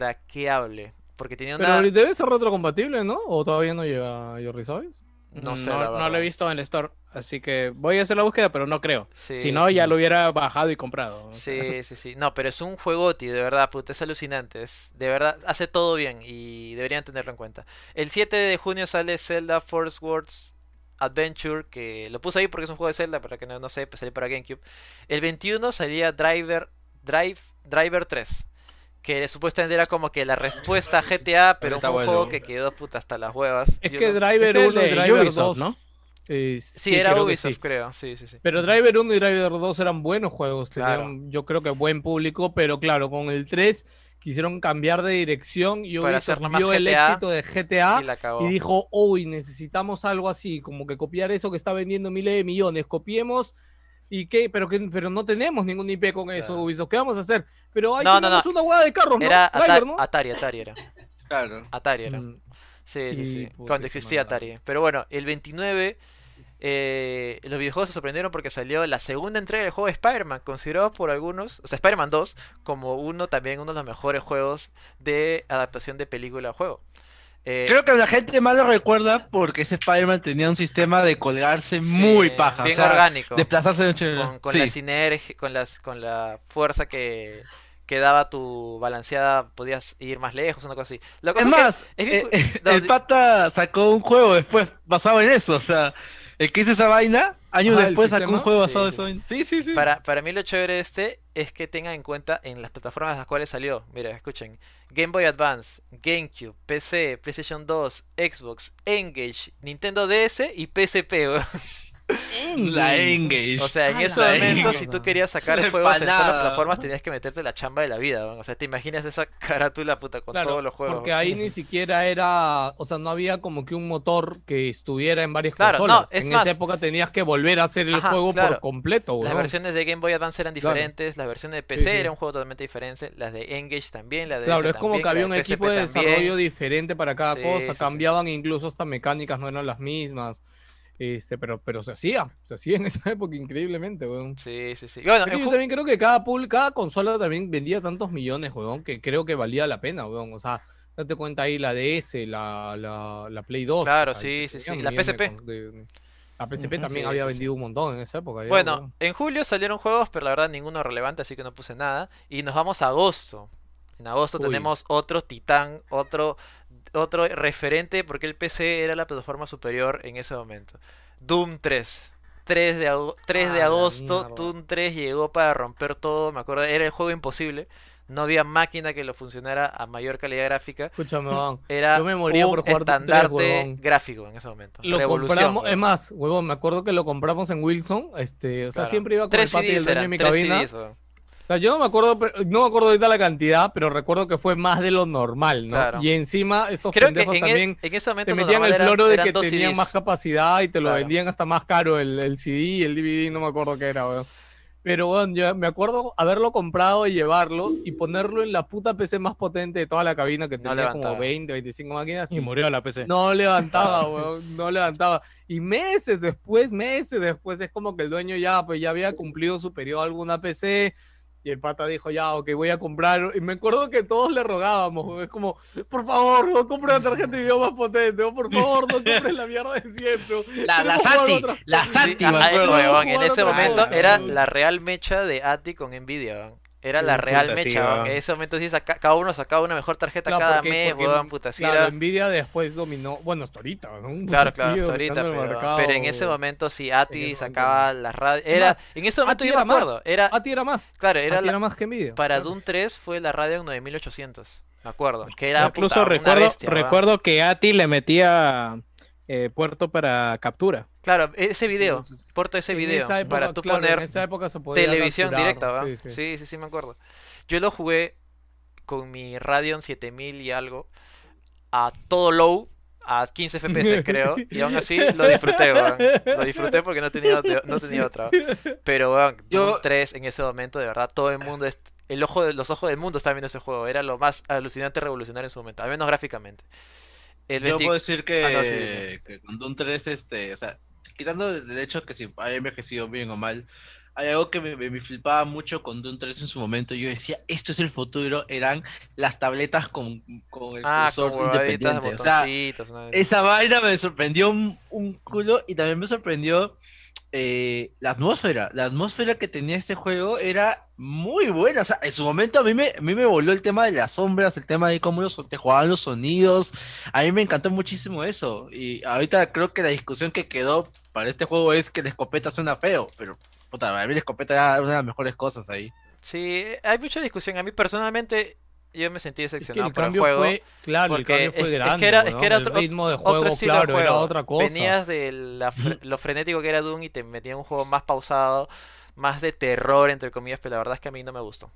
incraqueable. Porque tenía Pero una. debe ser retrocompatible, ¿no? ¿O todavía no llega a Jordi Savis? No sé, la no, verdad. lo he visto en el store, así que voy a hacer la búsqueda, pero no creo. Sí. Si no, ya lo hubiera bajado y comprado. Sí, sí, sí. No, pero es un juego, tío, de verdad, puta, es alucinante. Es, de verdad, hace todo bien y deberían tenerlo en cuenta. El 7 de junio sale Zelda Force Wars Adventure, que lo puse ahí porque es un juego de Zelda, para que no, no sé, pues salió para GameCube. El 21 salía Driver, Drive, Driver 3, que supuestamente era como que la respuesta a (laughs) GTA, pero un Ahorita juego vuelvo. que quedó puta hasta las huevas. Es Yo que no- Driver Es el 1 y de Driver 2, Ubisoft, ¿no? Eh, Sí, era creo que Ubisoft, sí. creo. Sí, sí, sí. Pero Driver 1 y Driver 2 eran buenos juegos, Claro. tenían yo creo que buen público, pero claro, con el 3 quisieron cambiar de dirección y Ubisoft Para hacerlo más vio el GTA, éxito de GTA Y la cagó. y dijo, uy, necesitamos algo así, como que copiar eso que está vendiendo miles de millones, copiemos y qué, pero que pero no tenemos ningún IP con eso, Claro. Ubisoft, ¿qué vamos a hacer? Pero ahí No, no, tenemos no. una hueá de carros, ¿no? Era Ata- Driver, ¿no? Atari, Atari era. Claro. Atari era. Mm, Sí, sí, Y, sí. puta, Cuando qué existía mala. Atari. Pero bueno, el 29 eh, los videojuegos se sorprendieron porque salió la segunda entrega del juego de Spider-Man, considerado por algunos, o sea, Spider-Man 2, como uno también uno de los mejores juegos de adaptación de película a juego. Eh, Creo que la gente más lo recuerda porque ese Spider-Man tenía un sistema de colgarse muy paja. bien o sea, orgánico. Desplazarse de un con, con sí. la sinergia, con las, con la fuerza que, que daba tu balanceada, podías ir más lejos, una cosa así. La cosa Es que más, es bien eh, cu- eh, no, el di- pata sacó un juego después basado en eso. O sea, el que hizo esa vaina, años Ah, el después sacó un sistema. juego Sí, basado en sí. eso. Sí, sí, sí. Para, para mí lo chévere de este es que tengan en cuenta en las plataformas en las cuales salió. Mira, escuchen. Game Boy Advance, GameCube, PC, PlayStation 2, Xbox, Engage, Nintendo DS y PSP. weón. Mm, La Engage. O sea, en Ah, esos la momentos, Engage. si tú querías sacar La juegos en todas las empanada. plataformas, tenías que meterte la chamba de la vida. weón. O sea, te imaginas esa (laughs) carátula puta con Claro, todos los juegos. Porque weón. (laughs) ahí ni siquiera era, o sea, no había como que un motor que estuviera en varias Claro, consolas. no, es en más- esa época tenías que volver a hacer el Ajá, juego claro. por completo, Las weón. versiones de Game Boy Advance eran Claro. diferentes, las versiones de Sí, PC sí. era un juego totalmente diferente, las de Engage también, la de Claro, DS es como también, que la había de un PSP equipo de también. desarrollo diferente para cada Sí, cosa, sí, sí. cambiaban incluso hasta mecánicas, no eran las mismas. Este, pero, pero se hacía, se hacía en esa (laughs) época increíblemente, weón. Sí, sí, sí. Y bueno, Pero en yo ju- también creo que cada pool, cada consola también vendía tantos millones, weón, que creo que valía la pena, weón. O sea, date cuenta ahí la DS, la, la, la Play 2. o Claro, sea, sí, que sí, sí. tenían La millones PSP. con- de- de- La PSP Ujú. también Sí, había sí, sí. vendido un montón en esa época. ya, Bueno, weón. en julio salieron juegos, pero la verdad ninguno relevante, así que no puse nada. Y nos vamos a agosto. En agosto Uy. tenemos otro titán, otro, otro referente, porque el PC era la plataforma superior en ese momento. Doom 3. 3 de, ago- 3 de Ah, la agosto, mierda. Doom 3 llegó para romper todo, me acuerdo, era el juego imposible. No había máquina que lo funcionara a mayor calidad gráfica. (laughs) Escúchame, weón. Era Yo me moría un por jugar Doom 3, estandarte huevón. gráfico en ese momento. Lo Revolución, compramos, es huevón. más, huevón, me acuerdo que lo compramos en Wilson, este, o sea, Claro. siempre iba con Tres el pata y el CDs dueño de eran, mi tres cabina. CDs, huevón. O sea, yo no me acuerdo, pero- no me acuerdo ahorita la cantidad, pero recuerdo que fue más de lo normal, ¿no? Claro. Y encima estos Creo que pendejos en, e- también en ese momento te lo metían normal el era- floro de eran que dos tenían CDs. más capacidad y te lo Claro. vendían hasta más caro el, el CD y el DVD, no me acuerdo qué era, weón. Pero bueno, yo me acuerdo haberlo comprado y llevarlo y ponerlo en la puta PC más potente de toda la cabina que No tenía como levantaba. 20, 25 máquinas Y murió la PC. no levantaba, (laughs) weón, no levantaba. Y meses después, meses después, es como que el dueño ya, pues ya había cumplido su periodo a alguna PC. Y el pata dijo, ya, ok, voy a comprar. Y me acuerdo que todos le rogábamos, weón, es como, por favor, no compre la tarjeta de video más potente, o por favor, no compres la mierda de siempre. La, la Queremos jugar Sati, otra- la Sí, Sati, ah, me ah, acuerdo. huevón, Jugar en ese otra momento cosa, era huevón. la real mecha de ATI con Nvidia, huevón. Era Sí, la puta, real sí, mecha, huevón. huevón. En ese momento sí saca- cada uno sacaba una mejor tarjeta Claro, cada porque- mes, porque, huevón, puta, sí claro, era- Nvidia después dominó, bueno, hasta ahorita, ¿no? Claro, Ha claro, sido hasta ahorita, dominando el pero, mercado, pero en ese weón. momento sí, En ATI ese momento, sacaba la radio. Es Era, más, en ese momento ATI yo me era más. acuerdo. Era, A ti era más. claro, Era, era la- era más que Nvidia. para claro. Doom 3 fue la radio en 9800. Me acuerdo. Que era Incluso puta, una recuerdo, bestia, huevón. recuerdo que Ati le metía eh, puerto para captura. Claro, ese video. Porto ese En video. esa época, para tú claro, poner en esa época se podía televisión capturar, directa, ¿va? sí, Sí sí. sí. sí, sí, me acuerdo. Yo lo jugué con mi Radeon 7000 y algo a todo low, a 15 (laughs) FPS creo, y aún así lo disfruté, weón. Lo disfruté porque no tenía, de- no (laughs) tenía otra. Pero, weón, Doom 3 en ese momento, de verdad, todo el mundo, es- el ojo de- los ojos del mundo estaban viendo ese juego. Era lo más alucinante, revolucionario en su momento, al menos gráficamente. El Yo 20 puedo decir que, Ah, no, sí, dime. que con Doom 3, este, o sea, quitando el hecho que si haya envejecido bien o mal, hay algo que me, me- me flipaba mucho con Doom 3 en su momento. Yo decía, esto es el futuro, eran las tabletas con, con el Ah, con cursor huevaditas de independiente. O sea, botoncitos, una vez. esa vaina me sorprendió un, un culo y también me sorprendió eh, la atmósfera. La atmósfera que tenía este juego era muy buena. O sea, en su momento a mí me, a mí me voló el tema de las sombras, el tema de cómo los, te jugaban los sonidos. A mí me encantó muchísimo eso. Y ahorita creo que la discusión que quedó para este juego es que la escopeta suena feo, pero puta, para mí la escopeta era una de las mejores cosas ahí. Sí, hay mucha discusión. A mí personalmente yo me sentí Es que decepcionado el por el cambio juego. fue, claro, el porque cambio fue es- grande. Es que era, es weón, que era el otro, ritmo de otro juego, estilo de claro, era juego. otra cosa. Venías de la fre- lo frenético que era Doom y te metían un juego más pausado, más de terror, entre comillas, pero la verdad es que a mí no me gustó.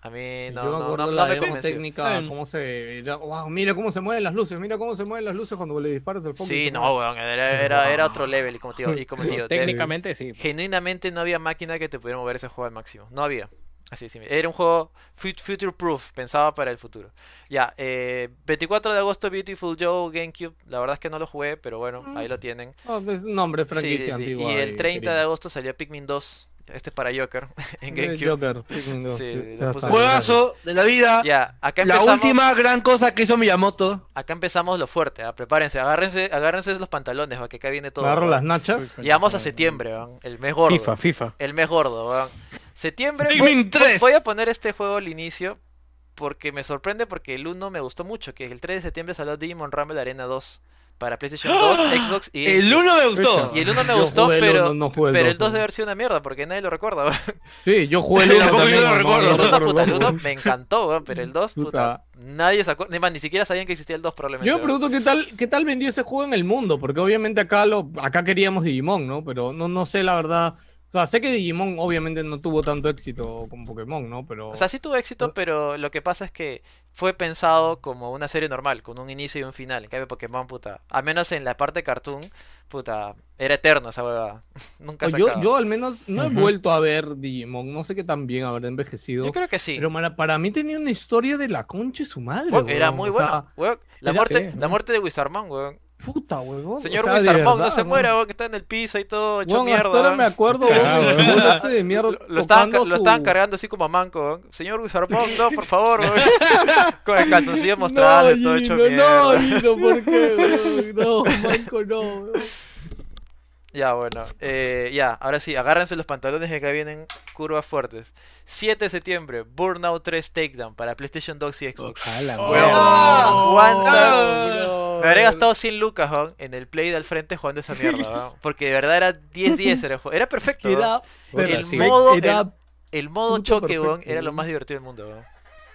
A mí Sí, eh, no, yo me no- acuerdo no- no la me demo convenció. técnica, cómo se era, wow, mira cómo se mueven las luces, mira cómo se mueven las luces cuando le disparas el foco. y Sí, se no, mueve. weón, era, era, era (laughs) otro level, y como te digo, y como te digo, te- Técnicamente sí. genuinamente no había máquina que te pudiera mover ese juego al máximo. No había. Así es, era un juego fut- future proof, pensaba para el futuro. Ya, eh, 24 de agosto, Beautiful Joe, GameCube. La verdad es que no lo jugué, pero bueno, ahí lo tienen. No, Ah, es un nombre, Sí, franquicia sí, sí. antigua eh, Y y el 30 de querida. agosto salió Pikmin 2. Este es para Joker (laughs) en Eh, GameCube. Joker, Pikmin 2, Sí, sí, lo ya puse- está. Juegazo de la vida. Ya, acá Ah, la empezamos- última gran cosa que hizo Miyamoto. Acá empezamos lo fuerte, ¿ah? prepárense, agárrense, agárrense los pantalones, va, que acá viene todo. Me agarro ¿va? las nachas. Llegamos a septiembre, ¿va? el mes gordo. FIFA, FIFA. El mes gordo, ¿va? Septiembre. Pikmin voy- 3. Voy a poner este juego al inicio porque me sorprende porque el 1 me gustó mucho, que el 3 de septiembre salió Digimon Rumble Arena 2 para PlayStation 2, Xbox y... El 1 me gustó. Y el 1 me Yo gustó, jugué el pero, uno, no jugué el pero el dos, 2 debe haber sido una mierda porque nadie lo recuerda. ¿va? Sí, yo (laughs) jugué el uno Tampoco yo también, lo no, recuerdo. no El 1, lo (laughs) puta, el recuerdo. 1 me encantó, ¿va? pero el 2, puta, Puta. nadie se acuerda, ni siquiera sabían que existía el 2 probablemente. Yo me ¿va? pregunto qué tal, qué tal vendió ese juego en el mundo, porque obviamente acá lo, acá queríamos Digimon, ¿no? Pero no, no sé la verdad. O sea, sé que Digimon obviamente no tuvo tanto éxito con Pokémon, ¿no? Pero. O sea, sí tuvo éxito, pero lo que pasa es que fue pensado como una serie normal, con un inicio y un final. En cambio, Pokémon, puta, al menos en la parte cartoon, puta, era eterno esa huevada. (laughs) Nunca se pues yo, acaba. yo al menos no he Ujú. vuelto a ver Digimon, no sé qué tan bien habrá envejecido. Yo creo que sí. Pero mara- para mí tenía una historia de la concha de su madre. Huevón, era weón, muy o bueno. sea, huevón. la, era muerte, feo, la ¿no? muerte de Wizarman, weón. puta, huevón. o Señor sea, de Wizarman, no verdad, se weón. muera, weón, que está en el piso y todo hecho Weón, mierda. hasta ahora weón. me acuerdo, weón, Ah, del weón. huevón este de mierda Lo, lo estaban, ca- tocando lo estaban su- cargando así como a manco, weón. Señor Wizarman, no, por (laughs) favor, weón. (laughs) Con el calzoncillo mostrado, todo hecho Gino, mierda. No, Gino, ¿por qué? weón? No, Manco, no. weón. Ya, bueno. eh, ya, ahora sí, agárrense los pantalones que acá vienen curvas fuertes. 7 de septiembre, Burnout 3 Takedown para PlayStation 2 y Xbox. A la Weón, Oh, ¿Cuántas? bro. Me habré gastado 100 lucas weón, en el play de al frente jugando (laughs) esa mierda, weón, Porque de verdad era 10-10 era el juego. Era perfecto, weón. Era Porque el perfecto, modo- era El modo puto choque, weón, perfecto, era lo weón. más divertido del mundo, weón.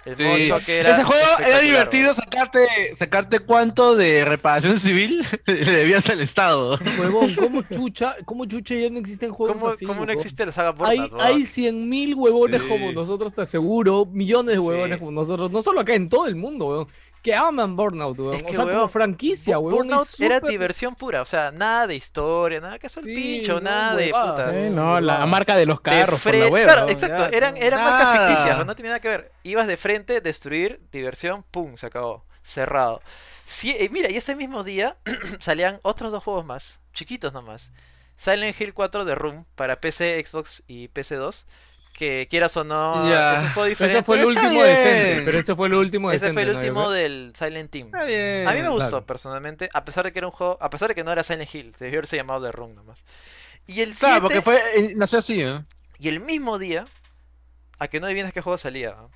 El Sí. modo choque era Ese juego era espectacular, divertido weón. sacarte, sacarte cuánto de reparación civil (laughs) le debías al Estado. Huevón, ¿cómo chucha, ¿cómo chucha ya no existen juegos ¿Cómo, así? cómo no huevón? existe la saga Hay, Burnout, weón? hay 100.000 huevones Sí. como nosotros, te aseguro, millones de huevones Sí. como nosotros, no solo acá, en todo el mundo, weón, que aman Burnout, weón. Es que, o sea, como weón, franquicia, Bu- huevón. es Burnout era súper- diversión pura, o sea, nada de historia, nada que hacer el Sí, pincho, no, nada de huevadas, puta. eh, Eh, no, la Huevadas. marca de los de carros, por la fre- hueva, claro, ¿no? exacto, Ya, eran, no. eran Nada. marcas ficticias, pero no tenía nada que ver. Ibas de frente, destruir, diversión, pum, se acabó, cerrado. Sí, eh, mira, y ese mismo día (clears throat) salían otros dos juegos más, chiquitos nomás. Silent Hill 4 de Room para PC, Xbox y PC2, que quieras o no, Ya. es un juego Pero diferente. Ese fue el Pero está último bien. decente, pero ese fue el último Ese decente. fue el ¿no? Yo último creo. del Silent Team. Está bien. A mí me gustó claro. personalmente, a pesar de que era un juego, a pesar de que no era Silent Hill, se debió haberse llamado The Room nomás. Y el Claro, 7, porque fue, eh, nació así, ¿no? y el mismo día, a que no adivinas qué juego salía, ¿no?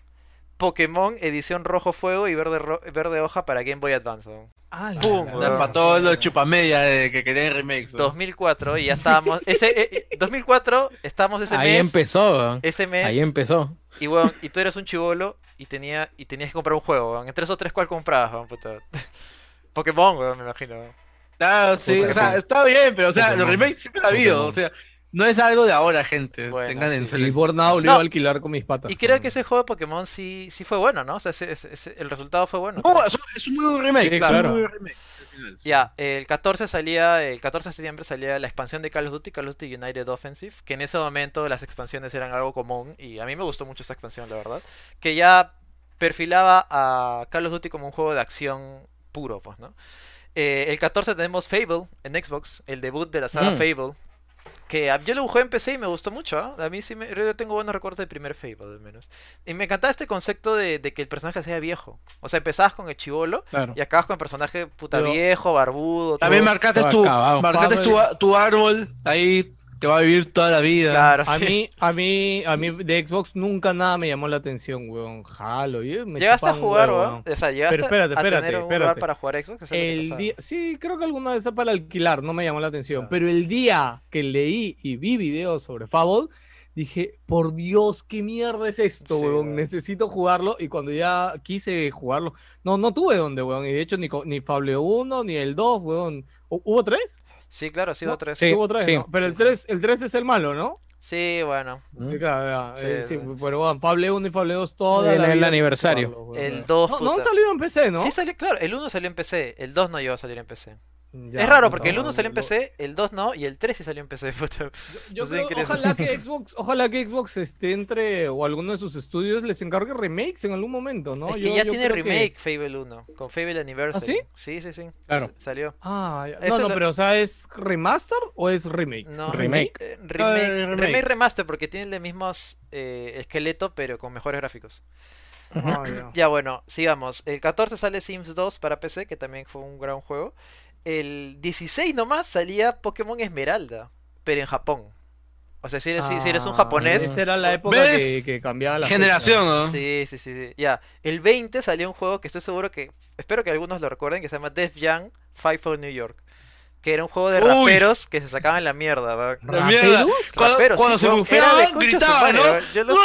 Pokémon edición rojo fuego y verde ro- verde hoja para Game Boy Advance. ¿no? Ah, la- Pum, la- weón. Para todos los chupamedia de que querían remakes. ¿no? 2004 y ya estábamos ese eh, eh, 2004 estábamos ese Ahí mes, empezó, weón. ese mes Ahí em-, empezó. y weón, y tú eras un chivolo y tenía y tenías que comprar un juego, weón. entre esos tres cuál comprabas, weón, puta? (laughs) Pokémon, weón, me imagino. weón. Claro, Ah, sí, o sea, está bien, pero o sea, los remakes siempre la ha habido, o sea, no es algo de ahora, gente. Bueno, Tengan en sí. Y serio. Burnout lo No. iba a alquilar con mis patas. Y creo weón. que ese juego de Pokémon sí, sí fue bueno, ¿no? O sea, ese- ese- ese- el resultado fue bueno. No, Uh, es un, es un muy buen remake, Sí, es un claro. muy buen remake, al final. Ya, el 14 salía, el 14 de septiembre salía la expansión de Call of Duty, Call of Duty United Offensive, que en ese momento las expansiones eran algo común y a mí me gustó mucho esa expansión, la verdad, que ya perfilaba a Call of Duty como un juego de acción puro, pues, ¿no? Eh, el 14 tenemos Fable en Xbox, el debut de la saga Mm. Fable, que a- yo lo jugué en PC y me gustó mucho, ¿ah? A mí sí me, yo tengo buenos recuerdos del primer Fable, al menos. Y me encantaba este concepto de, de que el personaje sea viejo. O sea, empezabas con el chivolo Claro. y acabas con el personaje puta Pero- viejo, barbudo. También todo. marcaste Estaba tu, acabado. marcaste tu, tu árbol ahí que va a vivir toda la vida. Claro, A sí. (laughs) mí, a mí, a mí de Xbox nunca nada me llamó la atención, weón. Jalo, y me Llegaste a chupaba un jugar, huevo, weón. O sea, llegaste Pero espérate, a tener espérate, un lugar espérate. para jugar Xbox. eso es lo que El pasaba. día, sí, creo que alguna vez para alquilar, no me llamó la atención, Claro. pero el día que leí y vi videos sobre Fable, dije, por Dios, qué mierda es esto, Sí, weón, weón. necesito jugarlo y cuando ya quise jugarlo, no, no tuve dónde, weón, y de hecho ni, co- ni Fable 1 ni el 2, weón, ¿Hu- ¿hubo 3? Sí, claro, ha sido No, tres. Sí. hubo 3, pero el sí, 3, el 3 es el malo, ¿no? Sí, bueno. Sí, claro, ya, Sí, eh, sí, sí. pero weón, Fable 1 y Fable 2 toda El- la el vida aniversario. Pues quise jugarlo, weón. El 2. No, no han salido en PC, ¿no? Sí, salió, claro. El 1 salió en PC. El 2 no llegó a salir en PC. Ya, es raro porque el no, 1 salió en lo- PC, el 2 no, y el 3 sí salió en PC. (laughs) puta. Yo No sé creo, qué es eso. ojalá (laughs) que Xbox, ojalá que Xbox este, entre o alguno de sus estudios les encargue remakes en algún momento, ¿no? Es que Yo- ya yo tiene creo que- ¿Ah, remake Fable 1, con Fable Anniversary. sí? Sí, sí, sí. Claro. S- Salió. Ah, ya. Eso no, no, lo- pero o sea, ¿es remaster o es remake? No, eh, Remake, Ah, remake, remake. remaster, porque tiene el mismo eh, esqueleto, pero con mejores gráficos. Ah, ya. Ya bueno, sigamos. El 14 sale Sims 2 para PC, que también fue un gran juego. El 16 nomás salía Pokémon Esmeralda, pero en Japón. O sea, si eres, (laughs) si- si eres un Ah, japonés. Esa era la época ¿ves? que, que cambiaba la Generación, fecha. ¿no? Sí, sí, sí, sí. Ya. El 20 salió un juego que estoy seguro que. Espero que algunos lo recuerden, que se llama Def Jam Fight for New York. Que era un juego de Uy. raperos que se sacaban la mierda, ¿va? La mierda. Cuando, Raperos, cuando sí, se weón. Era de bufeaban, concha su gritaban, madre, ¿no? weón. Yo lo,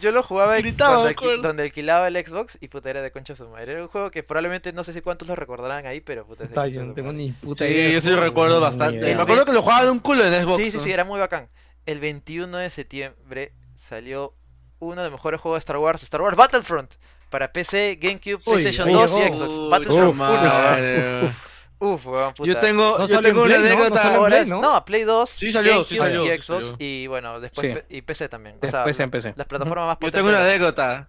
yo lo jugaba en- Gritaban, cuando me alqui- acuerdo. donde alquilaba el Xbox y puta era de concha su madre. Era un juego que probablemente no sé si cuántos lo recordarán ahí, pero puta es de Puta, concha yo su no tengo madre. ni puta idea. Sí, yo sí lo recuerdo bastante. Me acuerdo que lo jugaba de un culo en Xbox. Sí, sí, ¿no? sí, era muy bacán. El 21 de septiembre salió uno de los mejores juegos de Star Wars, Star Wars Battlefront, para PC, GameCube, Uy, PlayStation ahí 2 y llegó. Xbox. Uy, Battlefront uf, 1. madre. weón. Uf, weón, puta. Yo tengo- No yo salió en tengo una Play, ¿no? No anécdota- salió en Ahora Play, es- ¿no? a Play 2, Sí, salió, sí GameCube salió, y sí Xbox salió. y bueno, después Sí. pe- y PC también. O sea, Después la- en PC. las plataformas más Yo potentes. tengo una de- anécdota.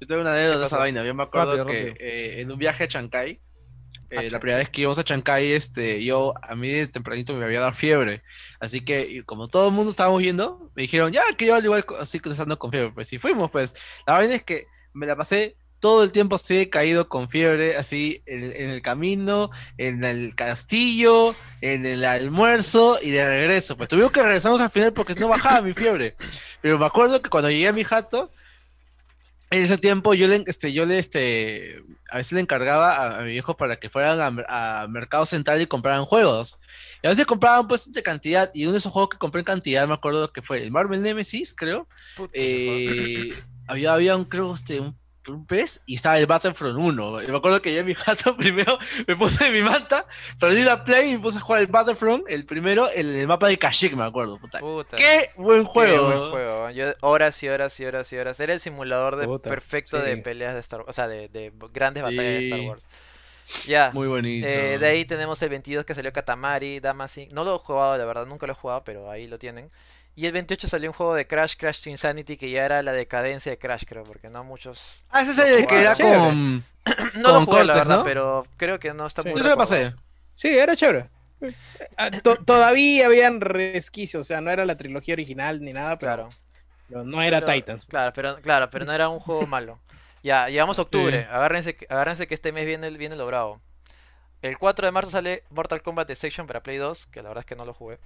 Yo tengo una anécdota de esa cosa? vaina. Yo me acuerdo Rápido, que rápido. Ah, eh, en un viaje a Chancay, eh, la primera vez que íbamos a Chancay, este, yo a mí de tempranito me había dado fiebre. Así que y como todo el mundo estábamos yendo, me dijeron, ya, que yo al igual co- así cruzando con fiebre. Pues sí, fuimos, pues. La vaina es que me la pasé todo el tiempo así caído con fiebre, así en, en el camino, en el castillo, en el almuerzo y de regreso. Pues tuvimos que regresarnos al final porque no bajaba mi fiebre. Pero me acuerdo que cuando llegué a mi jato, en ese tiempo yo le, este, yo le, este, a veces le encargaba a, a mi viejo para que fueran a mer- a, Mercado Central y compraran juegos. Y a veces compraban pues de cantidad, y uno de esos juegos que compré en cantidad, me acuerdo que fue el Marvel Nemesis, creo. Puta, Eh, había, había un, creo, este, un, un pez y estaba el Battlefront 1. Y me acuerdo que yo en mi jato (laughs) primero me puse mi manta, perdí la play y me puse a jugar el Battlefront, el primero, en el mapa de Kashyyyk, me acuerdo. Puta, Puta. ¡Qué buen juego! Qué buen juego. Yo horas y horas y horas y horas. Era el simulador de Puta, perfecto sí. de peleas de Star Wars. O sea, de, de grandes Sí. batallas de Star Wars. Ya. Muy bonito. Eh, de ahí tenemos el 22 que salió Katamari, Damacy. No lo he jugado, la verdad, nunca lo he jugado, pero ahí lo tienen. Y el 28 salió un juego de Crash, Crash to Insanity, que ya era la decadencia de Crash, creo, porque no muchos. (clears throat) Ah, ese es el lo que era jugaron. No con. con lo jugué, la cortes, verdad, ¿no? pero creo que no está Sí. muy. Yo se lo recordado. Sí, era chévere. Ah, to- todavía habían resquicios, o sea, no era la trilogía original ni nada, pero pero no era Pero- Titans. Claro, pero, claro, pero no era un juego malo. Ya, llegamos a octubre. Agárrense, que- agárrense que este mes viene, el- viene lo bravo. El 4 de marzo sale Mortal Kombat Deception para Play 2, que la verdad es que no lo jugué.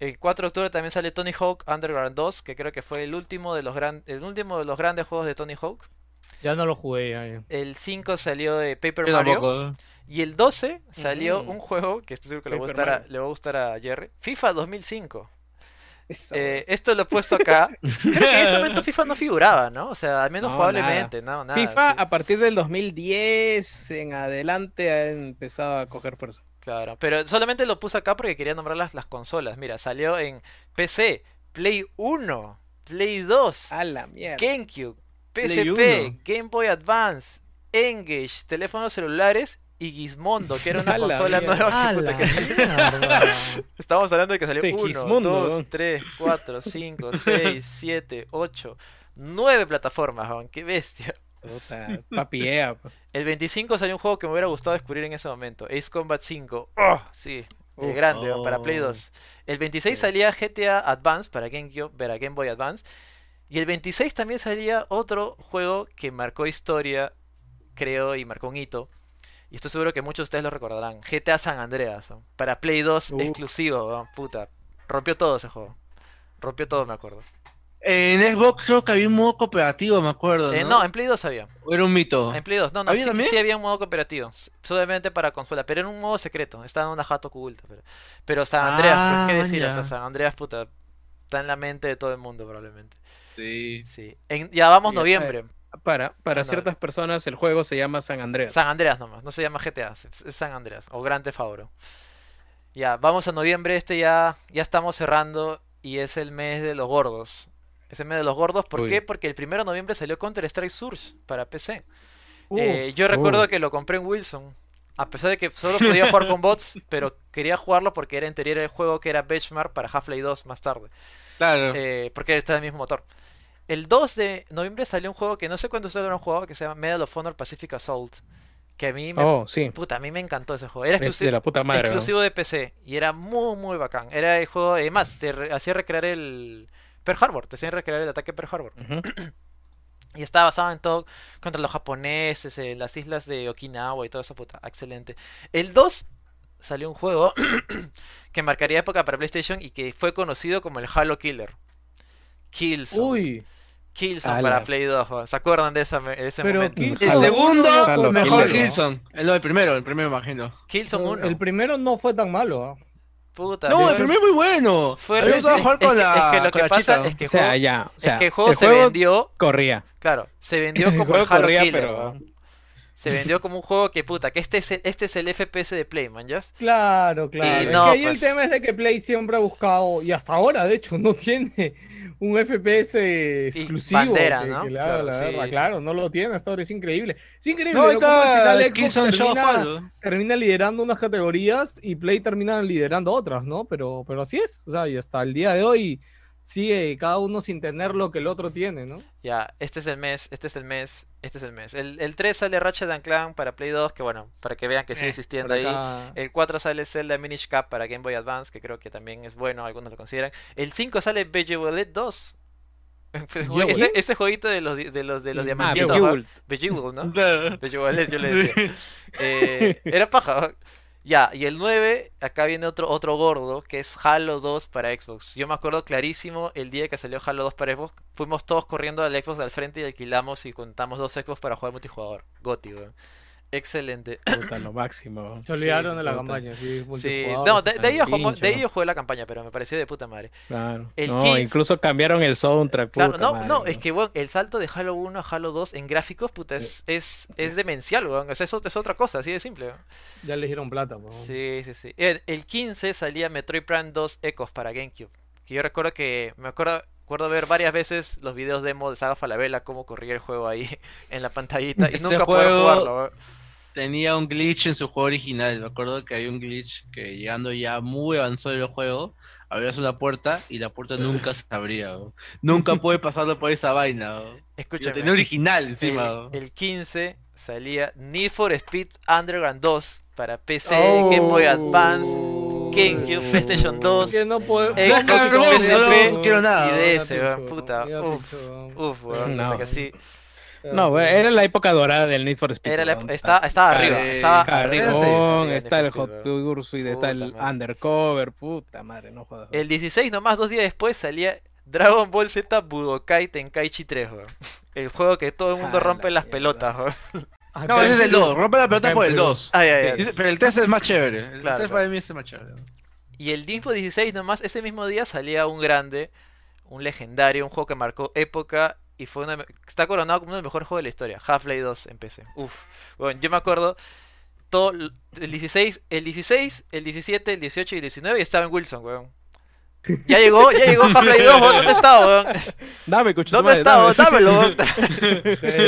El 4 de octubre también sale Tony Hawk Underground 2, que creo que fue el último de los, gran- el último de los grandes juegos de Tony Hawk. Ya no lo jugué. ya, (laughs) ya. El 5 salió de Paper Yo Mario. tampoco, ¿eh? Y el 12 salió Ujú. un juego que estoy seguro que le va, a Paper gustar a, Mario. le va a gustar a Jerry. FIFA 2005. Eh, esto lo he puesto (laughs) acá. Creo que en ese momento FIFA no figuraba, ¿no? O sea, al menos No, jugablemente, nada. no, nada. FIFA sí. a partir del 2010 en adelante ha empezado a coger fuerza. Claro, pero solamente lo puse acá porque quería nombrar las, las consolas. Mira, salió en PC, Play 1, Play 2, A la mierda. GameCube, Play PSP, 1. Game Boy Advance, Engage, teléfonos celulares y Gizmondo, (laughs) que era una A la consola mierda. nueva. Ah, A que puta la que (laughs) salió. (laughs) (laughs) Estamos hablando de que salió Este 1, Gizmondo, 2, weón. 3, 4, 5, 6, 7, 8, 9 plataformas, weón, qué bestia. Puta, papi, ea, pues. El 25 salió un juego que me hubiera gustado descubrir en ese momento, Ace Combat 5. ¡Oh! Sí, el Ah. Uf. grande, ¿no? para Play Oh. 2. El 26 salía GTA Advance para GameCube, para Game Boy Advance. Y el 26 también salía otro juego que marcó historia, creo, y marcó un hito. Y estoy seguro que muchos de ustedes lo recordarán. GTA San Andreas, ¿no? para Play 2 exclusivo, ¿no? puta. Rompió todo ese juego. Rompió todo, me acuerdo. En Xbox creo que había un modo cooperativo, me acuerdo. ¿no? Eh, no, en Play 2 había. ¿O Era un mito. En Play 2, no, no, ¿Había sí, ¿Ah, también? sí había un modo cooperativo, s- solamente para consola, pero era un modo secreto, estaba en una jato oculta. Pero, pero San Andreas, pues, ¿qué Ah, decir? O sea, ya. San Andreas, puta, está en la mente de todo el mundo probablemente. Sí. En- ya vamos Y, noviembre. eh, Para, para Ah, no. ciertas personas el juego se llama San Andreas. San Andreas nomás, no se llama GTA, es es San Andreas o Gran Tefauro. Ya, vamos a noviembre, este ya, ya estamos cerrando y es el mes de los gordos. Es el mes de los gordos, ¿por Uy. qué? Porque el primero de noviembre salió Counter Strike Source para PC. Uf, Eh, yo recuerdo uf. que lo compré en Wilson. A pesar de que solo podía jugar (laughs) con bots, pero quería jugarlo porque era anterior el juego que era benchmark para Half-Life 2 más tarde. Claro. Eh, porque está el mismo motor. El 2 de noviembre salió un juego que no sé cuántos ustedes lo han jugado, que se llama Medal of Honor Pacific Assault. Que a mí me, Oh, sí. puta, a mí me encantó ese juego. Era Es de exclusivo, la puta madre, ¿no? exclusivo de PC y era muy, muy bacán. Era el juego, además, te re- hacía recrear el Pearl Harbor, te hacían recrear el ataque Pearl Harbor. Y estaba basado en todo contra los japoneses, en las islas de Okinawa y toda esa puta. Excelente. El 2 salió un juego (clears throat) que marcaría época para PlayStation y que fue conocido como el Halo Killer. Killzone. Uy. Killzone Ala. para Play 2. weón. ¿Se acuerdan de, esa, me- de ese Pero momento? Kill- El segundo, Halo mejor Killer, ¿no? Hilson. El, no, el primero, el primero, imagino. Killzone No, 1. El primero no fue tan malo. ¿ah? Puta, No, el weón. primero es muy bueno. Fue A mí me gustaba es- jugar con es que- la, es que lo con que la pasa chica. es que O sea, juego- ya, o sea, es que el juego el se juego vendió, Corría. claro, (laughs) se vendió El como el juego Halo corría, Killer, pero- weón. se vendió como un juego que puta, que este es el, este es el FPS de Play, man, ¿ya? Claro, claro. Y Es no, que ahí pues. el tema es de que Play siempre ha buscado, y hasta ahora, de hecho, (laughs) no tiene un FPS exclusivo. bandera, que- ¿no? que le Claro, haga la sí, guerra. sí. Claro, no lo tiene hasta ahora, es increíble. Es increíble. No, ahí ¿no? Cómo al está final Xbox Killzone Shadow Fall, termina, ¿no? termina liderando unas categorías y Play termina liderando otras, ¿no? Pero, pero así es. O sea, y hasta el día de hoy sigue cada uno sin tener lo que el otro tiene, ¿no? Ya, este es el mes, este es el mes, este es el mes. El, el 3 sale Ratchet and Clank para Play 2, que bueno, para que vean que sigue Eh, existiendo por ahí. acá. El 4 sale Zelda Minish Cap para Game Boy Advance, que creo que también es bueno, algunos lo consideran. El 5 sale Bejeweled 2. (laughs) Pues, güey, ¿Bejeweled? Ese, ese jueguito de los, di- de los, de los Mm, Ah, diamantitos, (laughs) Bejeweled. ¿va? (laughs) Bejeweled, ¿no? Claro. Bejeweled, yo le Sí. decía. Eh, era paja. ¿va? Ya, y el 9, acá viene otro, otro gordo, que es Halo 2 para Xbox. Yo me acuerdo clarísimo el día que salió Halo 2 para Xbox, fuimos todos corriendo al Xbox al frente y alquilamos y contamos dos Xbox para jugar multijugador. Goti, weón. Excelente. Puta, lo máximo. Se olvidaron Sí, de la puta. campaña, sí. Sí, multijugador, no, así. de, de ahí yo jugué, pincho. de ahí yo jugué la campaña, pero me pareció de puta madre. Claro. El no, 15. incluso cambiaron el soundtrack. Claro, puta no, madre, no, es que weón, el salto de Halo 1 a Halo 2 en gráficos, puta, es, es, es demencial, weón. O sea, eso es otra cosa, así de simple. weón. Ya le dieron plata, po. Sí, sí, sí. El, el 15 salía Metroid Prime 2 Echoes para GameCube. Que yo recuerdo que. Me acuerdo, recuerdo ver varias veces los videos demo de Saga Falabella, cómo corría el juego ahí (laughs) en la pantallita. Y Ese nunca poder juego- jugarlo. ¿eh? weón. Tenía un glitch en su juego original. Me acuerdo que había un glitch que llegando ya muy avanzado el juego, abrías una puerta y la puerta nunca se abría. weón. Nunca pude pasarlo por esa vaina. weón. Escúchame. Lo tenía original encima. El- weón. El, 15 salía Need for Speed Underground 2 para PC, Oh. Game Boy Advance, Oh. GameCube, PlayStation 2, Que no puede- Xbox, (laughs) No, no, PSP no, no quiero nada. y DS, Ya weón, pinchó, puta. ya uf, uf, Mm, weón, No. puta que sí. No, güey, era la época dorada del Need for Speed. Mm. Era la- weón. estaba- Ah, estaba arriba, eh, estaba arriba. Cargón, Sí, era está el Need for Hot Speed, Pursuit, está el Puta madre. Undercover, puta madre, no jodas. El 16 nomás, dos días después, salía Dragon Ball Z Budokai Tenkaichi 3, weón. El juego que todo el mundo A la rompe las pelotas, weón. No, ese es el 2. Rompe la pelota Acá por el en Perú. 2. Ay, ay, ay. Pero el 3 es más chévere. El Ah, Claro, 3 claro. para mí es el más chévere. Y el mismo 16 nomás, ese mismo día salía un grande, un legendario, un juego que marcó época y fue una, está coronado como uno de los mejores juegos de la historia, Half-Life 2 en PC. Uf. Bueno, yo me acuerdo todo el 16, el 16, el 17, el 18 y el 19 y estaba en Wilson, weón. Ya llegó, ya llegó Half-Life 2, weón. ¿Dónde (laughs) estaba, weón? Dame, cucho, ¿Dónde estaba? (laughs) Dámelo, weón. En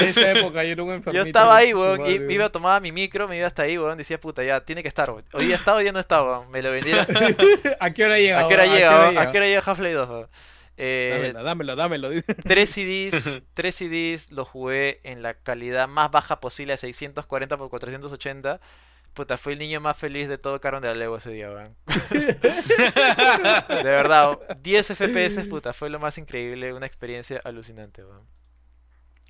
esa época yo era un enfermito. Yo estaba ahí, su weón, madre, y me iba, tomaba mi micro, me iba hasta ahí, weón, decía, puta, ya, tiene que estar, weón. Hoy día estaba, hoy día no estaba, weón. Me lo vendieron. ¿A qué hora llega? ¿A qué hora weón? llega? weón? llega? ¿A qué hora llega Half-Life 2? weón? Eh, Dámelo, dámelo, dámelo. dice. (laughs) tres CDs, tres CDs los jugué en la calidad más baja posible, a 640 x 480. Puta, fui el niño más feliz de todo Caron de la Lego ese día, weón. De verdad, weón. 10 FPS, puta, fue lo más increíble, una experiencia alucinante, weón.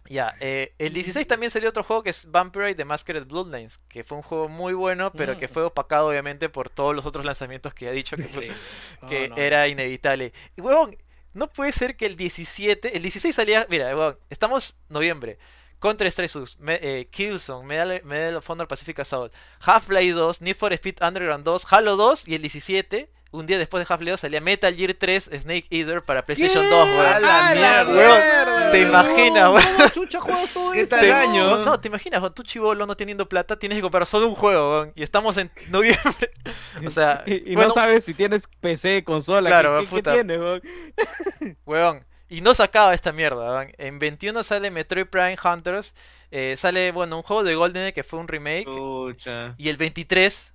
Ya, eh, el 16 también salió otro juego que es Vampire The Masquerade Bloodlines, que fue un juego muy bueno, pero Mm. que fue opacado obviamente por todos los otros lanzamientos que ha dicho que, puta, (laughs) que No, no. era inevitable. Y huevón, no puede ser que el 17, el 16 salía, mira, huevón, estamos noviembre. Contra Strike Sus, me, eh, Killzone, Medal, Medal of Honor Pacific Assault, Half-Life 2, Need for Speed Underground 2, Halo 2 y el 17, un día después de Half-Life 2 salía Metal Gear 3 Snake Eater para PlayStation 2, weón. A la mierda. Huevón, te imaginas, weón. ¿Cómo chucha juegas todo ¿Qué eso? tal año? No, no, te imaginas, weón, tú chivolo no teniendo plata, tienes que comprar solo un juego, weón, y estamos en noviembre. (laughs) O sea, (laughs) Y, y bueno, no sabes si tienes PC, consola, Claro, weón, ¿qué- ¿qué, qué puta. tienes, weón? Weón. Y no se acaba esta mierda, weón. En 21 sale Metroid Prime Hunters. eh, sale, bueno, un juego de GoldenEye que fue un remake. Uh. Y el 23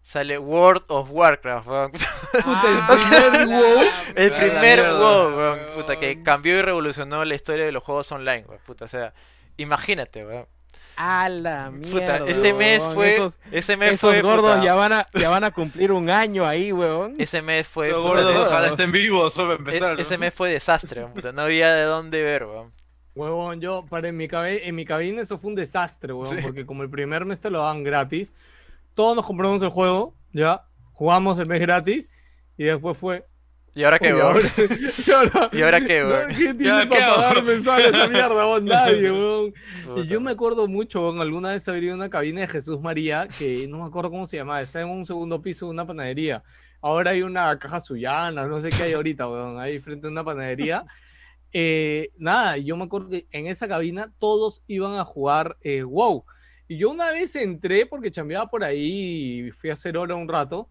sale World of Warcraft, weón. (laughs) O sea, (laughs) El la primer mierda. WoW, weón, puta, que cambió y revolucionó la historia de los juegos online, weón, puta, o sea, imagínate, weón. A la mierda. Puta, ese mes huevón. fue- Esos, ese mes esos fue, gordos puta. ya van, a, ya van a cumplir un año ahí, huevón. Ese mes fue. Pero, puta, gordo, de- ojalá estén vivos, solo E- Ese mes fue desastre, weón, puta, no había de dónde ver, weón. Huevón, yo, para en mi, cabe- en mi cabina eso fue un desastre, huevón, porque como el primer mes te lo daban gratis, todos nos compramos el juego, ya, jugamos el mes gratis, y después fue... ¿Y ahora qué, "Uy, weón? ¿Y ahora, (laughs) ¿Y ahora qué, no, weón? ¿Quién ¿Y ahora tiene qué, para weón? pagar mensual esa mierda, weón? Nadie, weón. Puta. (laughs) Y yo me acuerdo mucho, weón, alguna vez había una cabina de Jesús María, que no me acuerdo cómo se llamaba, está en un segundo piso de una panadería. Ahora hay una caja suyana, no sé qué hay ahorita, weón, ahí frente a una panadería. Eh, nada, yo me acuerdo que en esa cabina todos iban a jugar eh, WoW. Y yo una vez entré porque chambeaba por ahí y fui a hacer hora un rato.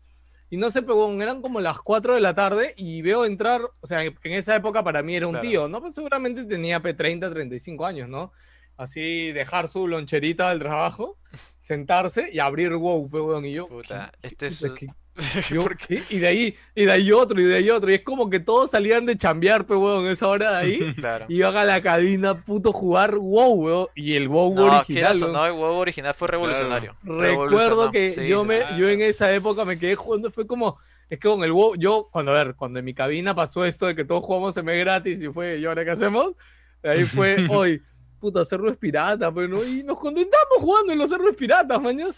Y no sé, pero eran como las 4 de la tarde y veo entrar, o sea, en esa época para mí era un Claro. tío, ¿no? Pues seguramente tenía P 30, 35 años, ¿no? Así dejar su loncherita del trabajo, sentarse y abrir WoW, pe, weón. Y yo, Puta, este es. puta, (laughs) yo, ¿qué? Y de ahí, y de ahí otro, y de ahí otro. Y es como que todos salían de chambear, pe, weón, esa hora de (laughs) ahí. Claro. Iban a la cabina, puto, jugar wow, weón. Y el wow No, original, quieras o weón. no, el WoW original fue revolucionario. Recuerdo Revolucionó, que sí, yo, sí, me, sí. yo en esa época me quedé jugando, fue como, es que con el WoW, yo, cuando, a ver, cuando en mi cabina pasó esto de que todos jugamos M gratis y fue, ¿y ahora qué hacemos? De ahí (laughs) fue, hoy, puta, Cerro es pirata, pero pues, no, y nos contentamos jugando en los Cerros Piratas, mañana.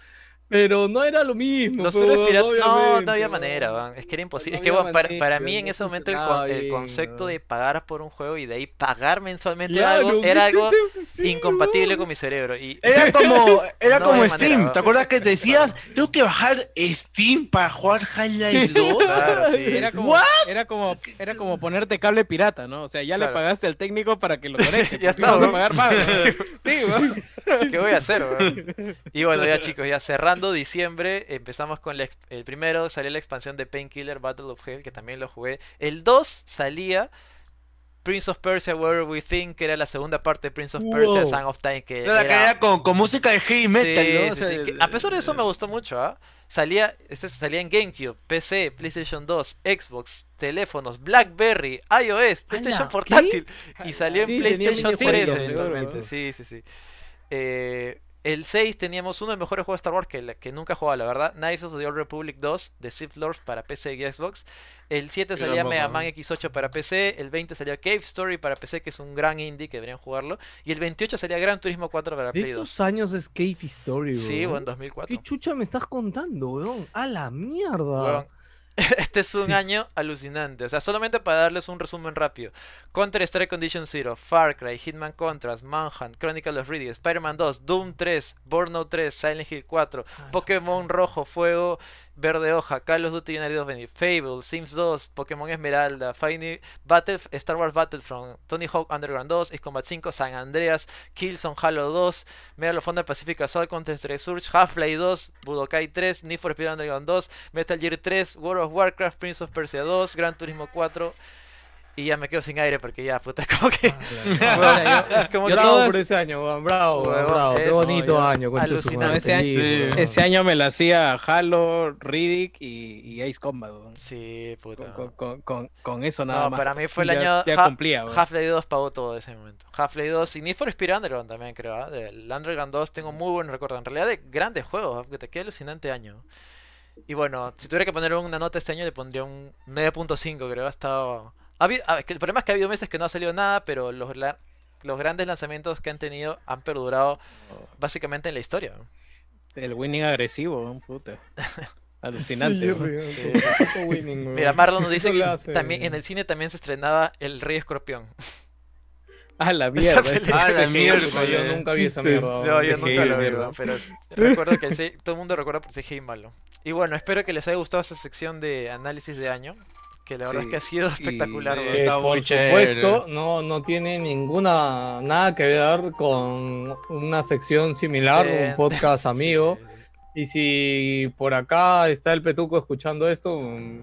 Pero no era lo mismo. Los pues, héroes piratas- no, obviamente, no había weón. manera, weón. es que era No imposible. es que había weón, para, manera, para mí en no ese momento el, funcionaba con- el bien, concepto weón. de pagar por un juego y de ahí pagar mensualmente era Claro, algo, era qué algo chucha, sí, incompatible (laughs) con mi cerebro. Y... (laughs) Era como, era No como hay Steam. manera, ¿Te weón. acuerdas que decías, tengo que bajar Steam para jugar (laughs) Highlight 2? Claro, sí. Era como, era como, era como ponerte cable pirata, ¿no? O sea, ya Claro. le pagaste al técnico (laughs) para que lo conecte. Ya ya está, está, weón. a pagar (laughs) más. weón. Sí, weón. ¿Qué voy a hacer, weón? Y bueno, ya chicos, ya cerrando diciembre, empezamos con la ex- el primero, salió la expansión de Painkiller Battle of Hell, que también lo jugué. El 2 salía Prince of Persia Where We Think, que era la segunda parte de Prince of Persia Wow. Son of Time, que Era la que era con, con música de heavy metal, Sí, ¿no? sí, O sea, eh. sí, que a pesar de eso me gustó mucho, ¿ah? Salía, este salía en GameCube, PC, PlayStation 2, Xbox, teléfonos, BlackBerry, iOS, PlayStation portátil y salió en Sí, tenía PlayStation 3 minijuegos, eventualmente. seguro. Sí, sí, sí. Eh, el 6 teníamos uno de los mejores juegos de Star Wars que, la- que nunca jugaba, la verdad. Knights of the Old Republic 2 de Sith Lords para PC y Xbox. El 7 Yo salía tampoco, Mega ¿no? Man X8 para PC. El 20 salía Cave Story para PC, que es un gran indie que deberían jugarlo. Y el 28 salía Gran Turismo 4 para De Play 2. esos años es Cave Story, weón. Sí, en 2004. ¿Qué chucha me estás contando, weón? A la mierda. Weón, (laughs) Este es un año alucinante. O sea, solamente para darles un resumen rápido. Counter Strike Condition Zero, Far Cry, Hitman Contrast, Manhunt, Chronicle of Riddick, Spider-Man 2, Doom 3, Burnout 3, Silent Hill 4, Pokémon Rojo, Fuego, Verde Hoja, Call of Duty United 2 Fable, Sims 2, Pokémon Esmeralda, Final Battle, Star Wars Battlefront, Tony Hawk Underground 2, Ace Combat 5, San Andreas, Killzone Halo 2, Medal of Honor Pacific Assault, Counter Strike Surge, Half-Life 2, Budokai 3, Need for Speed Underground 2, Metal Gear 3, World of Warcraft, Prince of Persia 2, Gran Turismo 4. Y ya me quedo sin aire porque ya, puta, (laughs) como (laughs) que. Es como Yo que- bravo por ese año, weón, bravo, weón, Huevón, bravo. Qué es bonito alucinante. año, concha de su No, madre, ese, año, feliz, weón. ese año me la hacía Halo, Riddick y, y Ace Combat. weón. Sí, puta. Con, con- con- con eso nada No, más. para mí fue el Ya- año. Ya Ha- cumplía, weón. Half-Life 2 pagó todo ese momento. Half-Life 2 y Need for Speed Underground también, creo. ¿ah? Del Underground 2 tengo muy buenos recuerdos. En realidad, de grandes juegos. ¿ah? Puta, Qué alucinante año. Y bueno, si tuviera que poner una nota este año, le pondría un 9.5, creo. Ha estado. ha habido- ah, es que el problema es que ha habido meses que no ha salido nada, pero los, la- los grandes lanzamientos que han tenido han perdurado básicamente en la historia. El winning agresivo, weón, (laughs) puta. Alucinante. Sí, weón. weón, Sí. puto winning, weón. Mira, (laughs) Marlon nos Eso dice le que hace, también, en weón. el cine también se estrenaba El Rey Escorpión. A (laughs) la mierda. película. A Ah, la mierda, Yo nunca vi esa Sí, mierda. sí, No, weón. yo CGI nunca lo vi, mierda. weón, pero s- recuerdo que sí, todo el mundo recuerda por CGI malo. Y bueno, espero que les haya gustado esta sección de análisis de año, que la verdad es que ha sido Sí, espectacular. y- weón. Eh, Está por muy chévere. supuesto, no, no tiene ninguna nada que ver con una sección similar, Eh, un podcast amigo. Y si por acá está el Petuco escuchando esto, mm,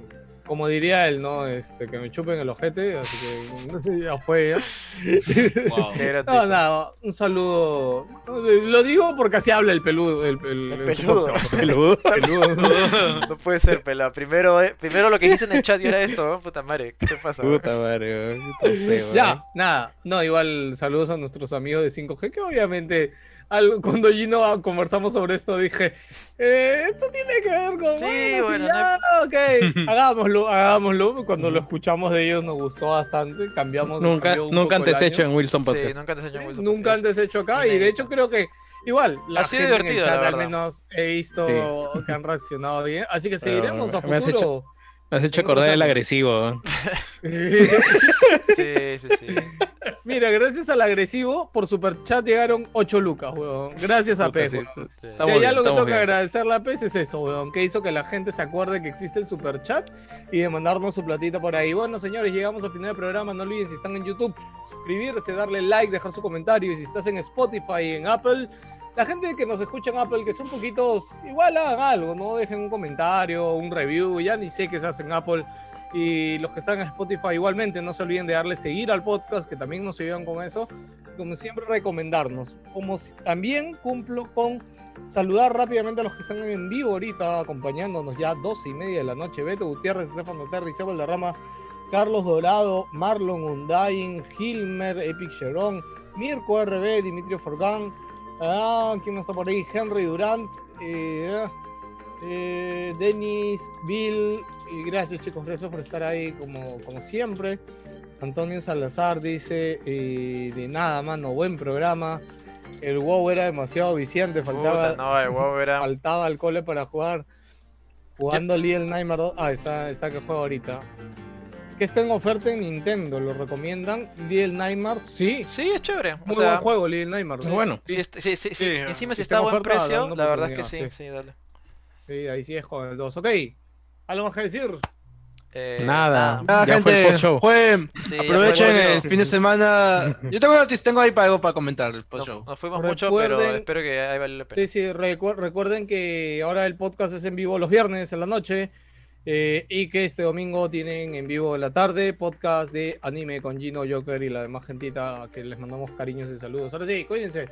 como diría él, ¿no? Este, que me chupen el ojete, así que (laughs) ya fue. (laughs) ya. Wow. Qué No, gratuito. nada, un saludo. Lo digo porque así habla el peludo. El, el- en su Peludo. podcast. (laughs) peludo. peludo. No puede ser, pelado. Primero, eh, primero lo que hice en el chat y ahora esto, ¿no? puta madre. ¿Qué pasa? weón? Puta madre, weón, qué (laughs) toseo, Ya, nada. No, igual saludos a nuestros amigos de 5G, que obviamente al- cuando Gino ah, conversamos sobre esto dije, eh, esto tiene que ver con... Sí, bueno, bueno, ya, (laughs) (laughs) ok, hagámoslo, hagámoslo. Cuando lo escuchamos de ellos nos gustó bastante, cambiamos... Nunca, cambió un nunca poco el antes hecho año. en Wilson Podcast. Sí, nunca te enseñó Wilson. Nunca antes hecho acá y de hecho creo que igual la Ha sido gente en el divertido, chat la al verdad. menos he visto Sí. que han reaccionado bien, así que Pero seguiremos a me has (laughs) hecho- futuro. Me has hecho Nunca acordar del sabe. agresivo. weón. Sí, sí, sí. Mira, gracias al agresivo por superchat llegaron 8 lucas, weón. Gracias a Puta, P, sí, weón. sí. Si Estamos hay bien, algo que estamos tengo que bien. agradecerle a PES es eso, weón, que hizo que la gente se acuerde que existe el superchat y de mandarnos su platita por ahí. Bueno, señores, llegamos al final del programa. No olviden si están en YouTube, suscribirse, darle like, dejar su comentario. Y si estás en Spotify, en Apple, la gente que nos escucha en Apple, que son poquitos, igual hagan algo, ¿no? Dejen un comentario, un review, ya ni sé qué se hace en Apple. Y los que están en Spotify igualmente, no se olviden de darle seguir al podcast, que también nos ayudan con eso. Como siempre, recomendarnos. Como si- también cumplo con saludar rápidamente a los que están en vivo ahorita, acompañándonos ya 12 y media de la noche. Beto Gutiérrez, Estefano Terry, Seba Rama, Carlos Dorado, Marlon Undain, Hilmer, Epic Cherón, Mirko RB, Dimitrio Forgán, ah, ¿quién más está por ahí? Henry Durant, eh, eh, Denis, Bill, y gracias chicos, gracias por estar ahí como, como siempre. Antonio Salazar dice, eh, de nada, mano, buen programa. El WoW era demasiado viciante, (laughs) faltaba, Puta, (laughs) no, el huevo era. faltaba al cole para jugar. Jugando Little Nightmare 2. Ah, está, está que juega ahorita. Que está en oferta en Nintendo, lo recomiendan. Little Nightmare, sí. Sí, es chévere. O Muy sea, buen juego, Little Nightmare. Es bueno. si es- si- si- si- encima si Si está está a en buen oferta, precio, dando la verdad es que sí. oportunidad, Sí, dale. Sí, ahí sí es con el 2. Ok, ¿algo más que decir? Eh, Nada. Nada, Ya fue el gente, post-show. jueguen, Sí, ya aprovechen fue el el post-show. fin (laughs) de semana. Yo tengo noticias, tengo ahí para algo para comentar el No, post-show. nos fuimos mucho, pero Recuerden- espero que ahí vale la pena. Sí, sí, recu- recuerden que ahora el podcast es en vivo los viernes en la noche eh, y que este domingo tienen en vivo en la tarde podcast de anime con Gino Joker y la demás gentita que les mandamos cariños y saludos. Ahora sí, cuídense.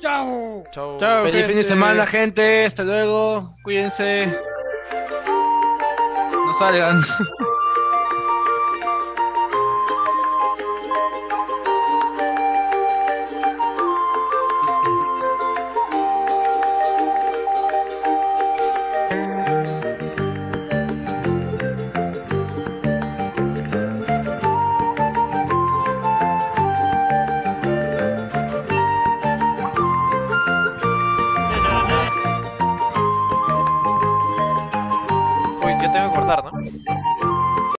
¡Chao! Chau. Chao, Feliz fin de gente. semana, gente. Hasta luego. Cuídense. No salgan. Uy, yo tengo que cortar, ¿no?